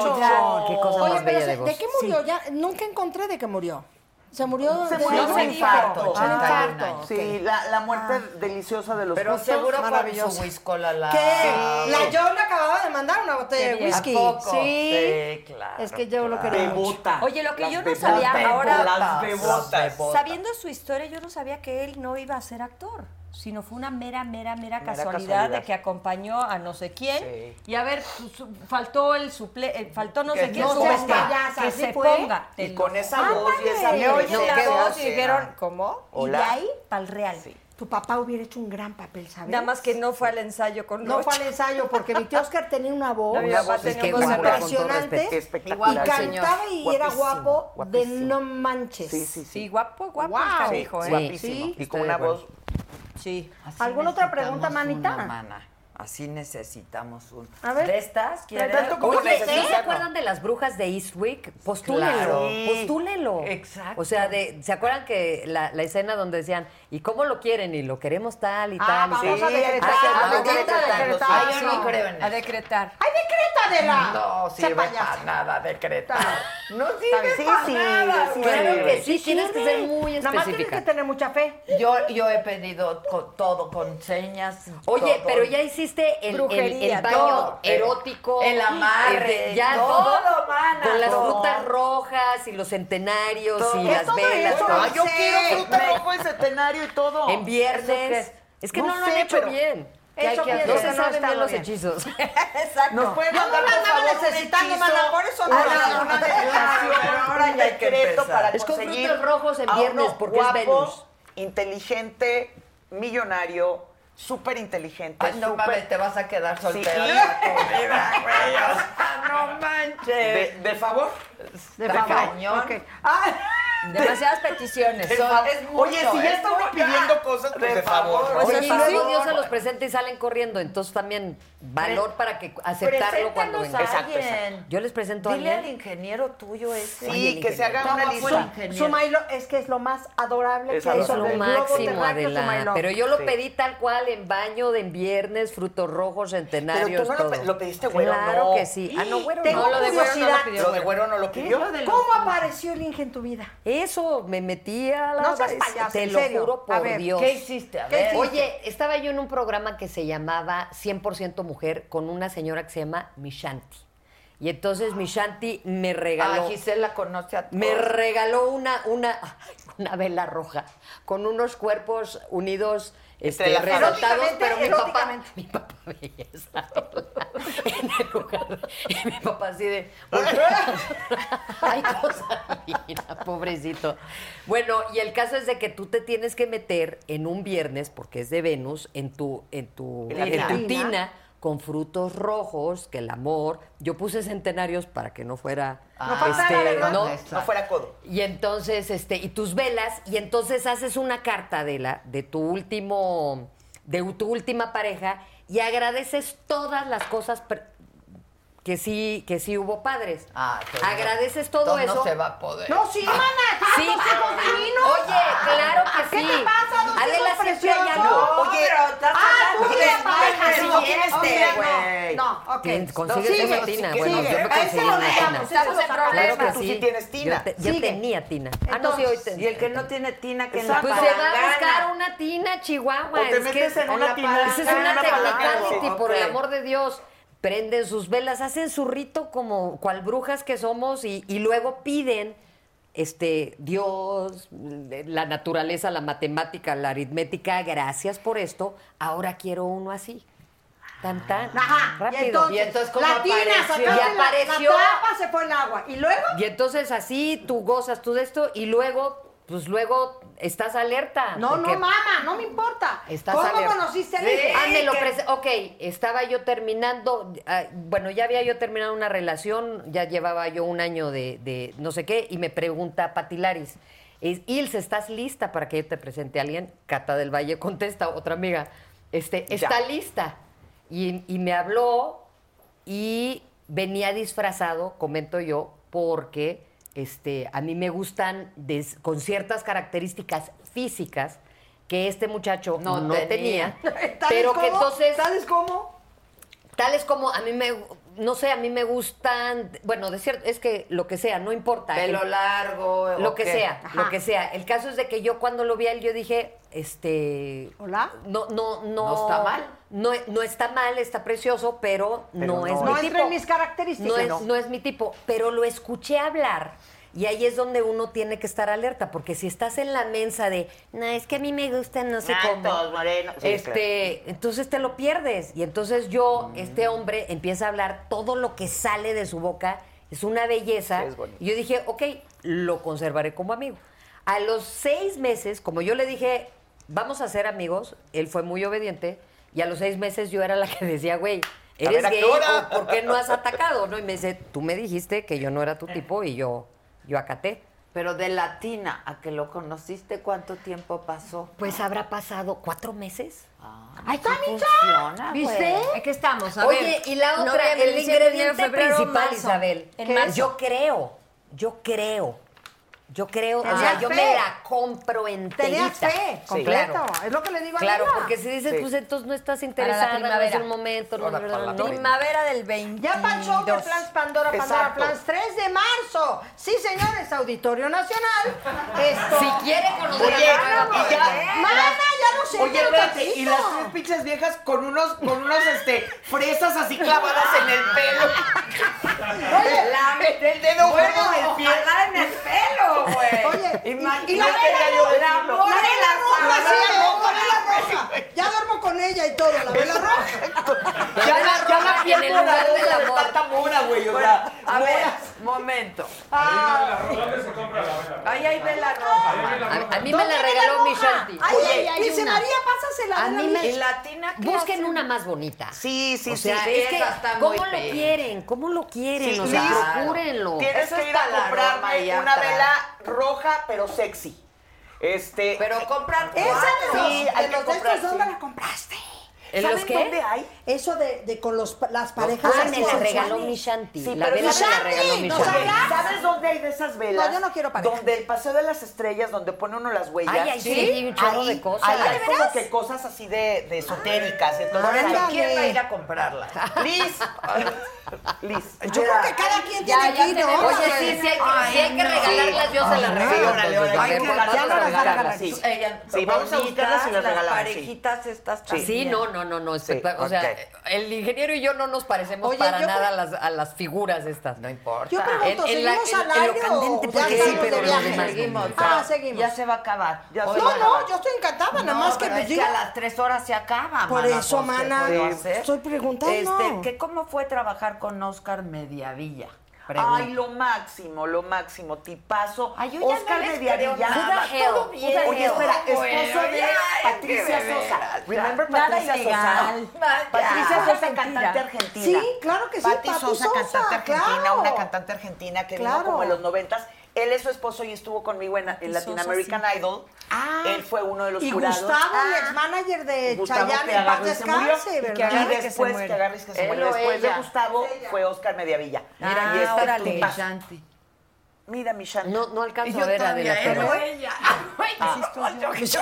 [SPEAKER 9] Qué cosa
[SPEAKER 5] Oye,
[SPEAKER 9] más
[SPEAKER 5] pero
[SPEAKER 9] bella de
[SPEAKER 5] se-
[SPEAKER 9] vos.
[SPEAKER 5] ¿de qué murió? Ya nunca encontré de qué murió. Se murió de
[SPEAKER 6] murió de
[SPEAKER 5] de un
[SPEAKER 6] infarto,
[SPEAKER 5] infarto. Ah,
[SPEAKER 3] 81
[SPEAKER 5] infarto.
[SPEAKER 3] años.
[SPEAKER 6] Sí, la, la muerte deliciosa de los
[SPEAKER 3] Pero
[SPEAKER 6] justos.
[SPEAKER 3] seguro con su
[SPEAKER 5] maravillosa.
[SPEAKER 3] whiskola la...
[SPEAKER 5] ¿Qué? La John le acababa de mandar una botella de
[SPEAKER 11] Qué bien.
[SPEAKER 5] whisky.
[SPEAKER 3] ¿A Ah, poco?
[SPEAKER 5] Sí.
[SPEAKER 3] Sí, claro,
[SPEAKER 5] Es que yo lo
[SPEAKER 3] claro.
[SPEAKER 5] quería mucho.
[SPEAKER 6] Bebota.
[SPEAKER 11] Oye, lo que
[SPEAKER 6] Las
[SPEAKER 11] yo no
[SPEAKER 6] bebotas,
[SPEAKER 11] sabía, ahora-
[SPEAKER 6] Las
[SPEAKER 3] Las
[SPEAKER 6] bebotas.
[SPEAKER 3] bebotas.
[SPEAKER 11] Sabiendo su historia, yo no sabía que él no iba a ser actor, sino fue una mera, mera, mera, casualidad,
[SPEAKER 3] casualidad.
[SPEAKER 11] de que acompañó a no sé quién.
[SPEAKER 3] Sí.
[SPEAKER 11] Y a ver, su- su- faltó el suple, eh, faltó no
[SPEAKER 3] Que
[SPEAKER 11] sé quién
[SPEAKER 3] no
[SPEAKER 11] su
[SPEAKER 3] seas
[SPEAKER 11] vestido,
[SPEAKER 5] payasa,
[SPEAKER 11] que
[SPEAKER 5] ¿sí
[SPEAKER 11] se
[SPEAKER 5] fue?
[SPEAKER 11] ponga.
[SPEAKER 6] Y
[SPEAKER 11] Te
[SPEAKER 6] con
[SPEAKER 11] lo-
[SPEAKER 6] esa voz y esa
[SPEAKER 11] Ándale,
[SPEAKER 6] voz.
[SPEAKER 11] oyeron la
[SPEAKER 3] ¿qué
[SPEAKER 11] voz
[SPEAKER 3] voz
[SPEAKER 11] y
[SPEAKER 3] era?
[SPEAKER 11] dijeron, ¿cómo? Y de
[SPEAKER 3] Hola.
[SPEAKER 11] ahí para el real.
[SPEAKER 5] Tu papá hubiera hecho un gran papel, ¿sabes?
[SPEAKER 11] Nada más que no fue al ensayo con
[SPEAKER 5] No
[SPEAKER 11] Rocha.
[SPEAKER 5] fue al ensayo, porque mi tío Oscar tenía una voz.
[SPEAKER 11] No, mi
[SPEAKER 9] Una
[SPEAKER 11] papá
[SPEAKER 9] voz es
[SPEAKER 11] tenía
[SPEAKER 9] que
[SPEAKER 11] un
[SPEAKER 9] guapo, con todo
[SPEAKER 5] impresionante.
[SPEAKER 9] respeto.
[SPEAKER 5] Y
[SPEAKER 6] Espectacular.
[SPEAKER 5] cantaba y era
[SPEAKER 6] Guapísimo,
[SPEAKER 5] guapo de
[SPEAKER 6] guapísimo.
[SPEAKER 5] no manches.
[SPEAKER 6] Sí, sí,
[SPEAKER 11] Sí,
[SPEAKER 6] sí.
[SPEAKER 11] guapo, guapo
[SPEAKER 5] Wow.
[SPEAKER 11] el canijo,
[SPEAKER 9] Sí,
[SPEAKER 11] ¿eh?
[SPEAKER 9] sí,
[SPEAKER 6] Y
[SPEAKER 9] estoy
[SPEAKER 6] con
[SPEAKER 9] de
[SPEAKER 6] una
[SPEAKER 9] acuerdo.
[SPEAKER 6] voz
[SPEAKER 11] Sí.
[SPEAKER 3] Así
[SPEAKER 5] ¿Alguna otra pregunta,
[SPEAKER 3] necesitamos
[SPEAKER 5] manita?
[SPEAKER 3] una, mana. Así necesitamos una.
[SPEAKER 5] A ver.
[SPEAKER 3] ¿De estas quieres?
[SPEAKER 6] Tanto como
[SPEAKER 9] Oye, ¿sí se
[SPEAKER 6] necesitan.
[SPEAKER 9] acuerdan de las brujas de Eastwick? Postúlenlo,
[SPEAKER 3] Claro.
[SPEAKER 9] postúlenlo.
[SPEAKER 3] Exacto.
[SPEAKER 9] O sea, de, ¿se acuerdan que la, la escena donde decían, ¿y cómo lo quieren? Y lo queremos tal y
[SPEAKER 5] Ah,
[SPEAKER 9] tal. y
[SPEAKER 5] vamos
[SPEAKER 9] sí.
[SPEAKER 5] a
[SPEAKER 3] Sí,
[SPEAKER 5] decretar.
[SPEAKER 3] hay que-
[SPEAKER 5] Ah,
[SPEAKER 3] hay que
[SPEAKER 5] decreta,
[SPEAKER 3] decretarlo,
[SPEAKER 5] decreta.
[SPEAKER 3] sí.
[SPEAKER 5] Ay,
[SPEAKER 3] Yo no creo en
[SPEAKER 11] A
[SPEAKER 3] eso.
[SPEAKER 11] decretar.
[SPEAKER 5] ¡Ay, decreta, Adela!
[SPEAKER 3] No
[SPEAKER 5] Sé
[SPEAKER 3] sirve para
[SPEAKER 5] payasa.
[SPEAKER 3] nada decretar. No
[SPEAKER 6] ¿Sabes?
[SPEAKER 3] sirve
[SPEAKER 6] Sí,
[SPEAKER 3] para
[SPEAKER 6] sí,
[SPEAKER 3] nada.
[SPEAKER 6] sí,
[SPEAKER 3] güey.
[SPEAKER 9] Claro que sí,
[SPEAKER 5] Sí
[SPEAKER 9] tienes que
[SPEAKER 5] sirve.
[SPEAKER 9] ser muy
[SPEAKER 5] Nada más tienes
[SPEAKER 9] específica.
[SPEAKER 5] que tener mucha fe.
[SPEAKER 3] Yo, yo he pedido co- todo con señas.
[SPEAKER 9] Oye,
[SPEAKER 3] todo.
[SPEAKER 9] pero ya hiciste el, el- el,
[SPEAKER 11] Brujería,
[SPEAKER 9] baño
[SPEAKER 3] todo.
[SPEAKER 9] erótico.
[SPEAKER 3] El amarre,
[SPEAKER 9] eh, ya
[SPEAKER 3] todo, mana,
[SPEAKER 9] Con las
[SPEAKER 3] todo.
[SPEAKER 9] frutas rojas y los centenarios y
[SPEAKER 5] Es
[SPEAKER 9] las
[SPEAKER 5] todo
[SPEAKER 9] velas.
[SPEAKER 5] eso,
[SPEAKER 9] todo.
[SPEAKER 6] Ah, yo
[SPEAKER 5] Sí.
[SPEAKER 6] quiero fruta rojo en centenario y todo.
[SPEAKER 9] En viernes. Es que no,
[SPEAKER 6] No
[SPEAKER 9] lo han
[SPEAKER 6] sé,
[SPEAKER 9] hecho
[SPEAKER 6] pero-
[SPEAKER 9] bien.
[SPEAKER 5] Eso
[SPEAKER 9] Que
[SPEAKER 5] pienso
[SPEAKER 9] no
[SPEAKER 5] que
[SPEAKER 9] se
[SPEAKER 5] no
[SPEAKER 9] saben
[SPEAKER 5] está
[SPEAKER 9] bien los
[SPEAKER 5] bien.
[SPEAKER 9] [LAUGHS] hechizos.
[SPEAKER 6] Nos pueden
[SPEAKER 5] No, no
[SPEAKER 6] mandar,
[SPEAKER 5] la
[SPEAKER 6] por
[SPEAKER 5] andaba
[SPEAKER 6] favor, un
[SPEAKER 5] necesitando,
[SPEAKER 6] hechizo,
[SPEAKER 5] mana, por eso no
[SPEAKER 6] una-
[SPEAKER 5] la-
[SPEAKER 6] una
[SPEAKER 3] Pero ahora
[SPEAKER 6] declaración,
[SPEAKER 3] ya
[SPEAKER 6] un
[SPEAKER 3] hay que
[SPEAKER 6] decreto
[SPEAKER 3] empezar.
[SPEAKER 6] para
[SPEAKER 9] Es con
[SPEAKER 6] conseguir
[SPEAKER 9] frutos rojos en
[SPEAKER 6] a uno
[SPEAKER 9] viernes, porque es
[SPEAKER 6] guapo,
[SPEAKER 9] Venus.
[SPEAKER 6] inteligente, millonario, súper inteligente,
[SPEAKER 3] Ay, no mames, te vas a quedar [LAUGHS] soltera.
[SPEAKER 6] Sí.
[SPEAKER 3] toda tu vida, güey, o sea, no manches.
[SPEAKER 6] de, de favor.
[SPEAKER 3] Está cañón.
[SPEAKER 5] Ok. Ah,
[SPEAKER 11] Demasiadas peticiones.
[SPEAKER 3] Son-
[SPEAKER 6] favor.
[SPEAKER 3] es mucho,
[SPEAKER 6] Oye, si ya
[SPEAKER 3] es
[SPEAKER 6] estamos
[SPEAKER 3] mucho.
[SPEAKER 6] pidiendo cosas, pues, de favor, ¿no?
[SPEAKER 9] Oye,
[SPEAKER 11] Pues
[SPEAKER 9] y
[SPEAKER 11] es así.
[SPEAKER 9] luego Dios se los presenta y salen corriendo. Entonces también valor para que aceptarlo cuando venga.
[SPEAKER 3] Preséntanos a
[SPEAKER 9] Exacto, exacto.
[SPEAKER 3] alguien.
[SPEAKER 9] Yo les presento
[SPEAKER 3] Dile
[SPEAKER 9] a
[SPEAKER 3] al
[SPEAKER 9] alguien.
[SPEAKER 3] ingeniero tuyo ese.
[SPEAKER 9] Oye,
[SPEAKER 6] Sí, que se haga una
[SPEAKER 5] Su-
[SPEAKER 6] lista.
[SPEAKER 5] su Milo es que es lo más adorable
[SPEAKER 6] Es
[SPEAKER 5] que hay
[SPEAKER 9] Es lo
[SPEAKER 5] sobre el globo
[SPEAKER 9] máximo,
[SPEAKER 5] terráqueo, su
[SPEAKER 9] Adela.
[SPEAKER 5] Milo.
[SPEAKER 9] Pero yo lo pedí tal cual en baño de en viernes, frutos rojos, centenarios,
[SPEAKER 6] Pero tú no lo
[SPEAKER 9] todo.
[SPEAKER 6] pe- lo pediste, güero,
[SPEAKER 9] Claro
[SPEAKER 6] no.
[SPEAKER 9] que sí. Ah, no, güero,
[SPEAKER 5] Tengo
[SPEAKER 9] no.
[SPEAKER 11] lo de güero no lo
[SPEAKER 5] curiosidad.
[SPEAKER 11] pidió.
[SPEAKER 6] Lo de güero no lo pidió.
[SPEAKER 5] ¿Cómo apareció el Inge en tu vida?
[SPEAKER 9] Eso, me metí a la...
[SPEAKER 5] No seas payaso,
[SPEAKER 9] te
[SPEAKER 5] en
[SPEAKER 9] lo
[SPEAKER 5] serio.
[SPEAKER 9] juro
[SPEAKER 5] A
[SPEAKER 9] por
[SPEAKER 5] ver,
[SPEAKER 9] Dios.
[SPEAKER 3] ¿Qué hiciste? A
[SPEAKER 5] ¿Qué
[SPEAKER 3] ver.
[SPEAKER 5] hiciste?
[SPEAKER 9] Oye, estaba yo en un programa que se llamaba 100% Mujer con una señora que se llama Mishanti. Y entonces Mishanti me
[SPEAKER 3] a
[SPEAKER 9] regaló...
[SPEAKER 3] Gisela conoce a
[SPEAKER 9] Me
[SPEAKER 3] todos.
[SPEAKER 9] regaló una, una, una vela roja con unos cuerpos unidos. Este,
[SPEAKER 6] las manos.
[SPEAKER 9] resaltados,
[SPEAKER 5] Eróticamente,
[SPEAKER 9] pero mi papá,
[SPEAKER 5] eróticamente.
[SPEAKER 9] mi papá [LAUGHS] veía esa vela en el lugar. Y mi papá así de.
[SPEAKER 6] [LAUGHS]
[SPEAKER 9] "Voltea". Ay, cosa divina, pobrecito. Bueno, y el caso es de que tú te tienes que meter en un viernes, porque es de Venus, en tu, en tu,
[SPEAKER 6] En la
[SPEAKER 9] en
[SPEAKER 6] tina.
[SPEAKER 9] tu tina con frutos rojos, que el amor. Yo puse centenarios para que no fuera.
[SPEAKER 6] Ah.
[SPEAKER 9] este,
[SPEAKER 3] No faltara, ¿verdad?
[SPEAKER 9] no,
[SPEAKER 6] No fuera codo.
[SPEAKER 9] y entonces, este, y tus velas, y entonces haces una carta de la, de tu último, de tu última pareja, y agradeces todas las cosas per- que sí, que sí hubo padres.
[SPEAKER 3] Ah, entonces-
[SPEAKER 9] agradeces todo
[SPEAKER 3] entonces
[SPEAKER 9] eso.
[SPEAKER 3] No se va a poder.
[SPEAKER 5] No, sí, mana,
[SPEAKER 9] Sí.
[SPEAKER 5] tantos hijos divinos.
[SPEAKER 9] Oye, claro que
[SPEAKER 5] ¿Qué
[SPEAKER 9] sí.
[SPEAKER 5] te pasa, dos
[SPEAKER 9] Adela
[SPEAKER 5] hijos
[SPEAKER 9] siempre hay
[SPEAKER 5] preciosos?
[SPEAKER 9] algo.
[SPEAKER 6] Oye,
[SPEAKER 5] Ah, tú y la pareja,
[SPEAKER 9] Sí,
[SPEAKER 5] sí, ok,
[SPEAKER 6] también
[SPEAKER 5] ok,
[SPEAKER 6] este,
[SPEAKER 5] ok,
[SPEAKER 6] güey.
[SPEAKER 5] No, no, ok.
[SPEAKER 9] Tien- consígues
[SPEAKER 5] Sigue,
[SPEAKER 9] una tina.
[SPEAKER 5] sigue.
[SPEAKER 9] Bueno, yo me
[SPEAKER 6] Ahí
[SPEAKER 9] conseguí
[SPEAKER 6] se lo
[SPEAKER 9] una
[SPEAKER 6] dejamos,
[SPEAKER 9] tina.
[SPEAKER 6] ese es
[SPEAKER 11] Estamos en
[SPEAKER 6] otro
[SPEAKER 11] problemas.
[SPEAKER 6] problema.
[SPEAKER 9] que
[SPEAKER 6] Tú
[SPEAKER 9] sí.
[SPEAKER 6] sí tienes
[SPEAKER 9] Yo,
[SPEAKER 6] tina.
[SPEAKER 9] te- yo
[SPEAKER 5] Sigue.
[SPEAKER 9] tenía tina. ah, no, sí, hoy te-
[SPEAKER 12] Y el que no tiene tina, que en la
[SPEAKER 9] Pues se va a
[SPEAKER 12] palangana.
[SPEAKER 9] buscar una tina, Chihuahua.
[SPEAKER 6] O te
[SPEAKER 9] es
[SPEAKER 6] metes
[SPEAKER 9] que
[SPEAKER 6] en una
[SPEAKER 9] la
[SPEAKER 6] tina,
[SPEAKER 9] palangana, Esa es
[SPEAKER 6] en
[SPEAKER 9] una
[SPEAKER 6] una palangana,
[SPEAKER 9] technicality,
[SPEAKER 6] ok.
[SPEAKER 9] por el amor de Dios. Prenden sus velas, hacen su rito como cual brujas que somos y, y luego piden este Dios, la naturaleza, la matemática, la aritmética, gracias por esto. Ahora quiero uno así. Tan, tan.
[SPEAKER 5] Ajá,
[SPEAKER 9] rápido.
[SPEAKER 5] y entonces,
[SPEAKER 3] Y entonces, ¿cómo
[SPEAKER 5] la tina,
[SPEAKER 3] apareció?
[SPEAKER 5] sacaste
[SPEAKER 9] Y
[SPEAKER 5] la-
[SPEAKER 9] apareció.
[SPEAKER 5] La, tapa, se fue el agua. Y luego,
[SPEAKER 9] Y entonces así tú gozas tú de esto y luego, pues luego estás alerta.
[SPEAKER 5] no,
[SPEAKER 9] porque
[SPEAKER 5] no, mamá, no me importa.
[SPEAKER 9] Estás
[SPEAKER 5] ¿Cómo
[SPEAKER 9] alerta.
[SPEAKER 5] conociste a
[SPEAKER 9] Sí,
[SPEAKER 5] mi hija?
[SPEAKER 9] ah, me lo prese- Ok, estaba yo terminando, ah, bueno, ya había yo terminado una relación, ya llevaba yo un año de, de no sé qué, y me pregunta Patilaris, es, Ilse, ¿estás lista para que yo te presente a alguien? Cata del Valle contesta, otra amiga, este, está lista. Y, y me habló y venía disfrazado, comento yo, porque este, a mí me gustan des- con ciertas características físicas que este muchacho no,
[SPEAKER 3] No
[SPEAKER 9] tenía, [LAUGHS]
[SPEAKER 3] tenía.
[SPEAKER 5] ¿Tales
[SPEAKER 9] pero
[SPEAKER 5] cómo?
[SPEAKER 9] que entonces
[SPEAKER 5] ¿Tales cómo?
[SPEAKER 9] tales como a mí me no sé, a mí me gustan, bueno, de cierto es que lo que sea, no importa.
[SPEAKER 3] Pelo
[SPEAKER 9] El-
[SPEAKER 3] largo.
[SPEAKER 9] lo
[SPEAKER 3] ¿o
[SPEAKER 9] que
[SPEAKER 3] qué?
[SPEAKER 9] sea,
[SPEAKER 5] Ajá.
[SPEAKER 9] lo que sea. El caso es de que yo cuando lo vi a él, yo dije, este.
[SPEAKER 5] Hola.
[SPEAKER 9] No, no, no.
[SPEAKER 3] No está mal.
[SPEAKER 9] No, no está mal, está precioso, pero, no,
[SPEAKER 3] no
[SPEAKER 9] es
[SPEAKER 3] es.
[SPEAKER 9] mi
[SPEAKER 5] No
[SPEAKER 9] tipo.
[SPEAKER 5] entra en mis características.
[SPEAKER 9] No es,
[SPEAKER 5] No.
[SPEAKER 9] no es mi tipo, pero lo escuché hablar. Y ahí es donde uno tiene que estar alerta, porque si estás en la mensa de, no, es que a mí me gusta, no sé cómo.
[SPEAKER 6] Altos, morenos. Sí,
[SPEAKER 9] este, entonces te lo pierdes. Y entonces yo,
[SPEAKER 6] Mm.
[SPEAKER 9] este hombre, empieza a hablar todo lo que sale de su boca, es una belleza.
[SPEAKER 6] Sí, es bonito.
[SPEAKER 9] y yo dije, ok, lo conservaré como amigo. A los seis meses, como yo le dije, vamos a ser amigos, él fue muy obediente, y a los seis meses yo era la que decía, güey, eres
[SPEAKER 6] ver, ¿a qué
[SPEAKER 9] gay,
[SPEAKER 6] hora?
[SPEAKER 9] ¿o ¿por qué no has atacado? ¿No? Y me dice, tú me dijiste que yo no era tu tipo y yo, yo acaté.
[SPEAKER 3] Pero de latina a que lo conociste, ¿cuánto tiempo pasó?
[SPEAKER 9] Pues habrá pasado cuatro meses.
[SPEAKER 3] Ahí
[SPEAKER 9] está, Micha.
[SPEAKER 3] funciona, güey.
[SPEAKER 11] Aquí estamos, a
[SPEAKER 9] Oye,
[SPEAKER 11] ver.
[SPEAKER 9] y la otra,
[SPEAKER 11] Noviembre,
[SPEAKER 9] el
[SPEAKER 11] diciembre,
[SPEAKER 9] ingrediente
[SPEAKER 11] enero, febrero,
[SPEAKER 9] principal,
[SPEAKER 11] marzo.
[SPEAKER 9] Isabel.
[SPEAKER 11] En
[SPEAKER 9] que
[SPEAKER 11] marzo.
[SPEAKER 9] Yo creo, yo creo, yo creo, o sea,
[SPEAKER 5] Tenías
[SPEAKER 9] yo
[SPEAKER 5] fe.
[SPEAKER 9] me la compro enterita.
[SPEAKER 5] Tenías fe, completo.
[SPEAKER 9] claro.
[SPEAKER 5] Es lo que le digo a
[SPEAKER 9] Claro,
[SPEAKER 5] Lila.
[SPEAKER 9] porque si dices,
[SPEAKER 6] Sí.
[SPEAKER 9] pues entonces no estás
[SPEAKER 11] la
[SPEAKER 9] interesada, no es
[SPEAKER 11] primavera.
[SPEAKER 9] el momento, no,
[SPEAKER 12] Ahora
[SPEAKER 9] no,
[SPEAKER 12] para la
[SPEAKER 9] no.
[SPEAKER 12] primavera.
[SPEAKER 11] Primavera del 22.
[SPEAKER 5] Ya Pancho de Plans Pandora, Pandora Plans, 3 de marzo. Sí, señores, Auditorio Nacional. Esto.
[SPEAKER 9] Si quiere conocer
[SPEAKER 6] Oye,
[SPEAKER 9] a la nueva
[SPEAKER 6] y ya-
[SPEAKER 9] pareja,
[SPEAKER 5] Mana, ya no sé.
[SPEAKER 6] Oye,
[SPEAKER 5] pero
[SPEAKER 6] espérate,
[SPEAKER 5] tantito.
[SPEAKER 6] y las tres pinches viejas con unos, con unos, este, fresas así clavadas en el pelo.
[SPEAKER 5] Oye,
[SPEAKER 3] La-
[SPEAKER 6] El dedo
[SPEAKER 3] Bueno,
[SPEAKER 6] gordo del pie.
[SPEAKER 3] ojalá en el pelo, güey.
[SPEAKER 5] Oye, y-
[SPEAKER 3] Imagínate
[SPEAKER 5] y la vela
[SPEAKER 3] yo decirlo.
[SPEAKER 5] roja, La
[SPEAKER 3] La
[SPEAKER 5] vela roja,
[SPEAKER 3] roja,
[SPEAKER 5] sí,
[SPEAKER 3] la
[SPEAKER 5] la
[SPEAKER 3] roja.
[SPEAKER 5] vela roja. Ya duermo con ella y todo, la vela roja.
[SPEAKER 6] Ya la, ya la
[SPEAKER 9] en el
[SPEAKER 6] pierdo la
[SPEAKER 9] lugar del
[SPEAKER 6] roja de
[SPEAKER 9] amor.
[SPEAKER 6] tanta mora, güey, o sea,
[SPEAKER 3] A ver,
[SPEAKER 6] moras.
[SPEAKER 3] momento.
[SPEAKER 4] ¿Dónde se compra la vela?
[SPEAKER 3] Ahí hay vela roja.
[SPEAKER 9] a, a mí me la regaló mi Shanti.
[SPEAKER 5] Ay,
[SPEAKER 3] Oye,
[SPEAKER 5] ay, ay, dice
[SPEAKER 9] una.
[SPEAKER 5] María, pásasela.
[SPEAKER 9] A
[SPEAKER 5] de la
[SPEAKER 9] mí me-
[SPEAKER 3] ¿Y latina qué
[SPEAKER 9] Busquen
[SPEAKER 3] hacen?
[SPEAKER 9] una más bonita.
[SPEAKER 6] Sí, sí,
[SPEAKER 9] o sea,
[SPEAKER 6] sí.
[SPEAKER 3] sí,
[SPEAKER 9] es que,
[SPEAKER 3] esa está
[SPEAKER 9] ¿cómo
[SPEAKER 3] muy
[SPEAKER 9] lo
[SPEAKER 3] fea.
[SPEAKER 9] quieren? ¿Cómo lo quieren?
[SPEAKER 6] Sí,
[SPEAKER 9] o sea,
[SPEAKER 6] claro.
[SPEAKER 9] procúrenlo.
[SPEAKER 6] Tienes
[SPEAKER 3] Eso
[SPEAKER 6] que ir
[SPEAKER 3] está
[SPEAKER 6] a
[SPEAKER 3] la Roma
[SPEAKER 6] comprarme
[SPEAKER 3] ahí
[SPEAKER 6] una
[SPEAKER 3] atrás.
[SPEAKER 6] vela roja, pero sexy. Este.
[SPEAKER 3] Pero compran
[SPEAKER 5] Esa de
[SPEAKER 3] cuatro.
[SPEAKER 5] los,
[SPEAKER 6] Sí,
[SPEAKER 5] de
[SPEAKER 6] hay que
[SPEAKER 5] los de estos,
[SPEAKER 6] comprar,
[SPEAKER 5] ¿dónde
[SPEAKER 6] sí.
[SPEAKER 5] la compraste?
[SPEAKER 9] ¿En
[SPEAKER 6] ¿saben
[SPEAKER 9] los qué?
[SPEAKER 6] dónde hay?
[SPEAKER 5] Eso de, de con los, pa- las parejas.
[SPEAKER 9] Ah, me la
[SPEAKER 5] sexuales.
[SPEAKER 9] regaló mi Shanti.
[SPEAKER 6] Sí,
[SPEAKER 9] la
[SPEAKER 6] pero
[SPEAKER 9] vela
[SPEAKER 6] mi
[SPEAKER 9] me la
[SPEAKER 5] Shanti,
[SPEAKER 9] regaló mi
[SPEAKER 5] nos
[SPEAKER 9] Shanti.
[SPEAKER 6] Oye,
[SPEAKER 5] habla-
[SPEAKER 6] ¿Sabes dónde hay de esas velas?
[SPEAKER 5] No, yo no quiero pareja.
[SPEAKER 6] Donde el Paseo de las Estrellas, donde pone uno las huellas.
[SPEAKER 9] Ay, ahí sí, hay un chorro de cosas.
[SPEAKER 6] Ahí
[SPEAKER 9] ¿Ah,
[SPEAKER 6] hay
[SPEAKER 9] de
[SPEAKER 6] como que cosas así de, de esotéricas. Entonces,
[SPEAKER 5] Ah,
[SPEAKER 6] ahí-
[SPEAKER 3] ¿Quién va a ir
[SPEAKER 6] [LAUGHS]
[SPEAKER 3] a comprarla?
[SPEAKER 6] Liz. Liz.
[SPEAKER 5] Yo creo que cada quien tiene que ir, ¿no?
[SPEAKER 9] Oye, sí, sí hay, que- sí hay que regalarlas, yo se las regalo.
[SPEAKER 6] órale, órale.
[SPEAKER 9] entonces,
[SPEAKER 6] Hay
[SPEAKER 9] de
[SPEAKER 6] que
[SPEAKER 9] verdad,
[SPEAKER 6] las
[SPEAKER 9] se las
[SPEAKER 6] regalar,
[SPEAKER 9] regalas.
[SPEAKER 6] regalar, sí.
[SPEAKER 3] Ella-
[SPEAKER 6] Sí, vamos a buscarlas y las regalamos, sí.
[SPEAKER 3] parejitas estas
[SPEAKER 9] Sí,
[SPEAKER 3] también.
[SPEAKER 9] no, no, no, no, espectacular. O sea,
[SPEAKER 3] ok.
[SPEAKER 9] el ingeniero y yo no nos parecemos
[SPEAKER 5] Oye,
[SPEAKER 9] para
[SPEAKER 5] yo
[SPEAKER 9] nada a
[SPEAKER 5] pre-
[SPEAKER 9] las, a las figuras estas.
[SPEAKER 3] No importa.
[SPEAKER 5] Yo pregunto,
[SPEAKER 9] en- en la-
[SPEAKER 5] ¿seguimos
[SPEAKER 9] en-
[SPEAKER 5] al
[SPEAKER 9] en lo
[SPEAKER 5] aire
[SPEAKER 9] candente,
[SPEAKER 5] o
[SPEAKER 9] porque
[SPEAKER 5] ya
[SPEAKER 9] sí,
[SPEAKER 5] estamos
[SPEAKER 9] pero
[SPEAKER 5] de
[SPEAKER 9] los
[SPEAKER 5] viaje?
[SPEAKER 9] demás
[SPEAKER 3] Seguimos,
[SPEAKER 5] Ah,
[SPEAKER 3] ya.
[SPEAKER 5] seguimos.
[SPEAKER 3] Ya se va a acabar.
[SPEAKER 6] Ya se
[SPEAKER 5] No, no, yo estoy encantada, nada más que pues
[SPEAKER 3] pero
[SPEAKER 5] me
[SPEAKER 3] es que a las tres horas se acaba.
[SPEAKER 5] Por
[SPEAKER 3] mana,
[SPEAKER 5] eso,
[SPEAKER 3] pues, ¿qué
[SPEAKER 5] mana,
[SPEAKER 3] puedo
[SPEAKER 5] sí,
[SPEAKER 3] hacer?
[SPEAKER 5] estoy preguntando.
[SPEAKER 3] Este, que ¿Cómo fue trabajar con Oscar Mediavilla? Pregunta.
[SPEAKER 6] Ay, lo máximo, lo máximo, tipazo.
[SPEAKER 3] Ay, yo ya no les creo nada.
[SPEAKER 6] Nada, todo bien.
[SPEAKER 3] Who the
[SPEAKER 6] Oye,
[SPEAKER 3] hell?
[SPEAKER 6] espera, esposo
[SPEAKER 3] Bueno,
[SPEAKER 6] de
[SPEAKER 3] ya,
[SPEAKER 6] Patricia
[SPEAKER 3] es que de
[SPEAKER 6] Sosa.
[SPEAKER 3] veras,
[SPEAKER 6] Remember
[SPEAKER 3] nada
[SPEAKER 6] Patricia Sosa.
[SPEAKER 3] ilegal.
[SPEAKER 6] Patricia
[SPEAKER 3] Ya.
[SPEAKER 6] Sosa, cantante argentina.
[SPEAKER 5] Sí, claro que sí,
[SPEAKER 6] Patti
[SPEAKER 5] Patti
[SPEAKER 6] Sosa,
[SPEAKER 5] Sosa,
[SPEAKER 6] cantante argentina,
[SPEAKER 5] claro.
[SPEAKER 6] una cantante argentina que
[SPEAKER 5] Claro.
[SPEAKER 6] vino como en los noventas. Él es su esposo y estuvo conmigo en, en Latin American Idol.
[SPEAKER 5] Ah.
[SPEAKER 6] Él fue uno de los
[SPEAKER 5] Y
[SPEAKER 6] jurados. Ah.
[SPEAKER 5] Gustavo, el ex-manager de
[SPEAKER 6] Gustavo
[SPEAKER 5] Chayanne,
[SPEAKER 6] que
[SPEAKER 5] en paz
[SPEAKER 6] agarró y se murió.
[SPEAKER 5] descanse,
[SPEAKER 6] Y que
[SPEAKER 5] ¿verdad?
[SPEAKER 6] agarre y que se muere. que agarre y que se
[SPEAKER 3] Él
[SPEAKER 6] muere.
[SPEAKER 3] o
[SPEAKER 6] Después de
[SPEAKER 3] ella.
[SPEAKER 6] Gustavo fue Oscar Mediavilla.
[SPEAKER 3] Mira,
[SPEAKER 6] y
[SPEAKER 3] y
[SPEAKER 6] este
[SPEAKER 3] órale.
[SPEAKER 6] tipazo.
[SPEAKER 3] Shanti.
[SPEAKER 6] Mira, mi Shanta.
[SPEAKER 9] No, no
[SPEAKER 6] Y
[SPEAKER 9] alcanzo
[SPEAKER 6] yo
[SPEAKER 9] a ver a
[SPEAKER 6] todavía,
[SPEAKER 9] Adela, pero-
[SPEAKER 6] ¿eh?
[SPEAKER 4] ella. Ay, yo que yo-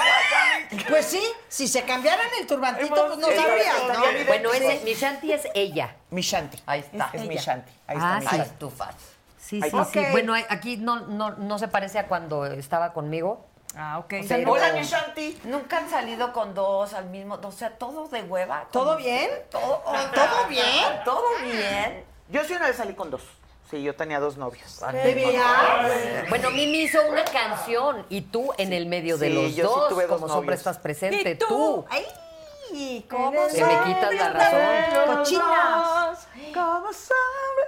[SPEAKER 5] Pues sí, si se cambiaran el turbantito, pues no
[SPEAKER 6] Hermosa,
[SPEAKER 5] sabrías,
[SPEAKER 6] hermosa,
[SPEAKER 5] ¿no?
[SPEAKER 6] bien.
[SPEAKER 9] Bueno, ese, mi Shanti es ella.
[SPEAKER 6] Mi Shanti.
[SPEAKER 9] Ahí está.
[SPEAKER 6] Es mi
[SPEAKER 9] Ella.
[SPEAKER 6] Shanti. Ahí
[SPEAKER 9] Ah,
[SPEAKER 6] está
[SPEAKER 9] sí.
[SPEAKER 6] mi
[SPEAKER 9] Ahí
[SPEAKER 6] Shanti.
[SPEAKER 9] Sí,
[SPEAKER 6] Ahí
[SPEAKER 9] sí,
[SPEAKER 6] está.
[SPEAKER 9] sí. Bueno, hay- aquí no, no, no se parece a cuando estaba conmigo.
[SPEAKER 11] Ah, ok.
[SPEAKER 9] Pero-
[SPEAKER 6] Hola, mi Shanti.
[SPEAKER 3] Nunca han salido con dos al mismo, o sea, todo de hueva.
[SPEAKER 5] ¿Todo
[SPEAKER 3] Como-
[SPEAKER 5] bien?
[SPEAKER 3] Todo,
[SPEAKER 5] ¿Todo bien?
[SPEAKER 3] todo bien.
[SPEAKER 6] Yo sí una vez salí con dos. Sí, yo tenía dos novios.
[SPEAKER 5] ¿Te veas?
[SPEAKER 9] Bueno, Mimi hizo una canción y tú en el medio de
[SPEAKER 6] Sí,
[SPEAKER 9] los
[SPEAKER 6] yo sí
[SPEAKER 9] dos,
[SPEAKER 6] tuve dos
[SPEAKER 9] como siempre
[SPEAKER 6] novios.
[SPEAKER 9] estás presente,
[SPEAKER 11] ¿Y tú?
[SPEAKER 9] tú.
[SPEAKER 5] ¡Ay! ¿Cómo
[SPEAKER 9] Que me quitas la razón.
[SPEAKER 5] ¡Cochinas!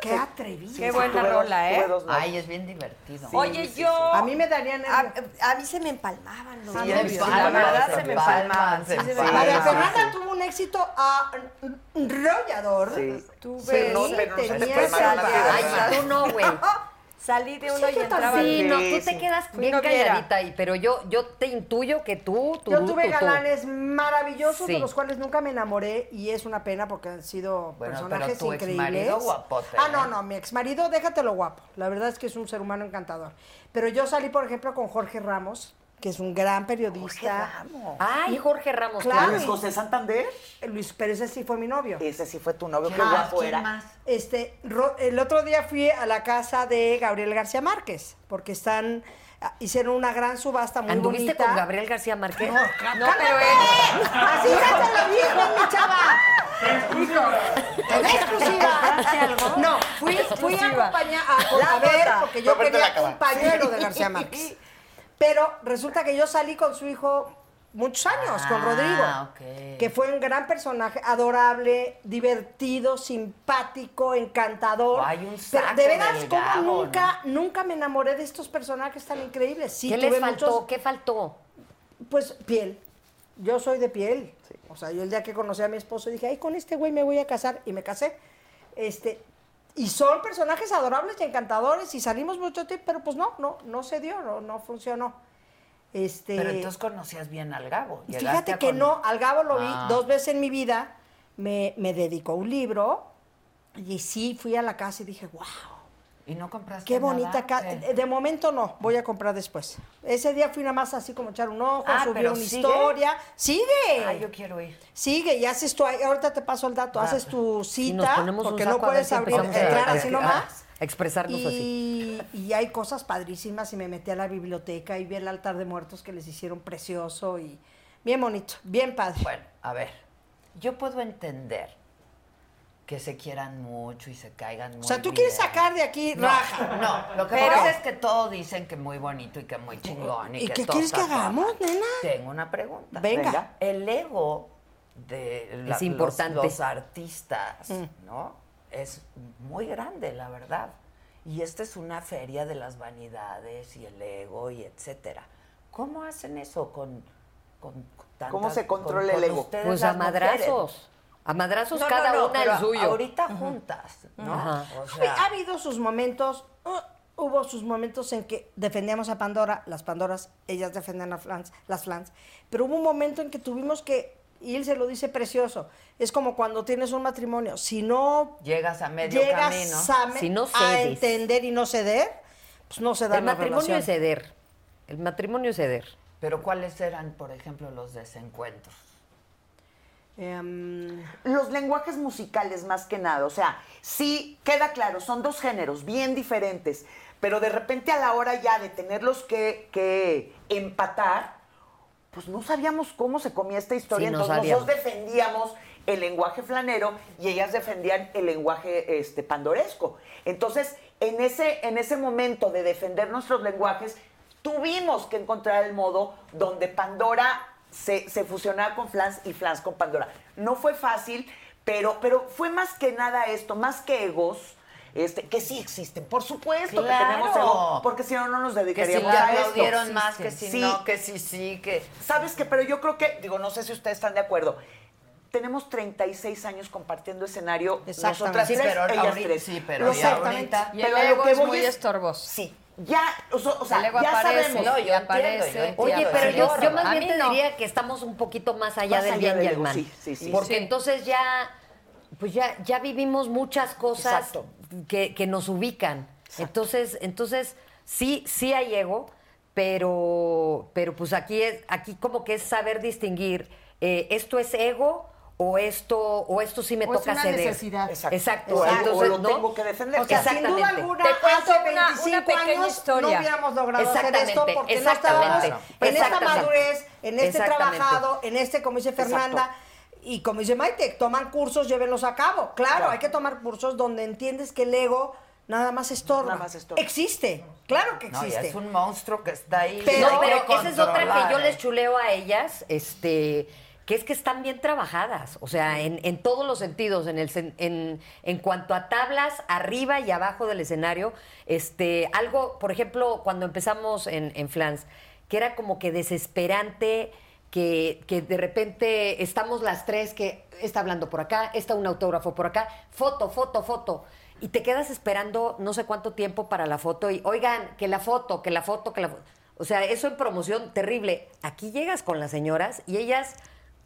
[SPEAKER 5] ¡Qué atrevida!
[SPEAKER 11] Qué buena
[SPEAKER 6] Tuve dos-
[SPEAKER 11] rola,
[SPEAKER 6] tuve
[SPEAKER 11] ¿eh?
[SPEAKER 6] dos novios.
[SPEAKER 3] Ay, es bien divertido.
[SPEAKER 11] Oye, yo.
[SPEAKER 5] A mí me darían
[SPEAKER 11] A, a mí se me empalmaban los
[SPEAKER 5] Sí,
[SPEAKER 11] nervios.
[SPEAKER 5] sí,
[SPEAKER 11] La
[SPEAKER 5] sí,
[SPEAKER 11] verdad
[SPEAKER 3] se
[SPEAKER 11] se me
[SPEAKER 3] empalman,
[SPEAKER 11] empalmaban.
[SPEAKER 3] se
[SPEAKER 11] sí, se me
[SPEAKER 3] empalman.
[SPEAKER 5] María
[SPEAKER 11] empalmaban.
[SPEAKER 5] Fernanda tuvo un éxito arrollador.
[SPEAKER 6] Sí.
[SPEAKER 11] Tuve-
[SPEAKER 6] Sí, no, pero no se te puede
[SPEAKER 5] tenías
[SPEAKER 6] parar la
[SPEAKER 5] allá.
[SPEAKER 9] Ay,
[SPEAKER 6] vida.
[SPEAKER 9] tú no, güey.
[SPEAKER 11] Salí de uno
[SPEAKER 5] Sí,
[SPEAKER 11] y
[SPEAKER 5] yo
[SPEAKER 11] entraba.
[SPEAKER 6] Sí,
[SPEAKER 9] Sí, no, tú te
[SPEAKER 6] sí.
[SPEAKER 9] quedas
[SPEAKER 11] Fui
[SPEAKER 9] bien
[SPEAKER 11] noviera.
[SPEAKER 9] calladita ahí, pero yo, yo te intuyo que tú, tú,
[SPEAKER 5] Yo tuve
[SPEAKER 9] tú, tú.
[SPEAKER 5] galanes maravillosos
[SPEAKER 9] Sí.
[SPEAKER 5] de los cuales nunca me enamoré y es una pena porque han sido
[SPEAKER 3] Bueno,
[SPEAKER 5] personajes
[SPEAKER 3] pero tu
[SPEAKER 5] increíbles.
[SPEAKER 3] exmarido guapote,
[SPEAKER 9] ¿eh?
[SPEAKER 5] ah,
[SPEAKER 3] ¿no?
[SPEAKER 5] no, no, mi exmarido, déjatelo guapo. La verdad es que es un ser humano encantador. Pero yo salí, por ejemplo, con Jorge Ramos, que es un gran periodista.
[SPEAKER 9] Ay, Jorge Ramos,
[SPEAKER 5] Claro.
[SPEAKER 9] claro.
[SPEAKER 6] Luis José Santander,
[SPEAKER 5] Luis, pero ese sí fue mi novio.
[SPEAKER 6] ese sí fue tu novio, qué
[SPEAKER 3] más?
[SPEAKER 6] guapo
[SPEAKER 3] ¿Quién
[SPEAKER 6] era.
[SPEAKER 3] más?
[SPEAKER 5] Este, Ro- el otro día fui a la casa de Gabriel García Márquez, porque están, ah, hicieron una gran subasta muy
[SPEAKER 9] ¿Anduviste
[SPEAKER 5] bonita.
[SPEAKER 9] con Gabriel García Márquez?
[SPEAKER 11] No, pero él.
[SPEAKER 5] Así ya te lo dijo, mi chava. En exclusiva. No, fui, fui a acompañar a, a ver, porque yo quería un pañuelo de García Márquez. Pero resulta que yo salí con su hijo muchos años, con
[SPEAKER 3] Ah,
[SPEAKER 5] Rodrigo,
[SPEAKER 3] ok.
[SPEAKER 5] que fue un gran personaje, adorable, divertido, simpático, encantador.
[SPEAKER 3] Ay, un
[SPEAKER 5] Pero
[SPEAKER 3] saco
[SPEAKER 5] de veras,
[SPEAKER 3] del
[SPEAKER 5] como
[SPEAKER 3] nabo, ¿no?
[SPEAKER 5] nunca, nunca me enamoré de estos personajes tan increíbles. Sí,
[SPEAKER 9] ¿Qué
[SPEAKER 5] tuve
[SPEAKER 9] les faltó?
[SPEAKER 5] muchos-
[SPEAKER 9] ¿Qué faltó?
[SPEAKER 5] pues piel. Yo soy de piel. O sea, yo el día que conocí a mi esposo dije, ay, con este güey me voy a casar. Y me casé. Este, y son personajes adorables y encantadores y salimos mucho tiempo, pero pues no, no, no se dio, no, no funcionó. Este,
[SPEAKER 3] Pero entonces conocías bien al Gabo. llegaste
[SPEAKER 5] Fíjate
[SPEAKER 3] a
[SPEAKER 5] que
[SPEAKER 3] con-
[SPEAKER 5] no, al Gabo lo vi
[SPEAKER 3] Ah.
[SPEAKER 5] dos veces en mi vida, me, me dedicó un libro y sí fui a la casa y dije, wow,
[SPEAKER 3] Y no compraste
[SPEAKER 5] qué
[SPEAKER 3] nada, eh.
[SPEAKER 5] bonita casa.
[SPEAKER 3] ¿o qué?
[SPEAKER 5] De momento no, voy a comprar después. Ese día fui nada más así como echar un ojo,
[SPEAKER 3] Ah,
[SPEAKER 5] subí
[SPEAKER 3] pero
[SPEAKER 5] una
[SPEAKER 3] ¿sigue?
[SPEAKER 5] historia. Sigue.
[SPEAKER 3] Ay, ah, yo quiero ir.
[SPEAKER 5] Sigue y haces tu. Ahorita te paso el dato. haces tu
[SPEAKER 9] Y nos
[SPEAKER 5] cita
[SPEAKER 9] ponemos un
[SPEAKER 5] porque
[SPEAKER 9] saco
[SPEAKER 5] no
[SPEAKER 9] a ver
[SPEAKER 5] puedes
[SPEAKER 9] si
[SPEAKER 5] abrir,
[SPEAKER 9] empezamos a-
[SPEAKER 5] entrar
[SPEAKER 9] a-
[SPEAKER 5] así
[SPEAKER 9] a-
[SPEAKER 5] nomás.
[SPEAKER 9] a expresarnos así.
[SPEAKER 5] Y, y hay cosas padrísimas y me metí a la biblioteca y vi el altar de muertos que les hicieron precioso y bien bonito, bien padre.
[SPEAKER 3] Bueno, a ver, yo puedo entender que se quieran mucho y se caigan mucho.
[SPEAKER 5] o sea, tú quieres sacar de aquí raja.
[SPEAKER 3] No, lo que
[SPEAKER 5] Pero-
[SPEAKER 3] pasa es que todos dicen que muy bonito y que muy chingón. ¿Y,
[SPEAKER 5] ¿Y
[SPEAKER 3] que
[SPEAKER 5] qué
[SPEAKER 3] todo
[SPEAKER 5] quieres que
[SPEAKER 3] está todo.
[SPEAKER 5] hagamos, nena?
[SPEAKER 3] Tengo una pregunta.
[SPEAKER 5] Venga.
[SPEAKER 3] El ego de la-
[SPEAKER 9] Es importante.
[SPEAKER 3] Los, los artistas, ¿no? Es muy grande, la verdad. Y esta es una feria de las vanidades y el ego y etcétera. ¿Cómo hacen eso con, con tantas-
[SPEAKER 6] ¿Cómo se controla el ego?
[SPEAKER 3] ustedes,
[SPEAKER 9] Pues
[SPEAKER 3] las
[SPEAKER 9] a madrazos. A madrazos
[SPEAKER 3] mujeres? No, no,
[SPEAKER 9] cada
[SPEAKER 3] no,
[SPEAKER 9] una
[SPEAKER 3] pero
[SPEAKER 9] el suyo.
[SPEAKER 3] Ahorita juntas, ¿no?
[SPEAKER 9] Ajá.
[SPEAKER 3] O sea,
[SPEAKER 5] Ha habido sus momentos, uh, hubo sus momentos en que defendíamos a Pandora, las Pandoras, ellas defendían a Flans, las Flans, pero hubo un momento en que tuvimos que, y él se lo dice precioso, es como cuando tienes un matrimonio, si no
[SPEAKER 3] llegas a medio camino.
[SPEAKER 5] llegas a, me-
[SPEAKER 9] Si no
[SPEAKER 5] a
[SPEAKER 9] cedes.
[SPEAKER 5] entender y no ceder, pues no se da
[SPEAKER 9] El
[SPEAKER 5] la
[SPEAKER 9] matrimonio
[SPEAKER 5] relación.
[SPEAKER 9] es ceder. El matrimonio es ceder.
[SPEAKER 3] Pero ¿cuáles eran, por ejemplo, los desencuentros?
[SPEAKER 5] Em,
[SPEAKER 6] Los lenguajes musicales más que nada, o sea, sí queda claro, son dos géneros bien diferentes, pero de repente a la hora ya de tenerlos que, que empatar, pues no sabíamos cómo se comía esta historia,
[SPEAKER 9] Sí, no
[SPEAKER 6] entonces
[SPEAKER 9] sabíamos.
[SPEAKER 6] nosotros defendíamos el lenguaje flanero y ellas defendían el lenguaje este pandoresco. Entonces, en ese en ese momento de defender nuestros lenguajes, tuvimos que encontrar el modo donde Pandora se, se fusionaba con Flans y Flans con Pandora. No fue fácil, pero pero fue más que nada esto, más que egos este, que sí existen, por supuesto
[SPEAKER 3] Claro.
[SPEAKER 6] que tenemos ego, porque si no, no nos
[SPEAKER 3] Que si
[SPEAKER 6] dedicaríamos
[SPEAKER 3] te
[SPEAKER 6] a esto.
[SPEAKER 3] aplaudieron más, que si
[SPEAKER 6] Sí.
[SPEAKER 3] no, que si sí, que...
[SPEAKER 6] ¿Sabes qué? Pero yo creo que, digo, no sé si ustedes están de acuerdo. Tenemos 36 años compartiendo escenario.
[SPEAKER 5] Exactamente.
[SPEAKER 6] Nosotras
[SPEAKER 3] Sí,
[SPEAKER 6] tres,
[SPEAKER 3] pero
[SPEAKER 6] ellas
[SPEAKER 3] ahorita-
[SPEAKER 6] tres.
[SPEAKER 3] sí, pero
[SPEAKER 6] Lo
[SPEAKER 3] ya
[SPEAKER 6] sé,
[SPEAKER 3] ahorita-
[SPEAKER 11] Y el
[SPEAKER 6] pero a lo
[SPEAKER 11] ego
[SPEAKER 6] que
[SPEAKER 11] es
[SPEAKER 6] voy
[SPEAKER 11] muy
[SPEAKER 6] es-
[SPEAKER 11] estorboso.
[SPEAKER 6] Sí. Ya, o, so- o sea,
[SPEAKER 11] El ego
[SPEAKER 6] ya
[SPEAKER 11] aparece.
[SPEAKER 6] sabemos.
[SPEAKER 11] No, yo
[SPEAKER 3] entiendo,
[SPEAKER 11] aparece,
[SPEAKER 3] yo entiendo.
[SPEAKER 9] Oye,
[SPEAKER 3] Claro,
[SPEAKER 9] pero
[SPEAKER 3] sí,
[SPEAKER 9] yo,
[SPEAKER 3] claro.
[SPEAKER 9] yo más
[SPEAKER 11] A
[SPEAKER 9] bien
[SPEAKER 11] mí
[SPEAKER 9] te
[SPEAKER 11] no.
[SPEAKER 9] diría que estamos un poquito más allá
[SPEAKER 6] Más
[SPEAKER 9] del
[SPEAKER 6] allá
[SPEAKER 9] bien
[SPEAKER 6] del
[SPEAKER 9] y el
[SPEAKER 6] ego,
[SPEAKER 9] mal.
[SPEAKER 6] sí, sí, sí.
[SPEAKER 9] Porque
[SPEAKER 11] Sí.
[SPEAKER 9] entonces ya, pues ya, ya vivimos muchas cosas
[SPEAKER 6] Exacto.
[SPEAKER 9] que, que nos ubican. Entonces, entonces sí, sí hay ego, pero, pero pues aquí es, aquí como que es saber distinguir eh, esto es ego o esto, o esto sí me
[SPEAKER 5] O es
[SPEAKER 9] toca
[SPEAKER 5] una
[SPEAKER 9] ceder.
[SPEAKER 5] necesidad.
[SPEAKER 9] Exacto.
[SPEAKER 6] O, algo-
[SPEAKER 9] Entonces,
[SPEAKER 6] o lo
[SPEAKER 9] ¿no?
[SPEAKER 6] tengo que defender.
[SPEAKER 5] O sea, sin
[SPEAKER 9] Exactamente.
[SPEAKER 5] duda alguna,
[SPEAKER 11] Te cuento
[SPEAKER 5] hace
[SPEAKER 11] una-
[SPEAKER 5] 25
[SPEAKER 11] una pequeña
[SPEAKER 5] años
[SPEAKER 11] historia.
[SPEAKER 5] no hubiéramos logrado hacer esto
[SPEAKER 9] Exactamente,
[SPEAKER 5] porque no estábamos
[SPEAKER 9] exactamente,
[SPEAKER 5] en esta
[SPEAKER 9] exactamente.
[SPEAKER 5] madurez, en este
[SPEAKER 9] Exactamente.
[SPEAKER 5] trabajado, en este, como dice Fernanda. Y como dice Maite, toman cursos, llévenlos a cabo. Claro, hay que tomar cursos donde entiendes que el ego nada más estorba.
[SPEAKER 6] Nada más estorba.
[SPEAKER 5] Existe, claro que
[SPEAKER 12] No, y
[SPEAKER 5] existe.
[SPEAKER 12] es un monstruo que está ahí.
[SPEAKER 5] Pero-
[SPEAKER 9] no,
[SPEAKER 12] hay
[SPEAKER 9] pero
[SPEAKER 12] que
[SPEAKER 9] esa es otra que yo
[SPEAKER 12] controlar,
[SPEAKER 9] les
[SPEAKER 12] ¿eh?
[SPEAKER 9] chuleo a ellas, este, que es que están bien trabajadas, o sea, en, en todos los sentidos, en el sen- en, en cuanto a tablas, arriba y abajo del escenario, este, algo, por ejemplo, cuando empezamos en, en Flans, que era como que desesperante, que, que de repente estamos las tres que está hablando por acá, está un autógrafo por acá, foto, foto, foto. Y te quedas esperando no sé cuánto tiempo para la foto y, oigan, que la foto, que la foto, que la foto. O sea, eso en promoción, terrible. Aquí llegas con las señoras y ellas,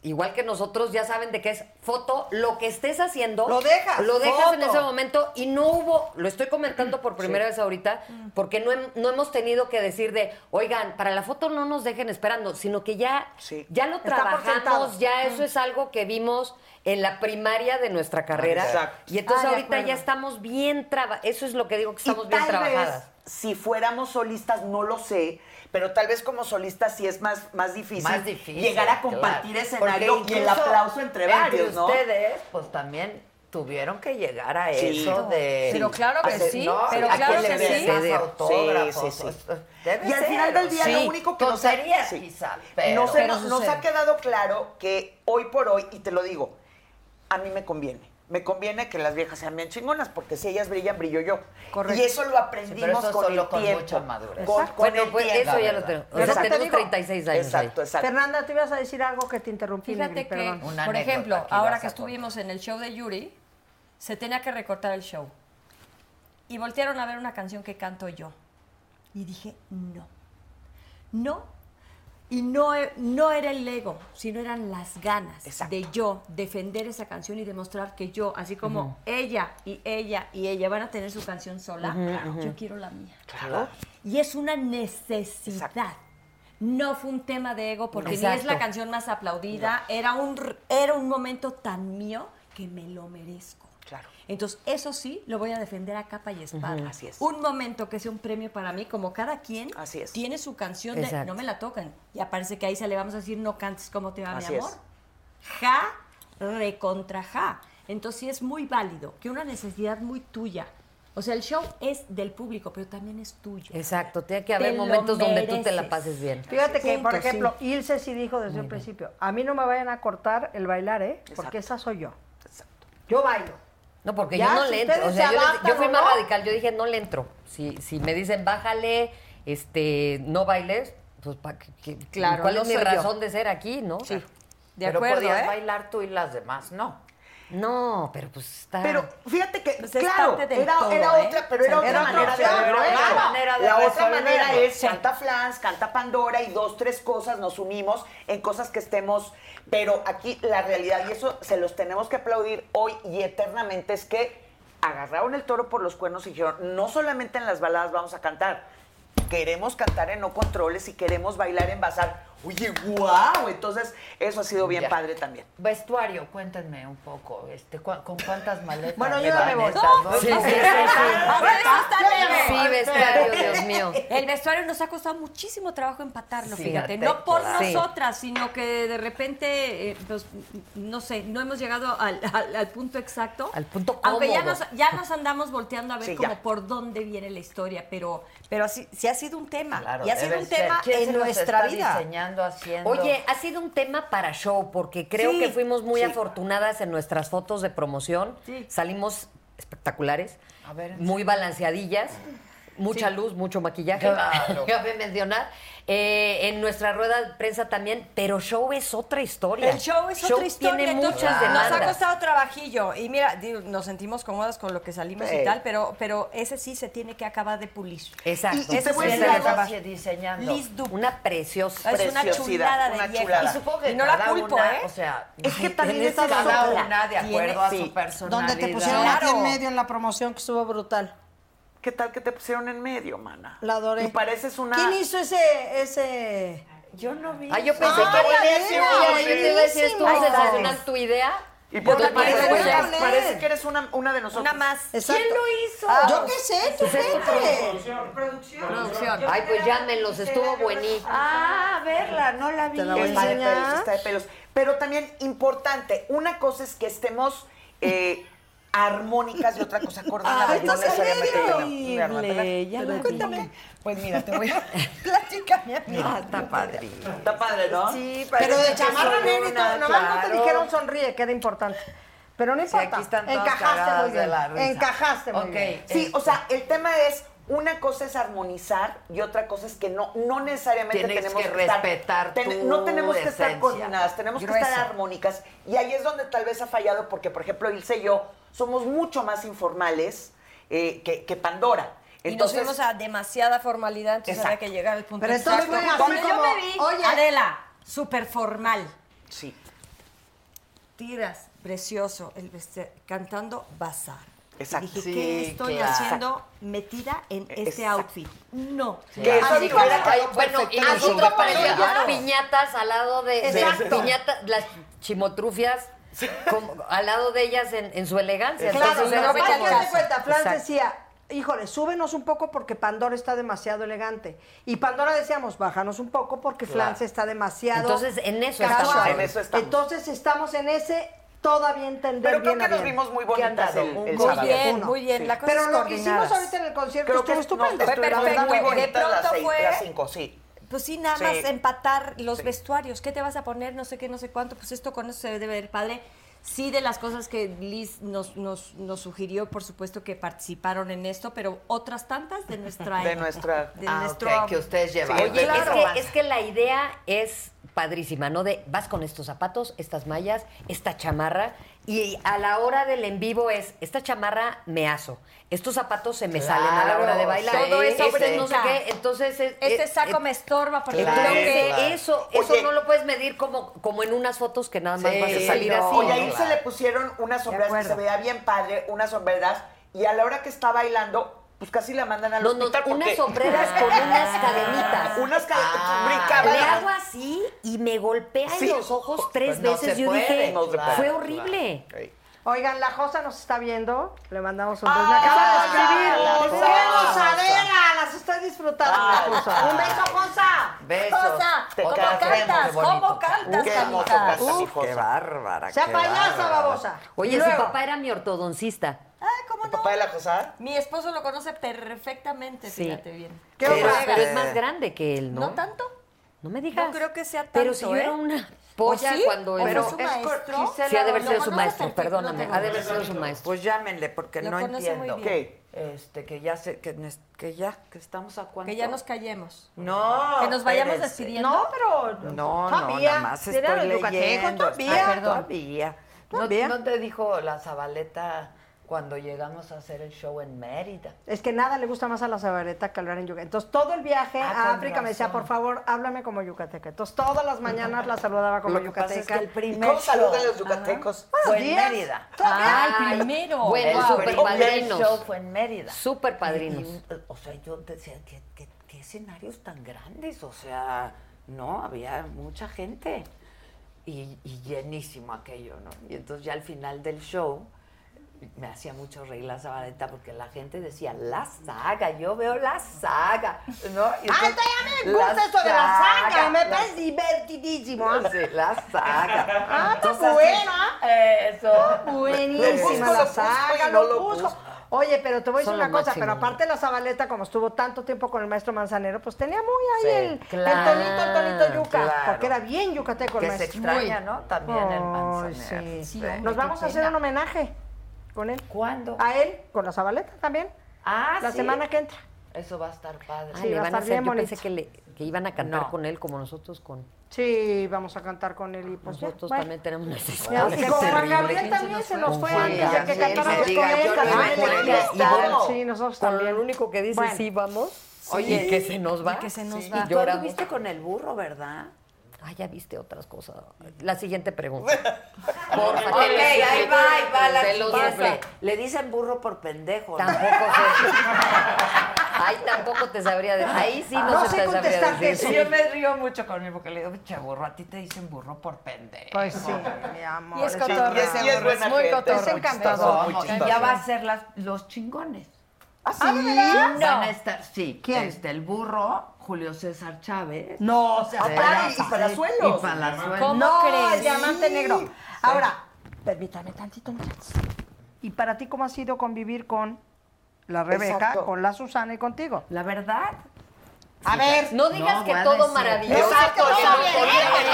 [SPEAKER 9] igual que nosotros, ya saben de qué es foto, lo que estés haciendo.
[SPEAKER 5] Lo dejas,
[SPEAKER 9] Lo dejas en
[SPEAKER 5] foto.
[SPEAKER 9] ese momento y no hubo, lo estoy comentando por primera vez ahorita, porque no, hem- no hemos tenido que decir de, oigan, para la foto no nos dejen esperando, sino que ya,
[SPEAKER 6] Sí.
[SPEAKER 9] ya lo
[SPEAKER 5] Está
[SPEAKER 9] trabajamos,
[SPEAKER 5] porcentado.
[SPEAKER 9] ya eso es algo que vimos en la primaria de nuestra carrera.
[SPEAKER 6] Exacto.
[SPEAKER 9] Y entonces
[SPEAKER 5] Ah, de
[SPEAKER 9] ahorita
[SPEAKER 5] acuerdo.
[SPEAKER 9] ya estamos bien trabajadas, eso es lo que digo que
[SPEAKER 6] Y
[SPEAKER 9] estamos bien
[SPEAKER 6] tal
[SPEAKER 9] trabajadas.
[SPEAKER 6] vez, si fuéramos solistas, no lo sé, pero tal vez como solistas sí es más, más, difícil,
[SPEAKER 12] Más difícil,
[SPEAKER 6] llegar a compartir
[SPEAKER 12] claro.
[SPEAKER 6] escenario
[SPEAKER 12] Porque
[SPEAKER 6] y el
[SPEAKER 12] incluso
[SPEAKER 6] aplauso entre varios, ¿no?
[SPEAKER 12] ustedes, pues también tuvieron que llegar a
[SPEAKER 6] Sí.
[SPEAKER 12] eso de...
[SPEAKER 11] Pero claro que
[SPEAKER 12] hacer-
[SPEAKER 11] sí,
[SPEAKER 12] ¿no?
[SPEAKER 11] pero
[SPEAKER 12] ¿A
[SPEAKER 11] claro
[SPEAKER 12] quién
[SPEAKER 11] que
[SPEAKER 12] le
[SPEAKER 11] sí.
[SPEAKER 12] das autógrafos?
[SPEAKER 6] Sí, sí, sí.
[SPEAKER 12] Debe
[SPEAKER 6] Y al
[SPEAKER 12] ser,
[SPEAKER 6] final del día
[SPEAKER 12] sí.
[SPEAKER 6] lo único que nos ha,
[SPEAKER 12] Tonterías,
[SPEAKER 6] sí.
[SPEAKER 12] quizá, pero...
[SPEAKER 6] Nos, hemos-
[SPEAKER 11] Pero
[SPEAKER 6] nos
[SPEAKER 11] sucede.
[SPEAKER 6] ha quedado claro que hoy por hoy, y te lo digo, a mí me conviene. Me conviene que las viejas sean bien chingonas, porque si ellas brillan, brillo yo.
[SPEAKER 11] Correcto.
[SPEAKER 6] Y eso lo
[SPEAKER 12] Sí, pero
[SPEAKER 6] aprendimos
[SPEAKER 12] eso
[SPEAKER 6] con
[SPEAKER 12] solo
[SPEAKER 6] el
[SPEAKER 12] con
[SPEAKER 6] tiempo.
[SPEAKER 12] mucha madurez.
[SPEAKER 6] Con,
[SPEAKER 9] Exacto.
[SPEAKER 6] con
[SPEAKER 9] Bueno,
[SPEAKER 6] el
[SPEAKER 9] pues,
[SPEAKER 6] tiempo.
[SPEAKER 9] eso
[SPEAKER 12] ya
[SPEAKER 6] La
[SPEAKER 12] lo
[SPEAKER 9] tenemos.
[SPEAKER 6] verdad.
[SPEAKER 5] O sea, tenemos
[SPEAKER 6] Te digo.
[SPEAKER 9] 36 años
[SPEAKER 6] Exacto, exacto.
[SPEAKER 5] Fernanda, tú ibas a decir algo que te interrumpí.
[SPEAKER 11] Fíjate
[SPEAKER 5] Ingrid,
[SPEAKER 11] que,
[SPEAKER 5] perdón.
[SPEAKER 12] Una
[SPEAKER 11] por
[SPEAKER 12] anécdota
[SPEAKER 11] ejemplo,
[SPEAKER 12] que
[SPEAKER 11] ahora
[SPEAKER 12] vas
[SPEAKER 11] que
[SPEAKER 12] a
[SPEAKER 11] estuvimos en el show de Yuri, se tenía que recortar el show. Y voltearon a ver una canción que canto yo. Y dije, no. No. Y no, e- no era el ego, sino eran las ganas
[SPEAKER 6] Exacto.
[SPEAKER 11] de yo defender esa canción y demostrar que yo, así como ella y ella y ella van a tener su canción sola, yo quiero la mía.
[SPEAKER 6] Claro.
[SPEAKER 11] Y es una necesidad. No fue un tema de ego porque ni es
[SPEAKER 9] Exacto.
[SPEAKER 11] la canción más aplaudida. Era, un, r- era un momento tan mío que me lo merezco.
[SPEAKER 6] Claro.
[SPEAKER 11] Entonces, eso sí, lo voy a defender a capa y espada.
[SPEAKER 6] Así es.
[SPEAKER 11] Un momento que sea un premio para mí, como cada quien
[SPEAKER 6] Así es.
[SPEAKER 11] tiene su canción de
[SPEAKER 9] Exacto.
[SPEAKER 11] no me la tocan. Ya parece que ahí se le vamos a decir no cantes como te va,
[SPEAKER 6] Así
[SPEAKER 11] mi amor.
[SPEAKER 6] es.
[SPEAKER 11] Ja, recontra ja. Entonces, sí es muy válido que una necesidad muy tuya. O sea, el show es del público, pero también es tuyo.
[SPEAKER 9] Exacto, tiene que
[SPEAKER 11] Te
[SPEAKER 9] haber
[SPEAKER 11] lo
[SPEAKER 9] momentos donde tú te la
[SPEAKER 11] mereces.
[SPEAKER 9] pases bien.
[SPEAKER 5] Fíjate que,
[SPEAKER 11] Punto,
[SPEAKER 5] por ejemplo, Ilse sí dijo desde un principio, a mí no me vayan a cortar el bailar, ¿eh? Porque esa soy yo. Yo bailo.
[SPEAKER 9] No, porque
[SPEAKER 5] Ya,
[SPEAKER 9] yo no
[SPEAKER 5] si
[SPEAKER 9] le entro. O
[SPEAKER 5] ustedes
[SPEAKER 9] sea,
[SPEAKER 5] se
[SPEAKER 9] yo, les-
[SPEAKER 5] adaptan
[SPEAKER 9] yo fui
[SPEAKER 5] o
[SPEAKER 9] más
[SPEAKER 5] no.
[SPEAKER 9] radical. Yo dije, no le entro. Si, si me dicen, bájale, este, no bailes, pues, pa, que- que-
[SPEAKER 11] Claro,
[SPEAKER 9] ¿cuál
[SPEAKER 11] no
[SPEAKER 9] es mi
[SPEAKER 11] soy yo.
[SPEAKER 9] razón de ser aquí, no?
[SPEAKER 11] Sí, de
[SPEAKER 12] Pero
[SPEAKER 11] acuerdo,
[SPEAKER 12] podías
[SPEAKER 11] ¿eh?
[SPEAKER 12] bailar tú y las demás, no.
[SPEAKER 9] No, pero pues está...
[SPEAKER 6] Pero fíjate que,
[SPEAKER 11] Pues es
[SPEAKER 6] claro,
[SPEAKER 11] parte del
[SPEAKER 6] era,
[SPEAKER 11] todo,
[SPEAKER 6] era
[SPEAKER 11] ¿eh?
[SPEAKER 6] otra, pero era,
[SPEAKER 11] Era
[SPEAKER 6] otra
[SPEAKER 11] otra
[SPEAKER 6] manera de
[SPEAKER 11] opción,
[SPEAKER 6] verlo.
[SPEAKER 11] era otra
[SPEAKER 6] Claro.
[SPEAKER 12] manera de
[SPEAKER 6] La otra
[SPEAKER 12] resolverlo.
[SPEAKER 6] manera es
[SPEAKER 11] Sí.
[SPEAKER 6] canta Flans, canta Pandora y dos, tres cosas, nos unimos en cosas que estemos. Pero aquí la realidad, y eso se los tenemos que aplaudir hoy y eternamente, es que agarraron el toro por los cuernos y dijeron, no solamente en las baladas vamos a cantar, queremos cantar en No Controles y queremos bailar en Bazar. Oye, wow. Entonces, eso ha sido bien
[SPEAKER 12] Ya.
[SPEAKER 6] padre también.
[SPEAKER 12] Vestuario, cuéntenme un poco, este, cua- ¿con cuántas maletas?
[SPEAKER 5] Bueno,
[SPEAKER 12] le
[SPEAKER 5] yo ya
[SPEAKER 12] van
[SPEAKER 5] me voy.
[SPEAKER 12] estas dos?
[SPEAKER 9] Sí, sí, sí, sí.
[SPEAKER 11] [LAUGHS] Ahora eso está leve.
[SPEAKER 9] Sí, vestuario, Dios mío.
[SPEAKER 11] El vestuario nos ha costado muchísimo trabajo empatarlo,
[SPEAKER 12] Sí,
[SPEAKER 11] fíjate.
[SPEAKER 12] fíjate,
[SPEAKER 11] No por
[SPEAKER 12] claro. Sí.
[SPEAKER 11] nosotras, sino que de repente, eh, pues, no sé, no hemos llegado al, al- al punto exacto.
[SPEAKER 9] Al punto
[SPEAKER 11] Aunque ya
[SPEAKER 9] cómodo.
[SPEAKER 11] nos, ya nos andamos volteando a ver
[SPEAKER 6] Sí,
[SPEAKER 11] como
[SPEAKER 6] ya.
[SPEAKER 11] por dónde viene la historia, pero, pero así, sí ha sido un tema.
[SPEAKER 12] Claro,
[SPEAKER 11] y ha sido
[SPEAKER 12] debe
[SPEAKER 11] un
[SPEAKER 12] ser.
[SPEAKER 11] tema
[SPEAKER 12] ¿Quién se
[SPEAKER 11] en
[SPEAKER 12] los
[SPEAKER 11] nuestra
[SPEAKER 12] está
[SPEAKER 11] vida.
[SPEAKER 12] diseñando, haciendo?
[SPEAKER 9] Oye, ha sido un tema para show, porque creo
[SPEAKER 11] Sí,
[SPEAKER 9] que fuimos muy
[SPEAKER 11] sí.
[SPEAKER 9] afortunadas en nuestras fotos de promoción.
[SPEAKER 11] Sí.
[SPEAKER 9] Salimos espectaculares,
[SPEAKER 12] A ver,
[SPEAKER 9] muy balanceadillas, mucha luz, mucho maquillaje.
[SPEAKER 12] Claro.
[SPEAKER 9] [LAUGHS] Cabe mencionar. Eh, en nuestra rueda de prensa también, pero show es otra historia.
[SPEAKER 11] El show es otra historia.
[SPEAKER 9] tiene
[SPEAKER 11] entonces,
[SPEAKER 9] muchas
[SPEAKER 11] Nos ha
[SPEAKER 9] demandas.
[SPEAKER 11] costado trabajillo. Y mira, digo, nos sentimos cómodas con lo que salimos
[SPEAKER 6] Sí.
[SPEAKER 11] y tal, pero, pero ese sí se tiene que acabar de pulir.
[SPEAKER 9] Exacto.
[SPEAKER 6] Y- y te
[SPEAKER 9] Ese
[SPEAKER 6] voy a
[SPEAKER 9] es
[SPEAKER 6] decir
[SPEAKER 9] el
[SPEAKER 6] algo.
[SPEAKER 9] trabajo.
[SPEAKER 12] Dice- diseñando.
[SPEAKER 11] Liz Dup.
[SPEAKER 9] Una preciosa.
[SPEAKER 11] Es una
[SPEAKER 6] preciosidad,
[SPEAKER 11] chulada de
[SPEAKER 6] una
[SPEAKER 11] vieja.
[SPEAKER 6] chulada.
[SPEAKER 11] Y,
[SPEAKER 6] Y
[SPEAKER 11] supongo
[SPEAKER 6] supongo
[SPEAKER 11] no la culpo,
[SPEAKER 12] una,
[SPEAKER 11] ¿eh?
[SPEAKER 12] O sea,
[SPEAKER 6] Es que
[SPEAKER 12] ay,
[SPEAKER 6] también
[SPEAKER 12] tienes
[SPEAKER 6] esa es
[SPEAKER 12] cada
[SPEAKER 6] otra.
[SPEAKER 12] una de acuerdo
[SPEAKER 11] Tiene-
[SPEAKER 12] a
[SPEAKER 6] sí.
[SPEAKER 12] su personalidad.
[SPEAKER 5] Donde te pusieron aquí
[SPEAKER 11] Claro.
[SPEAKER 5] en medio en la promoción, que estuvo brutal.
[SPEAKER 6] ¿Qué tal que te pusieron en medio, mana?
[SPEAKER 5] La adoré.
[SPEAKER 6] Y pareces una...
[SPEAKER 5] ¿Quién hizo ese, ese?
[SPEAKER 6] Yo no vi.
[SPEAKER 9] Ah, yo pensé
[SPEAKER 5] Ah,
[SPEAKER 9] que
[SPEAKER 5] la
[SPEAKER 9] volvías a
[SPEAKER 5] idea,
[SPEAKER 9] ir, yo te iba a decir, estuvo
[SPEAKER 5] buenísima.
[SPEAKER 9] sensacional tu idea.
[SPEAKER 6] Y
[SPEAKER 9] Yo
[SPEAKER 6] porque
[SPEAKER 9] la quiero
[SPEAKER 6] parece,
[SPEAKER 9] volver a
[SPEAKER 6] parece-
[SPEAKER 9] leer.
[SPEAKER 6] parece que eres una, una de nosotros.
[SPEAKER 11] Una más.
[SPEAKER 5] Exacto. Ah,
[SPEAKER 9] ¿Quién lo hizo?
[SPEAKER 5] Yo qué sé, tú vete.
[SPEAKER 9] Producción. Ay, pues llámenlos, estuvo buenísimo.
[SPEAKER 3] Ah, verla, no la vi.
[SPEAKER 5] Te la voy a
[SPEAKER 6] Está de
[SPEAKER 5] enseñar.
[SPEAKER 6] pelos, está de pelos. Pero también importante, una cosa es que estemos eh, armónicas y otra cosa
[SPEAKER 5] [LAUGHS]
[SPEAKER 6] coordinadas.
[SPEAKER 5] Ay,
[SPEAKER 6] no
[SPEAKER 5] estás
[SPEAKER 6] necesariamente
[SPEAKER 5] horrible,
[SPEAKER 6] tengo que armonizar. Pero cuéntame. Pues mira, te voy a platicar.
[SPEAKER 3] Ah, está padre.
[SPEAKER 6] Está padre, ¿no?
[SPEAKER 3] Sí,
[SPEAKER 5] Pero
[SPEAKER 3] parece
[SPEAKER 5] de
[SPEAKER 3] que
[SPEAKER 5] chamarra
[SPEAKER 3] soy
[SPEAKER 5] negra y
[SPEAKER 3] una,
[SPEAKER 5] todo. Nomás no te
[SPEAKER 3] claro.
[SPEAKER 5] dijeron sonríe, que era importante. Pero no importa.
[SPEAKER 3] aquí están todas
[SPEAKER 5] Encajaste
[SPEAKER 3] cagadas
[SPEAKER 5] muy
[SPEAKER 3] de
[SPEAKER 5] bien.
[SPEAKER 3] la risa.
[SPEAKER 5] Encajaste muy
[SPEAKER 3] Ok.
[SPEAKER 5] bien.
[SPEAKER 6] Sí, o sea, el tema es, una cosa es armonizar y otra cosa es que no, no necesariamente
[SPEAKER 3] Tienes
[SPEAKER 6] tenemos
[SPEAKER 3] que
[SPEAKER 6] estar-
[SPEAKER 3] respetar tu
[SPEAKER 6] No tenemos que estar
[SPEAKER 3] esencia.
[SPEAKER 6] coordinadas, tenemos que
[SPEAKER 3] Gruesa.
[SPEAKER 6] estar armónicas. Y ahí es donde tal vez ha fallado porque, por ejemplo, Ilse y yo somos mucho más informales eh, que, que Pandora.
[SPEAKER 11] y nos fuimos a demasiada formalidad, entonces había
[SPEAKER 6] Exacto.
[SPEAKER 11] que llegar al punto
[SPEAKER 5] Pero esto
[SPEAKER 11] exacto.
[SPEAKER 5] fue así
[SPEAKER 11] Cuando yo
[SPEAKER 5] como,
[SPEAKER 11] me vi,
[SPEAKER 5] oye.
[SPEAKER 11] Adela, súper formal,
[SPEAKER 6] Sí,
[SPEAKER 11] tiras, precioso, el vesti- cantando bazar.
[SPEAKER 6] exacto.
[SPEAKER 11] Dije,
[SPEAKER 6] Sí,
[SPEAKER 11] ¿qué estoy
[SPEAKER 6] claro.
[SPEAKER 11] haciendo metida en este
[SPEAKER 6] Exacto.
[SPEAKER 11] outfit? No.
[SPEAKER 6] Que eso
[SPEAKER 9] Así
[SPEAKER 6] te
[SPEAKER 9] como,
[SPEAKER 6] hubiera quedado
[SPEAKER 9] ay, bueno, y
[SPEAKER 6] perfecto.
[SPEAKER 9] así
[SPEAKER 6] Así
[SPEAKER 9] como
[SPEAKER 6] como
[SPEAKER 9] parecían
[SPEAKER 6] ellas.
[SPEAKER 9] las piñatas al lado de, de
[SPEAKER 5] Exacto.
[SPEAKER 9] piñata- las chimotrufias, como al lado de ellas en, en su elegancia.
[SPEAKER 5] Claro,
[SPEAKER 9] Entonces,
[SPEAKER 5] pero
[SPEAKER 9] era
[SPEAKER 5] vaya,
[SPEAKER 9] como-
[SPEAKER 5] hazte cuenta, Fran
[SPEAKER 9] Exacto.
[SPEAKER 5] decía, híjole, súbenos un poco porque Pandora está demasiado elegante. Y Pandora decíamos, bájanos un poco porque Flan se está demasiado.
[SPEAKER 9] Entonces, en eso
[SPEAKER 5] casual".
[SPEAKER 9] estamos.
[SPEAKER 6] En eso estamos.
[SPEAKER 5] Entonces estamos en ese todavía entender
[SPEAKER 6] Pero creo
[SPEAKER 5] bien
[SPEAKER 6] que
[SPEAKER 5] a
[SPEAKER 6] nos
[SPEAKER 5] bien.
[SPEAKER 6] vimos muy
[SPEAKER 9] ¿Qué han
[SPEAKER 6] bonitas
[SPEAKER 9] dado?
[SPEAKER 6] el,
[SPEAKER 9] Un
[SPEAKER 6] el
[SPEAKER 9] gol.
[SPEAKER 11] Muy
[SPEAKER 6] sábado.
[SPEAKER 11] bien, muy bien.
[SPEAKER 6] Sí.
[SPEAKER 11] La cosa
[SPEAKER 5] Pero
[SPEAKER 11] es
[SPEAKER 5] lo que hicimos
[SPEAKER 11] coordinadas.
[SPEAKER 5] ahorita en el concierto
[SPEAKER 6] Creo que
[SPEAKER 5] estuvo estupendo.
[SPEAKER 6] no,
[SPEAKER 11] Fue
[SPEAKER 6] estuvieron
[SPEAKER 11] perfecto.
[SPEAKER 6] muy
[SPEAKER 11] De
[SPEAKER 6] bonitas las
[SPEAKER 11] pronto
[SPEAKER 6] seis,
[SPEAKER 11] fue-
[SPEAKER 6] las cinco, sí.
[SPEAKER 11] Pues sí, nada
[SPEAKER 6] Sí.
[SPEAKER 11] más empatar los
[SPEAKER 6] Sí.
[SPEAKER 11] vestuarios. ¿Qué te vas a poner? No sé qué, no sé cuánto. Pues esto con eso se debe ver padre. Sí, de las cosas que Liz nos, nos, nos sugirió, por supuesto que participaron en esto, pero otras tantas de nuestra...
[SPEAKER 6] De nuestra-
[SPEAKER 11] de
[SPEAKER 3] Ah,
[SPEAKER 11] nuestro-
[SPEAKER 3] ok, que ustedes llevan.
[SPEAKER 6] Sí,
[SPEAKER 9] Oye,
[SPEAKER 6] claro.
[SPEAKER 9] es, que, es que la idea es padrísima, ¿no? De vas con estos zapatos, estas mallas, esta chamarra, y a la hora del en vivo es, esta chamarra me aso, estos zapatos se me salen a la hora de bailar.
[SPEAKER 11] Todo eso
[SPEAKER 9] este no sé
[SPEAKER 11] brinca.
[SPEAKER 9] qué, entonces... es-
[SPEAKER 11] Este
[SPEAKER 9] es-
[SPEAKER 11] saco
[SPEAKER 9] es-
[SPEAKER 11] me estorba porque
[SPEAKER 9] Entonces, eh,
[SPEAKER 11] creo que...
[SPEAKER 9] eso, eso
[SPEAKER 6] Oye.
[SPEAKER 9] no lo puedes medir como, como en unas fotos que nada más
[SPEAKER 3] Sí,
[SPEAKER 9] vas a salir
[SPEAKER 3] no.
[SPEAKER 9] así.
[SPEAKER 6] Eh, Oye,
[SPEAKER 9] ¿no?
[SPEAKER 6] ahí se le pusieron unas sombreras que
[SPEAKER 9] acuerdo.
[SPEAKER 6] se veía bien padre, unas sombreras, y a la hora que está bailando, pues casi la mandan al
[SPEAKER 9] No, no,
[SPEAKER 6] hospital.
[SPEAKER 9] unas
[SPEAKER 6] porque-
[SPEAKER 9] sombreras
[SPEAKER 6] [LAUGHS]
[SPEAKER 9] con unas cadenitas. Ah.
[SPEAKER 6] Unas que
[SPEAKER 9] Le
[SPEAKER 6] brincaban.
[SPEAKER 9] hago así y me golpea
[SPEAKER 6] Sí.
[SPEAKER 9] en los ojos tres
[SPEAKER 3] Pues no
[SPEAKER 9] veces.
[SPEAKER 3] se
[SPEAKER 9] Yo
[SPEAKER 3] puede,
[SPEAKER 9] dije,
[SPEAKER 6] no se puede.
[SPEAKER 9] fue horrible.
[SPEAKER 5] Oigan, la Josa nos está viendo. Le mandamos un
[SPEAKER 6] Ah,
[SPEAKER 5] beso. Me acaba de escribir.
[SPEAKER 6] la
[SPEAKER 5] ¡Qué
[SPEAKER 6] Josa.
[SPEAKER 5] gozadera! Las estoy disfrutando,
[SPEAKER 6] Ah,
[SPEAKER 5] la Josa.
[SPEAKER 6] Josa.
[SPEAKER 5] Un beso, Josa.
[SPEAKER 3] Besos.
[SPEAKER 11] Cosa,
[SPEAKER 6] Te
[SPEAKER 11] ¿Cómo
[SPEAKER 6] quedas
[SPEAKER 11] cantas?
[SPEAKER 3] viendo, qué
[SPEAKER 11] ¿Cómo
[SPEAKER 3] bonito.
[SPEAKER 11] cantas,
[SPEAKER 6] Qué hermoso
[SPEAKER 11] Carlita?
[SPEAKER 6] cantas, mi
[SPEAKER 3] Uf, qué
[SPEAKER 6] Josa.
[SPEAKER 3] bárbara.
[SPEAKER 5] Sea
[SPEAKER 3] qué
[SPEAKER 5] payasa,
[SPEAKER 3] bárbara.
[SPEAKER 5] babosa.
[SPEAKER 9] Oye, su
[SPEAKER 5] Luego.
[SPEAKER 9] papá era mi ortodoncista.
[SPEAKER 11] Ay, ¿cómo
[SPEAKER 6] ¿El
[SPEAKER 11] no?
[SPEAKER 6] papá de la Josada?
[SPEAKER 11] Mi esposo lo conoce perfectamente,
[SPEAKER 9] Sí.
[SPEAKER 11] fíjate bien.
[SPEAKER 5] Qué
[SPEAKER 9] pero,
[SPEAKER 5] horror.
[SPEAKER 9] pero
[SPEAKER 3] Este,
[SPEAKER 9] es más grande que él, ¿no?
[SPEAKER 11] ¿No tanto?
[SPEAKER 9] No me digas.
[SPEAKER 11] No creo que sea
[SPEAKER 9] Pero
[SPEAKER 11] tanto,
[SPEAKER 9] si yo
[SPEAKER 11] ¿eh?
[SPEAKER 9] era una polla
[SPEAKER 11] ¿O sí?
[SPEAKER 9] Pues cuando...
[SPEAKER 11] ¿O fue
[SPEAKER 9] Pero
[SPEAKER 11] su
[SPEAKER 9] es-
[SPEAKER 11] maestro?
[SPEAKER 9] Sí, ha de haber
[SPEAKER 11] Lo
[SPEAKER 9] sido su
[SPEAKER 11] conoce
[SPEAKER 9] maestro,
[SPEAKER 11] perfecto,
[SPEAKER 9] perdóname.
[SPEAKER 11] no te
[SPEAKER 9] Ha de haber
[SPEAKER 11] preocupes.
[SPEAKER 9] sido su maestro.
[SPEAKER 3] Pues llámenle, porque
[SPEAKER 11] Lo
[SPEAKER 3] no
[SPEAKER 11] conoce
[SPEAKER 3] entiendo.
[SPEAKER 11] muy bien.
[SPEAKER 6] ¿Qué?
[SPEAKER 3] Este, que ya se, que, nes- que ya, que estamos a cuánto.
[SPEAKER 11] Que ya nos callemos.
[SPEAKER 3] No.
[SPEAKER 11] que nos vayamos
[SPEAKER 3] espérense.
[SPEAKER 11] despidiendo.
[SPEAKER 5] No, pero.
[SPEAKER 3] No, no,
[SPEAKER 5] todavía.
[SPEAKER 3] nada más estoy
[SPEAKER 5] Era
[SPEAKER 3] leyendo.
[SPEAKER 5] Yucateco, todavía.
[SPEAKER 3] Ah, todavía. ¿No-
[SPEAKER 5] Todavía.
[SPEAKER 3] ¿No, te dijo la Zabaleta cuando llegamos a hacer el show en Mérida?
[SPEAKER 5] Es que nada le gusta más a la sabareta que hablar en yucateco. Entonces, todo el viaje
[SPEAKER 3] Ah,
[SPEAKER 5] a
[SPEAKER 3] con
[SPEAKER 5] África me decía,
[SPEAKER 3] razón.
[SPEAKER 5] por favor, háblame como yucateca. Entonces, todas las mañanas la saludaba como
[SPEAKER 3] Lo que pasa
[SPEAKER 5] yucateca.
[SPEAKER 3] es que el primer
[SPEAKER 6] ¿Cómo saludan
[SPEAKER 3] show
[SPEAKER 6] los yucatecos?
[SPEAKER 3] fue en
[SPEAKER 5] días.
[SPEAKER 3] Mérida.
[SPEAKER 11] Ah, el
[SPEAKER 9] Ay,
[SPEAKER 11] primero.
[SPEAKER 9] Bueno,
[SPEAKER 3] el
[SPEAKER 6] Wow.
[SPEAKER 9] super
[SPEAKER 6] Pero-
[SPEAKER 3] primer show
[SPEAKER 9] padrinos.
[SPEAKER 3] fue en Mérida.
[SPEAKER 9] Super padrinos.
[SPEAKER 3] [LAUGHS] Y, o sea, yo decía, ¿qué, qué, qué escenarios tan grandes? O sea, no, había mucha gente. Y, y llenísimo aquello, ¿no? Y entonces ya al final del show me hacía mucho reír la sabaneta porque la gente decía, la saga, yo veo la saga, ¿no? Y
[SPEAKER 5] ¡Ay,
[SPEAKER 3] entonces,
[SPEAKER 5] todavía me gusta esto de la saga! ¡Me
[SPEAKER 3] la-
[SPEAKER 5] parece divertidísimo! ¿ah?
[SPEAKER 3] Sí, la saga.
[SPEAKER 5] ¡Ah, está
[SPEAKER 3] Entonces,
[SPEAKER 5] bueno! ¿ah?
[SPEAKER 3] Eso.
[SPEAKER 6] Lo busco,
[SPEAKER 5] Buenísima
[SPEAKER 6] lo
[SPEAKER 5] la
[SPEAKER 6] busco
[SPEAKER 5] saga,
[SPEAKER 6] y no
[SPEAKER 5] lo
[SPEAKER 6] lo
[SPEAKER 5] busco.
[SPEAKER 6] busco.
[SPEAKER 5] Oye, pero te voy a decir
[SPEAKER 9] Son
[SPEAKER 5] una
[SPEAKER 9] lo
[SPEAKER 5] cosa,
[SPEAKER 9] máximo.
[SPEAKER 5] pero aparte la Zabaleta, como estuvo tanto tiempo con el maestro Manzanero, pues tenía muy ahí
[SPEAKER 3] Sí,
[SPEAKER 5] el, el
[SPEAKER 9] claro,
[SPEAKER 5] tonito, el tonito yuca,
[SPEAKER 3] claro.
[SPEAKER 5] porque era bien yucateco el
[SPEAKER 3] Que se
[SPEAKER 5] maestro.
[SPEAKER 3] extraña, ¿no? También el
[SPEAKER 5] Ay,
[SPEAKER 3] manzanero.
[SPEAKER 5] sí.
[SPEAKER 3] Sí.
[SPEAKER 5] Nos vamos a hacer un homenaje con él.
[SPEAKER 3] ¿Cuándo?
[SPEAKER 5] A él, con la Zabaleta también,
[SPEAKER 3] Ah,
[SPEAKER 5] la
[SPEAKER 3] sí.
[SPEAKER 5] semana que entra.
[SPEAKER 3] Eso va a estar padre.
[SPEAKER 9] Ay,
[SPEAKER 5] Sí,
[SPEAKER 9] le
[SPEAKER 5] va a
[SPEAKER 9] van a
[SPEAKER 5] estar
[SPEAKER 9] hacer,
[SPEAKER 5] bien
[SPEAKER 9] yo
[SPEAKER 5] bonito.
[SPEAKER 9] pensé que, le, que iban a cantar
[SPEAKER 3] No.
[SPEAKER 9] con él como nosotros con...
[SPEAKER 5] Sí, vamos a cantar con él y pues ya,
[SPEAKER 9] Nosotros
[SPEAKER 5] bueno.
[SPEAKER 9] también tenemos una
[SPEAKER 5] Y
[SPEAKER 9] sesión.
[SPEAKER 5] con Juan Gabriel también se nos fue
[SPEAKER 3] Juan
[SPEAKER 5] antes de que
[SPEAKER 3] Gabriel,
[SPEAKER 5] cantáramos
[SPEAKER 3] se
[SPEAKER 5] con
[SPEAKER 3] diga,
[SPEAKER 5] él.
[SPEAKER 3] yo lo
[SPEAKER 5] también.
[SPEAKER 3] encuentro.
[SPEAKER 5] Sí,
[SPEAKER 6] ¿Cómo?
[SPEAKER 5] Sí, nosotros
[SPEAKER 9] Con
[SPEAKER 5] también.
[SPEAKER 9] lo único que dice,
[SPEAKER 5] Bueno.
[SPEAKER 9] sí, vamos. Oye, que se nos va.
[SPEAKER 11] que se nos
[SPEAKER 9] Sí.
[SPEAKER 11] va.
[SPEAKER 9] Y
[SPEAKER 3] Tú
[SPEAKER 9] lloramos.
[SPEAKER 3] anduviste con el burro, ¿verdad?
[SPEAKER 9] Ay, Ah, ya viste otras cosas. La siguiente pregunta. Porfa,
[SPEAKER 3] Ok,
[SPEAKER 9] te lo
[SPEAKER 3] ahí
[SPEAKER 9] suplico,
[SPEAKER 3] va, ahí va la
[SPEAKER 9] te lo
[SPEAKER 3] siguiente.
[SPEAKER 9] suplico.
[SPEAKER 3] Le dicen burro por pendejo. ¿no?
[SPEAKER 9] Tampoco sé. Ahí tampoco te sabría decir. Ahí sí no,
[SPEAKER 5] No
[SPEAKER 9] se
[SPEAKER 5] sé
[SPEAKER 9] te sabría
[SPEAKER 5] contestar que
[SPEAKER 9] decir.
[SPEAKER 5] sí.
[SPEAKER 3] Yo me río mucho con él porque le digo, chaburro, a ti te dicen burro por pendejo.
[SPEAKER 1] Pues sí, mi amor.
[SPEAKER 11] Y es
[SPEAKER 1] sí,
[SPEAKER 11] cotorro.
[SPEAKER 1] y es- y es
[SPEAKER 6] Es buena
[SPEAKER 1] muy
[SPEAKER 6] gente,
[SPEAKER 1] cotorro.
[SPEAKER 6] es muy
[SPEAKER 1] encantador.
[SPEAKER 6] chistoso, muy
[SPEAKER 3] Y ya va a ser las- los chingones.
[SPEAKER 6] ¿Ah, sí?
[SPEAKER 3] Van a estar, sí.
[SPEAKER 5] ¿Quién?
[SPEAKER 3] Este, el burro, Julio César Chávez.
[SPEAKER 5] No, o sea,
[SPEAKER 6] Ah,
[SPEAKER 5] para-
[SPEAKER 6] y Palazuelos.
[SPEAKER 3] Y Palazuelos.
[SPEAKER 11] ¿Cómo
[SPEAKER 5] no,
[SPEAKER 11] crees?
[SPEAKER 5] el diamante negro. Ahora, permítame tantito, muchachos. ¿Y para ti cómo ha sido convivir con la Rebeca,
[SPEAKER 6] Exacto.
[SPEAKER 5] con la Susana y contigo?
[SPEAKER 3] La verdad,
[SPEAKER 5] A ver,
[SPEAKER 9] No digas
[SPEAKER 3] No,
[SPEAKER 9] que
[SPEAKER 3] voy a
[SPEAKER 9] todo
[SPEAKER 3] decir.
[SPEAKER 9] maravilloso.
[SPEAKER 5] Exacto,
[SPEAKER 9] porque
[SPEAKER 5] no,
[SPEAKER 9] no
[SPEAKER 5] bien,
[SPEAKER 6] ¿eh?
[SPEAKER 9] podemos.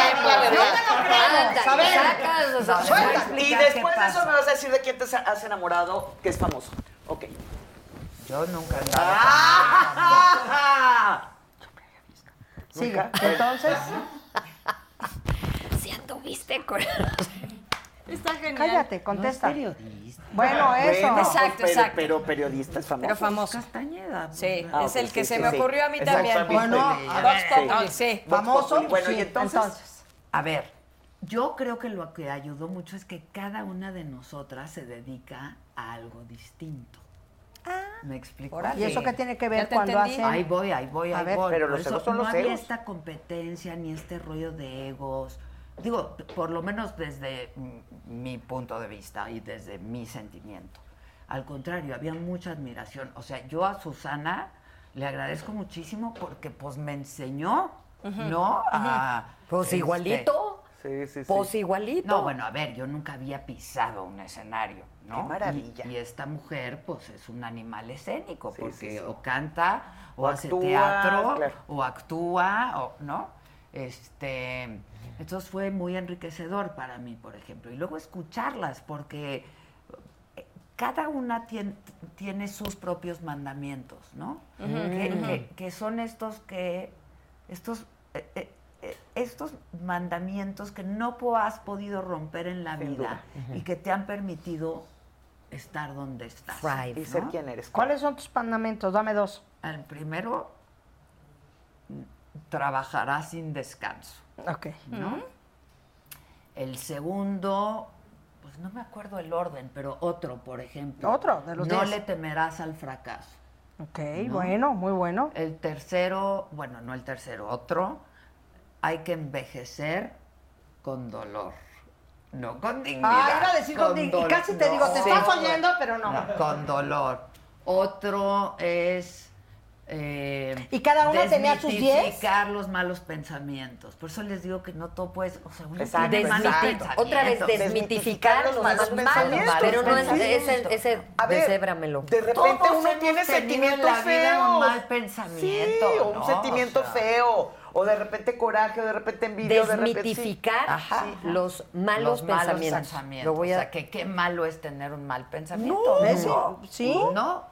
[SPEAKER 5] no te lo creo.
[SPEAKER 9] Anda,
[SPEAKER 5] A ver.
[SPEAKER 9] sacas, o
[SPEAKER 3] No,
[SPEAKER 9] sea, te voy a
[SPEAKER 3] suelta.
[SPEAKER 6] Y
[SPEAKER 9] explicar qué
[SPEAKER 6] después de
[SPEAKER 9] pasa.
[SPEAKER 6] eso me vas a decir de quién te has enamorado, que es famoso. Ok.
[SPEAKER 3] yo nunca andaba.
[SPEAKER 5] sigue. Entonces,
[SPEAKER 9] Si anduviste con...
[SPEAKER 11] Está genial.
[SPEAKER 5] cállate, contesta. Bueno, eso.
[SPEAKER 6] Bueno,
[SPEAKER 11] Exacto,
[SPEAKER 6] pero,
[SPEAKER 11] exacto.
[SPEAKER 6] Pero periodistas famosos.
[SPEAKER 11] Pero famoso.
[SPEAKER 3] Castañeda.
[SPEAKER 11] Sí,
[SPEAKER 6] Ah,
[SPEAKER 11] es
[SPEAKER 6] ok,
[SPEAKER 11] el que
[SPEAKER 6] sí,
[SPEAKER 11] se
[SPEAKER 6] sí,
[SPEAKER 11] me
[SPEAKER 6] sí.
[SPEAKER 11] ocurrió a mí
[SPEAKER 6] Exactamente.
[SPEAKER 11] también.
[SPEAKER 5] Bueno, a
[SPEAKER 11] Vox
[SPEAKER 5] ver,
[SPEAKER 11] Populi, sí.
[SPEAKER 6] Populi.
[SPEAKER 5] famoso.
[SPEAKER 6] Bueno,
[SPEAKER 5] sí,
[SPEAKER 6] y entonces-
[SPEAKER 3] A ver, yo creo que lo que ayudó mucho es que cada una de nosotras se dedica a algo distinto.
[SPEAKER 11] Ah,
[SPEAKER 3] ¿Me explico?
[SPEAKER 5] ¿Y eso qué tiene que
[SPEAKER 11] Ya
[SPEAKER 5] ver
[SPEAKER 11] te
[SPEAKER 5] cuando
[SPEAKER 11] entendí.
[SPEAKER 5] hacen?
[SPEAKER 3] Ahí voy, ahí voy,
[SPEAKER 5] A
[SPEAKER 3] ahí
[SPEAKER 5] ver.
[SPEAKER 3] voy.
[SPEAKER 6] Pero
[SPEAKER 3] Por
[SPEAKER 6] los
[SPEAKER 3] eso
[SPEAKER 6] egos son los
[SPEAKER 3] no había
[SPEAKER 6] egos.
[SPEAKER 3] esta competencia ni este rollo de egos. Digo, por lo menos desde mm, mi punto de vista y desde mi sentimiento. Al contrario, había mucha admiración. O sea, yo a Susana le agradezco muchísimo porque pues me enseñó, ¿no? A,
[SPEAKER 9] Pues
[SPEAKER 3] este,
[SPEAKER 9] igualito.
[SPEAKER 6] Sí, sí, sí.
[SPEAKER 9] Pues igualito.
[SPEAKER 3] no, bueno, a ver, yo nunca había pisado un escenario, ¿no?
[SPEAKER 6] Qué maravilla.
[SPEAKER 3] Y, y esta mujer, pues, es un animal escénico,
[SPEAKER 6] Sí,
[SPEAKER 3] porque
[SPEAKER 6] sí, sí.
[SPEAKER 3] o canta, o,
[SPEAKER 6] O
[SPEAKER 3] hace
[SPEAKER 6] actúa,
[SPEAKER 3] teatro,
[SPEAKER 6] claro.
[SPEAKER 3] o actúa, o, ¿no? Este, entonces fue muy enriquecedor para mí, por ejemplo. Y luego escucharlas, porque eh, cada una tien- tiene sus propios mandamientos, ¿no? que, que- que son estos que estos eh, eh, eh, estos mandamientos que no po- has podido romper en la
[SPEAKER 6] Sin
[SPEAKER 3] vida y que te han permitido estar donde estás.
[SPEAKER 9] Thrive,
[SPEAKER 6] Y ser
[SPEAKER 3] ¿no?
[SPEAKER 6] quién eres.
[SPEAKER 5] ¿Cuáles son tus mandamientos? Dame dos.
[SPEAKER 3] El primero mm, trabajarás sin descanso,
[SPEAKER 5] Ok.
[SPEAKER 3] ¿no? El segundo pues no me acuerdo el orden, pero otro, por ejemplo.
[SPEAKER 5] Otro, de los
[SPEAKER 3] No
[SPEAKER 5] diez.
[SPEAKER 3] le temerás al fracaso.
[SPEAKER 5] Ok, bueno, muy bueno.
[SPEAKER 3] El tercero, bueno, no el tercero, otro, hay que envejecer con dolor. No con dignidad.
[SPEAKER 5] Ah, iba a decir con dig- y
[SPEAKER 3] dolor.
[SPEAKER 5] casi te digo, te estás oyendo, pero no.
[SPEAKER 3] Con dolor. Otro es. eh,
[SPEAKER 5] ¿Y cada uno tenía sus diez?
[SPEAKER 3] desmitificar los malos pensamientos. Por eso les digo que no todo puedes. O sea, uno
[SPEAKER 6] Exacto,
[SPEAKER 3] tiene malos
[SPEAKER 6] exacto.
[SPEAKER 9] Desmiti-
[SPEAKER 3] pensamientos.
[SPEAKER 9] Otra vez, desmitificar los malos
[SPEAKER 6] pensamientos.
[SPEAKER 9] Pero no es ese,
[SPEAKER 3] Pensamientos.
[SPEAKER 9] ese
[SPEAKER 6] A ver,
[SPEAKER 9] desébramelo.
[SPEAKER 6] De repente
[SPEAKER 3] Todos
[SPEAKER 6] uno tiene
[SPEAKER 3] hemos tenido en
[SPEAKER 6] sentimientos
[SPEAKER 3] la vida
[SPEAKER 6] feos.
[SPEAKER 3] un mal pensamiento,
[SPEAKER 6] Sí, o un
[SPEAKER 3] ¿no?
[SPEAKER 6] sentimiento
[SPEAKER 3] O sea.
[SPEAKER 6] feo. O de repente coraje, o de repente envidia, o de repente. sí.
[SPEAKER 9] Desmitificar
[SPEAKER 3] Ajá.
[SPEAKER 9] los malos pensamientos. Lo voy a...
[SPEAKER 3] O sea, que qué malo es tener un mal pensamiento.
[SPEAKER 5] No. ¿Ves? Sí.
[SPEAKER 3] No.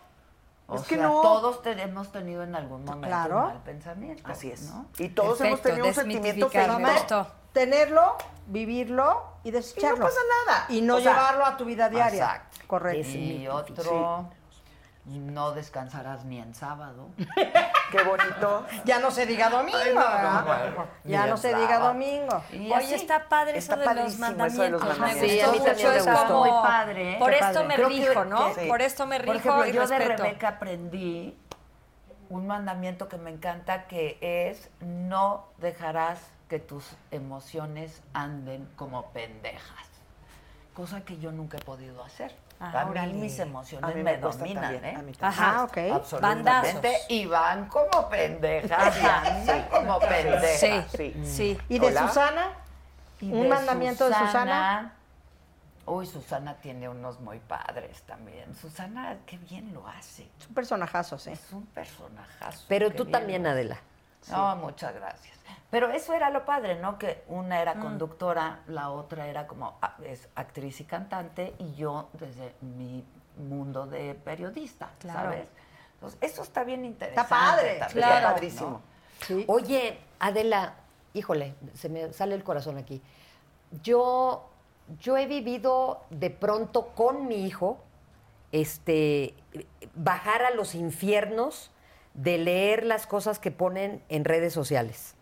[SPEAKER 3] O
[SPEAKER 6] Es que
[SPEAKER 3] sea,
[SPEAKER 6] no.
[SPEAKER 3] todos te- hemos tenido en algún momento
[SPEAKER 5] Claro.
[SPEAKER 3] un mal pensamiento.
[SPEAKER 6] Así es.
[SPEAKER 3] ¿no?
[SPEAKER 6] Y todos hemos
[SPEAKER 11] Perfecto,
[SPEAKER 6] tenido un sentimiento
[SPEAKER 11] desmitificar,
[SPEAKER 6] feo.
[SPEAKER 11] me gustó.
[SPEAKER 5] Tenerlo, vivirlo y
[SPEAKER 6] Y no
[SPEAKER 5] desecharlo.
[SPEAKER 6] pasa nada.
[SPEAKER 5] Y no
[SPEAKER 6] O sea,
[SPEAKER 5] llevarlo a tu vida diaria.
[SPEAKER 3] Exacto.
[SPEAKER 5] Correcto.
[SPEAKER 3] Y otro, no descansarás ni en sábado.
[SPEAKER 6] Qué bonito.
[SPEAKER 5] Ya no se diga domingo. ¿verdad? ya no se diga domingo.
[SPEAKER 3] Y
[SPEAKER 11] Oye,
[SPEAKER 3] así.
[SPEAKER 11] está padre
[SPEAKER 6] Está
[SPEAKER 11] eso de los
[SPEAKER 6] padrísimo eso de los
[SPEAKER 11] mandamientos.
[SPEAKER 6] mandamientos.
[SPEAKER 11] Me
[SPEAKER 9] Sí, a mí
[SPEAKER 11] gustó
[SPEAKER 9] también
[SPEAKER 11] mucho.
[SPEAKER 9] me
[SPEAKER 11] Es
[SPEAKER 9] gustó.
[SPEAKER 11] como,
[SPEAKER 3] Muy padre, ¿eh?
[SPEAKER 11] por
[SPEAKER 3] Qué
[SPEAKER 11] esto
[SPEAKER 5] padre.
[SPEAKER 11] me
[SPEAKER 6] Creo que-
[SPEAKER 11] rijo, ¿no?
[SPEAKER 6] que sí.
[SPEAKER 11] Por esto me rijo
[SPEAKER 3] Por ejemplo,
[SPEAKER 11] y
[SPEAKER 3] yo de
[SPEAKER 11] respeto.
[SPEAKER 3] Rebeca aprendí un mandamiento que me encanta que es no dejarás que tus emociones anden como pendejas. Cosa que yo nunca he podido hacer.
[SPEAKER 11] Ah,
[SPEAKER 3] a mí
[SPEAKER 11] órale.
[SPEAKER 3] mis
[SPEAKER 6] A
[SPEAKER 3] emociones
[SPEAKER 6] mí
[SPEAKER 3] me,
[SPEAKER 6] me cuesta
[SPEAKER 3] dominan,
[SPEAKER 6] también,
[SPEAKER 3] ¿eh?
[SPEAKER 6] a mí también.
[SPEAKER 11] Ajá,
[SPEAKER 5] Ah, ok.
[SPEAKER 3] Absolutamente.
[SPEAKER 11] Bandazos.
[SPEAKER 3] Y van como pendejas. y andan como pendejas.
[SPEAKER 11] Sí,
[SPEAKER 6] Sí.
[SPEAKER 11] sí.
[SPEAKER 5] ¿Y de
[SPEAKER 6] Hola.
[SPEAKER 5] Susana?
[SPEAKER 3] Y
[SPEAKER 5] ¿Un mandamiento de Susana?
[SPEAKER 3] Uy, Susana tiene unos muy padres también. Susana, qué bien lo hace.
[SPEAKER 5] Es un personajazo, sí.
[SPEAKER 3] Es un personajazo.
[SPEAKER 9] Pero
[SPEAKER 3] qué
[SPEAKER 9] tú
[SPEAKER 3] bien
[SPEAKER 9] también,
[SPEAKER 3] lo hace.
[SPEAKER 9] Adela.
[SPEAKER 3] No, muchas gracias. Pero eso era lo padre, ¿no? Que una era conductora, la otra era como a- es actriz y cantante, y yo desde mi mundo de periodista,
[SPEAKER 11] Claro.
[SPEAKER 3] ¿sabes? Entonces, eso está bien interesante.
[SPEAKER 5] padre,
[SPEAKER 3] también,
[SPEAKER 11] claro.
[SPEAKER 3] ¿no?
[SPEAKER 6] Padrísimo.
[SPEAKER 9] Oye, Adela, híjole, se me sale el corazón aquí. Yo, yo he vivido de pronto con mi hijo, este, bajar a los infiernos de leer las cosas que ponen en redes sociales.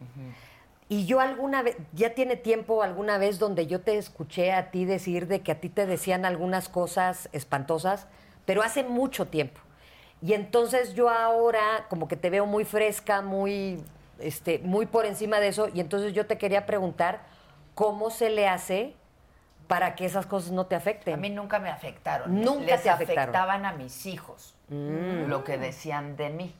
[SPEAKER 9] Y yo alguna vez, ya tiene tiempo alguna vez donde yo te escuché a ti decir de que a ti te decían algunas cosas espantosas, pero hace mucho tiempo. Y entonces yo ahora como que te veo muy fresca, muy, este, muy por encima de eso, y entonces yo te quería preguntar cómo se le hace para que esas cosas no te afecten.
[SPEAKER 3] A mí nunca me afectaron.
[SPEAKER 9] Nunca
[SPEAKER 3] Les
[SPEAKER 9] te afectaron. Mm.
[SPEAKER 3] afectaban a mis hijos lo que decían de mí.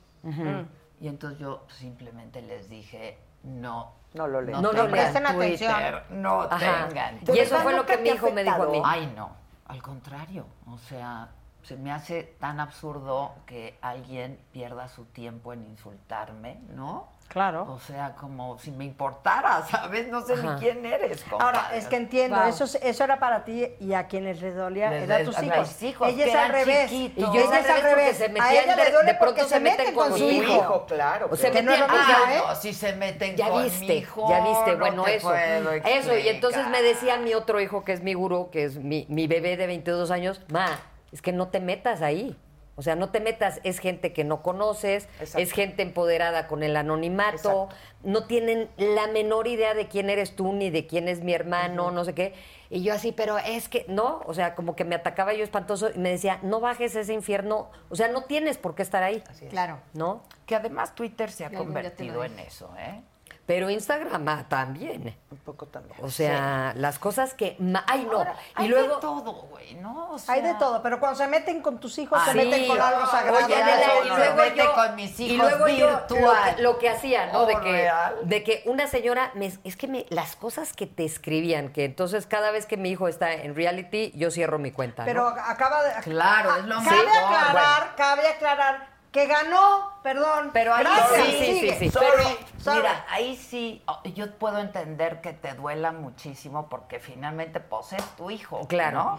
[SPEAKER 3] Y entonces yo simplemente les dije, no.
[SPEAKER 12] No lo lean.
[SPEAKER 9] No lo
[SPEAKER 3] tengan
[SPEAKER 9] lean.
[SPEAKER 18] Presten
[SPEAKER 3] Twitter,
[SPEAKER 18] atención.
[SPEAKER 3] No
[SPEAKER 9] Ajá.
[SPEAKER 3] tengan.
[SPEAKER 9] Y eso fue lo que mi
[SPEAKER 3] me
[SPEAKER 9] hijo me dijo a mí.
[SPEAKER 3] Ay, no. Al contrario. O sea, se me hace tan absurdo que alguien pierda su tiempo en insultarme, ¿no?
[SPEAKER 5] Claro.
[SPEAKER 3] O sea, como si me importara, [LAUGHS] ¿sabes? No sé
[SPEAKER 9] Ajá.
[SPEAKER 3] ni quién eres.
[SPEAKER 5] Ahora,
[SPEAKER 3] compadre.
[SPEAKER 5] es que entiendo,
[SPEAKER 11] Wow.
[SPEAKER 5] eso, es- eso era para ti y a quienes les dolía,
[SPEAKER 3] Les-
[SPEAKER 5] era a
[SPEAKER 3] les-
[SPEAKER 5] tus
[SPEAKER 3] a
[SPEAKER 5] hijos.
[SPEAKER 3] mis hijos,
[SPEAKER 5] ella
[SPEAKER 3] que
[SPEAKER 5] es al
[SPEAKER 3] eran
[SPEAKER 5] reyes.
[SPEAKER 3] chiquitos.
[SPEAKER 5] Y
[SPEAKER 9] Y
[SPEAKER 5] yo
[SPEAKER 9] yo
[SPEAKER 5] ella es al revés.
[SPEAKER 9] se
[SPEAKER 5] a ella
[SPEAKER 9] metían
[SPEAKER 5] le
[SPEAKER 9] de,
[SPEAKER 5] duele
[SPEAKER 9] de
[SPEAKER 5] porque
[SPEAKER 9] pronto
[SPEAKER 5] se meten con su hijo.
[SPEAKER 6] claro.
[SPEAKER 9] O sea,
[SPEAKER 5] que no es lo
[SPEAKER 9] metían-
[SPEAKER 5] mismo,
[SPEAKER 9] Ah,
[SPEAKER 5] ¿eh?
[SPEAKER 3] No, si se meten
[SPEAKER 9] Ya
[SPEAKER 3] con mi
[SPEAKER 9] viste,
[SPEAKER 3] hijo,
[SPEAKER 9] ya viste,
[SPEAKER 3] no
[SPEAKER 9] bueno,
[SPEAKER 3] te
[SPEAKER 9] eso.
[SPEAKER 3] puedo
[SPEAKER 9] Eso, y entonces me
[SPEAKER 3] explicar.
[SPEAKER 9] decía mi otro hijo, que es mi gurú, que es mi, mi bebé de 22 años, ma, es que no te metas ahí. O sea, no te metas, es gente que no conoces,
[SPEAKER 6] Exacto.
[SPEAKER 9] es gente empoderada con el anonimato, no tienen la menor idea de quién eres tú ni de quién es mi hermano, no sé qué. Y yo así, pero es que, no, o sea, como que me atacaba yo espantoso y me decía, no bajes ese infierno, o sea, no tienes por qué estar ahí,
[SPEAKER 18] Claro.
[SPEAKER 9] ¿no?
[SPEAKER 3] Que además Twitter se ha
[SPEAKER 11] Ya, ya te lo
[SPEAKER 3] convertido en
[SPEAKER 11] dije.
[SPEAKER 3] eso, ¿eh?
[SPEAKER 9] Pero Instagram ah, también.
[SPEAKER 6] Un poco también.
[SPEAKER 9] O sea, las cosas que... ma- Ay, no.
[SPEAKER 3] Ahora,
[SPEAKER 9] y
[SPEAKER 3] hay de
[SPEAKER 9] luego...
[SPEAKER 3] todo, güey, ¿no? O
[SPEAKER 5] Hay de
[SPEAKER 3] sea,
[SPEAKER 5] todo, pero cuando se meten con tus hijos,
[SPEAKER 3] Ah,
[SPEAKER 5] se
[SPEAKER 3] sí.
[SPEAKER 5] meten con algo
[SPEAKER 3] Oye,
[SPEAKER 5] sagrado.
[SPEAKER 3] Adela,
[SPEAKER 5] Ya,
[SPEAKER 3] y
[SPEAKER 5] eso no.
[SPEAKER 3] luego- Vete con mis
[SPEAKER 9] y
[SPEAKER 3] hijos
[SPEAKER 9] luego yo lo
[SPEAKER 3] virtual.
[SPEAKER 9] que, lo que hacía, ¿no? De que,
[SPEAKER 3] Real.
[SPEAKER 9] de que una señora, me, es que me, las cosas que te escribían, que entonces cada vez que mi hijo está en reality, yo cierro mi cuenta. ¿no?
[SPEAKER 5] Pero acaba de.
[SPEAKER 3] Claro, es lo
[SPEAKER 5] Cabe
[SPEAKER 3] mejor,
[SPEAKER 5] aclarar, cabe aclarar que ganó, perdón.
[SPEAKER 9] Pero ahí
[SPEAKER 3] Ah,
[SPEAKER 5] Gracias,
[SPEAKER 9] sí, sí,
[SPEAKER 5] sigue.
[SPEAKER 9] sí, sí.
[SPEAKER 5] Pero-
[SPEAKER 3] Pero,
[SPEAKER 5] sorry.
[SPEAKER 3] mira, ahí sí, oh, yo puedo entender que te duela muchísimo porque finalmente posees tu hijo. ¿no?
[SPEAKER 9] Claro.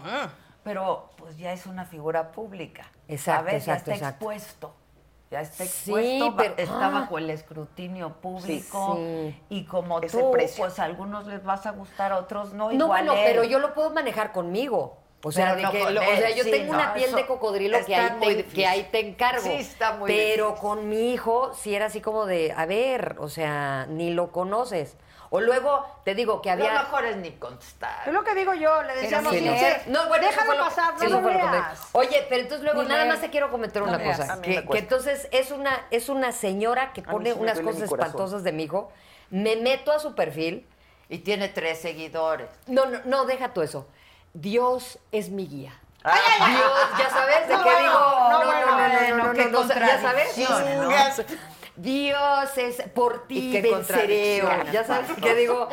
[SPEAKER 3] Pero pues ya es una figura pública.
[SPEAKER 9] Exacto,
[SPEAKER 3] ¿sabes? Ya
[SPEAKER 9] exacto,
[SPEAKER 3] está
[SPEAKER 9] exacto.
[SPEAKER 3] expuesto. Ya está
[SPEAKER 9] Sí,
[SPEAKER 3] expuesto, ba-
[SPEAKER 9] pero-
[SPEAKER 3] está
[SPEAKER 9] ah.
[SPEAKER 3] bajo el escrutinio público.
[SPEAKER 9] sí.
[SPEAKER 3] Y como
[SPEAKER 6] Es el
[SPEAKER 3] tú,
[SPEAKER 6] precio.
[SPEAKER 3] pues a algunos les vas a gustar, a otros no.
[SPEAKER 9] No,
[SPEAKER 3] igual
[SPEAKER 9] bueno,
[SPEAKER 3] él.
[SPEAKER 9] pero yo lo puedo manejar conmigo. O sea,
[SPEAKER 3] Pero
[SPEAKER 9] de
[SPEAKER 3] no
[SPEAKER 9] que
[SPEAKER 3] con
[SPEAKER 9] lo- o
[SPEAKER 3] él,
[SPEAKER 9] sea, yo
[SPEAKER 3] sí,
[SPEAKER 9] tengo
[SPEAKER 3] no,
[SPEAKER 9] una piel de
[SPEAKER 3] eso
[SPEAKER 9] cocodrilo que
[SPEAKER 3] está
[SPEAKER 9] ahí,
[SPEAKER 3] muy
[SPEAKER 9] te,
[SPEAKER 3] difícil.
[SPEAKER 9] que ahí te encargo.
[SPEAKER 3] Sí, está muy
[SPEAKER 9] Pero
[SPEAKER 3] difícil.
[SPEAKER 9] con mi hijo sí era así como de, a ver, o sea, ni lo conoces. O luego te digo que había...
[SPEAKER 3] Lo mejor es ni contestar.
[SPEAKER 5] Es lo que digo yo, le decíamos,
[SPEAKER 9] Sí, no.
[SPEAKER 5] Ilse,
[SPEAKER 9] No, bueno, eso
[SPEAKER 5] déjalo
[SPEAKER 9] fue lo-
[SPEAKER 5] pasar, no
[SPEAKER 9] sí,
[SPEAKER 5] lo
[SPEAKER 9] eso fue lo que me-
[SPEAKER 5] veas.
[SPEAKER 9] Oye, pero entonces luego
[SPEAKER 11] Ni
[SPEAKER 9] nada
[SPEAKER 11] leer.
[SPEAKER 9] más te quiero comentar
[SPEAKER 11] No
[SPEAKER 9] una
[SPEAKER 11] veas.
[SPEAKER 9] cosa.
[SPEAKER 6] A mí me
[SPEAKER 9] Que, que
[SPEAKER 6] cuesta.
[SPEAKER 9] entonces es una, es una señora que
[SPEAKER 6] mí
[SPEAKER 9] pone
[SPEAKER 6] sí me
[SPEAKER 9] unas
[SPEAKER 6] duele mi
[SPEAKER 9] cosas
[SPEAKER 6] corazón.
[SPEAKER 9] espantosas de mi hijo. Me meto a su perfil.
[SPEAKER 3] Y tiene tres seguidores.
[SPEAKER 9] No, no, no, deja tú eso. Dios es mi guía. Dios, ya sabes de
[SPEAKER 6] Ah. No,
[SPEAKER 9] qué
[SPEAKER 6] bueno,
[SPEAKER 9] digo.
[SPEAKER 6] no,
[SPEAKER 9] No, no,
[SPEAKER 6] bueno,
[SPEAKER 9] no, no,
[SPEAKER 6] bueno,
[SPEAKER 9] no,
[SPEAKER 3] qué
[SPEAKER 9] no, no, o sea, ya sabes.
[SPEAKER 3] contradicción, ¿no?
[SPEAKER 9] Dios- Dios es por
[SPEAKER 3] Y
[SPEAKER 9] ti
[SPEAKER 3] qué
[SPEAKER 9] venceré.
[SPEAKER 3] contradicción.
[SPEAKER 9] Ya sabes qué digo.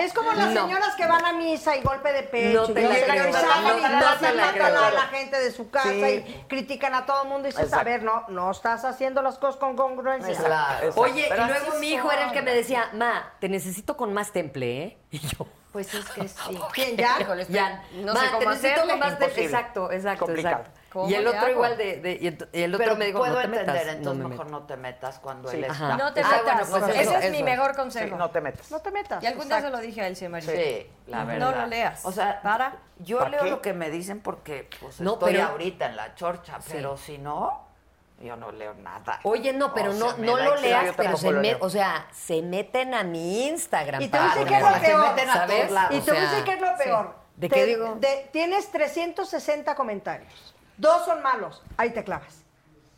[SPEAKER 5] Es como las
[SPEAKER 9] No.
[SPEAKER 5] señoras que van a misa y golpe de pecho.
[SPEAKER 9] No te
[SPEAKER 5] y
[SPEAKER 9] la
[SPEAKER 5] llegan
[SPEAKER 9] creo.
[SPEAKER 5] y salen y
[SPEAKER 9] No, no
[SPEAKER 5] matan
[SPEAKER 9] te la
[SPEAKER 5] matan
[SPEAKER 9] creo.
[SPEAKER 5] a la gente de su casa
[SPEAKER 6] Sí.
[SPEAKER 5] y critican a todo el mundo y dices, a ver, no, no estás haciendo las cosas con congruencia.
[SPEAKER 3] Claro.
[SPEAKER 9] Oye,
[SPEAKER 3] Pero
[SPEAKER 9] y luego
[SPEAKER 3] así
[SPEAKER 9] mi hijo
[SPEAKER 3] son.
[SPEAKER 9] era el que me decía, ma, te necesito con más temple, ¿eh? [LAUGHS] Y yo.
[SPEAKER 11] Pues es que sí.
[SPEAKER 5] ¿Quién ya?
[SPEAKER 11] Híjole, estoy-
[SPEAKER 9] Ya,
[SPEAKER 11] no
[SPEAKER 9] ma,
[SPEAKER 11] sé
[SPEAKER 9] te
[SPEAKER 11] cómo
[SPEAKER 9] necesito
[SPEAKER 11] hacerle.
[SPEAKER 9] con más temple.
[SPEAKER 6] Imposible.
[SPEAKER 9] Exacto, exacto,
[SPEAKER 6] Complicado.
[SPEAKER 9] exacto.
[SPEAKER 11] ¿Cómo
[SPEAKER 9] Y el
[SPEAKER 11] le
[SPEAKER 9] otro
[SPEAKER 11] hago?
[SPEAKER 9] igual de, de- y ent- y el otro
[SPEAKER 3] Pero
[SPEAKER 9] me dijo,
[SPEAKER 3] puedo
[SPEAKER 9] no te
[SPEAKER 3] entender,
[SPEAKER 9] metas.
[SPEAKER 3] entonces
[SPEAKER 9] no me
[SPEAKER 3] mejor
[SPEAKER 9] meto.
[SPEAKER 3] no te metas cuando
[SPEAKER 6] Sí.
[SPEAKER 3] él
[SPEAKER 9] Ajá.
[SPEAKER 3] está.
[SPEAKER 11] No te
[SPEAKER 9] Ah,
[SPEAKER 11] metas.
[SPEAKER 9] bueno, pues
[SPEAKER 11] Ese
[SPEAKER 9] eso,
[SPEAKER 11] es mi
[SPEAKER 9] eso.
[SPEAKER 11] mejor
[SPEAKER 6] Sí,
[SPEAKER 11] consejo.
[SPEAKER 6] no te metas.
[SPEAKER 5] No te metas.
[SPEAKER 11] Y algún día se
[SPEAKER 5] exacto.
[SPEAKER 11] lo dije a Elsie María.
[SPEAKER 3] Sí, la verdad.
[SPEAKER 11] No lo leas.
[SPEAKER 3] O sea,
[SPEAKER 11] para.
[SPEAKER 3] Yo
[SPEAKER 6] ¿Para
[SPEAKER 3] leo
[SPEAKER 6] qué?
[SPEAKER 3] lo que me dicen porque pues,
[SPEAKER 9] No,
[SPEAKER 3] estoy
[SPEAKER 9] pero-
[SPEAKER 3] ahorita en la chorcha, pero si no, yo no leo nada.
[SPEAKER 9] Oye, no, pero
[SPEAKER 3] O
[SPEAKER 9] no,
[SPEAKER 3] sea, me
[SPEAKER 9] no
[SPEAKER 3] da
[SPEAKER 9] lo
[SPEAKER 3] extraño,
[SPEAKER 9] leas,
[SPEAKER 3] yo
[SPEAKER 9] pero
[SPEAKER 3] tampoco
[SPEAKER 9] se
[SPEAKER 3] lo
[SPEAKER 9] me-
[SPEAKER 3] leo.
[SPEAKER 9] o sea, se meten a mi Instagram.
[SPEAKER 5] Y te
[SPEAKER 9] para
[SPEAKER 5] dice que es
[SPEAKER 9] ponerla.
[SPEAKER 5] lo peor.
[SPEAKER 9] Se meten a todos
[SPEAKER 3] ¿Sabes?
[SPEAKER 9] lados,
[SPEAKER 5] Y
[SPEAKER 9] o
[SPEAKER 5] te voy a decir
[SPEAKER 9] sea,
[SPEAKER 5] que es lo
[SPEAKER 9] sí.
[SPEAKER 5] peor.
[SPEAKER 9] ¿De
[SPEAKER 5] Te-
[SPEAKER 9] qué digo?
[SPEAKER 5] de- tienes 360 comentarios. Dos son malos. Ahí te clavas.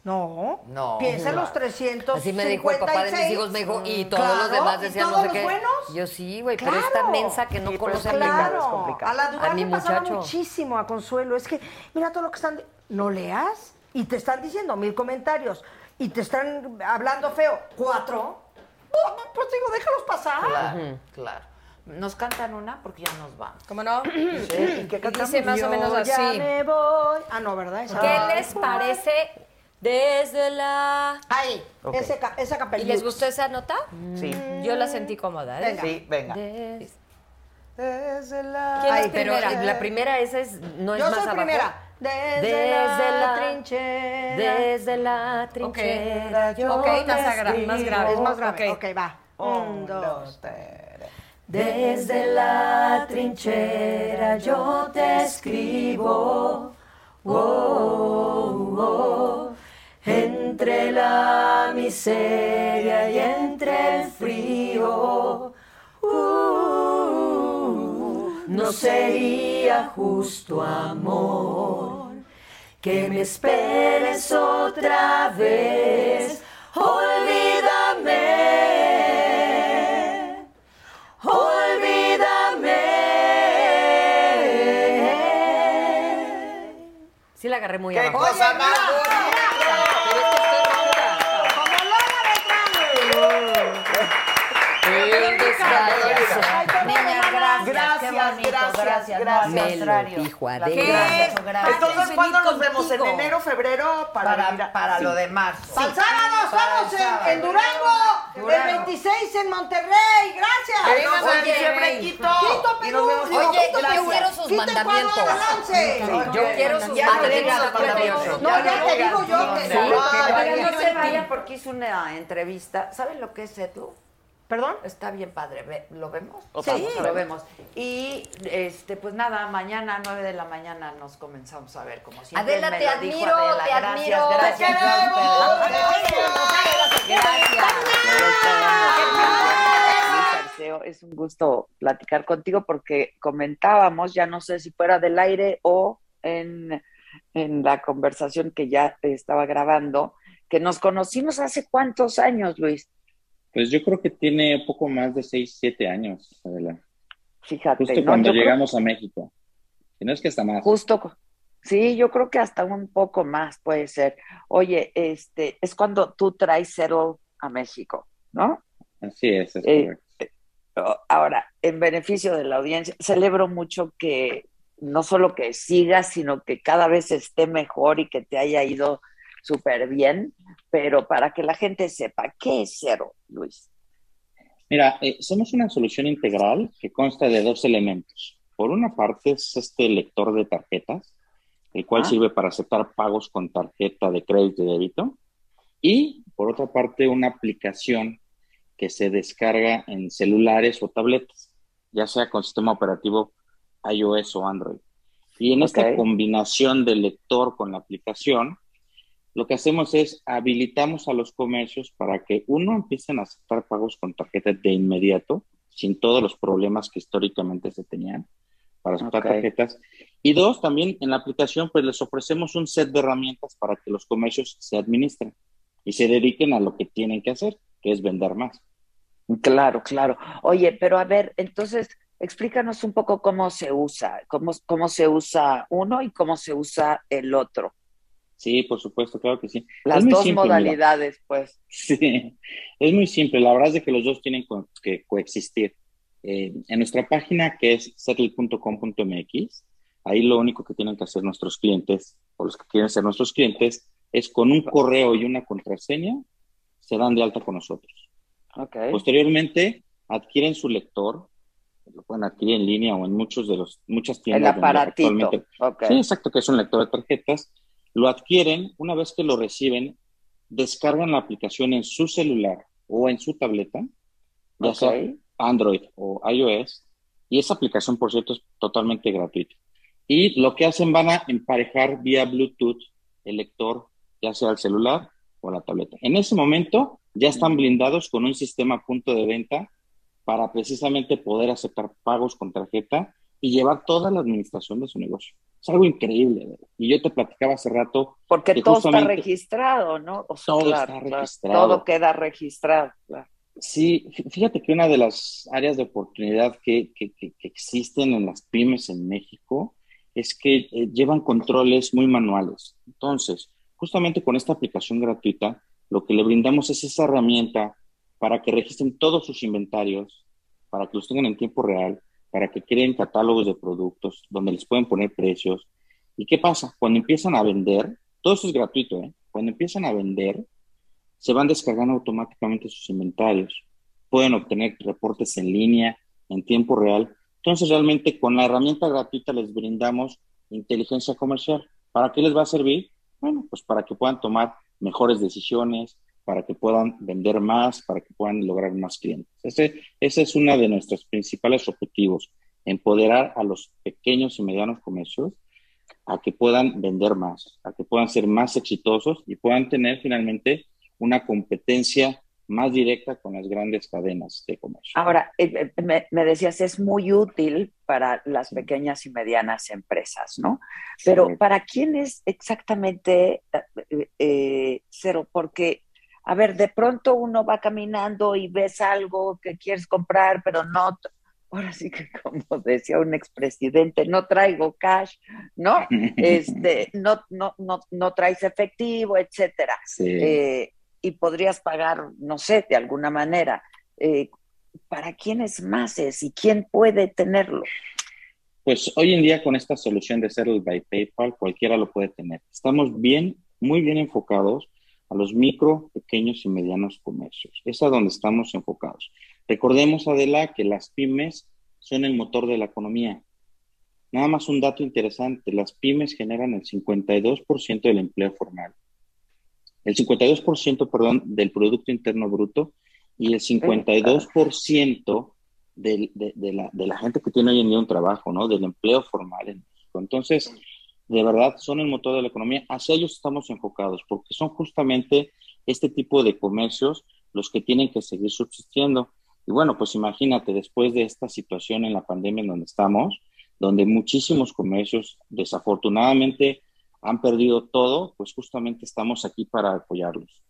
[SPEAKER 5] No.
[SPEAKER 3] No.
[SPEAKER 5] Piensa en los
[SPEAKER 3] Claro.
[SPEAKER 5] 356.
[SPEAKER 9] Así me dijo el papá de mis hijos, me dijo, y todos los
[SPEAKER 5] Mm, Claro,
[SPEAKER 9] demás
[SPEAKER 5] ¿y
[SPEAKER 9] decían
[SPEAKER 5] todos
[SPEAKER 9] no sé
[SPEAKER 5] los
[SPEAKER 9] qué.
[SPEAKER 5] buenos?
[SPEAKER 9] Yo sí, güey, pero
[SPEAKER 5] Claro.
[SPEAKER 9] esta mensa que no
[SPEAKER 6] Sí, pero
[SPEAKER 9] conoce a mi
[SPEAKER 6] complicado, es
[SPEAKER 9] hijo.
[SPEAKER 5] Claro.
[SPEAKER 6] complicado.
[SPEAKER 5] A la Duval
[SPEAKER 9] A mi
[SPEAKER 5] le pasaba
[SPEAKER 9] muchacho.
[SPEAKER 5] muchísimo a Consuelo. Es que, mira todo lo que están. No leas y te están diciendo mil comentarios y te están hablando feo. Cuatro. Oh, no, Pues digo, déjalos pasar.
[SPEAKER 3] Claro, claro. Nos cantan una porque ya nos vamos.
[SPEAKER 11] ¿Cómo no?
[SPEAKER 5] Eh,
[SPEAKER 11] [CLEARS THROAT]
[SPEAKER 6] ¿Y qué cantamos?
[SPEAKER 11] Dice más o menos
[SPEAKER 5] Yo ya
[SPEAKER 11] así.
[SPEAKER 5] me voy. Ah, no, ¿verdad? Esa-
[SPEAKER 11] ¿Qué les parece desde la...
[SPEAKER 5] Ahí. Ese ca- esa
[SPEAKER 11] ¿Y
[SPEAKER 5] capelita.
[SPEAKER 11] les gustó esa nota?
[SPEAKER 6] Sí,
[SPEAKER 5] Mm,
[SPEAKER 11] Yo la sentí cómoda. ¿eh?
[SPEAKER 6] sí, venga.
[SPEAKER 11] Des-
[SPEAKER 6] Desde la...
[SPEAKER 11] ¿Quién
[SPEAKER 9] Ay,
[SPEAKER 11] es
[SPEAKER 9] pero
[SPEAKER 11] primera?
[SPEAKER 9] la primera esa es, no es
[SPEAKER 5] Yo
[SPEAKER 9] más
[SPEAKER 5] soy
[SPEAKER 9] abajo.
[SPEAKER 5] primera. Desde,
[SPEAKER 9] Desde
[SPEAKER 5] la,
[SPEAKER 9] la-
[SPEAKER 5] trinchera.
[SPEAKER 9] Desde la trinchera. yo
[SPEAKER 11] Ok,
[SPEAKER 9] me
[SPEAKER 11] más, agra- más grave.
[SPEAKER 5] Es más grave.
[SPEAKER 11] Ok.
[SPEAKER 5] Ok, va. Un, dos.
[SPEAKER 6] tres.
[SPEAKER 9] Desde la trinchera yo te escribo. Oh, oh, oh. entre la miseria y entre el frío. Uh, no sería justo amor que me esperes otra vez. Olvídame, olvídame.
[SPEAKER 11] Sí la agarré muy
[SPEAKER 19] ¡Qué
[SPEAKER 11] abajo.
[SPEAKER 19] cosa más
[SPEAKER 9] Niña, gracias,
[SPEAKER 19] Gracias,
[SPEAKER 9] qué bonito,
[SPEAKER 19] gracias,
[SPEAKER 9] gracias.
[SPEAKER 19] gracias.
[SPEAKER 9] No, al
[SPEAKER 11] Me
[SPEAKER 9] contrario.
[SPEAKER 11] lo dijo
[SPEAKER 9] Gracias,
[SPEAKER 11] Adela.
[SPEAKER 9] gracias, gracias.
[SPEAKER 19] Entonces, ¿cuándo nos vemos? ¿En
[SPEAKER 20] contigo.
[SPEAKER 19] enero, febrero? Para, venir
[SPEAKER 9] Para,
[SPEAKER 19] a-
[SPEAKER 9] para
[SPEAKER 19] Sí.
[SPEAKER 9] lo de marzo.
[SPEAKER 6] Al sábado estamos en- en, Durango,
[SPEAKER 9] Durango.
[SPEAKER 6] el 26 en Monterrey. Gracias.
[SPEAKER 19] Nos vemos en diciembre en Quito.
[SPEAKER 6] Quito,
[SPEAKER 19] Y nos
[SPEAKER 6] Perú.
[SPEAKER 19] vemos-
[SPEAKER 6] Digo,
[SPEAKER 11] Oye,
[SPEAKER 6] Quito,
[SPEAKER 11] yo
[SPEAKER 6] Perú.
[SPEAKER 11] quiero sus
[SPEAKER 6] Quito, Ecuador,
[SPEAKER 11] mandamientos.
[SPEAKER 6] al once.
[SPEAKER 11] Yo quiero sus
[SPEAKER 9] Ya
[SPEAKER 19] no
[SPEAKER 11] mandamientos.
[SPEAKER 19] vengas a
[SPEAKER 11] Yo quiero
[SPEAKER 19] mandamientos.
[SPEAKER 11] sus
[SPEAKER 6] No, ya te
[SPEAKER 11] mandamientos.
[SPEAKER 6] digo yo que Ah,
[SPEAKER 11] Sí, que
[SPEAKER 19] Ay,
[SPEAKER 11] vaya.
[SPEAKER 9] no se vaya porque hizo una entrevista. ¿Saben lo que es Edu?
[SPEAKER 6] ¿Perdón?
[SPEAKER 9] Está bien padre, Ve- ¿lo vemos?
[SPEAKER 21] Lo vamos a ver.
[SPEAKER 9] lo vemos. Y este, pues nada, mañana a 9 de la mañana nos comenzamos a ver como siempre.
[SPEAKER 11] Adela,
[SPEAKER 9] me
[SPEAKER 11] te
[SPEAKER 9] lo dijo
[SPEAKER 11] admiro,
[SPEAKER 9] Adela.
[SPEAKER 11] te
[SPEAKER 9] gracias,
[SPEAKER 11] admiro.
[SPEAKER 9] Gracias,
[SPEAKER 11] Te queremos.
[SPEAKER 9] Gracias.
[SPEAKER 3] Salseo, Es un gusto platicar contigo porque comentábamos, ya no sé si fuera del aire o en, en la conversación que ya te estaba grabando, que nos conocimos hace cuántos años, Luis.
[SPEAKER 22] Pues yo creo que tiene poco más de 6, 7 años, Adela.
[SPEAKER 3] Fíjate,
[SPEAKER 22] Justo
[SPEAKER 3] ¿no?
[SPEAKER 22] cuando
[SPEAKER 3] Yo creo-
[SPEAKER 22] llegamos a México. Si no es que hasta más.
[SPEAKER 3] Justo, cu- sí, yo creo que hasta un poco más puede ser. Oye, este, es cuando tú traes Settle a México, ¿no?
[SPEAKER 22] Así es, es
[SPEAKER 3] Eh,
[SPEAKER 22] correcto.
[SPEAKER 3] O- Ahora, en beneficio de la audiencia, celebro mucho que no solo que sigas, sino que cada vez esté mejor y que te haya ido súper bien, pero para que la gente sepa, ¿qué es cero, Luis?
[SPEAKER 22] Mira, eh, somos una solución integral que consta de dos elementos. Por una parte es este lector de tarjetas, el cual
[SPEAKER 3] Ah.
[SPEAKER 22] sirve para aceptar pagos con tarjeta de crédito y débito. Y por otra parte una aplicación que se descarga en celulares o tabletas, ya sea con sistema operativo iOS o Android. Y en
[SPEAKER 3] Ok.
[SPEAKER 22] esta combinación del lector con la aplicación, lo que hacemos es habilitamos a los comercios para que uno empiecen a aceptar pagos con tarjetas de inmediato, sin todos los problemas que históricamente se tenían para aceptar
[SPEAKER 3] Ok.
[SPEAKER 22] tarjetas. Y dos, también en la aplicación, pues les ofrecemos un set de herramientas para que los comercios se administren y se dediquen a lo que tienen que hacer, que es vender más.
[SPEAKER 3] Claro, claro. Oye, pero a ver, entonces, explícanos un poco cómo se usa, cómo, cómo se usa uno y cómo se usa el otro.
[SPEAKER 22] Sí, por supuesto, claro que sí.
[SPEAKER 3] Las
[SPEAKER 22] Es muy
[SPEAKER 3] dos
[SPEAKER 22] simple, mira.
[SPEAKER 3] modalidades, pues.
[SPEAKER 22] Sí, es muy simple. La verdad es de que los dos tienen co- que coexistir. Eh, en nuestra página que es settle.com.mx, ahí lo único que tienen que hacer nuestros clientes o los que quieren ser nuestros clientes es con un correo y una contraseña se dan de alta con nosotros.
[SPEAKER 3] Ok.
[SPEAKER 22] Posteriormente adquieren su lector, lo pueden adquirir en línea o en muchos de los muchas
[SPEAKER 3] El
[SPEAKER 22] tiendas donde
[SPEAKER 3] aparatito.
[SPEAKER 22] actualmente
[SPEAKER 3] Ok.
[SPEAKER 22] Sí, exacto, que es un lector de tarjetas. Lo adquieren, una vez que lo reciben, descargan la aplicación en su celular o en su tableta, ya
[SPEAKER 3] ok.
[SPEAKER 22] sea Android o iOS, y esa aplicación, por cierto, es totalmente gratuita. Y lo que hacen van a emparejar vía Bluetooth el lector, ya sea el celular o la tableta. En ese momento ya están blindados con un sistema punto de venta para precisamente poder aceptar pagos con tarjeta y llevar toda la administración de su negocio. Es algo increíble. ¿verdad? Y yo te platicaba hace rato,
[SPEAKER 3] Porque
[SPEAKER 22] que
[SPEAKER 3] todo está
[SPEAKER 22] justamente-
[SPEAKER 3] registrado, ¿no? O sea,
[SPEAKER 22] Todo
[SPEAKER 3] claro,
[SPEAKER 22] está
[SPEAKER 3] claro,
[SPEAKER 22] registrado.
[SPEAKER 3] todo queda registrado. claro.
[SPEAKER 22] sí, fí- fíjate que una de las áreas de oportunidad que, que- que- que existen en las pymes en México es que eh, llevan controles muy manuales. Entonces, justamente con esta aplicación gratuita, lo que le brindamos es esa herramienta para que registren todos sus inventarios, para que los tengan en tiempo real, para que creen catálogos de productos donde les pueden poner precios. ¿Y qué pasa? Cuando empiezan a vender, todo eso es gratuito, ¿eh? Cuando empiezan a vender, se van descargando automáticamente sus inventarios. Pueden obtener reportes en línea, en tiempo real. Entonces, realmente con la herramienta gratuita les brindamos inteligencia comercial. ¿Para qué les va a servir? Bueno, pues para que puedan tomar mejores decisiones, para que puedan vender más, para que puedan lograr más clientes. Ese, ese es uno de nuestros principales objetivos, empoderar a los pequeños y medianos comercios a que puedan vender más, a que puedan ser más exitosos y puedan tener finalmente una competencia más directa con las grandes cadenas de comercio.
[SPEAKER 3] Ahora, eh, eh, me, me, decías, es muy útil para las pequeñas y medianas empresas, ¿no? Pero sí. ¿para quién es exactamente eh, cero? Porque, a ver, de pronto uno va caminando y ves algo que quieres comprar, pero no, ahora sí que [LAUGHS] como decía un expresidente, no traigo cash,
[SPEAKER 22] [LAUGHS]
[SPEAKER 3] ¿no? Este, no, no, no, no traes efectivo, etcétera. [LAUGHS] Sí. Eh, y podrías pagar, no sé, de alguna manera. Eh, ¿Para quiénes más es y quién puede tenerlo?
[SPEAKER 22] Pues hoy en día con esta solución de Settle by PayPal, cualquiera lo puede tener. Estamos bien, muy bien enfocados a los micro, pequeños y medianos comercios. Es a donde estamos enfocados. Recordemos, Adela, que las pymes son el motor de la economía. Nada más un dato interesante, las pymes generan el 52% del empleo formal, el 52%, perdón, del Producto Interno Bruto y el 52% del, de, de, la, de la gente que tiene hoy en día un trabajo, ¿no? Del empleo formal en México. Entonces, de verdad, son el motor de la economía. Hacia ellos estamos enfocados porque son justamente este tipo de comercios los que tienen que seguir subsistiendo. Y bueno, pues imagínate, después de esta situación en la pandemia en donde estamos, donde muchísimos comercios desafortunadamente han perdido todo, pues justamente estamos aquí para apoyarlos.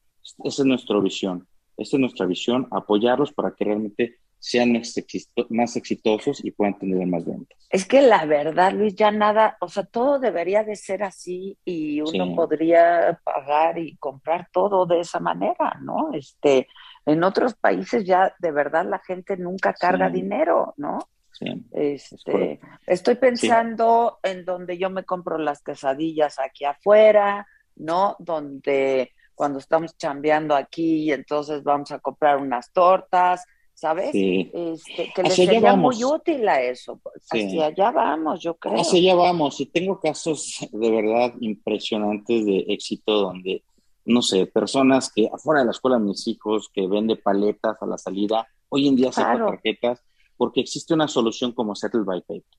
[SPEAKER 22] Esa es nuestra visión, esa es nuestra visión, apoyarlos para que realmente sean más, exito más exitosos y puedan tener más ventas.
[SPEAKER 3] Es que la verdad, Luis, ya nada, o sea, todo debería de ser así y uno sí. podría pagar y comprar todo de esa manera, ¿no? Este, en otros países ya de verdad la gente nunca carga sí. dinero, ¿no? Sí. Este, es estoy pensando en donde yo me compro las quesadillas aquí afuera, ¿no? Donde cuando estamos chambeando aquí, entonces vamos a comprar unas tortas, ¿sabes?
[SPEAKER 22] Eh,
[SPEAKER 3] Sí. Este, que les sería vamos. muy útil a eso. Sí. Hacia allá vamos, yo creo.
[SPEAKER 22] Hacia allá vamos. Y tengo casos de verdad impresionantes de éxito donde, no sé, personas que afuera de la escuela, mis hijos, que vende paletas a la salida, hoy en día claro. sacan tarjetas porque existe una solución como Settle by PayPal.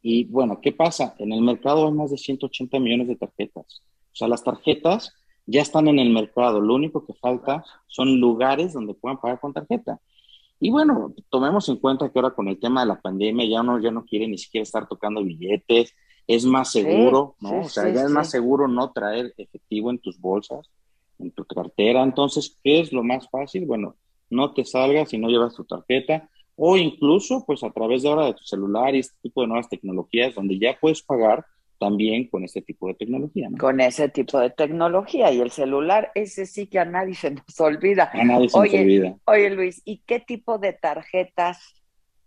[SPEAKER 22] Y bueno, ¿qué pasa? En el mercado hay más de 180 millones de tarjetas. O sea, las tarjetas ya están en el mercado. Lo único que falta son lugares donde puedan pagar con tarjeta. Y bueno, tomemos en cuenta que ahora con el tema de la pandemia ya uno ya no quiere ni siquiera estar tocando billetes, es más seguro, sí, ¿no? Sí, o sea, sí, ya es más seguro no traer efectivo en tus bolsas, en tu cartera. Entonces, ¿qué es lo más fácil? Bueno, no te salgas si no llevas tu tarjeta o incluso pues a través de ahora de tu celular y este tipo de nuevas tecnologías donde ya puedes pagar también con este tipo de tecnología. ¿no?
[SPEAKER 3] Con ese tipo de tecnología y el celular, ese sí que a nadie [LAUGHS] se nos olvida.
[SPEAKER 22] A nadie se oye, nos olvida.
[SPEAKER 3] Oye, Luis, ¿y qué tipo de tarjetas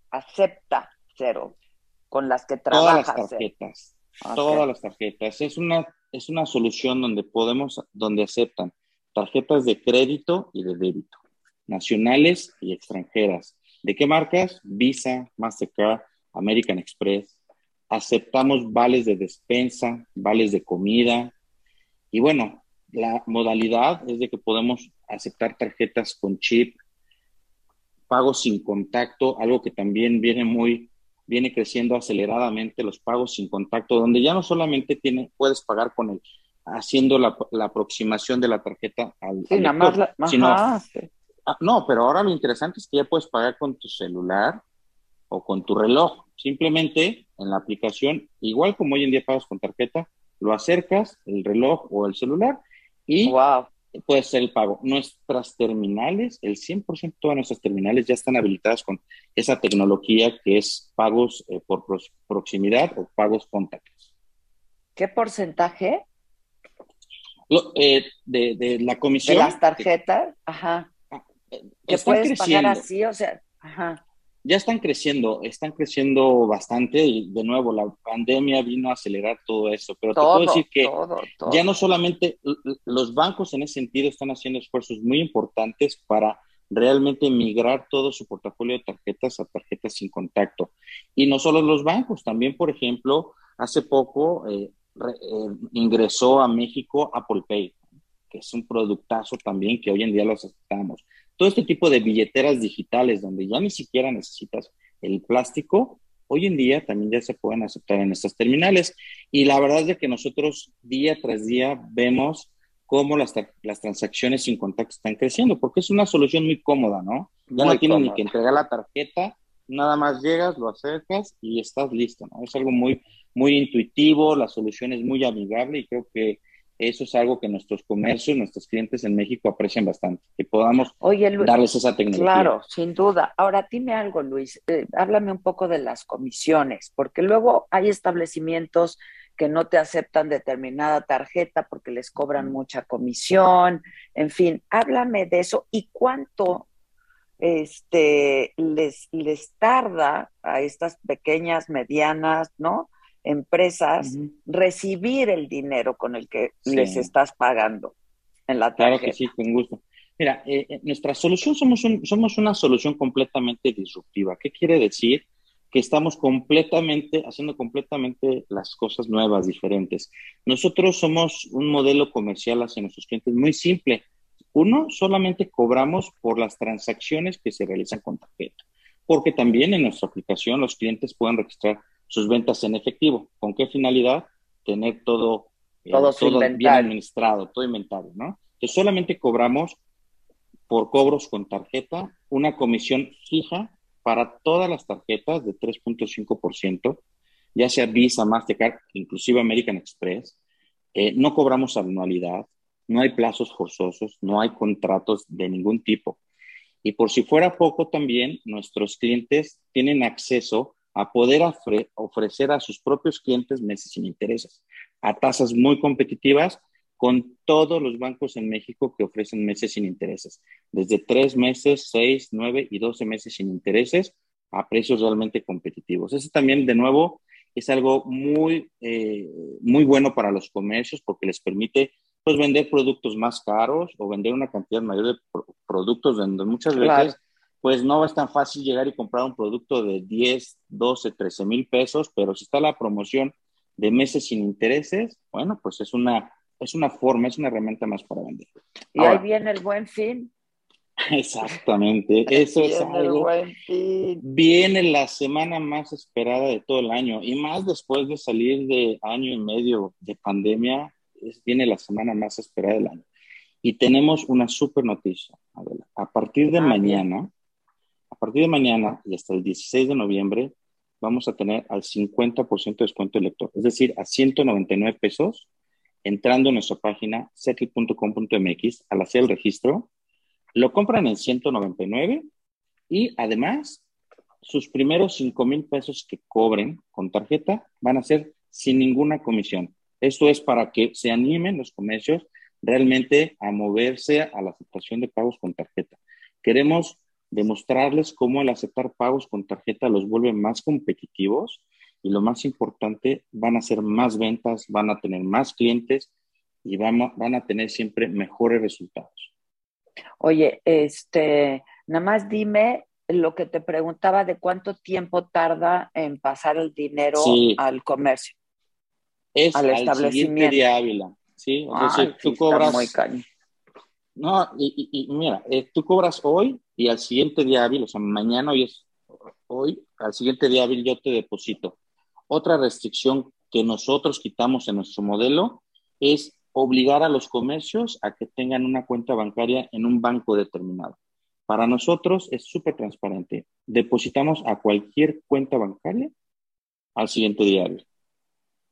[SPEAKER 3] acepta Cero? Con las que trabajas.
[SPEAKER 22] Todas las tarjetas. Okay. eh. Todas las tarjetas. Es una, es una solución donde podemos, donde aceptan tarjetas de crédito y de débito, nacionales y extranjeras. ¿De qué marcas? Visa, Mastercard, American Express, aceptamos vales de despensa, vales de comida. Y bueno, la modalidad es de que podemos aceptar tarjetas con chip, pagos sin contacto, algo que también viene muy viene creciendo aceleradamente los pagos sin contacto, donde ya no solamente tiene, puedes pagar con el haciendo la, la aproximación de la tarjeta al,
[SPEAKER 3] sí,
[SPEAKER 22] al
[SPEAKER 3] nada más la,
[SPEAKER 22] sino, ajá. Ah, no, pero ahora lo interesante es que ya puedes pagar con tu celular o con tu reloj. Simplemente en la aplicación, igual como hoy en día pagas con tarjeta, lo acercas, el reloj o el celular, y wow. puedes hacer el pago. Nuestras terminales, el 100% de nuestras terminales ya están habilitadas con esa tecnología que es pagos eh, por proximidad o pagos contactos.
[SPEAKER 3] ¿Qué porcentaje?
[SPEAKER 22] Lo, eh, de, de, la comisión.
[SPEAKER 3] De las tarjetas, que, ajá. Que puedes creciendo. pagar así, o sea, ajá
[SPEAKER 22] ya están creciendo, están creciendo bastante y de nuevo la pandemia vino a acelerar todo eso, pero todo, te puedo decir que todo, todo. ya no solamente los bancos en ese sentido están haciendo esfuerzos muy importantes para realmente migrar todo su portafolio de tarjetas a tarjetas sin contacto. Y no solo los bancos, también, por ejemplo, hace poco eh, re, eh, ingresó a México Apple Pay, que es un productazo también que hoy en día los aceptamos todo este tipo de billeteras digitales donde ya ni siquiera necesitas el plástico, hoy en día también ya se pueden aceptar en estas terminales. Y la verdad es de que nosotros día tras día vemos cómo las, tra- las transacciones sin contacto están creciendo, porque es una solución muy cómoda, ¿no? Ya
[SPEAKER 3] Muy
[SPEAKER 22] no tienes ni
[SPEAKER 3] cómoda.
[SPEAKER 22] que entregar la tarjeta, nada más llegas, lo acercas y estás listo, ¿no? Es algo muy, muy intuitivo, la solución es muy amigable y creo que eso es algo que nuestros comercios, nuestros clientes en México aprecian bastante, que podamos
[SPEAKER 3] Oye, Luis,
[SPEAKER 22] darles esa tecnología.
[SPEAKER 3] Claro, sin duda. Ahora, dime algo, Luis. eh, háblame un poco de las comisiones, porque luego hay establecimientos que no te aceptan determinada tarjeta porque les cobran mucha comisión. En fin, háblame de eso y cuánto este, les, les tarda a estas pequeñas, medianas, ¿no? Empresas recibir el dinero con el que
[SPEAKER 22] Sí.
[SPEAKER 3] les estás pagando en la tarjeta.
[SPEAKER 22] Claro que sí, con gusto. Mira, eh, eh, nuestra solución somos, un- somos una solución completamente disruptiva. ¿Qué quiere decir? Que estamos completamente, haciendo completamente las cosas nuevas, diferentes. Nosotros somos un modelo comercial hacia nuestros clientes muy simple. Uno, solamente cobramos por las transacciones que se realizan con tarjeta, porque también en nuestra aplicación los clientes pueden registrar sus ventas en efectivo. ¿Con qué finalidad? Tener todo, eh,
[SPEAKER 3] Todo su
[SPEAKER 22] bien
[SPEAKER 3] inventario.
[SPEAKER 22] administrado, todo inventario, ¿no? Entonces solamente cobramos por cobros con tarjeta una comisión fija para todas las tarjetas de 3.5%, ya sea Visa, Mastercard, inclusive American Express. Eh, no cobramos anualidad, no hay plazos forzosos, no hay contratos de ningún tipo. Y por si fuera poco también, nuestros clientes tienen acceso a poder ofre- ofrecer a sus propios clientes meses sin intereses, a tasas muy competitivas con todos los bancos en México que ofrecen meses sin intereses, desde tres meses, seis, nueve y doce meses sin intereses a precios realmente competitivos. Eso también, de nuevo, es algo muy, eh, muy bueno para los comercios porque les permite pues, vender productos más caros o vender una cantidad mayor de pro- productos donde muchas veces
[SPEAKER 3] Claro.
[SPEAKER 22] pues no es tan fácil llegar y comprar un producto de 10, 12, 13 mil pesos, pero si está la promoción de meses sin intereses, bueno, pues es una, es una forma, es una herramienta más para vender.
[SPEAKER 3] Y ahí
[SPEAKER 22] Ahora,
[SPEAKER 3] viene el buen fin.
[SPEAKER 22] [LAUGHS] exactamente,
[SPEAKER 3] [LAUGHS]
[SPEAKER 22] eso es
[SPEAKER 3] Viene el
[SPEAKER 22] algo.
[SPEAKER 3] buen fin.
[SPEAKER 22] Viene la semana más esperada de todo el año y más después de salir de año y medio de pandemia, es- viene la semana más esperada del año. Y tenemos una super noticia, Adela. A partir de mañana, a partir de mañana y hasta el 16 de noviembre, vamos a tener al 50% de descuento del lector, es decir, a 199 pesos, entrando en nuestra página settle.com.mx al hacer el registro. Lo compran en 199 y además sus primeros 5 mil pesos que cobren con tarjeta van a ser sin ninguna comisión. Esto es para que se animen los comercios realmente a moverse a la aceptación de pagos con tarjeta. Queremos demostrarles cómo el aceptar pagos con tarjeta los vuelve más competitivos y lo más importante, van a hacer más ventas, van a tener más clientes y vamos- van a tener siempre mejores resultados.
[SPEAKER 3] Oye, este, nada más dime lo que te preguntaba de cuánto tiempo tarda en pasar el dinero
[SPEAKER 22] Sí.
[SPEAKER 3] al comercio.
[SPEAKER 22] Es
[SPEAKER 3] al
[SPEAKER 22] al, siguiente
[SPEAKER 3] establecimiento.
[SPEAKER 22] día hábil, ¿sí? O sea, si
[SPEAKER 3] Ay, sí,
[SPEAKER 22] tú
[SPEAKER 3] está
[SPEAKER 22] cobras...
[SPEAKER 3] muy cañón.
[SPEAKER 22] No, y, y- y mira, eh, tú cobras hoy y al siguiente día hábil, o sea, mañana hoy es hoy, al siguiente día hábil yo te deposito. Otra restricción que nosotros quitamos en nuestro modelo es obligar a los comercios a que tengan una cuenta bancaria en un banco determinado. Para nosotros es súper transparente. Depositamos a cualquier cuenta bancaria al siguiente día hábil.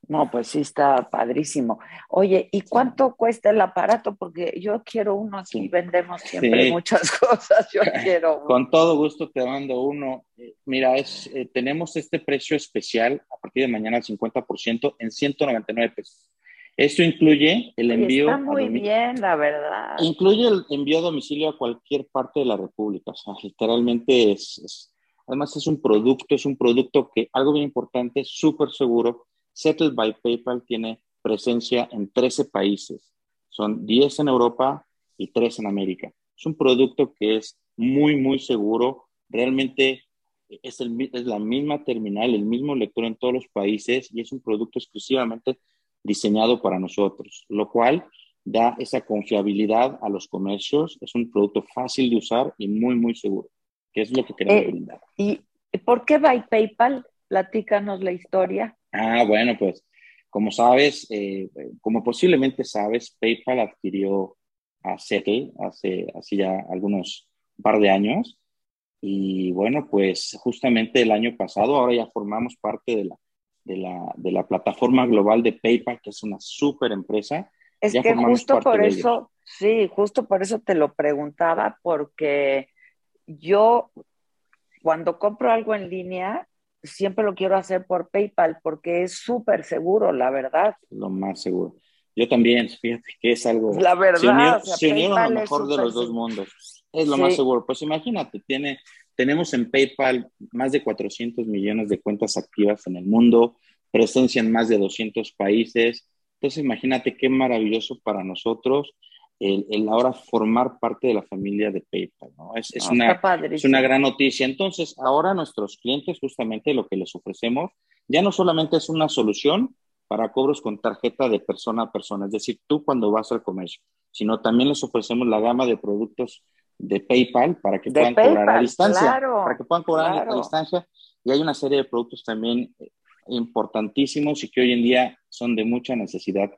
[SPEAKER 3] No, pues sí está padrísimo. Oye, ¿y cuánto cuesta el aparato? Porque yo quiero uno aquí, vendemos siempre
[SPEAKER 22] Sí.
[SPEAKER 3] muchas [LAUGHS] cosas,
[SPEAKER 22] [LAUGHS]
[SPEAKER 3] yo quiero uno.
[SPEAKER 22] Con todo gusto te mando uno. Eh, Mira, es, eh, tenemos este precio especial a partir de mañana al 50% en 199 pesos. Esto incluye el
[SPEAKER 3] Oye,
[SPEAKER 22] envío.
[SPEAKER 3] está
[SPEAKER 22] a
[SPEAKER 3] muy
[SPEAKER 22] domi-
[SPEAKER 3] bien, la verdad.
[SPEAKER 22] Incluye el envío a domicilio a cualquier parte de la República. O sea, literalmente es, es- Además, es un producto, es un producto que, algo bien importante, súper seguro. Settled by PayPal tiene presencia en 13 países. Son 10 en Europa y 3 en América. Es un producto que es muy, muy seguro. Realmente eh, es, el mi- es la misma terminal, el mismo lector en todos los países y es un producto exclusivamente diseñado para nosotros, lo cual da esa confiabilidad a los comercios. Es un producto fácil de usar y muy, muy seguro, que es lo que queremos
[SPEAKER 3] Eh,
[SPEAKER 22] brindar.
[SPEAKER 3] ¿Y por qué by PayPal? Platícanos la historia.
[SPEAKER 22] Ah, bueno, pues Como sabes, eh, como posiblemente sabes, PayPal adquirió a Settle hace, hace ya algunos par de años. Y bueno, pues justamente el año pasado, ahora ya formamos parte de la, de la, de la plataforma global de PayPal, que es una súper empresa.
[SPEAKER 3] Es
[SPEAKER 22] Ya
[SPEAKER 3] que
[SPEAKER 22] formamos
[SPEAKER 3] justo
[SPEAKER 22] parte
[SPEAKER 3] por
[SPEAKER 22] de ellos.
[SPEAKER 3] eso, sí, justo por eso te lo preguntaba, porque yo cuando compro algo en línea, siempre lo quiero hacer por PayPal, porque es súper seguro, la verdad.
[SPEAKER 22] lo más seguro. Yo también, fíjate que es algo.
[SPEAKER 3] La verdad,
[SPEAKER 22] Se, unió-
[SPEAKER 3] o sea,
[SPEAKER 22] se unieron
[SPEAKER 3] PayPal
[SPEAKER 22] lo
[SPEAKER 3] es
[SPEAKER 22] mejor de
[SPEAKER 3] súper
[SPEAKER 22] los dos
[SPEAKER 3] seguro.
[SPEAKER 22] mundos. Es lo
[SPEAKER 3] Sí.
[SPEAKER 22] más seguro. Pues imagínate, tiene, tenemos en PayPal más de 400 millones de cuentas activas en el mundo, presencia en más de 200 países. Entonces, imagínate qué maravilloso para nosotros el, el ahora formar parte de la familia de PayPal. ¿no? Es, es
[SPEAKER 3] No,
[SPEAKER 22] una,
[SPEAKER 3] Ah, está padrísimo.
[SPEAKER 22] es una gran noticia. Entonces, ahora nuestros clientes, justamente lo que les ofrecemos, ya no solamente es una solución para cobros con tarjeta de persona a persona, es decir, tú cuando vas al comercio, sino también les ofrecemos la gama de productos de PayPal para que
[SPEAKER 3] De
[SPEAKER 22] puedan cobrar a
[SPEAKER 3] PayPal,
[SPEAKER 22] distancia,
[SPEAKER 3] claro,
[SPEAKER 22] para que puedan cobrar
[SPEAKER 3] claro.
[SPEAKER 22] a distancia. Y hay una serie de productos también eh, importantísimos y que hoy en día son de mucha necesidad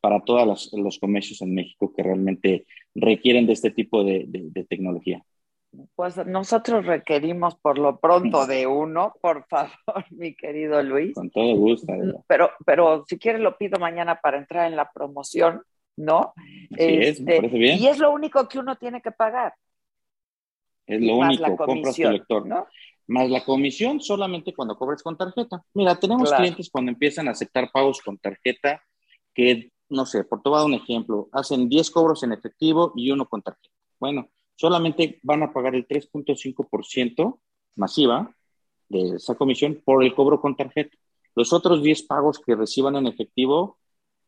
[SPEAKER 22] para todos los comercios en México que realmente requieren de este tipo de- de- de tecnología.
[SPEAKER 3] Pues nosotros requerimos por lo pronto de uno, por favor, [LAUGHS] mi querido Luis.
[SPEAKER 22] Con todo gusto. Adela.
[SPEAKER 3] Pero, pero si quieres lo pido mañana para entrar en la promoción, ¿no?
[SPEAKER 22] Así es, me parece bien.
[SPEAKER 3] Este, Y es lo único que uno tiene que pagar.
[SPEAKER 22] Es lo
[SPEAKER 3] Más la
[SPEAKER 22] único, compras tu
[SPEAKER 3] comisión,
[SPEAKER 22] lector.
[SPEAKER 3] ¿no?
[SPEAKER 22] Más la comisión solamente cuando cobres con tarjeta. Mira, tenemos
[SPEAKER 3] Claro.
[SPEAKER 22] clientes cuando empiezan a aceptar pagos con tarjeta que, no sé, por todo un ejemplo, hacen 10 cobros en efectivo y uno con tarjeta. Bueno, solamente van a pagar el 3.5% masiva de esa comisión por el cobro con tarjeta. Los otros 10 pagos que reciban en efectivo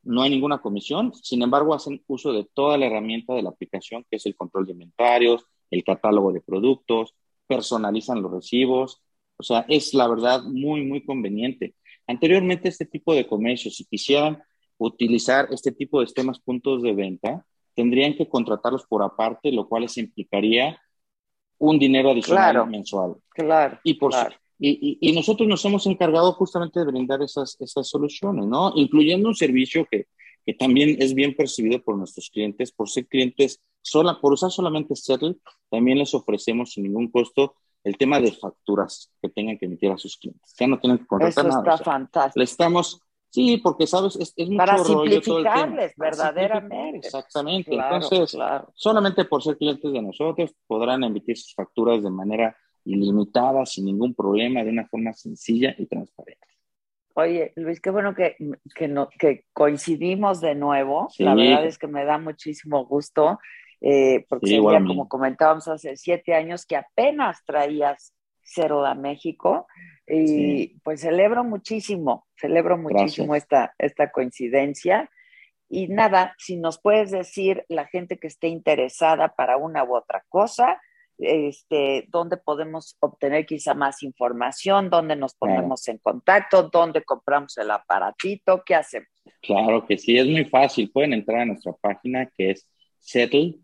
[SPEAKER 22] no hay ninguna comisión, sin embargo hacen uso de toda la herramienta de la aplicación, que es el control de inventarios, el catálogo de productos, personalizan los recibos, o sea, es la verdad muy, muy conveniente. Anteriormente este tipo de comercios, si quisieran utilizar este tipo de sistemas puntos de venta, tendrían que contratarlos por aparte, lo cual les implicaría un dinero adicional
[SPEAKER 3] Claro.
[SPEAKER 22] mensual.
[SPEAKER 3] Claro.
[SPEAKER 22] Y, por su-
[SPEAKER 3] claro.
[SPEAKER 22] y, y- y nosotros nos hemos encargado justamente de brindar esas, esas soluciones, ¿no? Incluyendo un servicio que, que también es bien percibido por nuestros clientes, por ser clientes sola, por usar solamente Settle, también les ofrecemos sin ningún costo el tema de facturas que tengan que emitir a sus clientes. Ya no tienen que contratar
[SPEAKER 3] Eso
[SPEAKER 22] nada.
[SPEAKER 3] está
[SPEAKER 22] o sea,
[SPEAKER 3] fantástico.
[SPEAKER 22] le estamos, sí, porque sabes, es, es mucho
[SPEAKER 3] Para
[SPEAKER 22] rollo todo el tema.
[SPEAKER 3] simplificarles,
[SPEAKER 22] Para simplificar,
[SPEAKER 3] verdaderamente.
[SPEAKER 22] Exactamente.
[SPEAKER 3] Claro,
[SPEAKER 22] Entonces,
[SPEAKER 3] claro.
[SPEAKER 22] solamente por ser clientes de nosotros podrán emitir sus facturas de manera ilimitada, sin ningún problema, de una forma sencilla y transparente.
[SPEAKER 3] Oye, Luis, qué bueno que, que, no, que coincidimos de nuevo.
[SPEAKER 22] Sí.
[SPEAKER 3] La verdad es que me da muchísimo gusto, eh, porque
[SPEAKER 22] Sí,
[SPEAKER 3] sería,
[SPEAKER 22] igual a mí.
[SPEAKER 3] como comentábamos hace siete años, que apenas traías Cero a México. Y
[SPEAKER 22] Sí.
[SPEAKER 3] pues celebro muchísimo, celebro muchísimo esta, esta coincidencia. Y nada, si nos puedes decir la gente que esté interesada para una u otra cosa, este, dónde podemos obtener quizá más información, dónde nos
[SPEAKER 22] Claro.
[SPEAKER 3] ponemos en contacto, dónde compramos el aparatito, qué hacemos.
[SPEAKER 22] Claro que sí, es muy fácil. Pueden entrar a nuestra página que es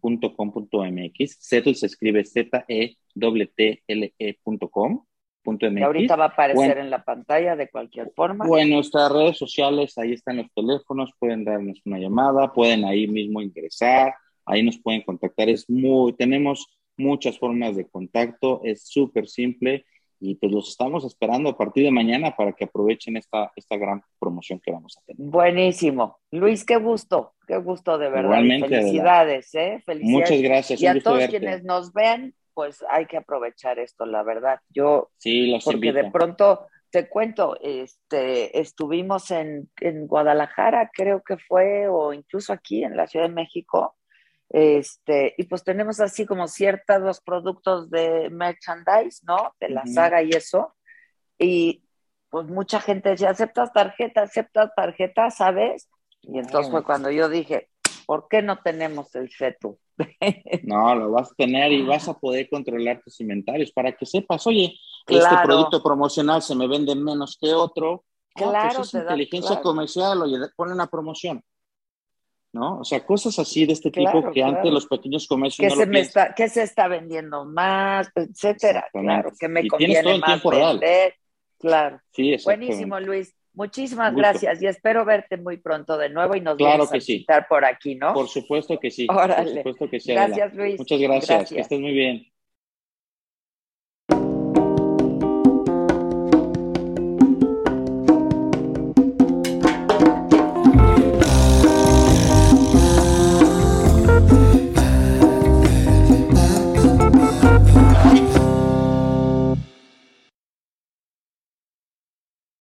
[SPEAKER 22] settle.com.mx. Settle se escribe E Z-E-T-L-E.com.
[SPEAKER 3] Y ahorita va a aparecer en la pantalla de cualquier forma.
[SPEAKER 22] O en nuestras redes sociales, ahí están los teléfonos, pueden darnos una llamada, pueden ahí mismo ingresar, ahí nos pueden contactar. Es muy, tenemos muchas formas de contacto, es súper simple y pues los estamos esperando a partir de mañana para que aprovechen esta, esta gran promoción que vamos a tener.
[SPEAKER 3] Buenísimo. Luis, qué gusto, qué gusto de verdad. y
[SPEAKER 22] Igualmente, Adela.
[SPEAKER 3] felicidades, ¿eh? Felicidades.
[SPEAKER 22] Muchas gracias,
[SPEAKER 3] Y
[SPEAKER 22] un
[SPEAKER 3] a
[SPEAKER 22] gusto
[SPEAKER 3] todos
[SPEAKER 22] verte.
[SPEAKER 3] quienes nos ven, pues hay que aprovechar esto, la verdad. Yo
[SPEAKER 22] Sí, los
[SPEAKER 3] porque
[SPEAKER 22] invito.
[SPEAKER 3] de pronto te cuento, este, estuvimos en, en Guadalajara, creo que fue, o incluso aquí en la Ciudad de México, este, y pues tenemos así como ciertos los productos de merchandise, ¿no? De la
[SPEAKER 23] Ujú.
[SPEAKER 3] saga y eso, y pues mucha gente decía, aceptas tarjeta, aceptas tarjeta, ¿sabes? Y entonces fue cuando yo dije, ¿por qué no tenemos el E CETU?
[SPEAKER 22] Ah, No, lo vas a tener y
[SPEAKER 3] Ah.
[SPEAKER 22] vas a poder controlar tus inventarios para que sepas, oye, este
[SPEAKER 3] Claro.
[SPEAKER 22] producto promocional se me vende menos que otro. Ah,
[SPEAKER 3] Claro,
[SPEAKER 22] pues es
[SPEAKER 3] te da-
[SPEAKER 22] inteligencia
[SPEAKER 3] claro.
[SPEAKER 22] comercial, oye, pone una promoción. ¿No? O sea, cosas así de este tipo
[SPEAKER 3] Claro,
[SPEAKER 22] que
[SPEAKER 3] claro.
[SPEAKER 22] antes los pequeños comercios
[SPEAKER 3] ¿Qué
[SPEAKER 22] no
[SPEAKER 3] se
[SPEAKER 22] lo
[SPEAKER 3] me
[SPEAKER 22] piensan.
[SPEAKER 3] está, qué se está vendiendo más, etcétera?
[SPEAKER 22] Exactamente.
[SPEAKER 3] Claro, que me
[SPEAKER 22] Y
[SPEAKER 3] conviene
[SPEAKER 22] tienes todo en
[SPEAKER 3] más
[SPEAKER 22] tiempo real.
[SPEAKER 3] vender. Claro.
[SPEAKER 22] Sí, exactamente.
[SPEAKER 3] Buenísimo, Luis. Muchísimas
[SPEAKER 22] Gusto.
[SPEAKER 3] gracias y espero verte muy pronto de nuevo y nos
[SPEAKER 22] Claro
[SPEAKER 3] vamos a
[SPEAKER 22] que sí.
[SPEAKER 3] visitar por aquí, ¿no?
[SPEAKER 22] Por supuesto que sí.
[SPEAKER 3] Órale.
[SPEAKER 22] Por supuesto que sí.
[SPEAKER 3] Gracias,
[SPEAKER 22] Adela.
[SPEAKER 3] Luis.
[SPEAKER 22] Muchas gracias.
[SPEAKER 3] Gracias.
[SPEAKER 22] Que estés muy bien.